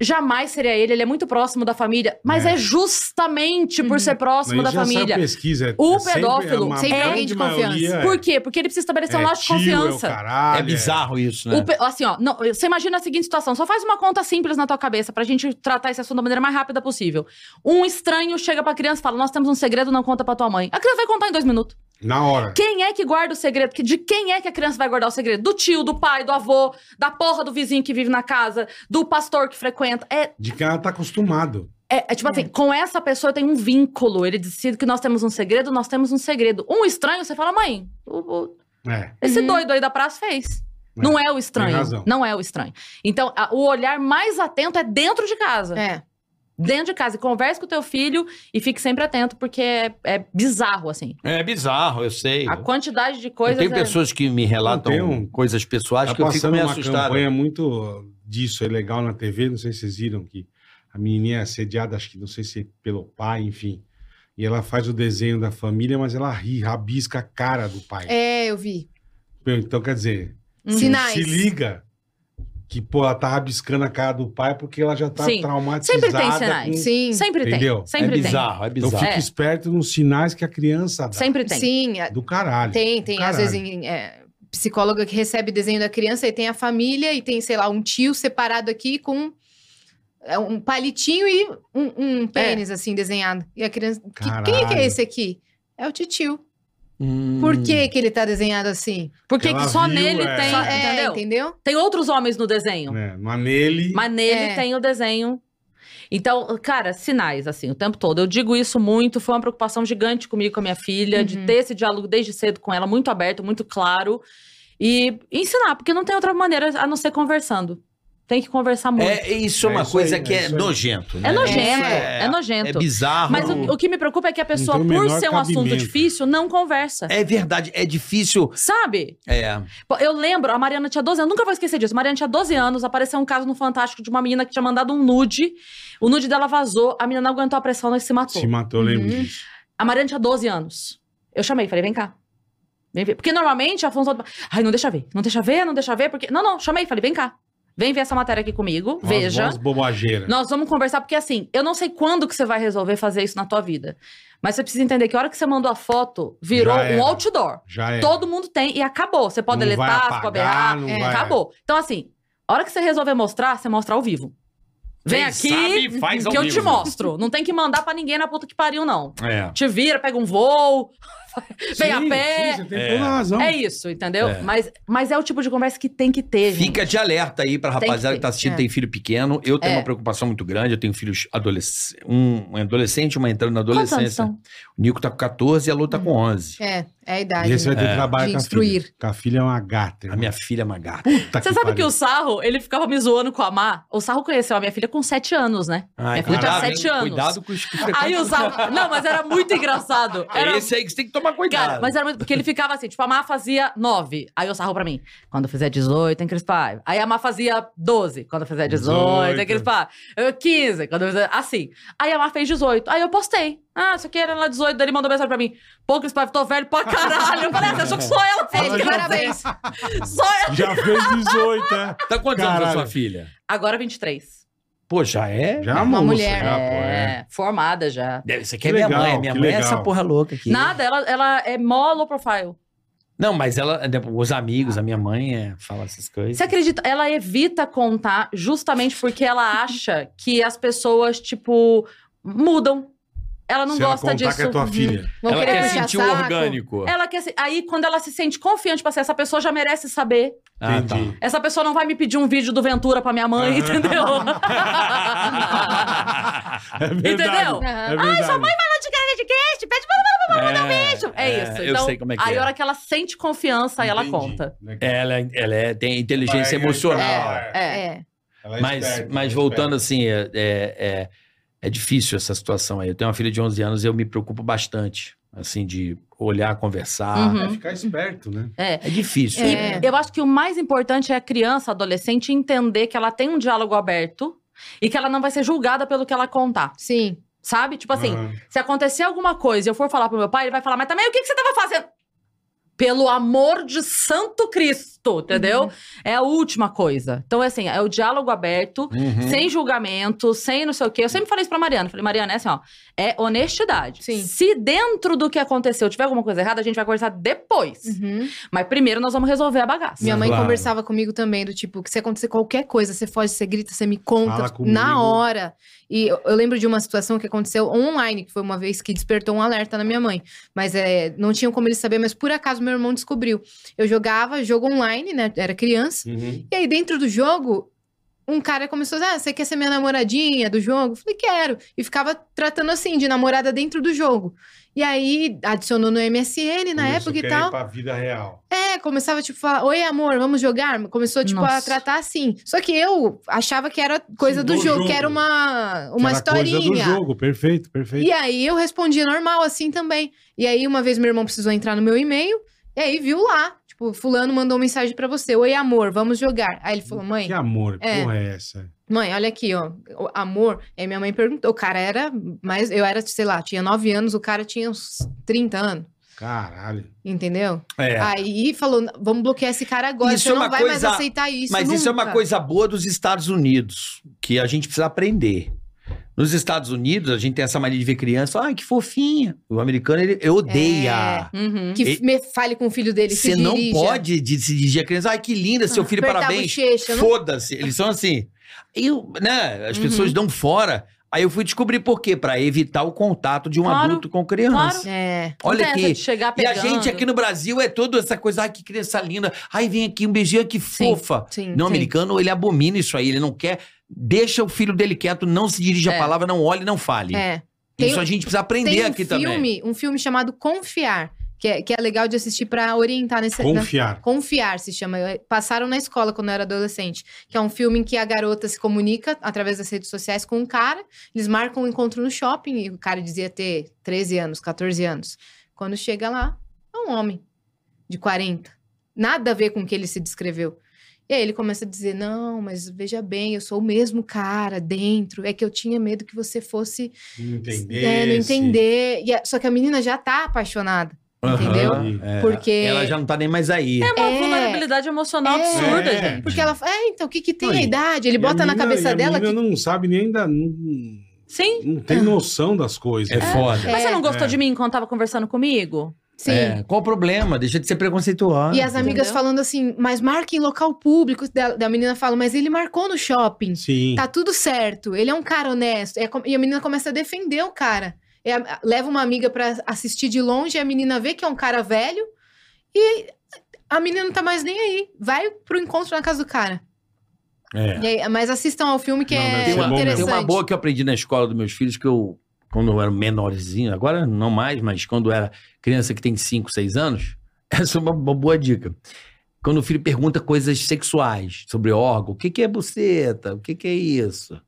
E: Jamais seria ele, ele é muito próximo da família, mas
B: É.
E: é, justamente por
D: Uhum.
E: ser próximo
B: Mas
E: da
B: já saiu
E: família.
B: pesquisa, é-
E: O
B: é sempre-
E: pedófilo
B: uma
D: sempre
B: grande
D: alguém de confiança.
B: maioria é-
E: Por quê? Porque ele precisa estabelecer um laço de
B: tio, É, o É.
E: confiança.
C: aço. É
B: caralho,
C: bizarro isso, né?
E: O pe- assim, ó, não, você imagina a seguinte situação: só faz uma conta simples na tua cabeça pra gente tratar esse assunto da maneira mais rápida possível. Um estranho chega pra criança e fala: Nós temos um segredo, não conta pra tua mãe. A criança vai contar em dois minutos.
B: Na hora.
E: Quem é que guarda o segredo? Que- De quem é que a criança vai guardar o segredo? Do tio, do pai, do avô, da porra do vizinho que vive na casa, do pastor que frequenta. É,
B: De que ela tá acostumado.
E: é- é tipo assim, com essa pessoa tem um vínculo. Ele decide que nós temos um segredo, nós temos um segredo. Um estranho, você fala, mãe, o- o-
B: É.
E: esse
D: Uhum.
E: doido aí da praça fez. Não é o
B: tem
E: estranho.
B: razão.
E: Não é o estranho. Então, a- o olhar mais atento é dentro de casa.
D: É.
E: Dentro de casa. E Converse com o teu filho e fique sempre atento, porque é, é bizarro, assim.
C: É bizarro, eu sei.
E: A quantidade de
C: Eu
E: coisas.
C: tenho
E: é-
C: pessoas que me relatam
B: Não, tem um-
C: coisas pessoais
B: tá
C: que eu fico
B: passando
C: meio
B: uma
C: assustado.
B: campanha muito disso, é legal na TV, não sei se vocês viram que a menininha é assediada, acho que não sei se pelo pai, enfim. E ela faz o desenho da família, mas ela ri, rabisca a cara do pai.
D: É, eu vi.
B: Então, quer dizer,
E: Uhum.
D: Sinais.
B: se liga que, pô, ela tá rabiscando a cara do pai porque ela já tá
E: Sim.
B: traumatizada.
E: Sempre tem sinais.
B: com-
D: Sim.
E: Sempre
B: Entendeu?
E: tem.
C: É
E: Sempre tem.
C: bizarro, é
B: Então
C: bizarro.
B: fica
E: É.
B: esperto nos sinais que a criança dá.
E: Sempre tem.
D: Sim, a-
B: Do caralho.
D: Tem, tem.
B: Do
D: Às
B: caralho.
D: vezes, em- é, psicóloga que recebe desenho da criança e tem a família e tem, sei lá, um tio separado aqui com é, um palitinho e um, um pênis, assim, desenhado. E a criança. "Que- quem é que
B: É. Caralho.
D: é esse aqui? É o titio.
C: Hum.
D: Por que, que ele tá desenhado assim?
E: Porque
B: Ela
E: que só
B: viu,
E: nele
B: é.
E: tem.
B: Só-
D: é,
E: entendeu?
D: entendeu?
E: Tem outros homens no desenho.
B: Né? Mas nele.
E: Mas nele
D: É.
E: tem o desenho. Então, cara, sinais, assim, o tempo todo. Eu digo isso muito, foi uma preocupação gigante comigo, com a minha filha, de
D: Uhum.
E: ter esse diálogo desde cedo com ela, muito aberto, muito claro. E ensinar, porque não tem outra maneira a não ser conversando. Tem que conversar muito. É,
C: É, isso é
B: É
C: uma
B: isso
C: coisa
B: aí,
C: que
B: é
C: é,
B: isso aí.
C: nojento. né?
E: nojento,
C: Isso
E: é, nojento.
C: É bizarro.
E: Mas o, o que me preocupa é que a pessoa,
B: tem o
E: por
B: menor
E: ser um assunto
B: cabimento.
E: difícil, não conversa.
C: É verdade, é difícil.
E: Sabe?
C: É.
E: Pô, Eu lembro, a Mariana tinha 12 anos, nunca vou esquecer disso. A Mariana tinha 12 anos, apareceu um caso no Fantástico de uma menina que tinha mandado um nude. O nude dela vazou, a menina não aguentou a pressão e se matou.
B: Se matou, eu lembro
D: Uhum.
B: disso.
E: A Mariana tinha 12 anos. Eu chamei, falei, vem cá. Vem ver. Porque normalmente a Afonso. Ai, não deixa ver. Não deixa ver, não deixa ver, porque. Não, não, chamei, falei, vem cá. Vem ver essa matéria aqui comigo.
B: Umas-
E: veja.
B: umas bobageiras.
E: Nós vamos conversar, porque assim, eu não sei quando que você vai resolver fazer isso na tua vida. Mas você precisa entender que a hora que você mandou a foto, virou
B: Já era.
E: um outdoor.
B: Já é.
E: Todo mundo tem e acabou. Você pode
B: Não vai
E: deletar, você pode
B: apagar,
E: errar.
B: não
D: é,
B: vai-
E: Acabou. Então, assim, a hora que você resolver mostrar, você mostra ao vivo. Vem
C: Quem
E: aqui
C: sabe, faz ao
E: que eu te
C: vivo.
E: mostro. Não tem que mandar pra ninguém na puta que pariu, não.
I: É.
E: Te vira, pega um voo, vem a
B: Sim,
E: pé.
B: sim, você tem
C: É.
B: toda a razão.
E: é isso, entendeu?
C: É.
E: Mas, mas é o tipo de conversa que tem que ter, gente.
C: Fica de alerta aí pra
E: Tem que
C: rapaziada que,
E: ter,
C: tá assistindo,
D: é.
C: tem filho pequeno. Eu tenho
E: É.
C: uma preocupação muito grande, eu tenho filhos adolesc um um adolescente, uma entrando na
E: Quantos anos
C: adolescência.
E: são? Hum.
C: O Nico tá com 14 e a Lu tá com 11.
D: É, é a
B: E
D: idade.
B: aí você vai ter
C: É.
B: trabalho
D: De
B: com a
D: instruir.
B: filha. Com a filha é uma gata.
C: A minha filha é uma gata.
B: Tá
E: Você sabe que o Sarro, ele ficava me zoando com a Má? O Sarro conheceu a minha filha com 7 anos, né?
C: Ai,
E: Minha filha tinha
C: cuidado,
E: sete
C: hein?
E: anos.
C: Cuidado com os que
E: Aí o Sarro... Não, mas era muito engraçado. Era...
C: É esse aí que você tem que tomar cuidado.
E: Cara, mas era muito... Porque ele ficava assim, tipo, a Má fazia 9. Aí o Sarro pra mim, quando eu fizer 18, hein, Crispar? Aí a Má fazia 12, quando eu fizer 18, hein,
B: 18.
E: Crispar? Eu, 15, quando eu fizer... Assim. Aí a Má fez 18. Aí eu postei. Ah, isso aqui era lá 18. Daí ele mandou mensagem pra mim. Pô, Crispar, tô velho pra caralho. Eu falei, ah, você achou que só ela fez?
D: É, de
E: cara?
D: parabéns.
E: Só ela.
B: Já fez 18, é?
C: Tá quantos anos a sua
B: Caralho.
C: filha?
E: Agora 23.
C: Pô, já é?
B: Já
D: Uma
B: moça,
D: mulher.
B: já, pô, é.
E: É, formada já.
C: Deve- Isso aqui
B: Que
C: é minha
B: legal,
C: mãe. Minha
B: que
C: mãe é
B: legal.
C: essa porra louca aqui.
E: Nada, ela, ela é mó low profile.
C: Não, mas ela, né, os amigos, a minha mãe é, fala essas coisas.
E: Você acredita? Ela evita contar justamente porque ela acha que as pessoas, tipo, mudam. Ela não
B: Se ela
E: gosta
B: contar
E: disso.
B: que é tua filha.
D: Vão
C: ela
D: querer
C: quer
D: puxar
C: sentir o
D: saco.
C: orgânico.
E: Ela quer se- Aí, quando ela se sente confiante pra ser, essa pessoa já merece saber.
C: Ah, tá.
B: Entendi.
E: Essa pessoa não vai me pedir um vídeo do Ventura pra minha mãe,
B: Aham.
E: entendeu?
B: É verdade.
E: Entendeu?
B: É
D: Aham.
B: verdade.
E: Ela te quer de cast, pede pra
C: É,
E: vídeo. É,
C: é,
E: isso.
C: eu
E: Então,
C: sei como é que
E: aí,
C: é.
E: a hora que ela sente confiança, aí ela
B: Entendi. né?
E: conta.
B: Legal.
C: Ela, ela é- tem inteligência
B: Ela é
C: emocional.
B: esperta,
E: É.
D: É.
B: Ela é
C: Mas,
B: esperta, ela
C: mas
B: é esperta.
C: voltando assim, é, é, é, é difícil essa situação aí. Eu tenho uma filha de 11 anos e eu me preocupo bastante, assim, de olhar, conversar.
E: Uhum.
B: É ficar esperto, né?
D: Tipo
C: É difícil.
E: E
D: É.
E: eu acho que o mais importante é a criança, a adolescente, entender que ela tem um diálogo aberto e que ela não vai ser julgada pelo que ela contar.
D: Sim.
E: Sabe? Tipo assim,
B: Aham.
E: se acontecer alguma coisa e eu for falar pro meu pai, ele vai falar, mas também o que, que você tava fazendo? Pelo amor de Santo Cristo, entendeu?
D: Uhum.
E: É a última coisa. Então, é assim, é o diálogo aberto,
C: Uhum.
E: sem julgamento, sem não sei o quê. Eu sempre falei isso pra Mariana. Falei, Mariana, é assim, ó, é honestidade.
D: Sim.
E: Se dentro do que aconteceu tiver alguma coisa errada, a gente vai conversar depois.
D: Uhum.
E: Mas primeiro nós vamos resolver a bagaça.
D: Minha mãe
C: Claro.
D: conversava comigo também, do tipo, que se acontecer qualquer coisa, você foge, você grita, você me conta
B: Fala comigo.
D: na hora. E eu, eu lembro de uma situação que aconteceu online, que foi uma vez que despertou um alerta na minha mãe. Mas é, não tinham como ele saber, mas por acaso meu irmão descobriu. Eu jogava jogo online, né? Era criança.
B: Uhum.
D: E aí, dentro do jogo, um cara começou a dizer, ah, você quer ser minha namoradinha do jogo? Eu falei, quero. E ficava tratando assim, de namorada dentro do jogo. E aí, adicionou no MSN na
B: Começou
D: época e
B: querer ir
D: tal.
B: Pra vida real.
D: É, começava, tipo, falar, oi, amor, vamos jogar? Começou, tipo, a
E: Nossa.
D: tratar assim. Só que eu achava que era coisa
B: Sim,
D: do,
B: do
D: jogo, que
B: jogo.
D: era uma, uma
B: Aquela Coisa do
D: historinha.
B: jogo, perfeito, perfeito.
D: E aí eu respondia normal, assim também. E aí, uma vez meu irmão precisou entrar no meu e-mail, e aí viu lá, tipo, fulano mandou uma mensagem pra você, oi, amor, vamos jogar. Aí ele falou, mãe,
B: Que amor, que
D: É.
B: porra é essa?
D: mãe, olha aqui, ó, o amor. Aí minha mãe perguntou, o cara era, mas eu era, sei lá, tinha 9 anos, o cara tinha uns 30 anos,
B: Caralho.
D: entendeu?
C: É.
E: Ah,
D: Aí falou, vamos bloquear esse cara agora,
C: Isso
D: você
C: é
D: não
C: uma
D: vai mais
C: coisa-
D: aceitar isso
C: Mas isso é uma
D: nunca.
C: coisa boa dos Estados Unidos, que a gente precisa aprender. Nos Estados Unidos, a gente tem essa mania de ver criança, ai, que fofinha. O americano, ele eu odeia.
E: Uhum.
D: Que
C: E-
D: f- me fale com o filho dele,
C: Você
D: se Ah,
C: não
D: dirija.
C: pode de- se dirigir a criança, ai, que linda, seu filho,
D: Apertar a
C: parabéns.
D: bochecha, não- Uhum.
C: Foda-se. Eles são assim. Eu, né, as pessoas dão fora. Aí eu fui descobrir por quê, Pra evitar o contato de um
E: Claro,
C: adulto com criança.
E: claro.
D: É.
C: Olha
E: Não tem essa
C: aqui.
E: de chegar
C: E a
E: pegando.
C: gente aqui no Brasil é toda essa coisa, ai, que criança linda. Ai, vem aqui, um beijinho, que
E: Sim.
C: fofa.
D: Sim,
C: Não, o
D: sim.
C: americano, ele abomina isso aí, ele não quer. Deixa o filho dele quieto, não se dirige a
E: É.
C: palavra, não olhe, não fale.
D: É. Tem-
C: Isso a gente precisa aprender
D: Tem um
C: aqui
D: filme,
C: também.
D: um filme chamado Confiar, Que é, que é legal de assistir pra orientar nesse. na-
B: Confiar.
D: Confiar se chama. Eu- eh, Passaram na escola quando eu era adolescente. Que é um filme em que a garota se comunica através das redes sociais com um cara. Eles marcam um encontro no shopping e o cara dizia ter 13 anos, 14 anos. Quando chega lá, é um homem de 40. Nada a ver com o que ele se descreveu. E aí ele começa a dizer: Não, mas veja bem, eu sou o mesmo cara dentro. É que eu tinha medo que você fosse
B: Não entender.
D: é, não
B: se-
D: entender. E a- só que a menina já tá apaixonada. Entendeu?
B: Uhum.
C: É.
D: Porque.
C: Ela já não tá nem mais aí.
E: É uma
D: É.
E: vulnerabilidade emocional absurda,
B: É.
E: gente.
D: Porque ela fala, é, então, o que que tem
B: Não,
D: a
B: e-
D: idade?
B: E
D: Ele
B: a
D: bota na
B: menina- e
D: cabeça
B: a
D: dela que... Ah.
B: menina não sabe nem ainda. Não,
E: Sim.
B: não tem noção das coisas.
C: É foda.
E: Mas você não gostou
B: É.
E: de mim quando tava conversando comigo?
D: Sim.
C: É, Qual o problema? Deixa de ser preconceituosa.
D: E as amigas
E: Entendeu?
D: falando assim, mas marque em local público. Da, da menina fala, mas ele marcou no shopping.
B: Sim.
D: Tá tudo certo. Ele é um cara honesto. É com- e a menina começa a defender o cara. É a- leva uma amiga pra assistir de longe, e a menina vê que é um cara velho e a menina não tá mais nem aí. Vai pro encontro na casa do cara.
B: É.
D: E aí- mas assistam ao filme que
B: Não, deve
D: é
B: ser
C: Tem uma,
B: bom mesmo.
C: tem
D: interessante.
C: uma boa que eu aprendi na escola dos meus filhos que eu, quando eu era menorzinho, agora não mais, mas quando eu era criança que tem 5, 6 anos, essa é uma, uma boa dica. Quando o filho pergunta coisas sexuais sobre órgão, o que, que é buceta? O que, que é isso?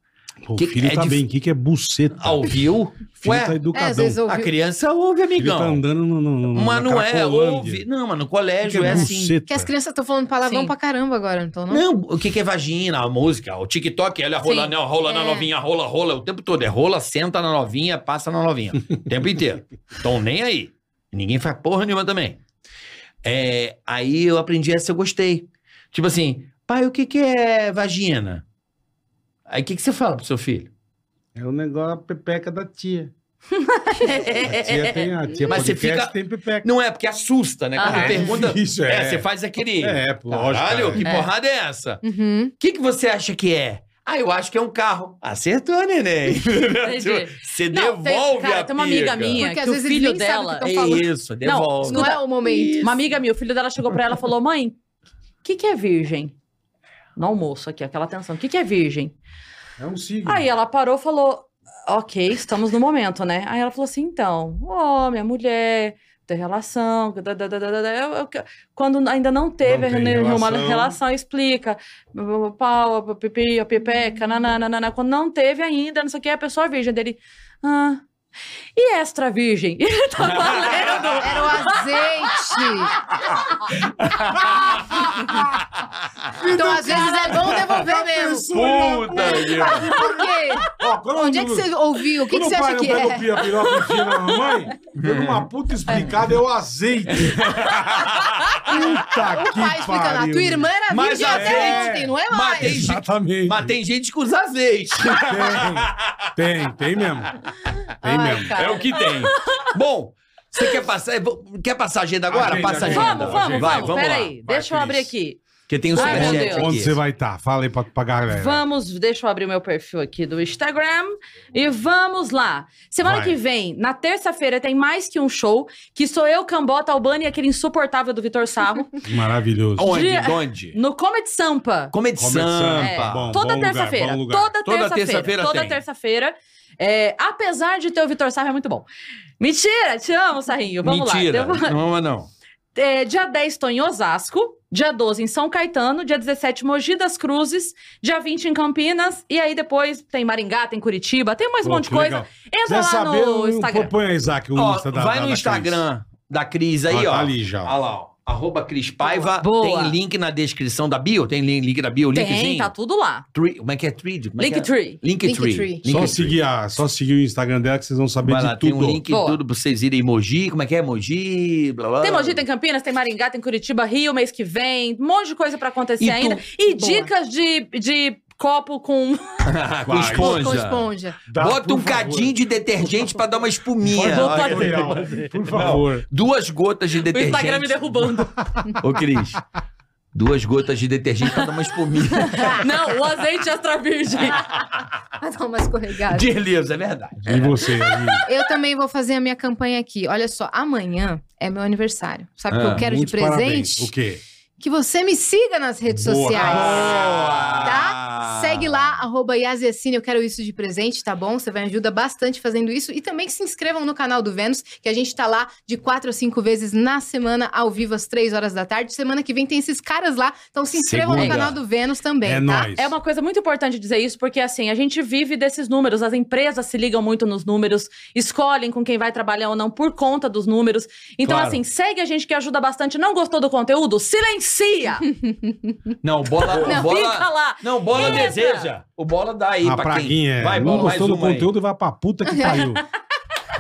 B: Pô, o
C: Que-
B: filho
C: é
B: tá
C: dif-
B: bem. O que, que é buceta?
C: Ah, Ouviu?
B: O filho
C: Ué,
B: tá
D: É, às
B: educadão.
D: vezes
C: a
D: ouviu.
C: criança ouve,
B: o filho tá
C: amigão.
B: andando no. no, no
C: Mas não
B: naquela
C: é,
B: Colândia.
C: ouve. Não, mas
B: O que
C: no
B: que
C: colégio é assim.
B: buceta?
D: Que as crianças estão falando palavrão
E: Sim.
D: pra caramba agora, então não?
C: Não, o que, que é vagina, a música, o TikTok, ela rolando, ela rola na
D: é.
C: novinha, rola, rola o tempo todo. É rola, senta na novinha, passa na novinha. O tempo inteiro. Então nem aí. Ninguém faz porra nenhuma também. É, aí eu aprendi essa, eu gostei. Tipo assim, pai, o que, que é vagina? Aí o que, que você fala pro seu filho?
B: É o negócio a pepeca da tia.
C: É,
B: A tia tem a tia
C: Mas você
B: podcast,
C: fica-
B: tem pepeca.
C: Não é, porque assusta, né? Quando
E: Aham.
C: pergunta.
B: Isso,
C: É, você faz aquele.
B: É, lógico.
C: Caralho, que
E: É.
C: porrada é essa?
D: Uhum.
C: O que, que você acha que é? Ah, eu acho que é um carro. Acertou, neném. você
E: Não, tem-
C: um devolve
E: cara,
C: a
E: tem uma
C: pica.
E: amiga minha
D: Porque
E: que
D: às
E: o
D: vezes eles
E: filho
D: nem sabem o que
E: dela...
D: tão
C: É
D: falando.
C: isso, devolve.
D: Não é o momento.
E: Uma amiga minha, o filho dela chegou pra ela e falou: Mãe, o que, que é virgem? No almoço aqui, aquela atenção. O que, que é virgem?
B: É um signo.
E: Aí ela parou e falou: Ok, estamos no momento, né? Aí ela falou assim: Então, ó, minha mulher, ter relação. da, da, da, da, da, da, eu- eu- quando ainda não teve
B: Não tem
E: nenhuma
B: relação.
E: relação. explica. Pau, pipi, a pepeca, nananana. Quando não teve ainda, não sei o que, a pessoa é virgem dele. Ah. E extra virgem? Ele tá tava lendo.
D: Era o azeite. Então, às vezes é bom devolver mesmo.
C: Puta, gente.
D: Por
B: Tá
D: quê? né? Onde é que você ouviu? O que, que você acha que é?
B: pega o pi- a piroca e enfia na mamãe, dando uma puta explicada, é o azeite. Puta
D: O pai explicando, a tua irmã era
C: Mas
D: virgem
C: a-
D: até
B: é.
D: ontem, não é
C: Mas
D: mais?
C: tem-
B: Exatamente.
C: Mas tem gente que usa azeite.
B: Tem, tem mesmo. Tem
D: Ai,
B: mesmo.
D: cara.
C: É o que tem. Bom, você quer passar, quer passar a agenda agora?
B: Agenda,
C: Passa a agenda.
E: Vamos, vamos,
C: Vai,
E: vamos. Peraí,
C: Vai,
E: deixa eu
C: Cris.
E: abrir aqui.
C: Porque tem o
E: Ai, meu
C: superchat
E: Deus.
C: aqui.
B: Onde você vai estar? Fala aí pra, pra galera.
E: Vamos, deixa eu abrir meu perfil aqui do Instagram e vamos lá. Semana
B: Vai.
E: que vem, na terça-feira, tem mais que um show, que sou eu, Cambota, Albani e aquele insuportável do Vitor Sarro,
B: Maravilhoso.
C: Onde?
E: Dia-
C: Onde?
E: no Comedy Sampa.
C: Comedy
B: Começando,
E: É,
C: Sampa.
B: bom,
E: toda
B: bom lugar,
E: terça-feira.
B: bom lugar.
E: Toda
C: Toda
E: terça-feira.
C: terça-feira
E: Toda
C: tem.
E: terça-feira. É, apesar de ter o Vitor Sarro, é muito bom. Mentira! Te amo, Sarrinho. Vamos
C: Mentira.
E: lá. Devo-
C: Não, mas não.
E: É, dia 10 estou em Osasco, dia 12 em São Caetano, dia 17 Mogi das Cruzes, dia 20 em Campinas, e aí depois tem Maringá, tem Curitiba, tem mais um
B: Pô,
E: monte de
B: que
E: coisa.
B: legal.
E: Entra
B: Quer
E: lá
B: saber,
E: no
C: um
B: eu-
E: Instagram.
B: Põe aí, Isaac, o
C: Ó,
B: Insta da da-
C: vai no
B: da Cris.
C: Instagram da Cris
B: Ah,
C: aí, ó.
B: Tá ali já.
C: Olha lá, ó. Arroba Cris Paiva.
E: Boa.
C: Tem link na descrição da bio? Tem link, link da bio?
E: Tem,
C: Linkzinho?
E: tá tudo lá.
C: Tree- como é que é? Tree, como é que é?
E: Linktree.
C: Linktree.
D: Linktree.
B: Só
C: Linktree.
B: seguir, a, só seguir o Instagram dela que vocês vão saber
C: Vai
B: de
C: lá, tem
B: tudo.
C: um link
E: Boa.
C: e tudo pra vocês irem emoji. Como é que é? Emoji, blá blá.
E: Tem Mogi, tem Campinas, tem Maringá, tem Curitiba, Rio, mês que vem, um monte de coisa pra acontecer
C: E tu-
E: ainda. E
D: Boa.
E: dicas de, de copo com.
C: Com
B: Vai.
C: esponja.
D: Com esponja.
B: Dá,
C: Bota
B: Tá, por
C: um
B: favor.
C: cadinho de detergente pra dar uma espuminha.
E: Pode botar
C: Olha.
E: aqui.
B: Por favor.
C: Duas gotas de
E: O
C: detergente.
E: Instagram me derrubando.
C: Ô, Cris. Duas gotas de detergente pra dar uma espuminha.
E: Não, o azeite extra virgem.
B: Ah,
D: Pra dar uma escorregada.
C: de livros, é verdade.
B: E você, amigo?
D: Eu também vou fazer a minha campanha aqui. Olha só, amanhã é meu aniversário. Sabe o que
C: Ah,
D: eu quero de
B: Muitos
D: presente?
B: parabéns. O quê?
D: que você me siga nas redes
B: Boa.
D: sociais.
C: Boa!
D: Tá? Segue lá, arroba Yasiacine, eu quero isso de presente, tá bom? Você vai ajudar bastante fazendo isso. E também se inscrevam no canal do Vênus, que a gente tá lá de quatro a cinco vezes na semana, ao vivo, às três horas da tarde. Semana que vem tem esses caras lá, então se inscrevam
B: Segunda.
D: no canal do Vênus também,
B: é
D: tá?
B: nóis.
E: É uma coisa muito importante dizer isso, porque assim, a gente vive desses números, as empresas se ligam muito nos números, escolhem com quem vai trabalhar ou não por conta dos números. Então,
C: Claro.
E: assim, segue a gente que ajuda bastante. Não gostou do conteúdo? Silencia!
C: Não, bola.
E: Não,
C: bola
E: fica lá!
C: Não, o bola
E: Entra.
C: deseja. O bola dá aí
B: a
C: pra quem.
B: praguinha. é.
C: Vai,
B: não
C: bola, mais
B: gostou do
C: uma aí.
B: conteúdo, vai pra puta que pariu.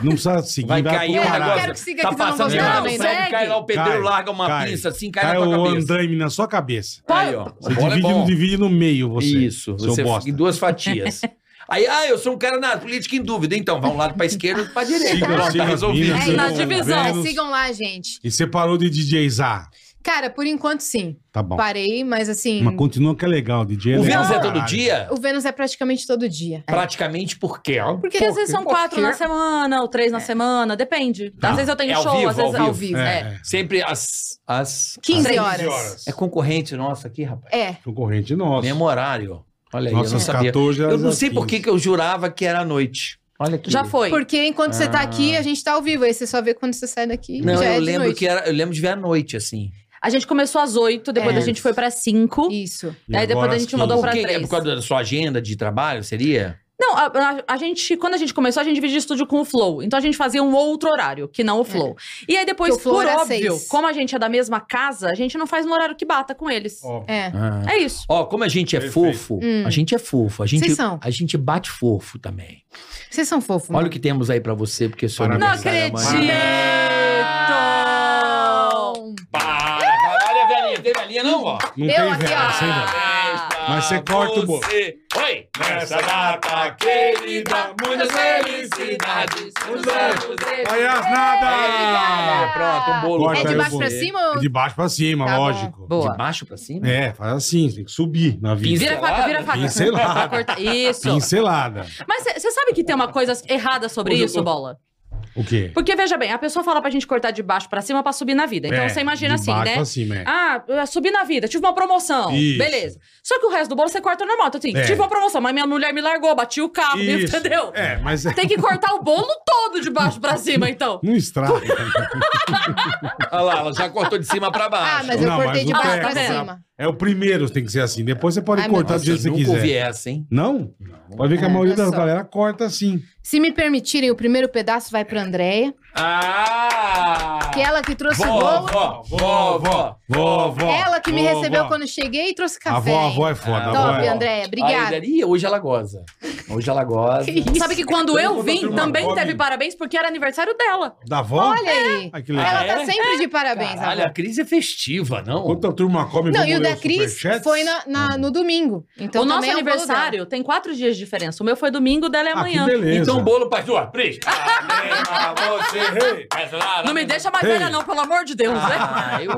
B: não precisa seguir,
C: Vai
B: vai, pro
C: cair um
D: Eu não
B: caralho.
D: quero que siga
C: Tá
D: aqui, não
C: passando
D: gostou
E: não,
C: não,
D: também, né?
E: segue.
C: cai lá o pedreiro,
B: Cai,
C: larga uma
B: cai.
C: pinça assim, cai,
B: Cai
C: na
B: o
C: tua cabeça.
B: andaime na sua cabeça.
C: Aí, ó.
B: Tá, Você
C: O bola é
B: divide, não
C: bom.
B: divide no meio, você.
C: Isso,
B: seu
C: você
B: bosta.
C: em duas fatias. Aí, ah, eu sou um cara na política em dúvida, então, vai um lado pra esquerda, outro pra direita.
B: Siga,
C: Pronto,
B: siga
C: tá
B: as
C: resolvido.
B: minas,
E: É, na
B: sigam o
E: divisão,
B: Vênus.
D: Sigam lá, gente.
B: E você parou de DJizar.
D: Cara, por enquanto sim.
B: Tá bom.
D: Parei, mas assim,
B: Mas continua que é legal, DJ. é
C: O
B: legal
C: Vênus é
B: pra
C: todo
B: caralho.
C: dia?
D: o Vênus é praticamente todo dia.
C: Praticamente por quê? Ó,
E: Porque às vezes são
C: por
E: quatro
C: quê?
E: na semana, ou três na semana, depende.
B: Tá.
E: Às vezes eu tenho
C: É ao
E: show,
C: vivo,
E: às vezes
C: ao
E: ao
C: vivo.
E: vivo.
B: É,
E: é.
B: é.
C: Sempre às. às às-
D: 15 horas.
C: É concorrente nosso aqui, rapaz.
D: É.
B: Concorrente nosso.
C: Mesmo horário. Olha aí, eu não
B: Nossas
C: sabia.
B: 14
C: Eu
B: às
C: não sei
B: 15.
C: por que que eu jurava que era à noite. Olha aqui.
E: É, Já foi.
D: Porque enquanto você tá
B: Ah.
D: aqui, a gente tá ao vivo. Aí você só vê quando você sai daqui.
C: Não,
D: já é
C: eu
D: de
C: lembro
D: noite.
C: que era. Eu lembro de ver à noite, assim.
E: A gente começou às oito, depois
D: É.
E: a gente foi pra cinco.
D: Isso.
B: E
E: Aí depois
B: agora
E: a
B: às
E: gente mudou
B: 15.
E: pra
C: Por quê? É
E: três.
C: por causa da sua agenda de trabalho, seria?
E: Não, a, a- a gente, quando a gente começou, a gente dividia estúdio com o Flow. Então a gente fazia um outro horário, que não o Flow. E aí depois,
D: É. Que o Flow
E: por
D: era
E: óbvio,
D: seis.
E: como a gente é da mesma casa, a gente não faz no horário que bata com eles.
B: Ó,
D: É.
C: Ah.
E: É isso.
C: Ó, como a gente é
B: Perfeito.
C: fofo,
D: Hum.
C: a gente é fofo. A gente,
D: Vocês são. Hum.
C: a gente bate fofo também.
D: Vocês são fofos.
C: Olha
D: mano.
C: o que temos aí pra você, porque seu
B: Parabéns.
E: Não
C: aniversário
E: acredito!
C: amanhã. Para! Olha a velhinha, tem velhinha não, ó?
B: Não
D: Eu
B: tem
D: aqui,
B: velho,
D: ó.
B: sem velho. Mas você corta o bolo.
C: Oi!
B: Ah. Nessa data querida, muitas felicidades,
E: muitos anos de
B: Aí as nada!
C: Ah, pronto, um bolo.
B: Corta
D: É de
B: aí o
D: baixo
B: bolo.
D: pra cima?
B: É
D: ou-
B: de baixo pra cima,
D: Tá bom.
B: lógico.
E: Boa.
C: De baixo pra cima?
B: É, faz assim, tem que subir na vida.
E: Vira a faca,
B: né?
E: vira a faca.
B: Pincelada.
E: Pra cortar. Isso.
B: Pincelada.
E: Mas você sabe que tem uma coisa errada sobre isso, Bola?
B: O quê?
E: Porque, veja bem, a pessoa fala pra gente cortar de baixo pra cima pra subir na vida. Então
B: É,
E: você imagina
B: de
E: assim,
B: baixo
E: né?
B: Pra cima, é.
E: Ah, eu subi na vida, tive uma promoção.
B: Isso.
E: Beleza. Só que o resto do bolo você corta normal. Então, assim,
B: É.
E: tive uma promoção, mas minha mulher me largou, bati o carro, me-
B: Isso.
E: entendeu?
B: É, mas é-
E: Tem que cortar o bolo todo de baixo pra cima, então.
B: não estraga.
C: Olha lá, ela já cortou de cima pra baixo.
D: Ah, mas eu
B: É Não,
D: cortei
B: mas
D: de
B: não
D: baixo
E: pega,
D: pra
E: não.
D: cima.
B: é o primeiro tem que ser assim. Depois você pode
D: Ai, meu
B: cortar do
C: Nossa, eu
B: jeito que você
C: nunca
B: quiser.
C: ouvi essa, hein?
B: Não? Pode ver que a
D: É,
B: maioria
D: olha
B: da
D: só.
B: galera corta assim.
D: Se me permitirem, o primeiro pedaço vai pra Andréia.
C: Ah!
B: Tá.
D: Que ela que trouxe o
C: Vó,
D: bolo.
C: vó, vó, vó.
B: Vó, vó.
D: Ela que me
B: vó,
D: recebeu
B: vó.
D: quando cheguei e trouxe
B: A
D: café.
B: avó, a avó
D: hein?
B: é foda. a avó
D: Top,
B: é-
D: Andréia.
C: Aí,
D: Obrigada.
C: daí, hoje ela goza. Hoje ela goza.
E: Sabe que quando eu
B: vou
E: vim,
B: confirmar,
E: também
B: vou
E: teve
B: vir.
E: parabéns porque era aniversário dela.
B: Da avó?
D: Olha aí.
B: Ai, que
C: Ah,
B: legal.
D: Ela
C: é?
D: tá sempre de parabéns,
C: Caralho,
D: avó.
C: a crise é festiva, não?
B: Enquanto a turma come,
D: Não,
B: vamos
D: e o
B: ler
D: da
B: os
D: Cris
B: superchats? Ah, Hum.
D: foi na- é na- no domingo. Então
E: o nosso
D: também é um bolo dela.
E: aniversário tem quatro dias de diferença. O meu foi domingo, o dela é
B: Ah, que
E: amanhã.
B: beleza.
C: Então, bolo pra Ah, sua, Pris.
E: Não me um, né? deixa mais
B: Ei.
E: velha, não, pelo amor de Deus. né?
C: Ah, eu...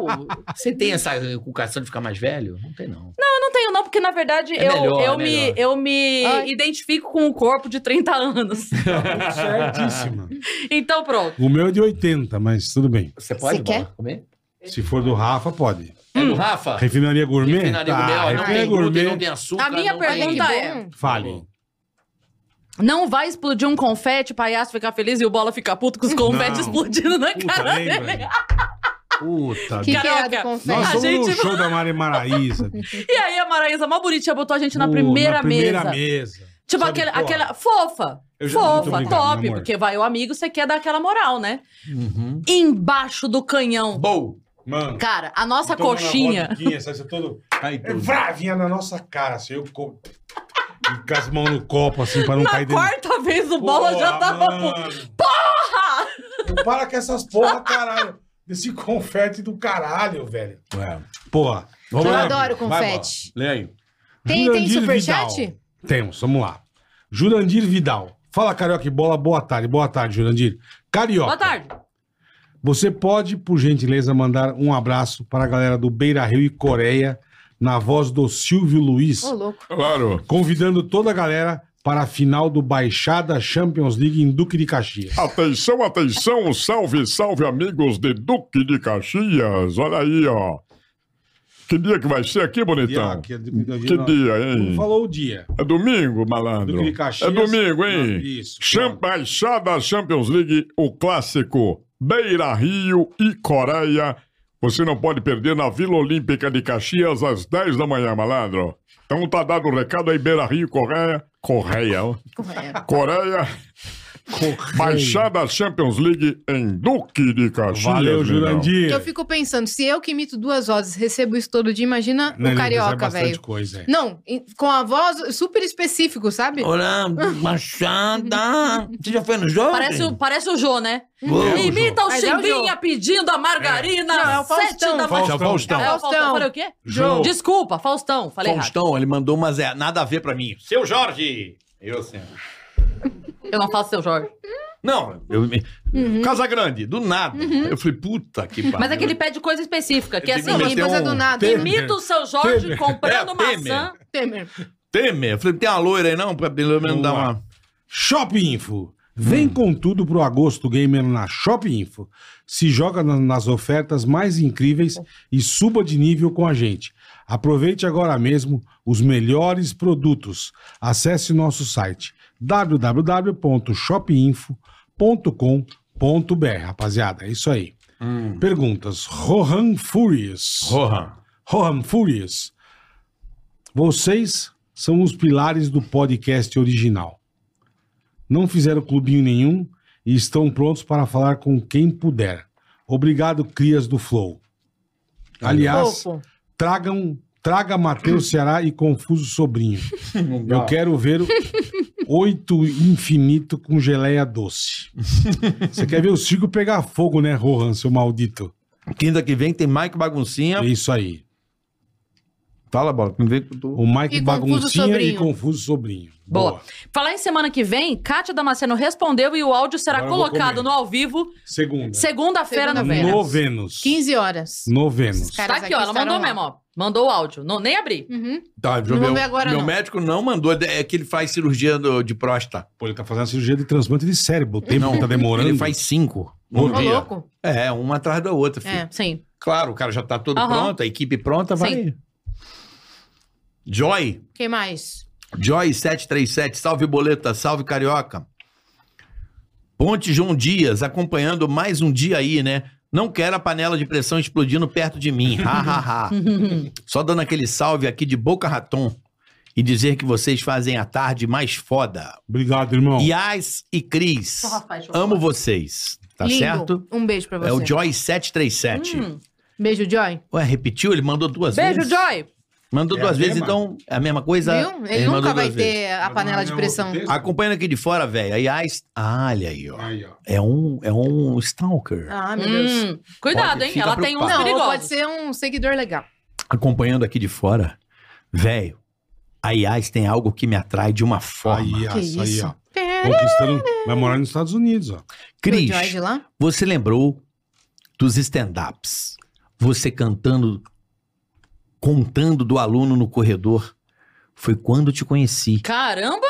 C: Você tem essa educação de ficar mais velho? Não tem, não.
E: Eu não tenho, não, porque na verdade
C: É
E: eu,
C: melhor,
E: eu,
C: é
E: me,
C: melhor.
E: eu me
D: Ai.
E: identifico com o corpo de 30 anos.
B: Certíssima.
E: então, pronto.
B: O meu é de 80, mas tudo bem.
C: Você pode
D: Você
C: Bola, comer?
B: Se for do Rafa, pode.
C: É do Rafa?
B: Refinaria Gourmet?
C: Refinaria
B: Tá,
C: gourmet, ó, não
B: refinaria
C: tem glúten, não
B: Gourmet.
C: tem açúcar.
E: A minha
C: não tem-
D: Olha que
E: pergunta
D: bom.
E: é-
B: Fale.
E: Não vai explodir um confete, o palhaço ficar feliz e o bola ficar puto com os confetes
B: Não.
E: explodindo na
B: Puta,
E: cara
B: lembra?
E: dele.
B: Puta.
D: Que que é
E: Caraca.
D: do confete?
B: Nós
E: A
B: fomos no
E: gente-
B: show da Mari Maraísa. bicho.
E: E aí a Maraísa, mó bonitinha, botou a gente na
B: Uh,
E: primeira,
B: primeira
E: mesa.
B: mesa.
E: Tipo,
B: Sabe,
E: aquela,
B: porra.
E: aquela. Fofa.
B: Eu já- muito
E: Fofa,
B: obrigado, meu
E: top.
B: amor.
E: Porque vai o amigo, você quer dar aquela moral, né?
C: Uhum.
E: Embaixo do canhão.
C: Bom.
B: Mano.
E: Cara, a nossa
B: tomando
E: coxinha.
B: a vodquinha, sabe, você todo...
C: Aí,
B: É,
C: tudo.
B: vrá, vinha na nossa cara, assim, eu... Co... e Com as mãos no copo, assim, pra não
E: Na
B: cair dentro.
E: quarta vez o bola já tava puto.
B: Porra! Não para com essas porra, caralho. Desse confete do caralho, velho.
C: Ué.
B: Porra. Vamos
D: Eu
B: lá,
D: adoro
B: amigo.
D: confete.
B: Vai, Bola. Leio.
D: Tem- tem
B: Jurandir
D: superchat?
B: Vidal. Temos, vamos lá. Jurandir Vidal. Fala, Carioca e Bola, boa tarde. Boa tarde, Jurandir. Carioca.
E: Boa tarde.
B: Você pode, por gentileza, mandar um abraço para a galera do Beira Rio e Coreia, na voz do Silvio Luiz,
D: Ô, louco.
I: Claro.
B: convidando toda a galera para a final do Baixada Champions League em Duque de Caxias.
I: Atenção, atenção, salve, salve amigos de Duque de Caxias. Olha aí, ó. Que dia que vai ser aqui, bonitão?
B: Aqui, aqui, aqui,
I: que
B: não.
I: dia, hein?
B: Não falou o dia.
I: É domingo, malandro.
B: Duque de Caxias.
I: é domingo, hein?
B: Não, isso.
I: Champaixada Champions League, o clássico Beira Rio e Coreia. Você não pode perder na Vila Olímpica de Caxias às 10 da manhã, malandro. Então tá dado o recado aí, Beira Rio, Coreia. Correia, ó. Coreia. Baixada Champions League em Duque de Caxias.
B: Valeu,
I: meu
B: Jurandir.
D: Eu fico pensando, se eu que imito duas vozes recebo isso todo dia, imagina
B: Não,
D: o
B: ele recebe
D: carioca,
B: bastante
D: velho.
B: coisa, é.
D: Não, e- com a voz super específico, sabe?
C: Olá, Machada. Você já foi no jogo?
E: Parece o, parece o Jô, né?
C: Uou,
E: Imita o
D: Mas é o
E: Chimbinha pedindo a margarina
D: Não, é o
E: às sete
D: Faustão.
E: da manhã.
B: Faustão, Faustão.
E: É o Faustão.
D: Faustão.
E: Falei o quê?
B: Jô.
E: Desculpa, Faustão. Falei
C: Faustão, ele mandou uma zé, nada a ver pra mim. Seu Jorge! Eu assim. sempre.
E: errado. Eu não faço seu Jorge.
C: Tá. Não, eu,
D: Uhum.
C: Casa Grande, do nada. Eu falei, puta que pariu.
E: Mas é que ele pede coisa específica, que é assim...
D: Não, mas
C: Meteu
D: coisa
C: um
D: do nada.
B: Temer.
E: Imita o seu Jorge comprando
C: É,
E: maçã.
D: Temer.
C: Temer. Eu falei, tem uma loira aí não? é. Pra pelo menos
B: Vamos
C: dar
B: lá. Hum.
C: uma.
B: Shop Info. Vem com tudo pro agosto gamer na Shop Info. Se joga na- nas ofertas mais incríveis e suba de nível com a gente. Aproveite agora mesmo os melhores produtos. Acesse nosso site www.shopinfo.com.br, rapaziada. É isso aí. Perguntas. Hum. Rohan Furious.
C: Rohan.
B: Rohan Furious. Vocês são os pilares do podcast original. Não fizeram clubinho nenhum e estão prontos para falar com quem puder. Obrigado, crias do Flow. Aliás,
E: Fofo.
B: tragam, traga Matheus Ceará e Confuso Sobrinho. Eu quero ver o oito infinito com geleia doce. Você quer ver o circo pegar fogo, né, Rohan, seu maldito?
C: Quinta que vem tem Mike Baguncinha.
B: É isso aí.
C: Fala, bola. Não vê que eu tô.
B: O Mike
D: E Confuso
B: Baguncinha e
D: Sobrinho.
B: Confuso Sobrinho.
E: Boa. Falar em semana que vem, Kátia Damasceno respondeu e o áudio será
B: Agora eu vou
E: colocado
B: comer.
E: no ao vivo
B: Segunda.
E: segunda-feira no
D: Segunda-feira.
E: Vênus.
B: No Vênus.
D: 15 horas.
B: No Vênus.
D: Os
E: Tá
D: caras
E: aqui, ó. Ela
D: estarão
E: mandou
D: lá.
E: mesmo, ó. Mandou o áudio. Não, nem abri.
D: Uhum.
C: Tá,
D: Não vou
C: meu,
D: ver agora,
C: meu
D: não.
C: médico não mandou. É que ele faz cirurgia do- de próstata.
B: Pô, ele tá fazendo a cirurgia de transplante de cérebro. O tempo
C: Não,
B: que tá demorando.
C: Ele faz cinco.
B: Ô,
C: Um
D: Ô,
C: dia.
D: louco.
C: É, uma atrás da outra, filho.
D: É.
E: Sim.
C: Claro, o cara já tá todo
E: Aham.
C: pronto, a equipe pronta, vai. Joy,
D: Quem mais?
C: Joy737, salve Boleta, salve Carioca. Ponte João Dias, acompanhando mais um dia aí, né? Não quero a panela de pressão explodindo perto de mim, ha, ha, ha. Só dando aquele salve aqui de Boca Raton e dizer que vocês fazem a tarde mais foda.
B: Obrigado, irmão.
C: Yas e Cris, amo vocês, tá
D: Lindo.
C: certo?
D: Um beijo pra você.
C: É o Joy737.
E: Hum.
D: Beijo, Joy.
C: Ué, repetiu? Ele mandou duas
E: Beijo,
C: vezes.
E: Joy.
C: Mandou
B: É a
C: duas vezes,
B: mesma?
C: então é a mesma coisa.
D: Viu? Ele
C: mandou
D: nunca vai
C: duas vezes.
D: ter a
B: Mas
D: panela
B: não
D: de
B: é
D: pressão.
B: outro texto?
C: Acompanhando aqui de fora, velho. Aí, ai, olha aí, ó.
B: Aí, ó.
C: É um, é um stalker.
D: Ah, meu Deus.
E: Hum. tá Cuidado,
C: Pode,
E: hein?
C: fica
E: Ela tem uns
C: preocupado.
D: Não,
E: perigosos.
D: pode ser um seguidor legal.
C: Acompanhando aqui de fora, velho. A IAS tem algo que me atrai de uma forma.
B: Aí, ó,
D: Que
B: isso aí,
D: isso? é?
B: ó. Conquistando. Vai morar nos Estados Unidos, ó.
C: Cris,
D: O Joy de lá?
C: você lembrou dos stand-ups? Você cantando, contando do aluno no corredor. Foi quando te conheci.
E: Caramba,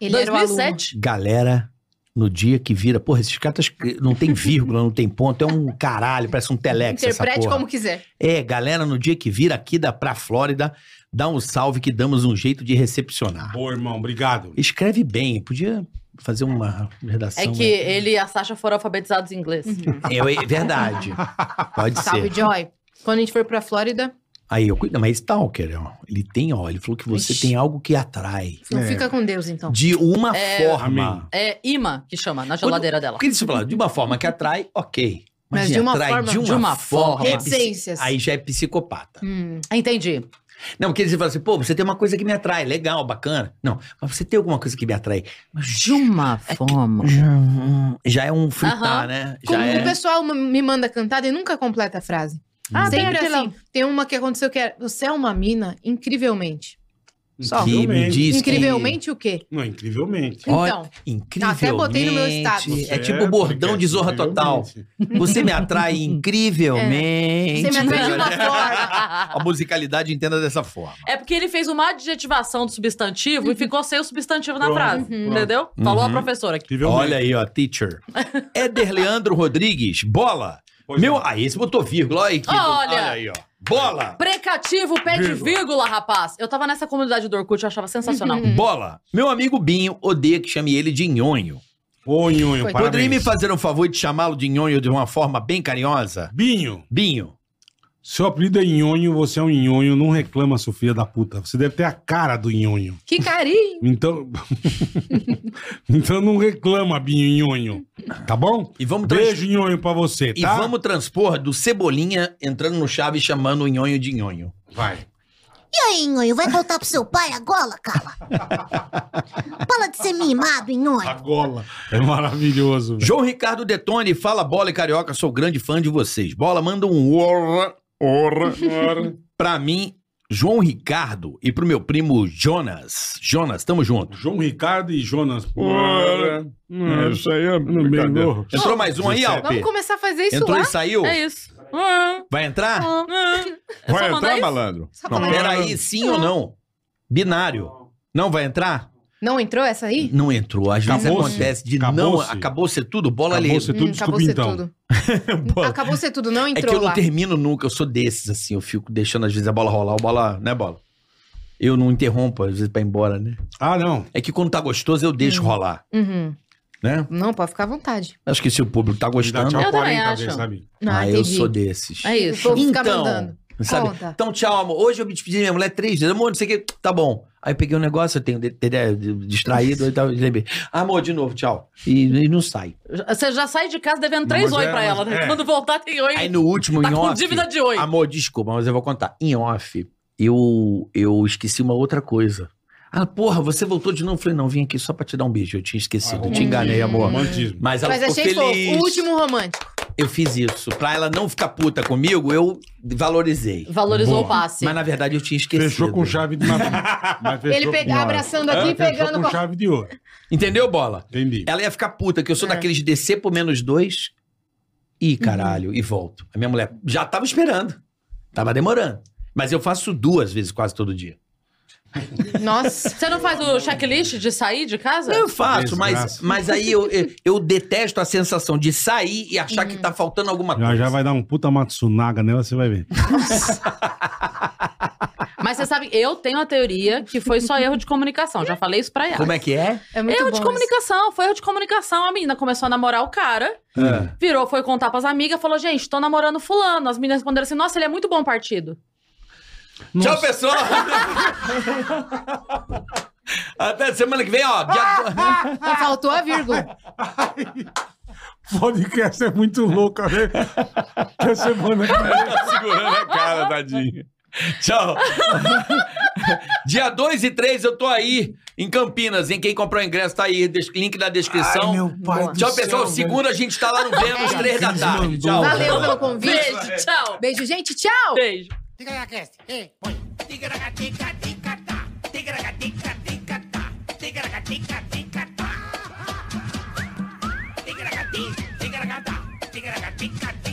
D: Ele
E: 2007.
C: galera no dia que vira. Porra, esses caras não tem vírgula, não tem ponto, é um caralho, parece um
D: era o aluno.
C: telex essa
D: Interprete
C: porra.
D: como quiser.
C: É, galera no dia que vira aqui da pra Flórida, dá um salve que damos um jeito de recepcionar.
B: Boa, irmão. Obrigado.
C: Escreve bem, podia fazer uma redação.
E: É que
C: né?
E: ele e a Sasha foram alfabetizados em inglês.
D: Uhum.
C: É, é verdade. Pode
D: Salve,
C: ser.
D: Joy. Quando a gente for pra Flórida,
C: Aí, eu cuido, mas Stalker, ó, ele tem, ó, ele falou que você
D: Ixi.
C: tem algo que atrai.
D: não
B: É.
D: fica com Deus, então.
C: De uma forma.
B: Amém.
E: É imã que chama na geladeira dela.
C: O que eles falaram? De uma forma que atrai, ok. Mas, de uma forma, de uma,
E: de uma
C: forma.
E: forma.
C: é psi-
D: Reticências.
C: Aí já é psicopata.
D: Hum.
E: Entendi.
C: Não, porque eles falam assim, pô, você tem uma coisa que me atrai, legal, bacana. Não, mas você tem alguma coisa que me atrai. Mas
E: De uma
C: É
E: forma.
C: já, já é um fritar,
E: Aham.
C: né? Já
D: Como
C: é.
D: o pessoal m- me manda cantada e nunca completa a frase.
E: Ah, tem
D: Sempre
E: aquela-
D: assim. Tem uma que aconteceu que era: Você é uma mina, incrivelmente. Só.
C: Que me diz
D: Incrivelmente o quê?
B: Não, incrivelmente.
C: Que... Ó,
D: Então.
C: incrivelmente.
D: Até botei no meu status.
C: É tipo bordão de zorra total. Você me atrai incrivelmente.
D: Então, É. Você me atrai de uma forma.
C: A musicalidade entenda dessa forma.
E: É porque ele fez uma adjetivação do substantivo e ficou sem o substantivo na
B: Pronto,
E: frase.
B: pronto.
E: Entendeu? Falou
C: Uhum.
E: a professora aqui.
B: Incrivelmente.
C: Olha aí, ó, teacher. Éder Leandro Rodrigues, bola.
B: Pois é.
C: Meu, aí você botou vírgula. Olha aí, que-
E: Olha.
C: aí, ó. Bola!
E: Precativo, pede vírgula. rapaz. Eu tava nessa comunidade do Orkut, eu achava sensacional.
C: Uhum. Bola! Meu amigo Binho odeia que chame ele de nhonho.
B: Ô, Nhonho,
D: Foi.
B: parabéns.
C: Poderia me fazer um favor de chamá-lo de nhonho de uma forma bem carinhosa?
B: Binho,
C: Binho.
B: seu apelido é Nhonho, você é um Nhonho, não reclama, sua filha da puta. Você deve ter a cara do Nhonho.
D: Que carinho!
B: Então... então não reclama, Binho Nhonho. Tá bom?
C: E vamos, trans-
B: Beijo, Nhonho, pra você,
C: e
B: tá?
C: vamos transpor do Cebolinha entrando no chave e chamando o nhonho de nhonho.
B: Vai.
H: E aí, Nhonho, vai voltar pro seu pai agora, cala? Fala de ser mimado, Nhonho.
B: Agola. É maravilhoso. velho.
C: João Ricardo Detone, fala bola e carioca, sou grande fã de vocês. Bola, manda um orra
I: Ora,
C: pra mim, João Ricardo, e pro meu primo Jonas. Jonas, tamo junto.
B: João Ricardo e Jonas.
I: ora. É, Isso aí é
B: Não bem,
I: brincadeira.
C: Entrou mais um aí,
D: Vamos
C: Alpe?
D: começar a fazer isso
C: Entrou
D: lá?
C: e saiu?
E: É isso. Hum,
C: Vai entrar?
E: hum, hum. É só
I: Vai
E: mandar
I: entrar,
E: isso?
I: tá malandro?
D: Só
C: Não,
D: falar-
C: peraí, sim ou não? Binário. Não vai entrar?
D: Não entrou essa aí?
C: Não entrou. Às vezes
B: Acabou-se.
C: acontece de não.
B: Acabou-se.
C: Acabou ser tudo, bola
B: Acabou
C: ali.
B: ser tudo,
D: Hum, acabou
B: desculpa
D: ser
B: então.
D: tudo.
C: Bola.
D: Acabou ser tudo, não
C: É
D: entrou
C: que eu não
D: lá.
C: termino nunca, eu sou desses, assim, eu fico deixando às vezes a bola rolar, a bola, né, bola? Eu não interrompo, às vezes, pra ir embora, né?
B: Ah, não.
C: É que quando tá gostoso, eu deixo rolar,
D: Uhum.
C: né?
D: Não, pode ficar à vontade.
C: Acho que se o público tá
B: Dá
C: gostando,
B: tchau
E: Eu também
B: 40
E: acho.
B: vezes, sabe?
D: Não,
C: ah, eu
D: entendi.
C: sou desses.
E: É
D: O
E: isso.
D: povo fica
C: Então,
D: mandando.
C: Sabe?
D: Conta.
C: Então, tchau, amor. Hoje eu me despedi da minha mulher três vezes. Amor, não sei o que. Tá bom. Aí eu peguei um negócio, eu tenho de- de- de- distraído, eu tava lembrei. Amor, de novo, tchau. E, e não sai.
E: Você já sai de casa devendo três
B: Mas
E: oi
B: é,
E: pra
B: mas
E: ela, né?
B: é.
E: Quando voltar tem oi.
C: Aí no último,
E: tá
C: em
E: com
C: off.
E: dívida de oi.
C: Amor, desculpa, mas eu vou contar. Em off, eu, eu esqueci uma outra coisa. Ah, porra, você voltou de novo? Eu falei, não, vim aqui só pra te dar um beijo. Eu tinha esquecido.
B: Ah,
C: te enganei, amor.
B: Romantismo.
C: Mas ela
D: Mas
C: ficou
D: achei fofo.
C: feliz.
D: O último romântico.
C: Eu fiz isso. Pra ela não ficar puta comigo, eu valorizei.
E: Valorizou
B: Boa.
E: o passe.
C: Mas na verdade eu tinha esquecido.
B: Fechou com chave de madeira. Mas fechou
D: Ele pega,
B: com-
D: abraçando
B: É,
D: aqui e
B: fechou
D: pegando...
B: com
D: com-
B: chave de ouro.
C: Entendeu, bola?
B: Entendi.
C: Ela ia ficar puta, que eu sou daqueles de descer por menos dois. Ih, caralho, e volto. A minha mulher já tava esperando. Tava demorando. Mas eu faço duas vezes quase todo dia.
D: Nossa.
E: Você não faz o checklist de sair de casa?
C: Não, eu faço, mas,
B: Desgraça.
C: mas aí eu, eu, eu detesto a sensação de sair e achar que tá faltando alguma coisa.
B: Já já vai dar um puta Matsunaga nela, você vai ver.
E: Mas você sabe, eu tenho a teoria que foi só erro de comunicação. Já falei isso pra ela.
C: Como é que é?
D: É muito
E: Erro
D: bom
E: de
D: isso.
E: comunicação, foi erro de comunicação. A menina começou a namorar o cara,
C: Ah.
E: virou, foi contar pras amigas, falou: gente, tô namorando fulano. As meninas responderam assim: nossa, ele é muito bom partido.
C: Tchau, pessoal! Até semana que vem, ó. Dia...
D: Só faltou a vírgula.
B: Podcast é muito louco, né? Que semana que vem.
I: Tá segurando a cara, tadinho.
C: Tchau. Dia 2 e 3 eu tô aí em Campinas, hein? Quem comprou o ingresso tá aí, des- link na descrição.
B: pai do
C: Tchau, pessoal.
B: céu,
C: Segunda a gente tá lá no Vênus,
D: É,
C: 3 da
B: Cris
C: tarde.
B: mandou.
C: Tchau.
D: Valeu pelo convite.
E: Beijo, tchau.
D: Beijo, gente. Tchau.
E: Beijo.
A: Ticaracast, ei, põe. Ticaracatica, ticatá. Ticaracatica, ticatá. Ticaracatica, ticatá. Ticaracati, ticaracatá. Ticaracatica,